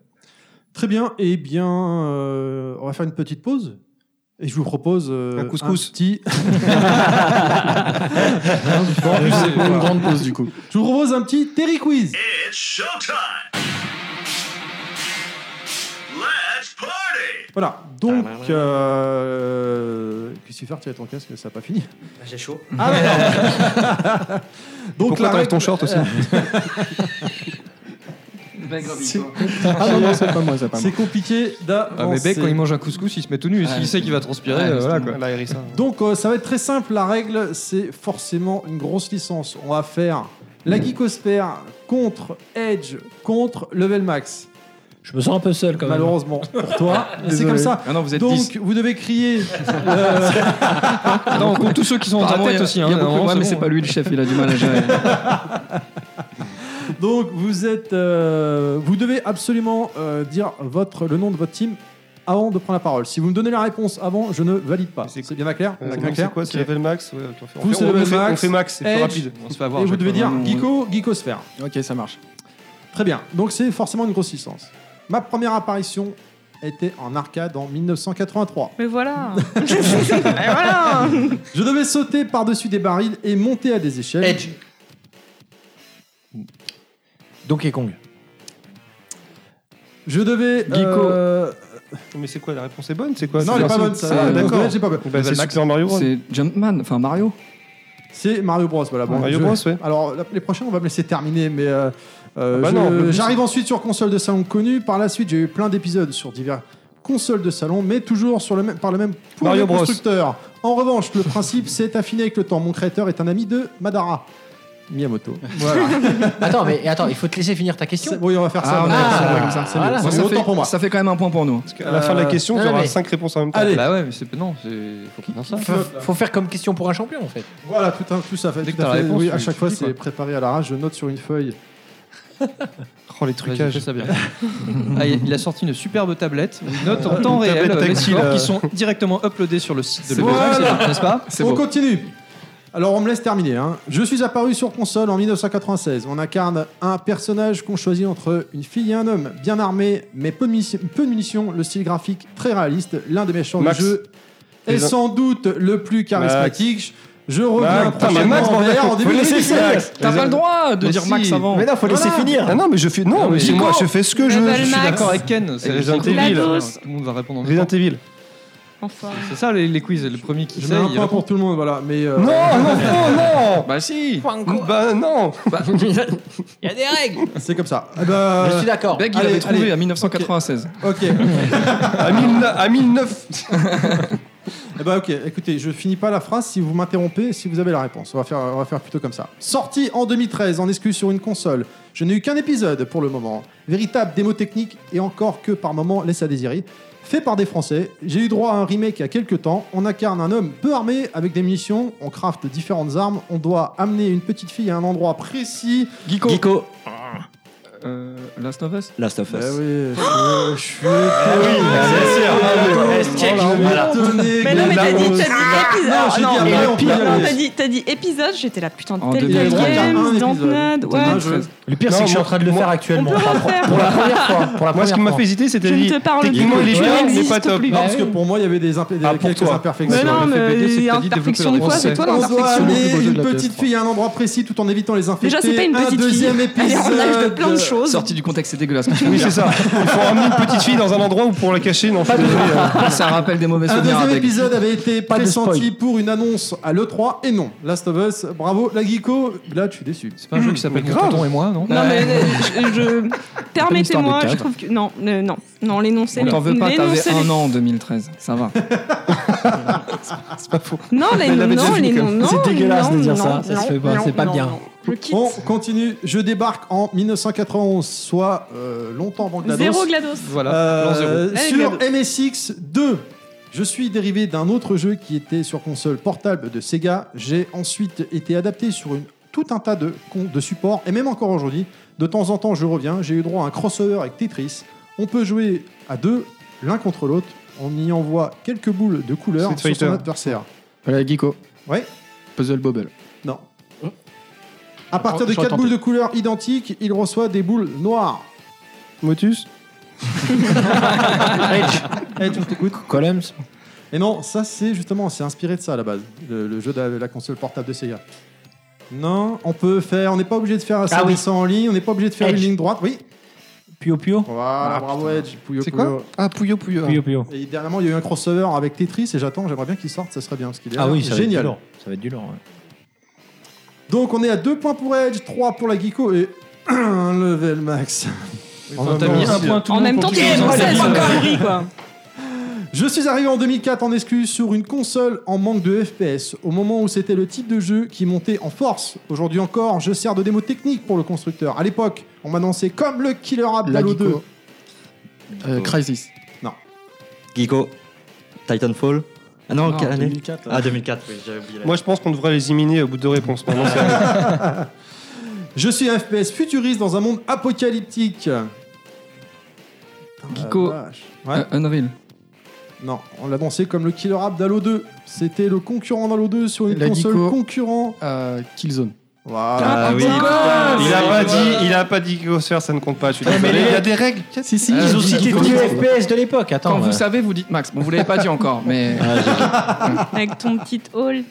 Très bien. Eh bien, euh, on va faire une petite pause. Et je vous propose euh, Un couscous. petit. Bon, en plus, c'est une grande pause, du coup. Je vous propose un petit Terry Quiz. Voilà. Donc, euh, qu'est-ce que tu fais Tu as ton casque, ça n'a pas fini. J'ai chaud. Ah, d'accord. Donc Pourquoi la t'enlèves règle- ton short aussi C'est- Ah non, non, c'est pas moi, c'est pas moi. C'est compliqué Ah, mais d'avancer. mec, quand il mange un couscous, il se met tout nu. Et S'il sait qu'il va transpirer, euh, voilà quoi. Donc euh, ça va être très simple, la règle c'est forcément une grosse licence. On va faire la Geekosphère contre Edge contre Level Max. Je me sens un peu seul quand même. Malheureusement pour toi, mais c'est Désolé. comme ça. Ah non, vous êtes Donc 10. vous devez crier. euh, Non, on compte tous ceux qui sont dans ta Apparemment, il y tête a- aussi. hein, il y a beaucoup- ouais, mais c'est pas lui le chef, il a du mal à gérer. Donc vous êtes, euh, vous devez absolument euh, dire votre le nom de votre team avant de prendre la parole. Si vous me donnez la réponse avant, je ne valide pas. C'est bien clair. Euh, C'est non, bien clair c'est quoi, c'est Ok. level max ouais, ok, on fait- Vous, on c'est fait- on level fait- max. on fait max, c'est plus Edge, rapide. On se fait avoir Et Mmh. à vous chaque devez dire fois. Geeko, Geekosphère. Ok, ça marche. Très bien. Donc c'est forcément une grosse licence. Ma première apparition était en arcade en 1983. Mais voilà. Et voilà. Je devais sauter par-dessus des barils et monter à des échelles. Edge. Donkey Kong. Je devais. Geeko. euh, Mais c'est quoi La réponse est bonne C'est quoi Non, elle est pas bonne, ça. Ah, Euh, d'accord. ouais, j'ai pas bonne. Bah, c'est Super Mario Bros. C'est Jumpman, enfin Mario. C'est Mario Bros. Voilà, bon, Mario je- Bros, ouais. Alors, la- les prochains, on va me laisser terminer, mais. euh, euh, Ah bah je- non, le but, J'arrive ensuite sur console de salon connue. Par la suite, j'ai eu plein d'épisodes sur divers consoles de salon, mais toujours sur le même, par le même pour Mario le Bros. constructeur. En revanche, le principe, c'est affiné avec le temps. Mon créateur est un ami de Madara. Miyamoto. Voilà. attends, mais attends, il faut te laisser finir ta question. Oui, on va faire ça. Ah, on va merde. faire ça, Ah, ouais, comme ça, c'est voilà. mieux. Moi, ça autant fait- pour moi. Ça fait quand même un point pour nous. À la fin Euh, de la question, non, tu mais- auras 5 réponses en même temps. Euh, Allez. Bah ouais, mais c'est non, c'est faut pas faire ça. Faut, faut faire comme question pour un champion en fait. Voilà, tout, un- tout ça fait. Dès que tout à t'as la fait. réponse, Oui, tu- à chaque tu fois, dis, quoi. c'est préparé à l'arrache. Je note sur une feuille. Oh, les Vas-y, trucages. fais ça bien. Ah, il il a sorti une superbe tablette, une note en Une temps réel, tablette les tactile, scores euh. E qui sont directement uploadés sur le site de l'EBS, Voilà. n'est-ce pas On continue. Alors on me laisse terminer. hein. Je suis apparu sur console en 1996. On incarne un personnage qu'on choisit entre une fille et un homme, bien armé mais peu de, munici- peu de munitions, le style graphique très réaliste, l'un des méchants Max. du jeu est Les- sans doute le plus charismatique. Je reviens Max, putain, mais prochainement Max, en bordel, VR en faut début laisser d'année. finir, Max. T'as pas le droit de dire Max avant. Mais non, faut laisser Voilà. finir. Ah non, mais je fais non, Non, mais mais c'est c'est moi, con. je fais ce que je Rebel veux. Je suis Max. d'accord avec Ken, c'est C'est Resident Resident Evil. Evil. Ouais. Tout le monde va répondre en même Resident temps. Evil. Enfin. C'est ça les, les quiz, le premier qui Je sait. mets un il point répond. pour tout le monde, voilà. Mais euh, Non, non, non, non. Bah si Bah non. Ah Il y a des règles. c'est comme ça. Eh ben, Je suis d'accord. Beck, il Allez, l'avait trouvé allez. à 1996. Ok. À 1000 à 1009. Eh ben ok, écoutez, je finis pas la phrase si vous m'interrompez, si vous avez la réponse. On va faire, on va faire plutôt comme ça. Sorti en 2013 en exclu sur une console, je n'ai eu qu'un épisode pour le moment. Véritable démo technique et encore que par moments laisse à désirer. Fait par des Français, j'ai eu droit à un remake il y a quelques temps. On incarne un homme peu armé avec des munitions, on craft différentes armes, on doit amener une petite fille à un endroit précis. Geeko. Euh, Last of Us Last of Bah Us. oui, je suis- je suis. Oh, Ah, Mais non, mais t'as dit, t'as dit Non, épisode. j'ai dit Non, après, mais- on peut y non, aller. t'as dit, t'as dit épisode, j'étais là, putain, En de tel 2013, il y a un Games, épisode. Dontnod, Dans ouais. 2013. Le pire, c'est que je suis en train de le faire actuellement. Pour la refaire. première fois. Pour la Moi, ce qui première m'a fois. fait hésiter, c'était Je ne dit, te parle techniquement, plus. il est Je génial, mais n'existe pas top. plus. Non, parce que pour moi, il y avait des, imp- des- Ah, pour quelques toi. imperfections. Mais non, mais imperfection de quoi C'est toi On doit l'imperfection amener une petite fille à un endroit précis tout en évitant les infectés. Déjà, c'est pas une petite un deuxième fille. Elle épisode. est en âge de plein de choses. Sorti du contexte, c'est dégueulasse. Oui, c'est ça. Il faut emmener une petite fille dans un endroit où pour la cacher. Non, je euh, suis désolé. ça rappelle des mauvais Un souvenirs. deuxième avec. épisode avait été Pas de pressenti spoil. pour une annonce à l'E3 et non. Last of Us, bravo. La Geeko, là, je suis déçu. C'est pas un jeu qui s'appelle Mais grave. Tonton et moi, non Non, mais euh, je. je- Permettez-moi, de je cadre. trouve que. Non, euh, non, non, l'énoncé. On t'en veut pas, t'avais l'énoncé- un an en 2013. Ça va. C'est pas faux. Non, les- Elle l'avait déjà non, fini, les- quand même. non, C'est dégueulasse de non, dire non, ça. Ça se non, fait pas. non, Eh ben, C'est pas non, bien. non. Je quitte. On continue. Je débarque en 1991, soit euh, longtemps avant GLaDOS. Zéro GLaDOS. Voilà, l'an zéro. Euh, Allez, sur GLaDOS. MSX 2. Je suis dérivé d'un autre jeu qui était sur console portable de Sega. J'ai ensuite été adapté sur une- tout un tas de, con- de supports, et même encore aujourd'hui. De temps en temps, je reviens. J'ai eu droit à un crossover avec Tetris. On peut jouer à deux, l'un contre l'autre. On y envoie quelques boules de couleur sur Street son Fighter. adversaire. Euh, Voilà, Geeko. Ouais Puzzle Bobble. Non. À partir de J'aurais 4 tenté. boules de couleur identiques, il reçoit des boules noires. Motus. Eh, je t'écoute. Columns. Et non, ça c'est justement, c'est inspiré de ça à la base, le, le jeu de la, la console portable de Sega. Non, on peut faire, on n'est pas obligé de faire ça Ah oui. en ligne, on n'est pas obligé de faire Edge. une ligne droite, oui. Puyo Puyo. Voilà, Ah, bravo Edge, Puyo C'est Puyo. quoi Ah, Puyo Puyo. Puyo Puyo. Et dernièrement, il y a eu un crossover avec Tetris et j'attends, j'aimerais bien qu'il sorte, ça serait bien parce qu'il est Ah oui, ça va être du génial. lourd. Ça va être du lourd. ouais. Donc on est à 2 points pour Edge, 3 pour la Geeko et 1 level max. En Enfin, T'as même mis temps, un point tout le En monde même temps, pour tous les t'es autres. française, c'est connerie, quoi. Je suis arrivé en 2004 en exclu sur une console en manque de FPS, au moment où c'était le type de jeu qui montait en force. Aujourd'hui encore, je sers de démo technique pour le constructeur. À l'époque, on m'annonçait comme le killer app La d'Halo 2. Geeko. Euh, Crisis. Geeko. Titanfall. Ah non, Non, quelle année 2004, là. Ah, 2004, oui, j'avais oublié. Moi, je pense qu'on devrait les éliminer au bout de deux réponses. maintenant. Je suis un FPS futuriste dans un monde apocalyptique. Geeko. Ah, vache. Ouais. Euh, Unreal. Non, on l'annonçait comme le killer app d'Halo 2. C'était le concurrent d'Halo 2 sur une La console Geeko. concurrent. Euh, Killzone. Voilà. oui. Ah, il a pas dit, il a pas dit Ghostfair, ça ne compte pas. Je suis désolé. mais les- il y a des règles. Si, si. Ils ont Geeko. cité tous les FPS de l'époque. Quand Attends. vous euh, savez, vous dites Max. Bon, vous l'avez pas dit encore, mais. Ah, Avec ton petit haul.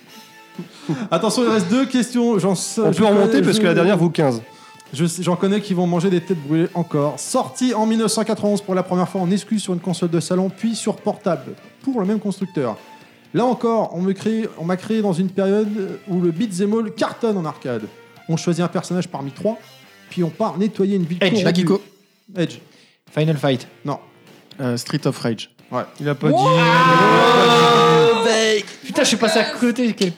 euh, Attention, il reste deux questions. J'en On peut remonter parce que la dernière vaut 15. Je sais- J'en connais qui vont manger des têtes brûlées encore. Sorti en 1991 pour la première fois en exclu sur une console de salon, puis sur portable, pour le même constructeur. Là encore, on me crée- on m'a créé dans une période où le beat'em all cartonne en arcade. On choisit un personnage parmi trois, puis on part nettoyer une ville Edge, corrompue. La Geeko. Edge. Final Fight. Non. Euh, Street of Rage. Il a pas Oh, Putain, je suis passé à côté. quel-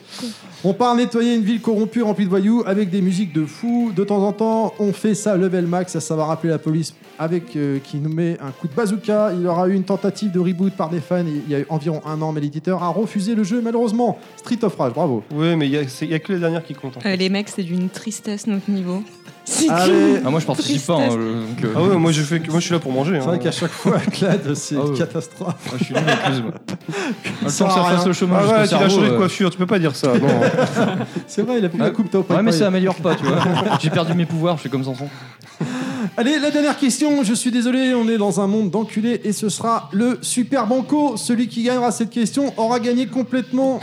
On part nettoyer une ville corrompue remplie de voyous avec des musiques de fou. De temps en temps, on fait ça level max, ça, ça va rappeler la police avec euh, qui nous met un coup de bazooka. Il y aura eu une tentative de reboot par des fans il y a eu environ un an, mais l'éditeur a refusé le jeu malheureusement. Street of Rage, bravo. dit. Ouais, mais il y, a- c'est- il y a que les dernières qui comptent. en fait. Euh, les mecs, c'est d'une tristesse, notre niveau. cyclisme. Ah, moi, je participe pas. hein, je- donc, euh, Ah ouais, moi je, fais, moi je suis là pour manger. C'est vrai qu'à chaque fois, Clad, c'est une catastrophe. Ah je suis nul au quiz, moi. Le temps que ça fasse le chemin Ah ouais, jusqu'au tu l'as cerveau, changé de euh. coiffure, tu peux pas dire ça. Non. C'est vrai, il a plus Ouais. la coupe, t'as au Ouais, paille-paille. mais ça améliore pas, tu vois. J'ai perdu mes pouvoirs, je suis comme Samson. Allez, la dernière question. Je suis désolé, on est dans un monde d'enculés et ce sera le Super Banco. Celui qui gagnera cette question aura gagné complètement.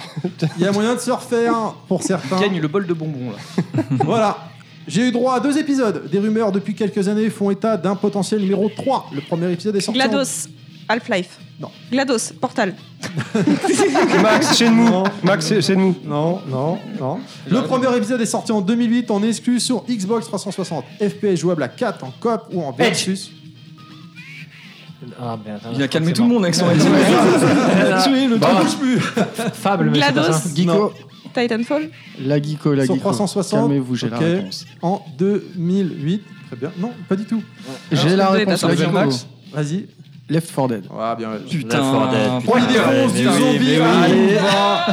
Il y a moyen de se refaire pour certains. Gagne le bol de bonbons, là. voilà. J'ai eu droit à deux épisodes. Des rumeurs depuis quelques années font état d'un potentiel numéro 3. Le premier épisode est sorti. en- GLaDOS, Half-Life. Non. GLaDOS, Portal. Max, chez nous. Max, chez nous. Non, non, non. Le premier épisode est sorti en 2008 en exclu sur Xbox 360. FPS jouable à 4 en coop ou en versus. Ah, ben, attends, Il a je crois calmé que tout le c'est monde avec son mort. résumé. Oui, le Bon, temps bouge plus. Fable, mais c'est pas ça. GLaDOS, Geeko. Titanfall. La Geeko, la sur Geeko. 360. Calmez-vous, j'ai ok, la réponse. En 2008. Très bien. Non, pas du tout. J'ai la réponse, la Geeko. Vas-y. Left 4 Dead. Ah, bien. Putain. Left 4 Dead, Point putain. des Ouais, réponses mais du oui, zombie. mais oui. Allez, Allez. on va.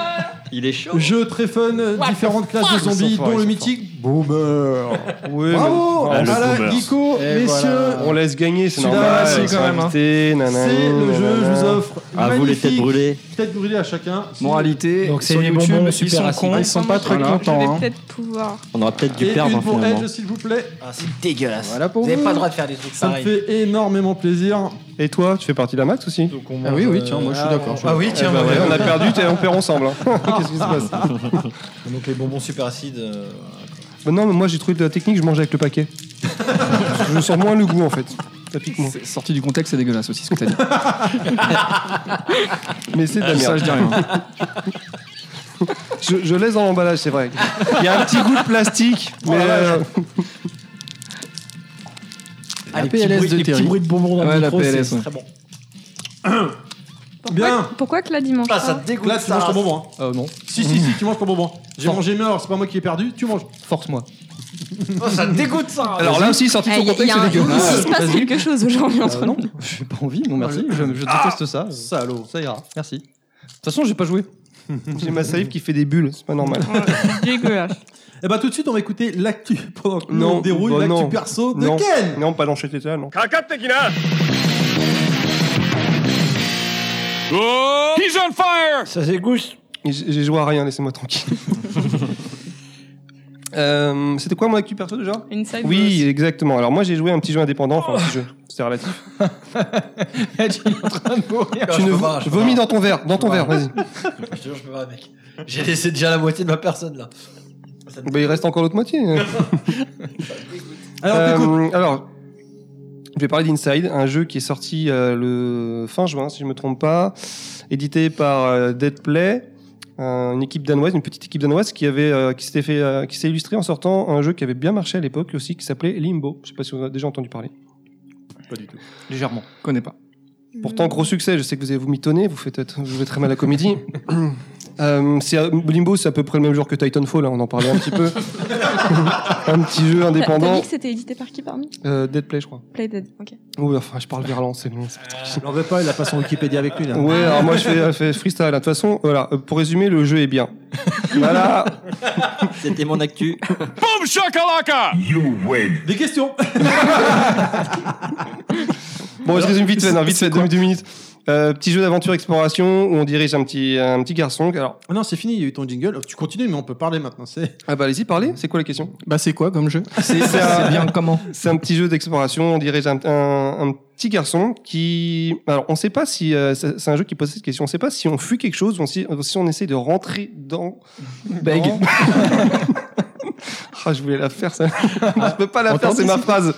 Il est chaud. Jeu très fun, euh, différentes classes de Ils sont zombies, forts, dont ils le sont mythique Boomer. Bravo Ah, le Voilà, boomer. Nico, Et messieurs, voilà. on laisse gagner, c'est celui-là, normal. c'est ils sont quand même, hein. invités, nanani, C'est le jeu, je nanana. vous offre. une À vous les têtes magnifique brûlées. Têtes brûlées à chacun. Moralité, Donc, c'est sur les YouTube, bonbons ils super sont acides. cons. Ils sont pas très Voilà. Je contents, hein. vais peut-être pouvoir. On aurait peut-être dû Et perdre hein, une pour eh, finalement. Edge, s'il vous plaît. Ah, c'est dégueulasse. Voilà pour vous n'avez vous. pas le droit de faire des trucs Ça me pareils. fait énormément plaisir. Et toi, tu fais partie de la Max aussi Ah oui, oui, tiens, moi je suis d'accord. Ah oui, tiens, Eh ben bah, ouais, ouais. On a perdu, t'es- on perd ensemble. hein. Qu'est-ce qui se passe Donc les bonbons super acides. euh, Bah Non, mais moi j'ai trouvé de la technique, je mange avec le paquet. Parce que je sens moins le goût en fait. Ça pique moins. C'est Sorti du contexte, c'est dégueulasse aussi ce que t'as dit. Euh, Mais c'est de la Ça, merde. je dis rien. Je, je laisse dans l'emballage, c'est vrai. Il y a un petit goût de plastique, mais euh, Ah, les PLS petits bruits- de les petits Terry. bruits de bonbons dans Ouais, le la micro, c'est PLS, c'est ouais. très bon. Pourquoi, Bien. Pourquoi que la dimanche Ah, ça te dégoûte. Là, tu manges ça. ton bonbon. hein. Euh, non, Si, si, si, tu manges ton bonbon. J'ai Fort. mangé, mais alors c'est pas moi qui ai perdu, tu manges. force-moi. Oh, ça te dégoûte, ça. alors là aussi, sorti de son Il contexte, c'est dégueulasse. se passe quelque chose aujourd'hui entre nous. Euh, J'ai pas envie, non merci. Je, je déteste Ah, ça. Salaud. Ça ira, merci. De toute façon, j'ai pas joué. J'ai ma salive qui fait des bulles, c'est pas normal. Dégueulasse. Et bah, tout de suite, on va écouter l'actu pendant que nous, Non, on déroule bah l'actu non. perso de non, Ken. non, pas dans cet état, non. Oh. He's on fire! Ça s'égousse. J'ai j'ai joué à rien, laissez-moi tranquille. Euh, C'était quoi mon actu perso déjà Une side Oui, exactement. Alors moi j'ai joué à un petit jeu indépendant, enfin un petit jeu, c'est relatif. Ah, tu je ne peux vo- pas, je peux vomis pas. dans ton verre, dans ton verre, vas-y. Je te jure, je peux pas, mec. J'ai laissé déjà la moitié de ma personne là. Ça te Bah, il reste encore l'autre moitié. Alors, Euh, t'écoutes. alors, je vais parler d'Inside, un jeu qui est sorti euh, le fin juin, si je me trompe pas, édité par euh, Deadplay, euh, une équipe danoise, une petite équipe danoise qui avait, euh, qui s'était fait, euh, qui s'est illustrée en sortant un jeu qui avait bien marché à l'époque aussi, qui s'appelait Limbo. Je sais pas si vous en avez déjà entendu parler. Légèrement. Connais pas. Pourtant, gros succès. Je sais que vous allez vous mitonner, vous faites, vous faites très mal à la comédie. Euh, c'est, euh, Limbo, c'est à peu près le même genre que Titanfall. hein, on en parlait un petit peu. un petit jeu T'as- T'as indépendant. dit que c'était édité par qui, pardon Euh, Deadplay, je crois. Playdead. Ok. Oui, enfin, je parle verlan, c'est bon. c'est pas Je l'en Euh, veux pas, il a pas son Wikipédia avec lui là. Ouais, alors moi je fais, je fais freestyle. hein. De toute façon, voilà, euh, pour résumer, le jeu est bien. Voilà. C'était mon actu. Boom shakalaka! You win. Des questions Bon, je résume vite fait, non, vite fait, deux, deux minutes. Euh, petit jeu d'aventure exploration où on dirige un petit, un petit garçon. Alors, Ah Non, c'est fini, il y a eu ton jingle. Tu continues, mais on peut parler maintenant. C'est ah bah allez-y, parlez. C'est quoi la question Bah, c'est quoi comme jeu C'est C'est bien comment C'est un petit jeu d'exploration. On dirige un, un- un petit garçon qui. Alors, on ne sait pas si. euh, c'est c'est un jeu qui pose cette question. On ne sait pas si on fuit quelque chose ou si, si on essaie de rentrer dans. Bah, Beg. dans- Ah, je voulais la faire, ça. je peux pas la On faire, c'est ma phrase.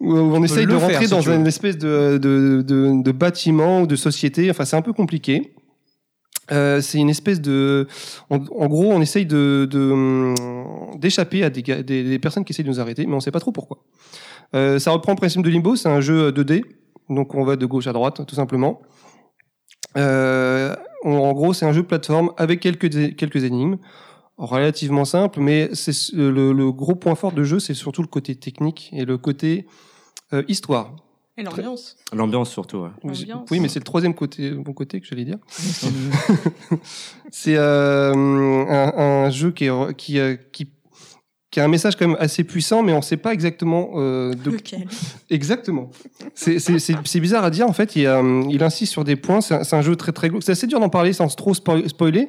Où on essaye de le rentrer faire, si dans tu veux. une espèce de, de, de, de bâtiment ou de société. Enfin, c'est un peu compliqué. Euh, c'est une espèce de. En, en gros, on essaye de de, hum, d'échapper à des, ga- des, des personnes qui essayent de nous arrêter, mais on sait pas trop pourquoi. Euh, ça reprend le principe de Limbo, c'est un jeu 2D, donc on va de gauche à droite, tout simplement. Euh, on- en gros, c'est un jeu de plateforme avec quelques, quelques énigmes, relativement simple, mais c'est s- euh, le, le gros point fort de jeu, c'est surtout le côté technique et le côté euh, histoire. Et l'ambiance L'ambiance surtout. ouais. Oui, Ambiance. oui, mais c'est le troisième côté, euh, bon côté que j'allais dire. c'est euh, un, un jeu qui, est- qui, euh, qui qui a un message quand même assez puissant, mais on ne sait pas exactement euh, de... Lequel Exactement. C'est- C'est c'est- c'est bizarre à dire, en fait, il, euh, il insiste sur des points, c'est un, c'est un jeu très très glauque. C'est assez dur d'en parler sans trop spoil- spoiler,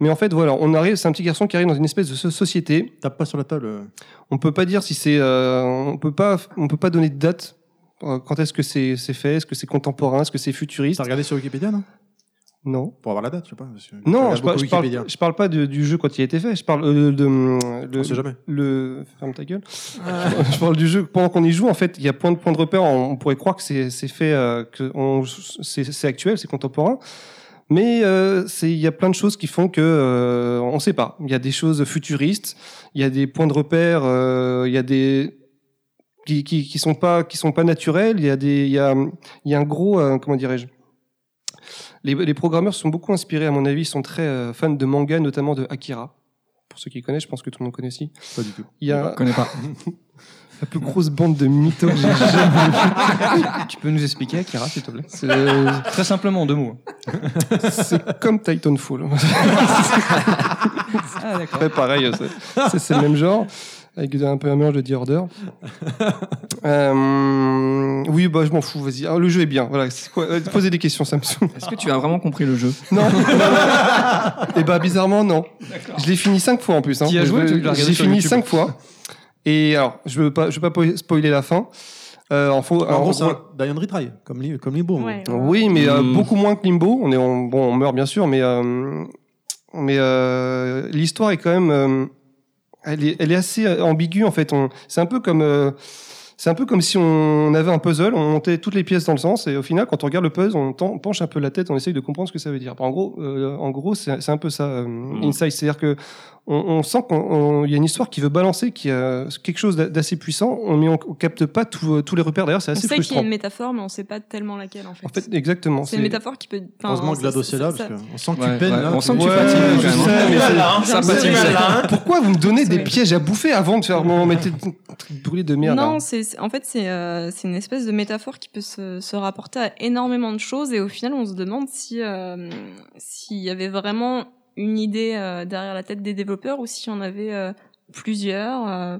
mais en fait, voilà, on arrive, c'est un petit garçon qui arrive dans une espèce de so- société. Tape pas sur la euh. table. On peut pas dire si c'est... euh, on peut pas on peut pas donner de date. euh, Quand est-ce que c'est c'est fait Est-ce que c'est contemporain Est-ce que c'est futuriste T'as regardé sur Wikipédia, non Non. Pour avoir la date, je sais pas. parce que tu Non, regardes je, par- beaucoup je parle, Wikipédia. je parle pas de- du jeu quand il a été fait. Je parle euh, de. euh, le, sait jamais. Le, ferme ta gueule. je parle du jeu pendant qu'on y joue. En fait, il y a plein de points de repère. On, on pourrait croire que c'est c'est fait, euh, que on- c'est c'est actuel, c'est contemporain. Mais euh, c'est- il y a plein de choses qui font que euh, on ne sait pas. Il y a des choses futuristes, il y a des points de repère, euh, il y a des qui, qui, qui sont pas qui sont pas naturels. Il y a des il y a, il y a un gros euh, comment dirais-je les, les programmeurs sont beaucoup inspirés, à mon avis, ils sont très euh, fans de manga, notamment de Akira. Pour ceux qui connaissent, je pense que tout le monde connaît aussi. Pas du tout. Il y a... Je connais pas. La plus grosse bande de mythos que j'ai jamais vue. tu peux nous expliquer, Akira, s'il te plaît euh, Très simplement, en deux mots. C'est comme Titanfall. Ah, d'accord. Ouais, pareil, euh, c'est- c'est c'est le même genre, avec un peu un mélange de The Order. Euh, oui, bah, je m'en fous, vas-y. Ah, le jeu est bien, voilà. c'est quoi Euh, Posez des questions, Samsung. Est-ce que tu as vraiment compris le jeu Non. Et bah, bizarrement, non. Je l'ai fini cinq fois en plus. Hein. T'y as joué, Je- tu l'as regardé J'ai sur fini YouTube. cinq fois. Et alors, je veux pas, je veux pas spoiler la fin. Euh, en, faux- En alors, gros, en c'est gros- un Dying Retry, comme, Li- comme Limbo. en gros. oui, mais euh, Hmm. beaucoup moins que Limbo. On est en- bon, on meurt bien sûr, mais euh, mais euh, l'histoire est quand même, euh, elle est, elle est assez euh, ambiguë en fait. On, c'est un peu comme euh, c'est un peu comme si on avait un puzzle, on montait toutes les pièces dans le sens, et au final, quand on regarde le puzzle, on ten- penche un peu la tête, on essaye de comprendre ce que ça veut dire. En gros, euh, en gros, c'est c'est un peu ça, euh, Inside. C'est-à-dire que on, on sent qu'il y a une histoire qui veut balancer, qui a quelque chose d'a- d'assez puissant, on- mais on, on capte pas tout- euh, tous les repères. D'ailleurs, On c'est assez sait qu'il y frustrant. a une métaphore, mais on sait pas tellement laquelle en fait. En fait, exactement. c'est une métaphore qui peut. enfin, Heureusement que ça- Glados ça- est là, ça- parce ça- qu'on sent que Ouais, tu peines. ouais, là, on tu- sent que tu Ouais, fatigues, je quand même. sais, mais Ouais, c'est- là, hein, je ça sais, fatigue, mais ça. c'est- Pourquoi vous me donnez des pièges à bouffer avant de faire mon mettre brûler de merde Non, hein. c'est c'est- en fait c'est euh, c'est une espèce de métaphore qui peut se, se rapporter à énormément de choses et au final on se demande si euh, s'il y avait vraiment une idée euh, derrière la tête des développeurs ou s'il y en avait euh, plusieurs. euh.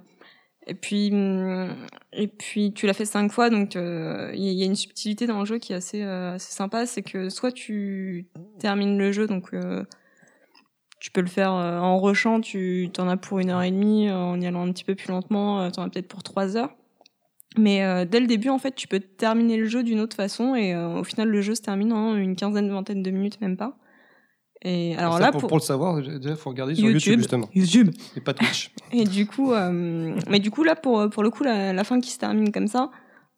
et puis hum, et puis tu l'as fait cinq fois donc euh, il y, a- il y a une subtilité dans le jeu qui est assez euh, assez sympa, c'est que soit tu termines le jeu donc euh, tu peux le faire euh, en rushant, tu t'en as pour une heure et demie, euh, en y allant un petit peu plus lentement, euh, t'en as peut-être pour trois heures. Mais euh, dès le début, en fait, tu peux terminer le jeu d'une autre façon et euh, au final, le jeu se termine en une quinzaine, vingtaine de minutes, même pas. Et alors Ça, là, pour, pour- pour le savoir, déjà, faut regarder sur YouTube, YouTube. justement. YouTube. Et pas Twitch. et du coup, euh, mais du coup là, pour pour le coup, la, la fin qui se termine comme ça,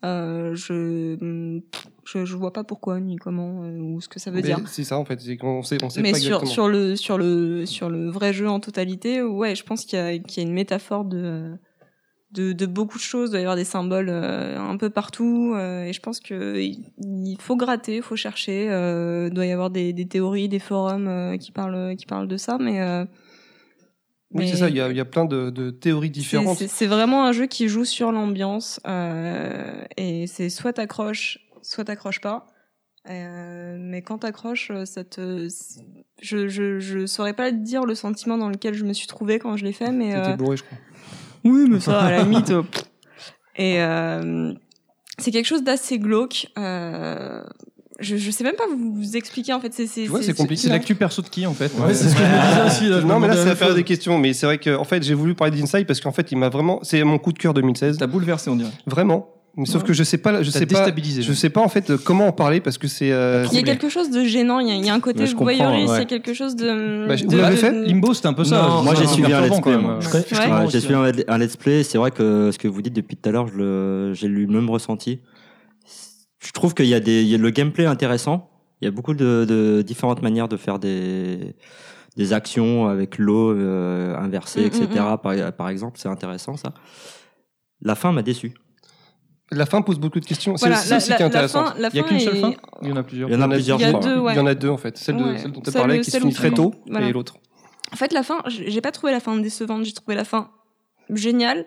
euh, je, je je vois pas pourquoi ni comment euh, ou ce que ça veut Mais dire. C'est ça, en fait. c'est qu'on sait, on sait mais pas sur, exactement. sur le sur le sur le vrai jeu en totalité ouais je pense qu'il y a qu'il y a une métaphore de de, de beaucoup de choses, il doit y avoir des symboles euh, un peu partout, euh, et je pense que il il faut gratter, il faut chercher, euh, il doit y avoir des, des théories, des forums euh, qui parlent qui parlent de ça, mais euh, Oui, c'est ça. Il y a, il y a plein de, de théories c'est- différentes. C'est c'est vraiment un jeu qui joue sur l'ambiance euh, et c'est soit t'accroches, soit t'accroches pas. Euh, mais quand t'accroches, euh, ça te, je, je, je saurais pas te dire le sentiment dans lequel je me suis trouvée quand je l'ai fait, mais T'étais euh, bourré, je crois. oui, mais ça, à la limite. euh, pff. Et euh, c'est quelque chose d'assez glauque. euh, je, je sais même pas vous, vous expliquer en fait. C'est c'est- Tu vois, c'est- c'est compliqué. c'est- perso de qui, en fait Ouais, c'est ce que je me disais aussi, là, je me non, mais là, demandais c'est la la période chose. des questions. Mais c'est vrai que, en fait, j'ai voulu parler d'Inside parce qu'en fait, il m'a vraiment. C'est mon coup de cœur 2016. T'as bouleversé, on dirait. Vraiment. Mais sauf Ouais. que je sais pas, je T'as sais pas, déstabilisé, je sais pas en fait euh, comment en parler parce que c'est. euh, Il y a quelque chose de gênant. Il y a, il y a un côté Ouais, je comprends, voyeuriste. ouais. Il y a quelque chose de. Bah, je- de- vous l'avez de- fait Limbo, c'était un peu ça. moi j'ai suivi un let's play. moi. Ouais. connais- je connais Ouais, aussi, J'ai suivi un un let's play. C'est vrai que ce que vous dites depuis tout à l'heure, je le- j'ai le même ressenti. Je trouve qu'il y a des, il y a le gameplay est intéressant. Il y a beaucoup de, de différentes manières de faire des, des actions avec l'eau euh, inversée, Mm, etc. mm, mm. Par, par exemple, c'est intéressant ça. La fin m'a déçu. La fin pose beaucoup de questions. Voilà, c'est la- aussi qui la- est la intéressant. fin- la Il y a fin qu'une seule est- fin Il y en a plusieurs. Il y en a plusieurs, Il y a je crois. deux, ouais. Il y en a deux en fait. Celle, de, Ouais. celle dont tu Celle- parlais qui se celle finit où très tu- tôt voilà. et l'autre. En fait, la fin, j- j'ai pas trouvé la fin décevante, j'ai trouvé la fin géniale.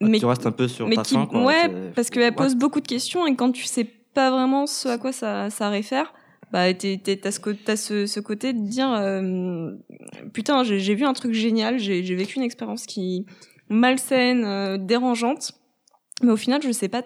tu restes un peu sur mais ta qui, fin, quoi. ouais, C'est- parce qu'elle pose beaucoup de questions et quand tu sais pas vraiment ce à quoi ça, ça réfère, bah t'es- t'es- t'as ce, co- t'as ce, ce côté de dire euh, putain j'ai j'ai vu un truc génial, j'ai j'ai vécu une expérience qui malsaine, euh, dérangeante. Mais au final, je sais pas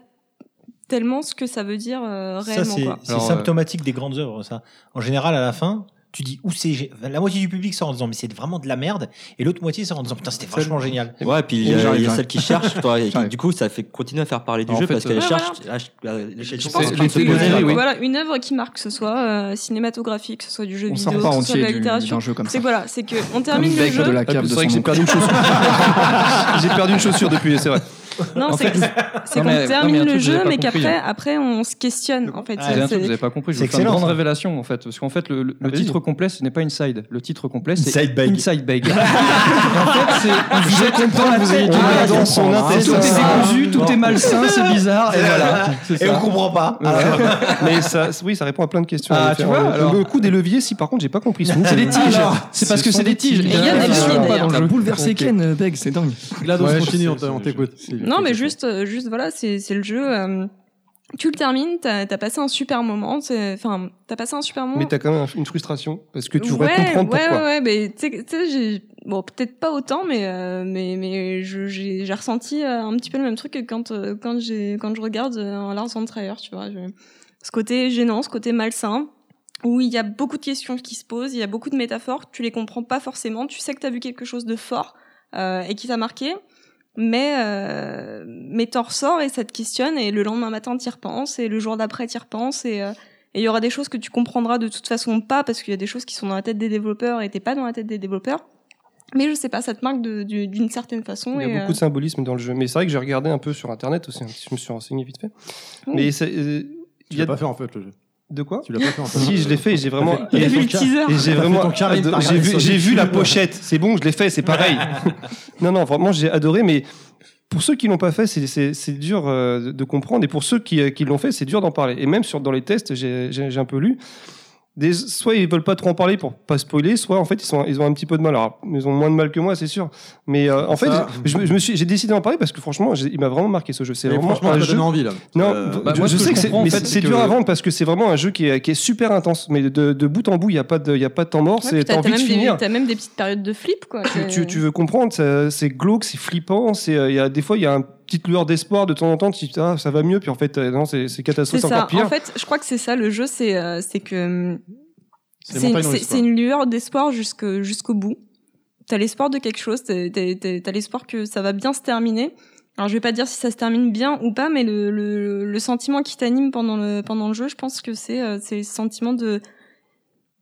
tellement ce que ça veut dire euh, Ça, réellement. c'est quoi. c'est symptomatique des grandes œuvres, ça. En général, à la fin, tu dis où c'est. gé- La moitié du public sort en disant, mais c'est vraiment de la merde. Et l'autre moitié sort en disant, putain, c'était franchement génial. Ouais, et puis il y a, il y a celles qui cherchent. toi, et du coup, ça fait continuer à faire parler du En jeu fait, parce qu'elles euh, cherchent. voilà. ach- euh, Je les cherchent- pense elles que se c'est poser, une, oui. voilà, une œuvre qui marque, que ce soit euh, cinématographique, que ce soit du jeu On sort vidéo, pas que ce soit de la entier du- littérature. d'un jeu comme c'est ça. que voilà, c'est que on termine le bec jeu. de la cave de Ah, C'est vrai que son j'ai perdu une chaussure. j'ai perdu une chaussure depuis, c'est vrai. Non, En c'est fait- c'est Non, qu'on mais- non, mais termine un truc le que j'ai jeu, pas mais compris, qu'après, hein. après, on se questionne en fait. Ah, il y a un truc que vous n'avez pas compris, je vous fais une grande ça. révélation en fait. Parce qu'en fait, le, le- le titre complet, ce n'est pas une side. Le titre complet, c'est Inside Bag. Ah, Inside Bag. Et en fait, c'est- je comprends la vous ayez tête. du mal à Tout comprendre, hein. est C'est ça. décousu, tout est Bon. malsain, c'est bizarre. Et voilà. Et on comprend pas. Mais ça, oui, ça répond à plein de questions. Ah, en effet. tu vois, Le- alors. Le coup des leviers, si par contre, j'ai pas compris. C'est des tiges. C'est parce que c'est des tiges. Et il y a des leviers, d'ailleurs. T'as bouleversé Ken, euh, Beg, c'est dingue. GLaDOS, Ouais, je continue, sais, on t- on t'écoute. Non, mais juste, euh, juste voilà, c'est c'est le jeu. euh, tu le termines, t'as as passé un super moment. c'est- Enfin, t'as passé un super moment. Mais t'as quand même une frustration parce que tu ouais, voudrais comprendre ouais, pourquoi. Ouais, ouais, mais tu sais que- tu sais, j'ai. Bon, peut-être pas autant, mais, euh, mais, mais je- j'ai j'ai ressenti euh, un petit peu le même truc que quand, euh, quand, j'ai- quand je regarde euh, un Lars von Trier, tu vois. je- Ce côté gênant, ce côté malsain, où il y a beaucoup de questions qui se posent, il y a beaucoup de métaphores, tu les comprends pas forcément, tu sais que t'as vu quelque chose de fort euh, et qui t'a marqué, mais, euh, mais t'en ressors et ça te questionne, et le lendemain matin t'y repenses, et le jour d'après t'y repenses, et... euh, et il y aura des choses que tu comprendras de toute façon pas parce qu'il y a des choses qui sont dans la tête des développeurs et t'es pas dans la tête des développeurs. Mais je sais pas, ça te marque de- du- d'une certaine façon. Il y et, a beaucoup de euh, symbolisme dans le jeu. Mais c'est vrai que j'ai regardé un peu sur internet aussi. hein, parce que Je me suis renseigné vite fait. Oh. Mais c'est. euh, Tu il y a- l'as pas fait en fait le jeu. De quoi Tu l'as pas fait en fait. Si, je l'ai fait, j'ai vraiment. T'as fait- et- t'as fait et ton teaser. et j'ai T'as fait vraiment. ton Karim, t'as adoré- J'ai regardé vu, sur j'ai vu YouTube. la pochette. C'est bon, je l'ai fait, c'est pareil. non, non, vraiment, j'ai adoré, mais. Pour ceux qui l'ont pas fait, c'est- c'est c'est dur euh, de- de comprendre, et pour ceux qui, euh, qui l'ont fait, c'est dur d'en parler. Et même sur, dans les tests, j'ai j'ai- j'ai un peu lu, des- soit ils veulent pas trop en parler pour pas spoiler, soit en fait ils, sont, ils ont un petit peu de mal. Alors, ils ont moins de mal que moi, c'est sûr. Mais euh, en fait, Ça. je, me- je me suis, j'ai décidé d'en parler parce que franchement, j'ai- il m'a vraiment marqué ce jeu. C'est Mais vraiment franchement, un ça jeu. donne envie, là. Non, Euh, je- bah, je, moi, ce que sais je que c'est, comprends, en mais fait, c'est, c'est c'est que- dur à vendre parce que c'est vraiment un jeu qui est, qui est super intense. Mais de, de bout en bout, il y a pas de, il y a pas de temps mort. ouais, c'est puis t'as- t'as envie t'as de même des- finir. T'as même des petites périodes de flip, quoi. Tu- c'est- tu, tu veux comprendre, ça- c'est glauque, c'est flippant, c'est euh, il y a des fois il y a une petite lueur d'espoir de temps en temps, tu te dis ah, ça va mieux, puis en fait euh, non c'est, c'est C'est catastrophe, c'est ça. encore pire. En fait, je crois que c'est ça le jeu, c'est euh, c'est que hum, C'est les c'est montagnes dans c'est- l'espoir. c'est une lueur d'espoir jusque- jusqu'au bout. T'as l'espoir de quelque chose, t'es- t'es- t'es- t'as l'espoir que ça va bien se terminer. Alors je vais pas dire si ça se termine bien ou pas, mais le, le, le sentiment qui t'anime pendant le, pendant le jeu, je pense que c'est euh, c'est le sentiment de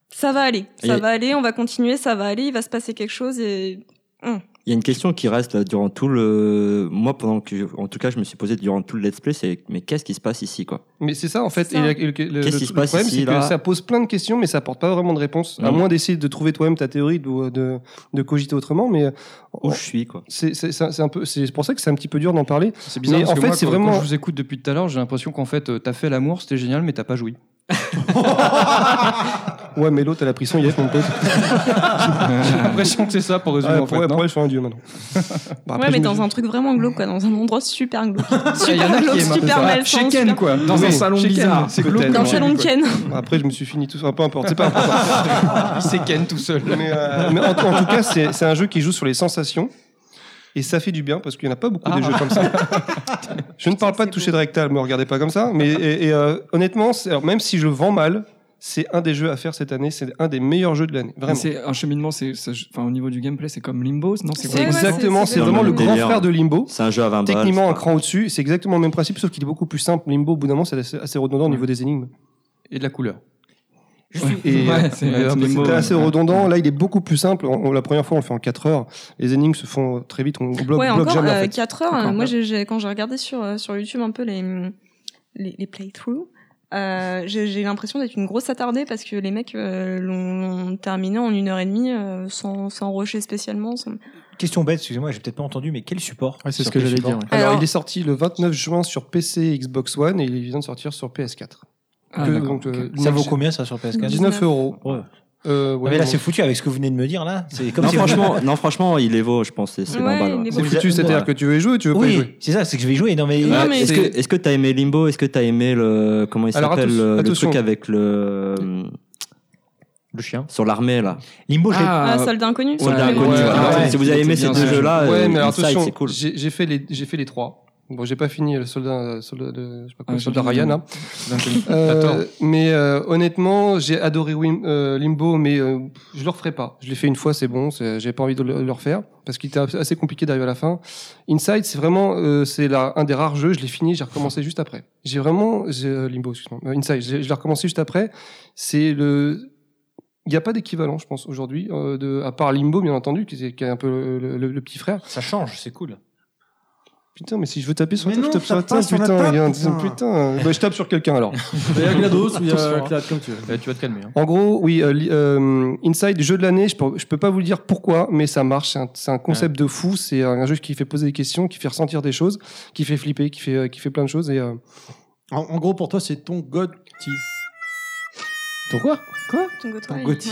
ça va aller, ça Et- va aller, on va continuer, ça va aller, il va se passer quelque chose et hum. Il y a une question qui reste là, durant tout le. Moi, pendant que, en tout cas, je me suis posé durant tout le let's play, c'est mais qu'est-ce qui se passe ici, quoi Mais c'est ça en fait. C'est Et ça. la- le, le- le- Qu'est-ce qui le se passe problème, ici, c'est que là ça pose plein de questions, mais ça apporte pas vraiment de réponse. À Mm. moins d'essayer de trouver toi-même ta théorie, de, de, de cogiter autrement. Mais euh, Où je suis, quoi c'est c'est- c'est un c'est un peu. C'est pour ça que c'est un petit peu dur d'en parler. C'est bizarre Mais parce en que fait, moi, c'est quand- quand vraiment. je vous écoute depuis tout à l'heure, j'ai l'impression qu'en fait, euh, t'as fait l'amour, c'était génial, mais t'as pas joui. Ouais, mais l'autre, elle a pris son yes, mon pote. J'ai l'impression que c'est ça pour résumer. Ouais, en fait, pour- ouais, non pour elle, je suis un dieu maintenant. Bah, après, ouais, mais je me dans dis- un truc vraiment glauque, quoi, dans un endroit super glauque, super qui glauque, aiment super ça. malsain, Chez Ken, super- quoi. Dans Oui. un salon Chez Ken, bizarre. c'est Peut-être, glauque. Dans le ouais. salon de Ken. Après, je me suis fini tout seul. Peu importe, c'est pas important. C'est Ken tout seul. Mais, euh, mais en, en tout cas, c'est c'est un jeu qui joue sur les sensations. Et ça fait du bien parce qu'il n'y en a pas beaucoup Ah. des jeux comme ça. je ne parle pas de toucher de rectal, me regardez pas comme ça. Mais et, et, euh, honnêtement, c'est- alors, même si je vends mal, c'est un des jeux à faire cette année. C'est un des meilleurs jeux de l'année. Mais Vraiment. C'est un cheminement, c'est, ça- enfin, au niveau du gameplay, c'est comme Limbo, non C'est quoi exactement, c'est vraiment le grand délire. frère de Limbo. C'est un jeu à 20 balles. Techniquement, un cran au-dessus. C'est exactement le même principe, sauf qu'il est beaucoup plus simple. Limbo, au bout d'un moment, c'est assez, assez redondant au niveau des énigmes. Et de la couleur. Et Ouais, euh, c'est- euh, c'est des mots, c'était assez ouais. redondant. Là, il est beaucoup plus simple. On- on- la première fois, on le fait en 4 heures. Les énigmes se font euh, très vite. On bloque, ouais, bloque encore jamais. en euh, fait. 4 heures. euh, moi, j'ai- j'ai- quand j'ai regardé sur, euh, sur YouTube un peu les, les, les playthroughs, euh, j'ai j'ai l'impression d'être une grosse attardée parce que les mecs euh, l'ont l'ont terminé en une heure et demie euh, sans, sans rusher spécialement. sans- Question bête, excusez-moi, j'ai peut-être pas entendu, mais quel support c'est Sur ce que quel j'allais support dire. Alors, il est sorti le 29 juin sur PC et Xbox One et il vient de sortir sur PS4. Ah, Que- d'accord, donc, euh, ok. Ça vaut 19 combien ça sur PS4 19 euros. Ouais. Ah, Euh, mais là, non. c'est foutu avec ce que vous venez de me dire là. C'est comme Non si- franchement, non, franchement, il est vaut, je pense. C'est c'est 20 Ouais, balles. il ouais. est vaut. C'est foutu, c'est-à-dire Ouais. que tu veux y jouer ou tu veux pas y jouer C'est ça, c'est que je vais y jouer, non, mais- Ouais, Non, mais Est-ce c'est- que est-ce que t'as aimé Limbo Est-ce que t'as aimé le comment il Alors, s'appelle attention- le, le attention. truc avec le Le chien. Sur l'armée, là. Limbo, j'ai- Ah, Soldat Inconnu. Soldat Ouais. Inconnu. Ouais, voilà. ouais. Si vous avez aimé ces deux jeux-là, Ouais, euh, mais alors, Inside, attention, c'est cool. j'ai j'ai fait les j'ai fait les trois. Bon, j'ai pas fini le soldat, euh, soldat de, je sais pas Ah, quoi, le soldat j'ai Ryan. fini. hein. Soldat inconnu. Euh, T'as tort. mais euh, honnêtement, j'ai adoré Wim- euh, Limbo, mais euh, je le referai pas. Je l'ai fait une fois, c'est bon. c'est- J'ai pas envie de le, le refaire parce qu'il était assez compliqué d'arriver à la fin. Inside, c'est vraiment euh, c'est la- un des rares jeux. Je l'ai fini, j'ai recommencé juste après. J'ai vraiment j'ai- euh, Limbo, excuse-moi. Euh, Inside, j'ai- je l'ai recommencé juste après. C'est le il n'y a pas d'équivalent, je pense, aujourd'hui, euh, de- à part Limbo, bien entendu, qui, est- qui est un peu le, le- le petit frère. Ça change, c'est cool. Putain, mais si je veux taper sur Mais toi, non, je tape sur la tape pas table, sur la putain, table, il y a un- putain. putain. Bah, je tape sur quelqu'un alors. Il y a GLaDOS ou il y Attention, a hein. Clad, comme tu veux. Euh, tu vas te calmer. hein. En gros, oui, euh, li- euh, Inside, jeu de l'année, je peux, je peux pas vous dire pourquoi, mais ça marche. C'est un, c'est un concept de fou. C'est un, un jeu qui fait poser des questions, qui fait ressentir des choses, qui fait flipper, qui fait, euh, qui fait plein de choses. Et, euh, En, en gros, pour toi, c'est ton Gotti. Ton quoi Quoi Ton Gotti.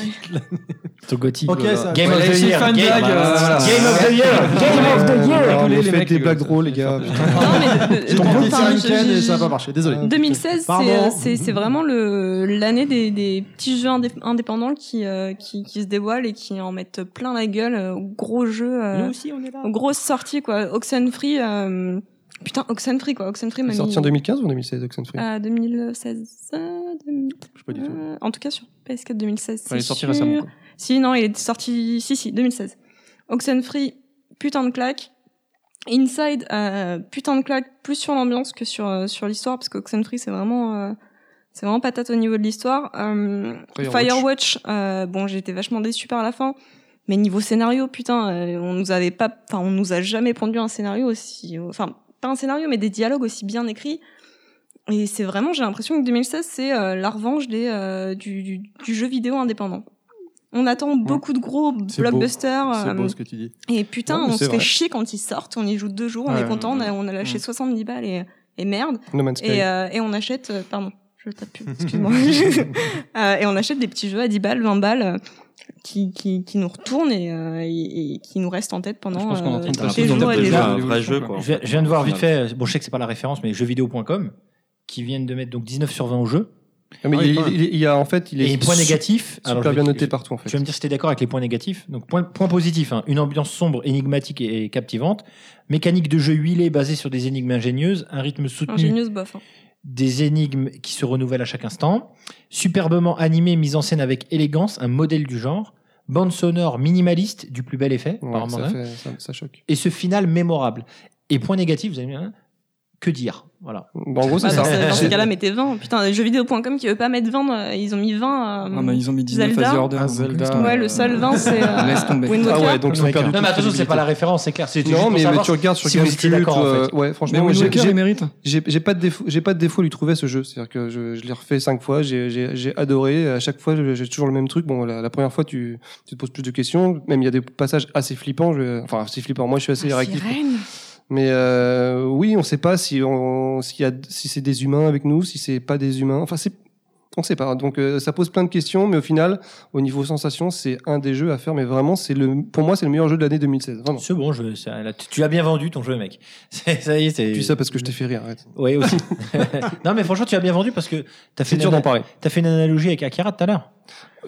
Ton Gotti. Ok, ça- euh, Game of Ouais, the c'est Year. fan Game blague, euh, voilà. Game of the Year. Game of the Year. Non, mais Rigoler, les faites mecs, des les blagues drôles, les gars. mais- Ton Pardon, Gotti, c'est une je- canne et je- ça va pas marcher. Désolé. 2016, c'est, Pardon. euh, c'est c'est vraiment le l'année des, des petits jeux indép- indépendants qui, euh, qui qui se dévoilent et qui en mettent plein la gueule euh, aux gros jeux, euh, Nous aussi, on est là. aux grosses sorties quoi. Oxenfree, euh, putain Oxenfree quoi, Oxenfree m'a mis Sorti en 2015 ou en 2016, Oxenfree à 2016, euh, 2000, pas du tout. euh, en tout cas sur PS4 2016. Enfin, il est c'est sorti sûr. récemment, quoi. Si non, il est sorti si si 2016. Oxenfree, putain de claque. Inside, euh, putain de claque, plus sur l'ambiance que sur euh, sur l'histoire, parce que Oxenfree c'est vraiment euh, c'est vraiment patate au niveau de l'histoire. Euh, Firewatch. Firewatch, euh, bon j'ai été vachement déçu par la fin, mais niveau scénario, putain, euh, on nous avait pas, enfin on nous a jamais pondu un scénario aussi, enfin pas un scénario, mais des dialogues aussi bien écrits. Et c'est vraiment, j'ai l'impression que 2016 c'est euh, la revanche des euh, du, du, du jeu vidéo indépendant. On attend beaucoup de gros C'est beau. blockbusters. C'est beau euh, ce que tu dis. et putain, Non, mais on c'est se fait vrai. chier quand ils sortent, on y joue deux jours, on Ouais, est content, on a, on a lâché ouais. 70 balles et, et merde. No Man's Sky. et, euh, et on achète, euh, pardon, je tape plus, excuse-moi. Euh, et on achète des petits jeux à 10 balles, 20 balles, euh, qui, qui, qui nous retournent et, euh, et, et qui nous restent en tête pendant qu'on est en train de euh, passer des une jours étape et de des jeu à un jours. vrai jeu, quoi. quoi. en Je, viens- fait. je viens de voir vite Final. fait, euh, bon, je sais que c'est pas la référence, mais jeuxvideo.com, qui viennent de mettre donc 19 sur 20 au jeu. Ah, mais il- il- il- il y a en fait, il est Et point su- négatif. super bien noté partout, en Tu vas me dire si t'es d'accord avec les points négatifs. Donc, point, point positif, hein, une ambiance sombre, énigmatique et, et captivante. Mécanique de jeu huilée basée sur des énigmes ingénieuses, un rythme soutenu. Ingénieuse bof. hein. des énigmes qui se renouvellent à chaque instant, superbement animé, mise en scène avec élégance, un modèle du genre, bande sonore minimaliste du plus bel effet, Ouais, par ça, Mandarin, fait- ça, ça choque. et ce final mémorable. Et point négatif, vous avez bien, que dire Voilà. Bah, en gros, Bah, c'est dans, hein. ce, ça. dans ce cas-là, mettez 20. Putain, jeuxvideo.com qui veut pas mettre 20, euh, ils ont mis 20. euh, Ah, mais ils ont mis 19 à Zelda. The Order. Ah, donc laisse tomber. Ouais, le seul 20, c'est. euh, Laisse tomber. Wind Waker. Ah ouais, donc ils ont perdu Non, mais toute attention, c'est crédibilité. pas la référence, c'est clair. C'est juste Non, pour mais, mais savoir tu regardes sur si vous étiez GameCube, d'accord, en euh, fait. ouais, franchement, moi, j'ai- j'ai- J'ai j'ai pas de défaut, j'ai pas de défaut à lui trouver à ce jeu. C'est-à-dire que je, je l'ai refait cinq fois, j'ai- j'ai j'ai adoré. À chaque fois, je- j'ai toujours le même truc. Bon, la, la première fois, tu, tu te poses plus de questions. Même il y a des passages assez flippants. je- enfin, assez flippants. Moi, je suis Ah, assez réactif. Mais euh, oui, on sait pas si on, s'il y a, si c'est des humains avec nous, si c'est pas des humains. Enfin, c'est, on sait pas. Donc, euh, ça pose plein de questions, mais au final, au niveau sensation, c'est un des jeux à faire. Mais vraiment, c'est le, pour moi, c'est le meilleur jeu de l'année 2016. Vraiment. C'est bon, je, ça- là, tu tu as bien vendu ton jeu, mec. C'est- Ça y est, c'est. Tu dis ça parce que je t'ai fait rire. Arrête. Oui, aussi. non, mais franchement, tu as bien vendu parce que t'as fait, C'est dur une- d'en parler. t'as fait une analogie avec Akira tout à l'heure.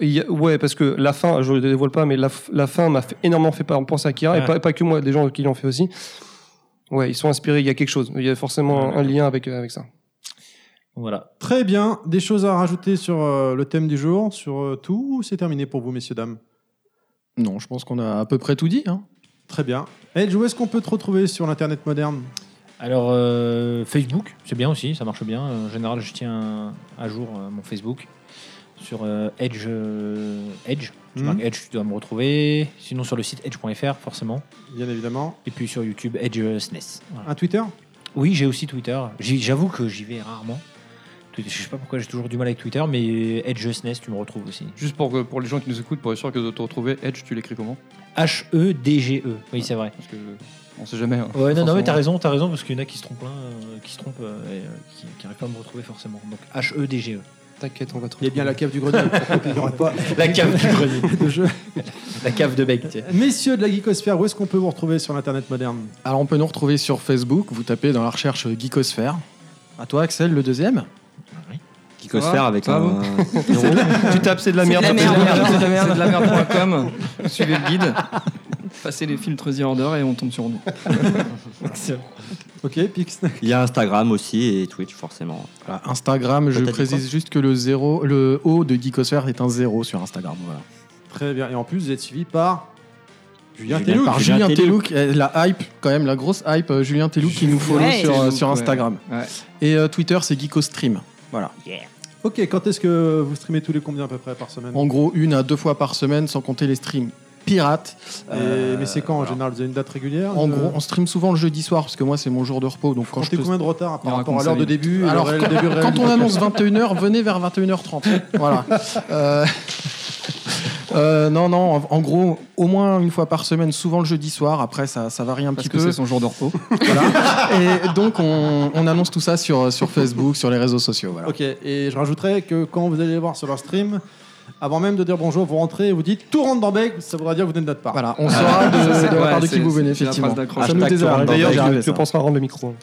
Il y a- ouais, parce que la fin, Ah, je ne dévoile pas, mais la, f- la fin m'a fait- énormément fait par- penser à Akira, Ouais. et pas, pas que moi, des gens qui l'ont fait aussi. Ouais, ils sont inspirés, il y a quelque chose. Il y a forcément un lien avec, euh, avec ça. Voilà. Très bien. Des choses à rajouter sur euh, le thème du jour, sur euh, tout, ou c'est terminé pour vous, messieurs, dames Non, je pense qu'on a à peu près tout dit. Hein. Très bien. Edge, où est-ce qu'on peut te retrouver sur l'Internet moderne Alors, euh, Facebook, c'est bien aussi, ça marche bien. Euh, En général, je tiens à jour euh, mon Facebook sur euh, Edge. euh, Edge. Tu Mhm. marques Edge, tu dois me retrouver. Sinon, sur le site edge.fr, forcément. Bien évidemment. Ah. Et puis sur YouTube, Edge euh, SNES. Voilà. Un Twitter Oui, j'ai aussi Twitter. J'y- J'avoue que j'y vais rarement. Twitter, Je sais pas pourquoi j'ai toujours du mal avec Twitter, mais Edge SNES, tu me retrouves aussi. Juste pour, que- pour les gens qui nous écoutent, pour être sûr que de te retrouver, Edge, tu l'écris comment E H-E-D-G-E. Oui, c'est vrai. Parce que on sait jamais. hein. Ouais, non, non, mais Forcément. t'as raison, t'as raison, parce qu'il y en a qui se trompent, hein, euh, qui se trompent, euh, et, euh, qui, qui arrivent pas à me retrouver forcément. Donc E H-E-D-G-E. T'inquiète, on va te Il y a bien la cave du grenier. Il n'y aurait pas La cave du grenier. de jeu. La cave de Beck, tiens. Messieurs de la geekosphère, où est-ce qu'on peut vous retrouver sur l'Internet moderne Alors on peut nous retrouver sur Facebook, vous tapez dans la recherche Geekosphère. À toi Axel, le deuxième. peut Ça se va faire avec Ça un. va, un euro. Tu tapes c'est de la C'est merde. de la t'as merde, pas de c'est de la merde, de la merde.com. Suivez le guide, passez les filtres The Order et on tombe sur nous. Ok, Pix. Il y a Instagram aussi et Twitch, forcément. Voilà, Instagram, je Toi, t'as dit précise juste que le, zéro, le haut de Geekosphère est un zéro sur Instagram. Voilà. Très bien. Et en plus, vous êtes suivi par Julien Julien- Telouk. par Julien Telouk, euh, la hype, quand même, la grosse hype, euh, Julien Telouk qui nous follow Ouais. sur, euh, Telouk, sur ouais. Instagram. Ouais. Et euh, Twitter, c'est Geekostream. Voilà. Ok, quand est-ce que vous streamez tous les combien à peu près par semaine En gros, une à deux fois par semaine, sans compter les streams pirates. Euh, Et- Mais c'est quand en général Vous avez une date régulière En une- gros, on stream souvent le jeudi soir parce que moi c'est mon jour de repos. Donc quand je comptez peux- combien de retard par Il rapport raconte à l'heure ça, de lui. début et Alors le réel- quand, début réel quand du on podcast annonce 21h, venez vers 21h30. voilà. Euh, euh, non, non, en, en gros, au moins une fois par semaine, souvent le jeudi soir. Après, ça, ça varie un Parce petit que peu. c'est son jour de repos. Et donc, on, on annonce tout ça sur, sur Facebook, sur les réseaux sociaux. Voilà. Ok, et je rajouterais que quand vous allez les voir sur leur stream, avant même de dire bonjour, vous rentrez et vous dites tout rentre dans Beck, ça voudra dire que vous venez de notre part. Ah, Voilà, on saura de, de la part de qui vous venez, effectivement. Ça nous désarrête. D'ailleurs, Hashtag je ça. pense à rendre le micro.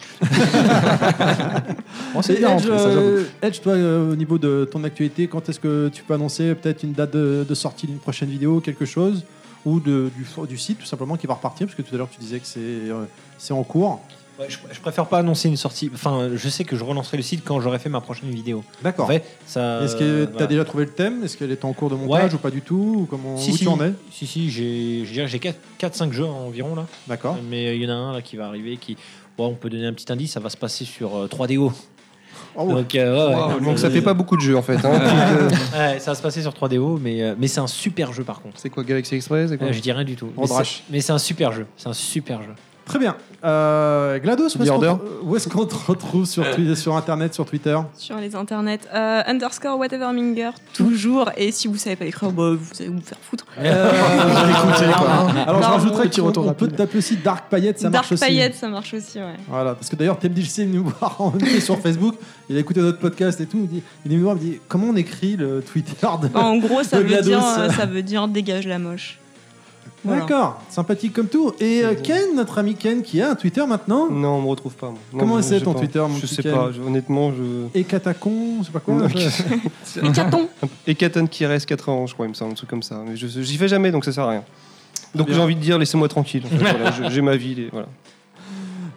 Oh, c'est Et bien, Edge, en fait, ça, euh, Edge, toi, euh, au niveau de ton actualité, quand est-ce que tu peux annoncer peut-être une date de, de sortie d'une prochaine vidéo, quelque chose ou de- du, fo- du site tout simplement qui va repartir parce que tout à l'heure tu disais que c'est euh, c'est en cours Ouais, je, je préfère pas annoncer une sortie. Enfin, euh, je sais que je relancerai le site quand j'aurai fait ma prochaine vidéo. D'accord. En fait, ça. est-ce que tu as voilà. déjà trouvé le thème est-ce qu'elle est en cours de montage ou pas du tout ou comment Si, où si, tu en es Si, si, j'ai, je dirais que j'ai 4-5 jeux environ là. D'accord. Mais il y en a un là qui va arriver qui. Ouais, on peut donner un petit indice, ça va se passer sur euh, 3DO. Oh, ouais. Donc, euh, ouais, ouais. Wow, donc ça fait pas beaucoup de jeux, en fait, hein. Ouais, ouais, ça va se passer sur 3DO, mais, euh, mais c'est un super jeu par contre. C'est quoi Galaxy Express c'est quoi Euh, Je dis rien du tout. Mais Andrash. c'est, mais c'est un super jeu. C'est un super jeu. Très bien. Euh, GLaDOS, où The est-ce qu'on Order. te- où est-ce qu'on te retrouve sur, Twi- sur Internet, sur Twitter Sur les internets. Euh, underscore whatever minger, toujours. Et si vous savez pas écrire, bah, vous allez vous faire foutre. Euh, Alors je Non, rajouterais petit qu'on retour on peut te taper aussi Dark Paillette, ça marche Dark aussi. Payette, ça marche aussi, ouais. Voilà, parce que d'ailleurs, Thème DC est venu nous voir en même temps sur Facebook, il a écouté notre podcast et tout, il, dit, il est venu nous voir, il me dit Comment on écrit le Twitter de. Enfin, Bah, en gros, ça de veut, dire, GLaDOS euh, ça veut dire dégage la moche. Voilà. D'accord, sympathique comme tout. Et euh, Ken, notre ami Ken, qui a un Twitter maintenant Non, on me retrouve pas. moi. Non, Comment je- c'est j'ai ton pas. Twitter, mon Je petit sais Ken pas, je- honnêtement, je. Et Catacon, je sais pas quoi. Non, je- Hécaton qui reste 4 ans, je crois, il me semble, un truc comme ça. Mais je- j'y vais jamais, donc ça sert à rien. Donc Bien. j'ai envie de dire, laissez-moi tranquille. en fait, voilà, je- j'ai ma vie, les- voilà.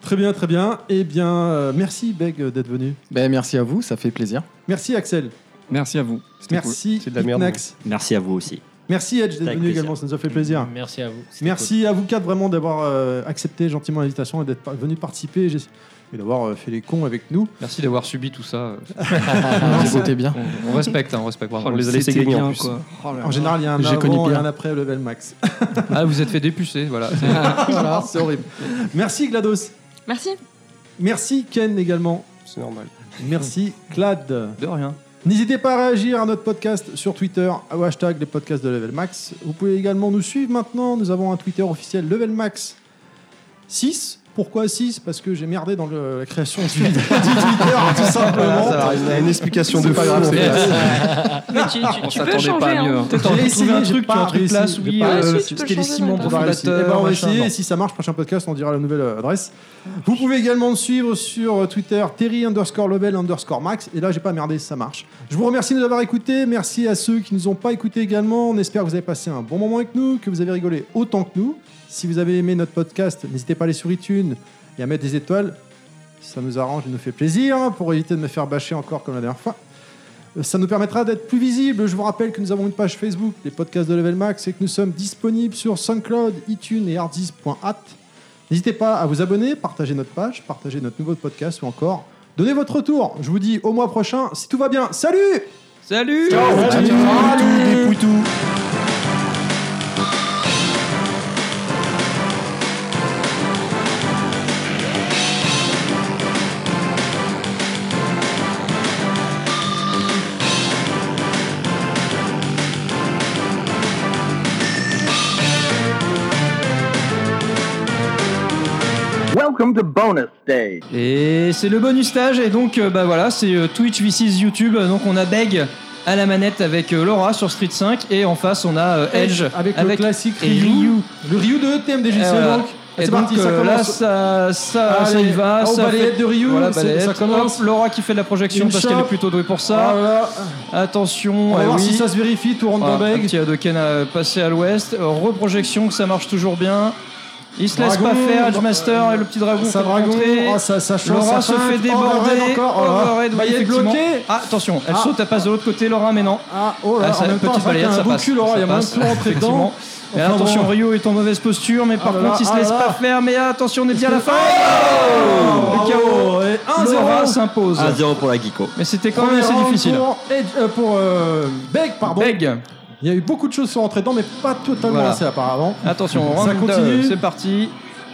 Très bien, très bien. Eh bien, euh, merci Beg euh, d'être venu. Ben, merci à vous, ça fait plaisir. Merci Axel. Merci à vous. C'était Merci, cool. C'est de la merde, Hitnax. Merci à vous aussi. Merci Edge hein. Avec d'être venu plaisir. également, ça nous a fait plaisir. Mm, Merci à vous. C'était Merci à vous quatre vraiment d'avoir euh, accepté gentiment l'invitation et d'être par- venu participer J'ai- et d'avoir euh, fait les cons avec nous. Merci d'avoir subi tout ça. euh. C'était bien. On, on respecte, hein, on respecte. bravo. Oh, On les a laissés gagner, en plus. Oh là là. En général, il y a un J'ai connu avant et bien. un après level max. Ah, vous êtes fait dépucer, voilà. Voilà, c'est horrible. Merci GLaDOS. Merci. Merci Ken également. C'est normal. Merci Clad. De rien. N'hésitez pas à réagir à notre podcast sur Twitter au hashtag les podcasts de Level Max. Vous pouvez également nous suivre maintenant. Nous avons un Twitter officiel Level Max 6. Pourquoi 6 Parce que j'ai merdé dans le- la création du, du Twitter, tout simplement. Voilà, ça arrive, il y a une explication de C'est pas fou, grave, en c'est fait. grave. Mais tu- tu- On tu peux s'attendait changer, hein. Peut-être J'ai t'aurais essayé, trouvé un j'ai truc, pas un truc réussi, place, j'ai oui, pas euh, réussi. tu- tu peux C'était les changer, ciments non, pour réussir. fondateur, Eh ben, on va machin, essayer. bon. Si ça marche, prochain podcast, on dira la nouvelle euh, adresse. Vous pouvez également me suivre sur Twitter, Terry underscore level underscore max. Et là, j'ai pas merdé, ça marche. Je vous remercie de nous avoir écoutés. Merci à ceux qui nous ont pas écoutés également. On espère que vous avez passé un bon moment avec nous, que vous avez rigolé autant que nous. Si vous avez aimé notre podcast, n'hésitez pas à aller sur iTunes et à mettre des étoiles. Ça nous arrange et nous fait plaisir pour éviter de me faire bâcher encore comme la dernière fois. Ça nous permettra d'être plus visibles. Je vous rappelle que nous avons une page Facebook, les podcasts de Level Max, et que nous sommes disponibles sur SoundCloud, iTunes et hardis.at. N'hésitez pas à vous abonner, partager notre page, partager notre nouveau podcast ou encore donnez votre retour. Je vous dis au mois prochain si tout va bien. Salut Salut Salut Salut Welcome to bonus stage. Et c'est le bonus stage, et donc euh, bah voilà, c'est euh, Twitch v6 YouTube, euh, donc on a Beg à la manette avec euh, Laura sur Street 5, et en face on a euh, Edge Edge avec le classique et Ryu. Le Ryu de Et TMDJC voilà. donc. Et donc euh, là, ça, ça, ça y Allez, va. oh, ça balayette de Ryu, voilà, c'est- balayette. ça commence. Hop, Laura qui fait de la projection Une parce qu'elle est chope. plutôt douée pour ça. Voilà. On Attention. va euh, eh voir oui. si ça se vérifie, tout rentre dans Voilà, un Beg. petit Hadoken à passer à l'ouest. Euh, Reprojection, que ça marche toujours bien. Il se laisse pas Dragon, faire, Edge Master et le petit dragon. ça pour dragon, contrer. oh, ça- ça chauffe, Laura ça se feinte. fait déborder. Overhead encore, oh là là. Overhead, oui, Balayette effectivement. bloquée. Ah, attention, elle Ah. saute, elle passe de l'autre côté, Laura, mais non. Ah, oh là, Ah, ça, en même temps, petite c'est vrai qu'il y a balayette, un ça beau passe. cul, Laura, ça il y a moyen de passe, tout rentrer dedans. effectivement. Mais Enfin, attention, bon. Rio est en mauvaise posture, mais par Ah là contre, là, il se ah laisse là pas là. faire. Mais attention, on est bien à la fin. Le Bravo. KO. Et 1-0. Laura s'impose. 1-0 pour la Geeko. Mais c'était quand même Premier assez round difficile. Pour, Edge- euh, pour, euh, Beg, pardon. Beg. Il y a eu beaucoup de choses sur rentrées dedans, mais pas totalement Voilà. assez apparemment. Attention, ça round deux, continue. c'est parti.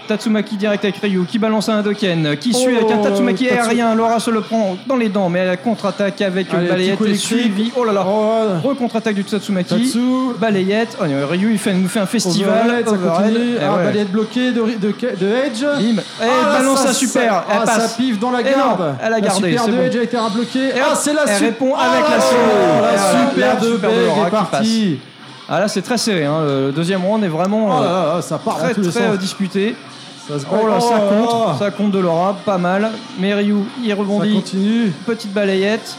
Tatsumaki direct avec Ryu qui balance un Hadoken, qui suit avec un Oh, Tatsumaki Tatsu- aérien. Laura se le prend dans les dents, mais elle contre-attaque avec une Allez, balayette petit coup électrique. suivie. Oh là là, recontre-attaque du Tatsumaki. Balayette. Oh, non, Ryu il fait, nous fait un festival. Overhead, ça Overhead. continue. Eh Ah, ouais. balayette bloquée de, de, de Edge. Bim. Eh, là, balance ça super. Ah, Elle passe. Ça pif dans la Eh non, garde. elle a gardé, La c'est super de bon. Edge a été bloquée. Et Ah, hop, c'est la elle su- répond Ah, avec la là, solo. là, Et voilà, La super la de super Beg Laura est qui passe. partie. Ah là c'est très serré, hein. le deuxième round est vraiment Oh là euh, là, ça part dans très, tous les très sens. euh, disputé. Ça se bat. oh là ça Oh là compte, là. ça compte de Laura, pas mal. Mais Ryu il rebondit, petite balayette,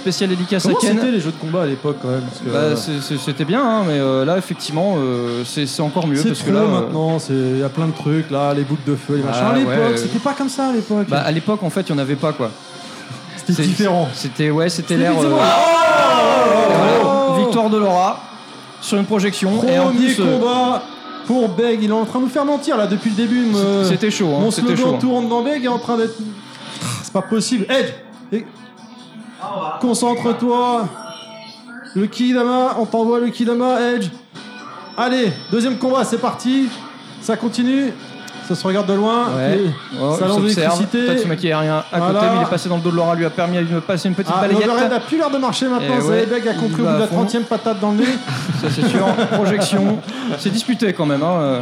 spéciale dédicace Comment à Ken. c'était les jeux de combat à l'époque quand même parce que, Bah, euh, c'est- c'est- C'était bien, hein, mais euh, là effectivement euh, c'est c'est encore mieux C'est parce que trop là euh, maintenant, c'est- il y a plein de trucs là, les boules de feu, les Ah, machins. À l'époque, ouais. c'était pas comme ça à l'époque. bah, à l'époque en fait il n'y en avait pas quoi. C'était différent. C'était ouais c'était l'air. différent. euh, Oh et voilà, victoire de Laura sur une projection et en Premier plus euh, combat pour Beg, il est en train de nous faire mentir là depuis le début. me- c'était chaud, hein, Mon c'était slogan chaud, hein. tourne dans Beg est en train d'être. C'est pas possible. Edge et- Concentre-toi. Le Kidama, on t'envoie le Kidama, Edge. Allez, deuxième combat, c'est parti. Ça continue. Ça se regarde de loin. Ouais. Les- Oh, ça il lance s'observe. l'électricité. Tatsumaki aérien à côté, Voilà. mais il est passé dans le dos de Laura, lui a permis de passer une petite Ah, balayette. l'overhead a plus l'air de marcher maintenant. Eh ça ouais, y est, Beg a il compris au va bout de à la fond. 30 e patate dans le nez. Ça c'est sûr. Projection. C'est disputé quand même. Hein. euh.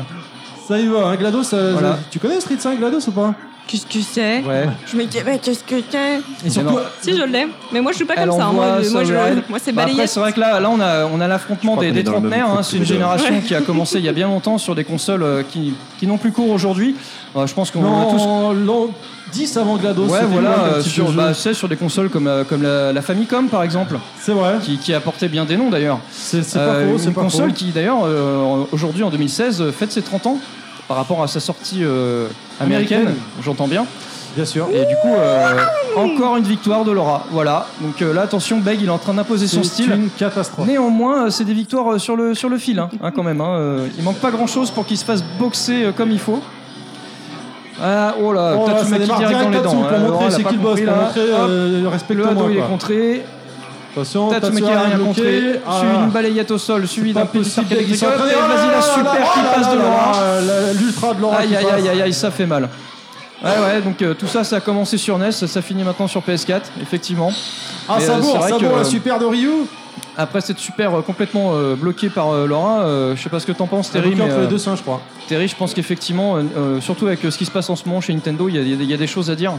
Ça y va, hein, GLaDOS. ça- Voilà. ça- Tu connais Street 5 GLaDOS ou pas Qu'est-ce que c'est Ouais. Je me dis, mais qu'est-ce que c'est Et surtout- Si, je l'ai. Mais moi, je suis pas Elle comme ça. hein. Moi, envoie le- ça moi, je- overhead. moi, c'est Bah, après, balayette. c'est vrai que là, là on a, on a l'affrontement des, qu'on des est dans le même trentenaires. hein. groupe C'est tous une les deux. génération Ouais. qui a commencé il y a bien longtemps sur des consoles euh, qui, qui n'ont plus cours aujourd'hui. Euh, je pense qu'on a tous Non, l'an 10 avant GLaDOS. Ouais, c'était loin, voilà, un euh, petit sur, peu le bah, jeu. c'est sur des consoles comme, euh, comme la, la Famicom par exemple. C'est vrai. Qui, qui apportait bien des noms d'ailleurs. Euh, C'est c'est pas faux, c'est Une pas console faux. qui d'ailleurs, euh, aujourd'hui en 2016, euh, fête ses 30 ans par rapport à sa sortie euh, américaine, Américaine. j'entends bien. Bien sûr. Et du coup, euh, encore une victoire de Laura. Voilà. Donc euh, là, attention, Beg, il est en train d'imposer son C'est style. une catastrophe. Néanmoins, euh, c'est des victoires euh, sur le, sur le fil, hein, hein, quand même. hein, euh, il manque pas grand chose pour qu'il se fasse boxer euh, comme il faut. Ah, oh là, Oh là, ça Tatsumaki démarre direct, dans les direct dents. là-dessous hein, pour Laura montrer l'a c'est pas qui le boss, compris, pour là. montrer euh, Le hado, respecte-moi. il est quoi. contré. Attention, Tatsumaki a rien contré. Suivi d'une balayette au sol, suivi d'un petit Ah. possible, circuit il agricole. s'entraîne. Et Oh là vas-y, là la là là super qui là passe là de là Laura. là là, L'ultra de Laura. Aïe, qui aïe, passe. aïe, aïe, aïe, ça fait mal. Ouais, ouais, donc euh, tout ça, ça a commencé sur NES, ça finit maintenant sur PS4, effectivement. Ah, Mais, ça euh, c'est bourre, vrai ça que, bourre euh, la super de Ryu. Après cette super euh, complètement euh, bloquée par euh, Laura, euh, je sais pas ce que t'en penses, C'est Terry. bloqué mais, entre euh, les deux seins, je crois. Terry, je pense qu'effectivement, euh, euh, surtout avec euh, ce qui se passe en ce moment chez Nintendo, il y a- il y, a des- il y a des choses à dire.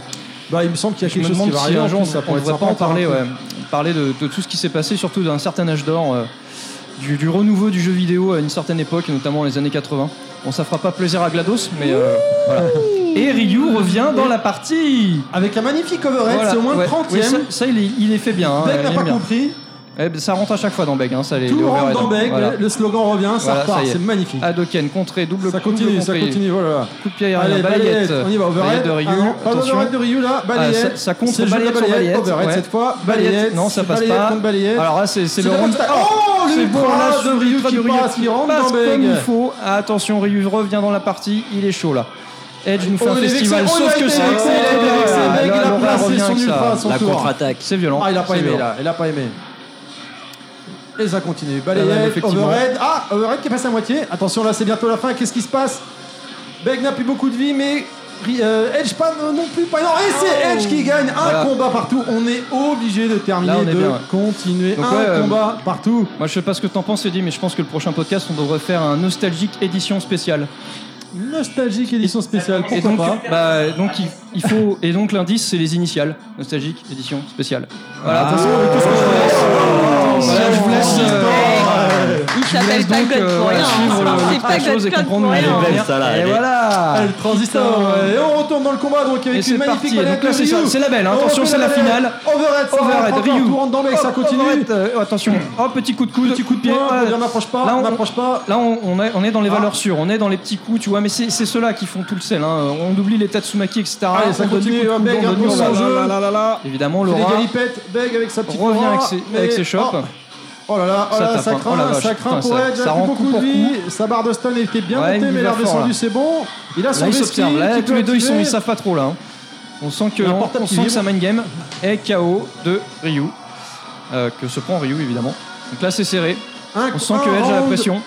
Bah, il me semble qu'il y a Je me quelque chose qui demande va si arriver un en jour, plus, ça on pourrait être devrait pas sympa, hein. en parler, un peu. ouais. parler de, de tout ce qui s'est passé, surtout d'un certain âge d'or, euh, du, du renouveau du jeu vidéo à une certaine époque, et notamment les années 80. Bon, ça fera pas plaisir à GLaDOS, mais euh, voilà. Et Ryu revient dans la partie Avec un magnifique overhead, Voilà, c'est au moins le ouais. 30 Oui, e ça, ça, il, est, il est fait bien. hein, Beg il n'a est pas bien. compris. Eh ben, ça rentre à chaque fois dans Beg. Hein, ça, les, les Tout rentre overhead, dans hein. Beg, Voilà. le slogan revient, ça Voilà, repart, y est. c'est magnifique. Hadoken contré, double Ça coup, double continue, ça contré. continue, voilà. Coup de pied aérien, Allez, balayette. balayette, on y va, overhead. Balayette de Ryu, Ah non, pas attention. d'overhead de Ryu, là, Ah, balayette. ça, ça compte C'est le jeu de la balayette sur balayette. Overhead ouais. cette fois, balayette. Non, ça c'est passe balayette pas. contre balayette. Alors là, c'est C'est c'est le la round. bonne- Oh, c'est l'ultra bon, là, de c'est Ryu l'ultra qui de passe, qui rentre passe dans Beg. comme il faut. Attention, Ryu revient dans la partie. Il est chaud là. Edge nous fait Oh, un il est festival, vexé, oh, il sauf a que été c'est vexé, il a été Ah, vexé, là, Beg, il a Laura placé revient son avec ultra ça. à son La tour. contre-attaque. C'est violent. Ah, il a pas c'est aimé, violent. là, il a pas aimé. Et ça continue. Ah, ouais, Balayette, effectivement. overhead. Ah, overhead qui passe à moitié. Attention, là, c'est bientôt la fin. Qu'est-ce qui se passe Beg n'a plus beaucoup de vie, mais Ri- euh, Edge pas non non plus. Pas non. Et c'est Edge qui gagne. Un Oh. Voilà. combat partout. On est obligé de terminer, Là, on est de bien, ouais. continuer. Donc, un ouais, euh, combat partout. Moi, je sais pas ce que t'en penses, Eddy, mais je pense que le prochain podcast, on devrait faire un nostalgique édition spéciale. Nostalgique édition spéciale. Et Pourquoi donc, pas bah, donc il, il faut. Et donc l'indice, c'est les initiales. Nostalgique édition spéciale. Voilà. Ah. Attention, avec tout ce que je vous laisse. Voilà, je vous laisse, euh, Voilà. Il je vous laisse, reste donc euh, hein. à suivre le- la chose et comprendre. Elle est belle, ça là. Et Ah, voilà. le transition Putain. Et on retourne dans le combat donc Et avec c'est une magnifique parti. Donc là, c'est Ryu. ça, c'est la belle, hein. On Attention, refait c'est la belle. finale. Overhead, ça Overhead, rentre encore, Ryu. tout rentre dans le mec, ça Hop, continue. overhead, euh, attention. Hop, petit coup de coude. Petit coup de pied. Euh, on dire, n'approche pas, Là, on n'approche pas. Ah. Là, on, on est, on est dans les valeurs sûres. On est dans les petits coups, tu vois. Mais c'est c'est ceux-là qui font tout le sel. hein. On oublie les Tatsumaki, etc. Allez, On ça donne des continue, coups un de coude, beg, on un donne- gros oh là enjeu. là là là là. Évidemment, Il fait Laura des galipettes, Beg avec sa petite revient aura, avec ses, avec mais- ses chopes. Oh, oh là là, oh Ça là, tape, ça, hein. craint, Oh la vache, ça craint putain, pour ça- Edge, ça ça rend coup, coup de pour vie, sa barre de stun était bien Ouais, montée, il mais va l'air fort, descendu, là. c'est bon. Il a son Là, ils jet s'observent. ski Là, qui tous peut les deux, ils, sont, activer. ils savent pas trop là. hein. On sent que, Le euh, on, portable on qui sent que vibre. ça main game. Et KO de Ryu. Euh, que se prend Ryu, évidemment. Donc là, c'est serré. on sent que un Edge a la round pression.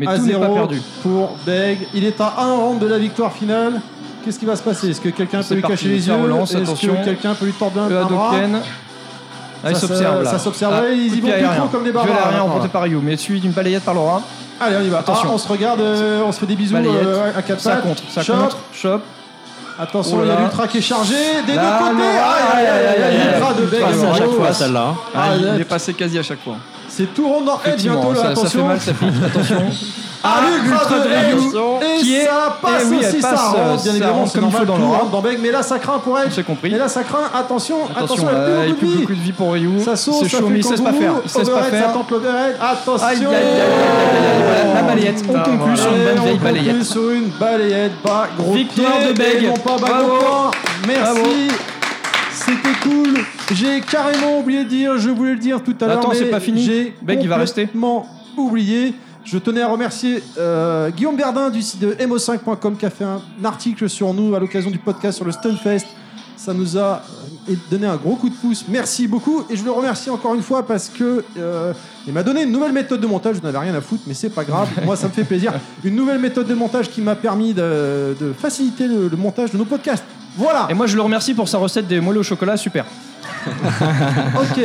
Mais à tout n'est pas zéro perdu. Pour Beg, il est à un round de la victoire finale. Qu'est-ce qui va se passer Est-ce que quelqu'un peut C'est lui parti, cacher les ça yeux relance, Est-ce attention. que quelqu'un peut lui tordre un Le un bras Hadoken. Ah, Ça ils se- s'observent là. Ah, ça s'observe, ouais, ils y coup de vont pied plus aérien. trop comme des barbares, Duel aérien maintenant, remporté là. par Ryu, mais suivi d'une balayette par Laura. Allez, on y va. Attention. Ah, on se regarde, euh, on se fait des bisous Balayette. euh, à quatre Ça pattes. contre, ça Chop. contre. Chop. Attention, Oh là il y a là. l'ultra qui est chargé. Des Là, deux côtés. Laura, Aïe, aïe, aïe, aïe, l'ultra de Ah, Beg. passe à chaque fois, celle-là, hein. Ah, Ah, il là, est passé quasi à chaque fois. C'est tout rond dans Edge bientôt, Effectivement, là, ça, ça fait attention. mal, ça pique. Attention. Ah, l'ultra l'ultra de de Edge. Ryu, qui Et est- ça passe eh oui, elle aussi, ça passe, euh, rentre, bien ça évidemment. rentre C'est comme il faut normal, dans tout Laura. rentre dans Beg. Mais là, ça craint pour Edge. compris. Mais là, ça craint. Attention, attention, Attention, euh, elle il plus plus beaucoup de vie pour Ryu. Ça saute, C'est ça chaud, fait mais il sait pas kangourou, faire. Il sait pas overhead, Ça faire. tente l'overhead. Aïe, aïe, Attention. aïe, aïe, aïe, aïe, aïe, La balayette, on conclut sur une bonne Et vieille on conclut balayette. sur une balayette bas gros Victoire pied, de Beg. et non pas bas Bravo. gros point. Merci. Bravo. C'était cool. J'ai carrément oublié de dire, je voulais le dire tout à l'heure. Attends, mais c'est pas fini. J'ai Beg, il va rester. complètement oublié. Je tenais à remercier euh, Guillaume Berdin du site de mo5.com qui a fait un article sur nous à l'occasion du podcast sur le Stunfest. Ça nous a euh, donné un gros coup de pouce. Merci beaucoup et je le remercie encore une fois parce que euh, il m'a donné une nouvelle méthode de montage. Je n'avais rien à foutre, mais c'est pas grave. Moi, ça me fait plaisir. Une nouvelle méthode de montage qui m'a permis de, de faciliter le, le montage de nos podcasts. Voilà. Et moi, je le remercie pour sa recette des moelleux au chocolat, super. Ok.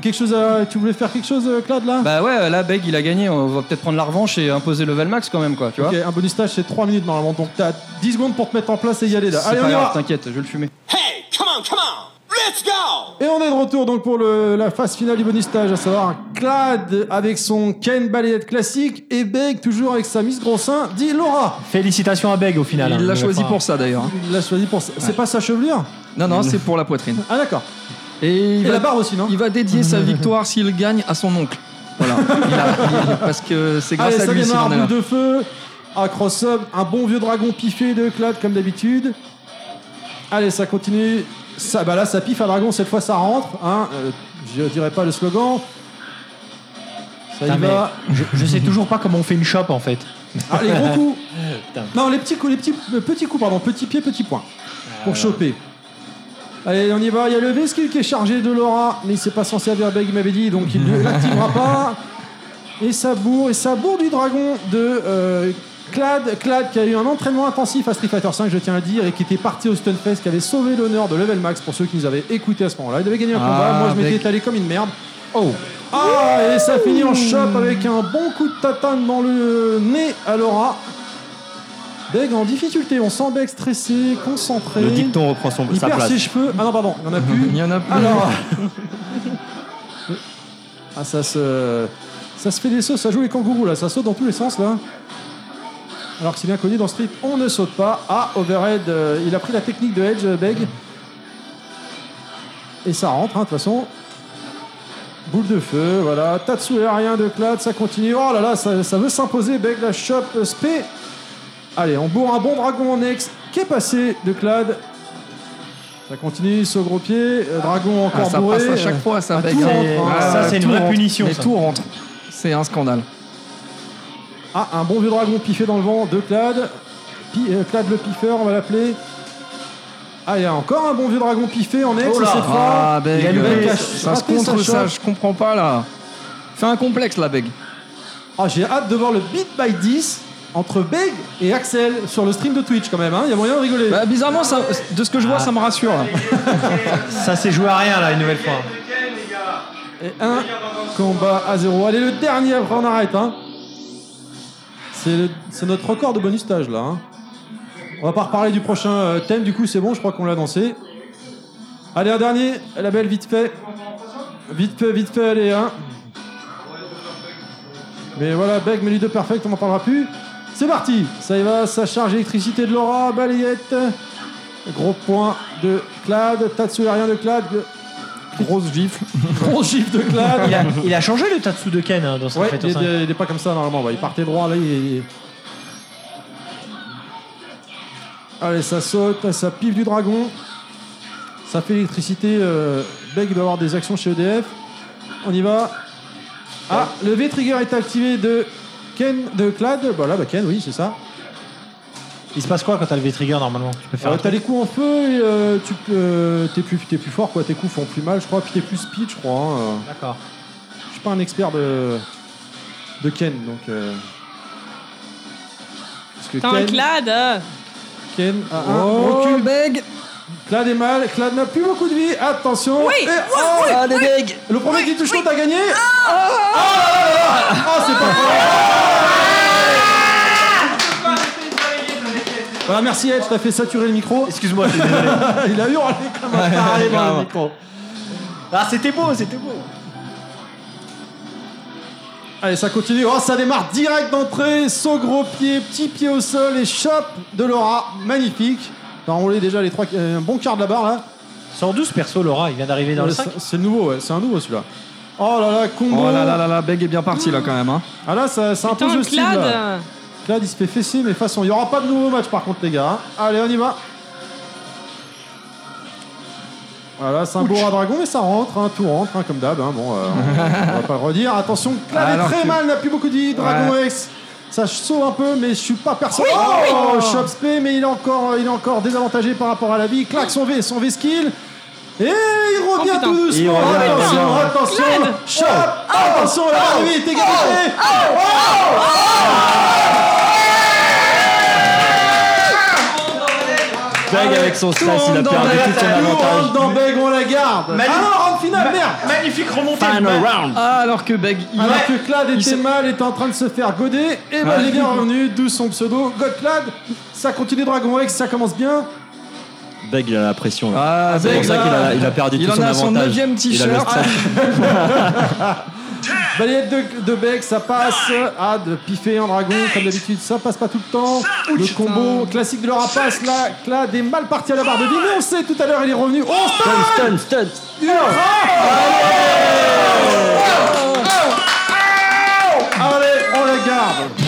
quelque chose. à- tu voulais faire quelque chose, euh, Claude là Bah ouais, là, Beg, il a gagné. On va peut-être prendre la revanche et imposer level max quand même, quoi. Tu vois Ok, un bonus stage c'est 3 minutes normalement, donc t'as 10 secondes pour te mettre en place et y aller là. C'est Allez, on pas y grave, va t'inquiète, je vais le fumer. Et on est de retour donc pour le- la phase finale du bonus stage, à savoir Clad avec son Ken Balayette classique et Beg toujours avec sa Miss Gros Sein, dit Laura. Félicitations à Beg au hein, final. Il l'a choisi pour ça d'ailleurs. Il l'a choisi pour ça. C'est pas sa chevelure Non, Mm. non, c'est pour la poitrine. Ah d'accord. Et, il Et la barre aussi, non Il va dédier sa victoire s'il gagne à son oncle. Voilà. Il a- il- parce que c'est grâce Allez, à ça lui s'il démarre, en est là. boule de feu. À cross-up, un bon vieux dragon piffé de Clad comme d'habitude. Allez, ça continue. Ça, bah là, ça piffe à dragon, cette fois ça rentre. Hein. Euh, je dirais pas le slogan. Ça y Putain, mais va. Je, je sais toujours pas comment on fait une chope en fait. Ah, les gros coups. Putain. Non, les petits coups, les petits, euh, petits coups, pardon, petit pied, petit point. Pour choper. Allez, on y va. Il y a le V-Skill qui est chargé de Laura, mais c'est pas censé avoir bug, il m'avait dit, donc il ne l'activera pas. Et ça bourre, et ça bourre du dragon de euh, Clad. Clad qui a eu un entraînement intensif à Street Fighter 5, je tiens à le dire, et qui était parti au Stunfest, qui avait sauvé l'honneur de Level Max pour ceux qui nous avaient écoutés à ce moment-là. Il avait gagné un Ah, combat, moi je m'étais avec- étalé comme une merde. Oh Ah, et ça finit en chop avec un bon coup de tatane dans le nez à Laura. Beg en difficulté, on sent Beg stressé, concentré. Le dicton reprend son, Il sa perd place. ses cheveux. Ah non, pardon, il n'y en a plus. Il y en a plus. Alors. ah, ça se. Ça se fait des sauts, ça joue les kangourous là, ça saute dans tous les sens là. Alors que c'est bien connu dans Street, on ne saute pas. Ah, Overhead, euh, il a pris la technique de Edge, euh, Beg. Et ça rentre, hein, de toute façon. Boule de feu, voilà. Tatsu et rien de clade, ça continue. Oh là là, ça, ça veut s'imposer. Beg la chope, euh, spé. Allez, on bourre un bon dragon en ex qui est passé de clade. Ça continue, saut gros pied, euh, dragon encore Ah, ça bourré. passe à chaque fois, ça Ah, bègue. tout rentre, hein. ça, c'est une tout vraie rentre. punition, Mais ça. tout rentre. C'est un scandale. Ah, un bon vieux dragon piffé dans le vent de Clad. Pi- euh, Clad le piffeur, on va l'appeler. Ah, il y a encore un bon vieux dragon piffé en ex et cette fois. Ah, Beg, il a le mec qui a ça se raté sa contre ça, chope. je comprends pas là. Fais un complexe là, Beg. Ah, j'ai hâte de voir le beat by 10 entre Beg et Axel sur le stream de Twitch quand même. hein. Il y a moyen de rigoler. Bah, bizarrement, ça- de ce que je vois, ça me rassure. là. Ça s'est joué à rien là une nouvelle fois. Et un combat à zéro. Allez, le dernier, après on arrête. Hein. C'est le- c'est notre record de bonus stage là. hein. On va pas reparler du prochain euh, thème, du coup c'est bon, je crois qu'on l'a annoncé. Allez, un dernier, la belle, vite fait. Vite fait, vite fait, allez, hein. Mais voilà, Beg, menu de perfect, on n'en parlera plus. C'est parti Ça y va, ça charge électricité de Laura, balayette. Gros point de Clad, Tatsu a rien de Clad. Grosse gifle. Grosse gifle de Clad. Il a, il a changé le Tatsu de Ken hein, dans cette Ouais, fête il, est- enceinte. il est pas comme ça normalement, bah, il partait droit là, il est- Allez, ça saute, ça pive du dragon. Ça fait l'électricité. euh, Beg, il doit avoir des actions chez EDF. On y va. Ah, le V-Trigger est activé de Ken, de Clad. Bah là, bah Ken, oui, c'est ça. Il se passe quoi quand t'as le V-Trigger normalement Tu peux faire Euh, un t'as truc les coups en feu et euh, tu peux- euh, t'es plus, t'es plus fort, quoi. Tes coups font plus mal, je crois. Puis t'es plus speed, je crois. hein, euh. D'accord. Je suis pas un expert de, de Ken, donc. euh, parce que T'as un clad euh. Ken a un Oh, recul. Clad est mal, Clad n'a plus beaucoup de vie, attention Oui, Et- oui, oh, oui, allez, oui. Beg. Le premier qui touche l'autre a gagné Ah ah, ah, c'est pas vrai Voilà, merci Edge, t'as fait saturer le micro. Excuse-moi, je suis désolé. Il a hurlé comme un Ouais, taré dans grave. le micro. Ah, c'était Oh, beau, c'était beau. Allez, ça continue. Oh, ça démarre direct d'entrée. Saut gros pied, petit pied au sol, échappe de Laura. Magnifique. T'as enroulé déjà les trois, euh, un bon quart de la barre là. 112 perso, Laura, il vient d'arriver dans le C'est- 5. C'est le nouveau, ouais. C'est un nouveau celui-là. Oh là là, combo. Oh là là là là, Beg est bien parti là quand même. Hein. Ah là, ça, ça impose le style. Là. Clad, il se fait fesser, mais façon, il n'y aura pas de nouveau match par contre, les gars. hein. Allez, on y va. Voilà, c'est un beau rat dragon, mais ça rentre, hein, tout rentre, hein, comme d'hab. hein, bon, euh, on, on va pas le redire. Attention, Clad est Alors très que- mal, n'a plus beaucoup de vie, Dragon Ouais. X. Ça saute un peu, mais je suis pas persuadé. Oui, oui. oh, Chope Spé, mais il est, encore, euh, il est encore désavantagé par rapport à la vie. Claque son V, son V skill. Et il Oh, revient putain. tout Il doucement. revient, il attention, revient. attention. Clad. Chope, attention, la barre de vie est Oh. égalité. Beg avec son stress, il a perdu tout son avantage. dans Beg, on la garde. Magnifique. Ah non, round final, Ma- merde. Magnifique remontée. Final round. Ah, alors que Beg, il Alors que Clad était mal, était en train de se faire goder, et ben Ouais. il est bien revenu, d'où son pseudo God Clad. Ça continue Dragon X, ça commence bien. Beg, il a la pression. Ah, là. c'est Beg, pour ça qu'il a, il a perdu il tout en son a avantage. son neuvième Il a le t-shirt. stress. Balayette de, de Beg, ça passe. Ah, de piffer en dragon, comme d'habitude, ça passe pas tout le temps. Le combo classique de Laura passe là. Clad est mal parti à la barre de vie, mais on sait, tout à l'heure il est revenu. Oh, stun Stun, stun. Allez, on la garde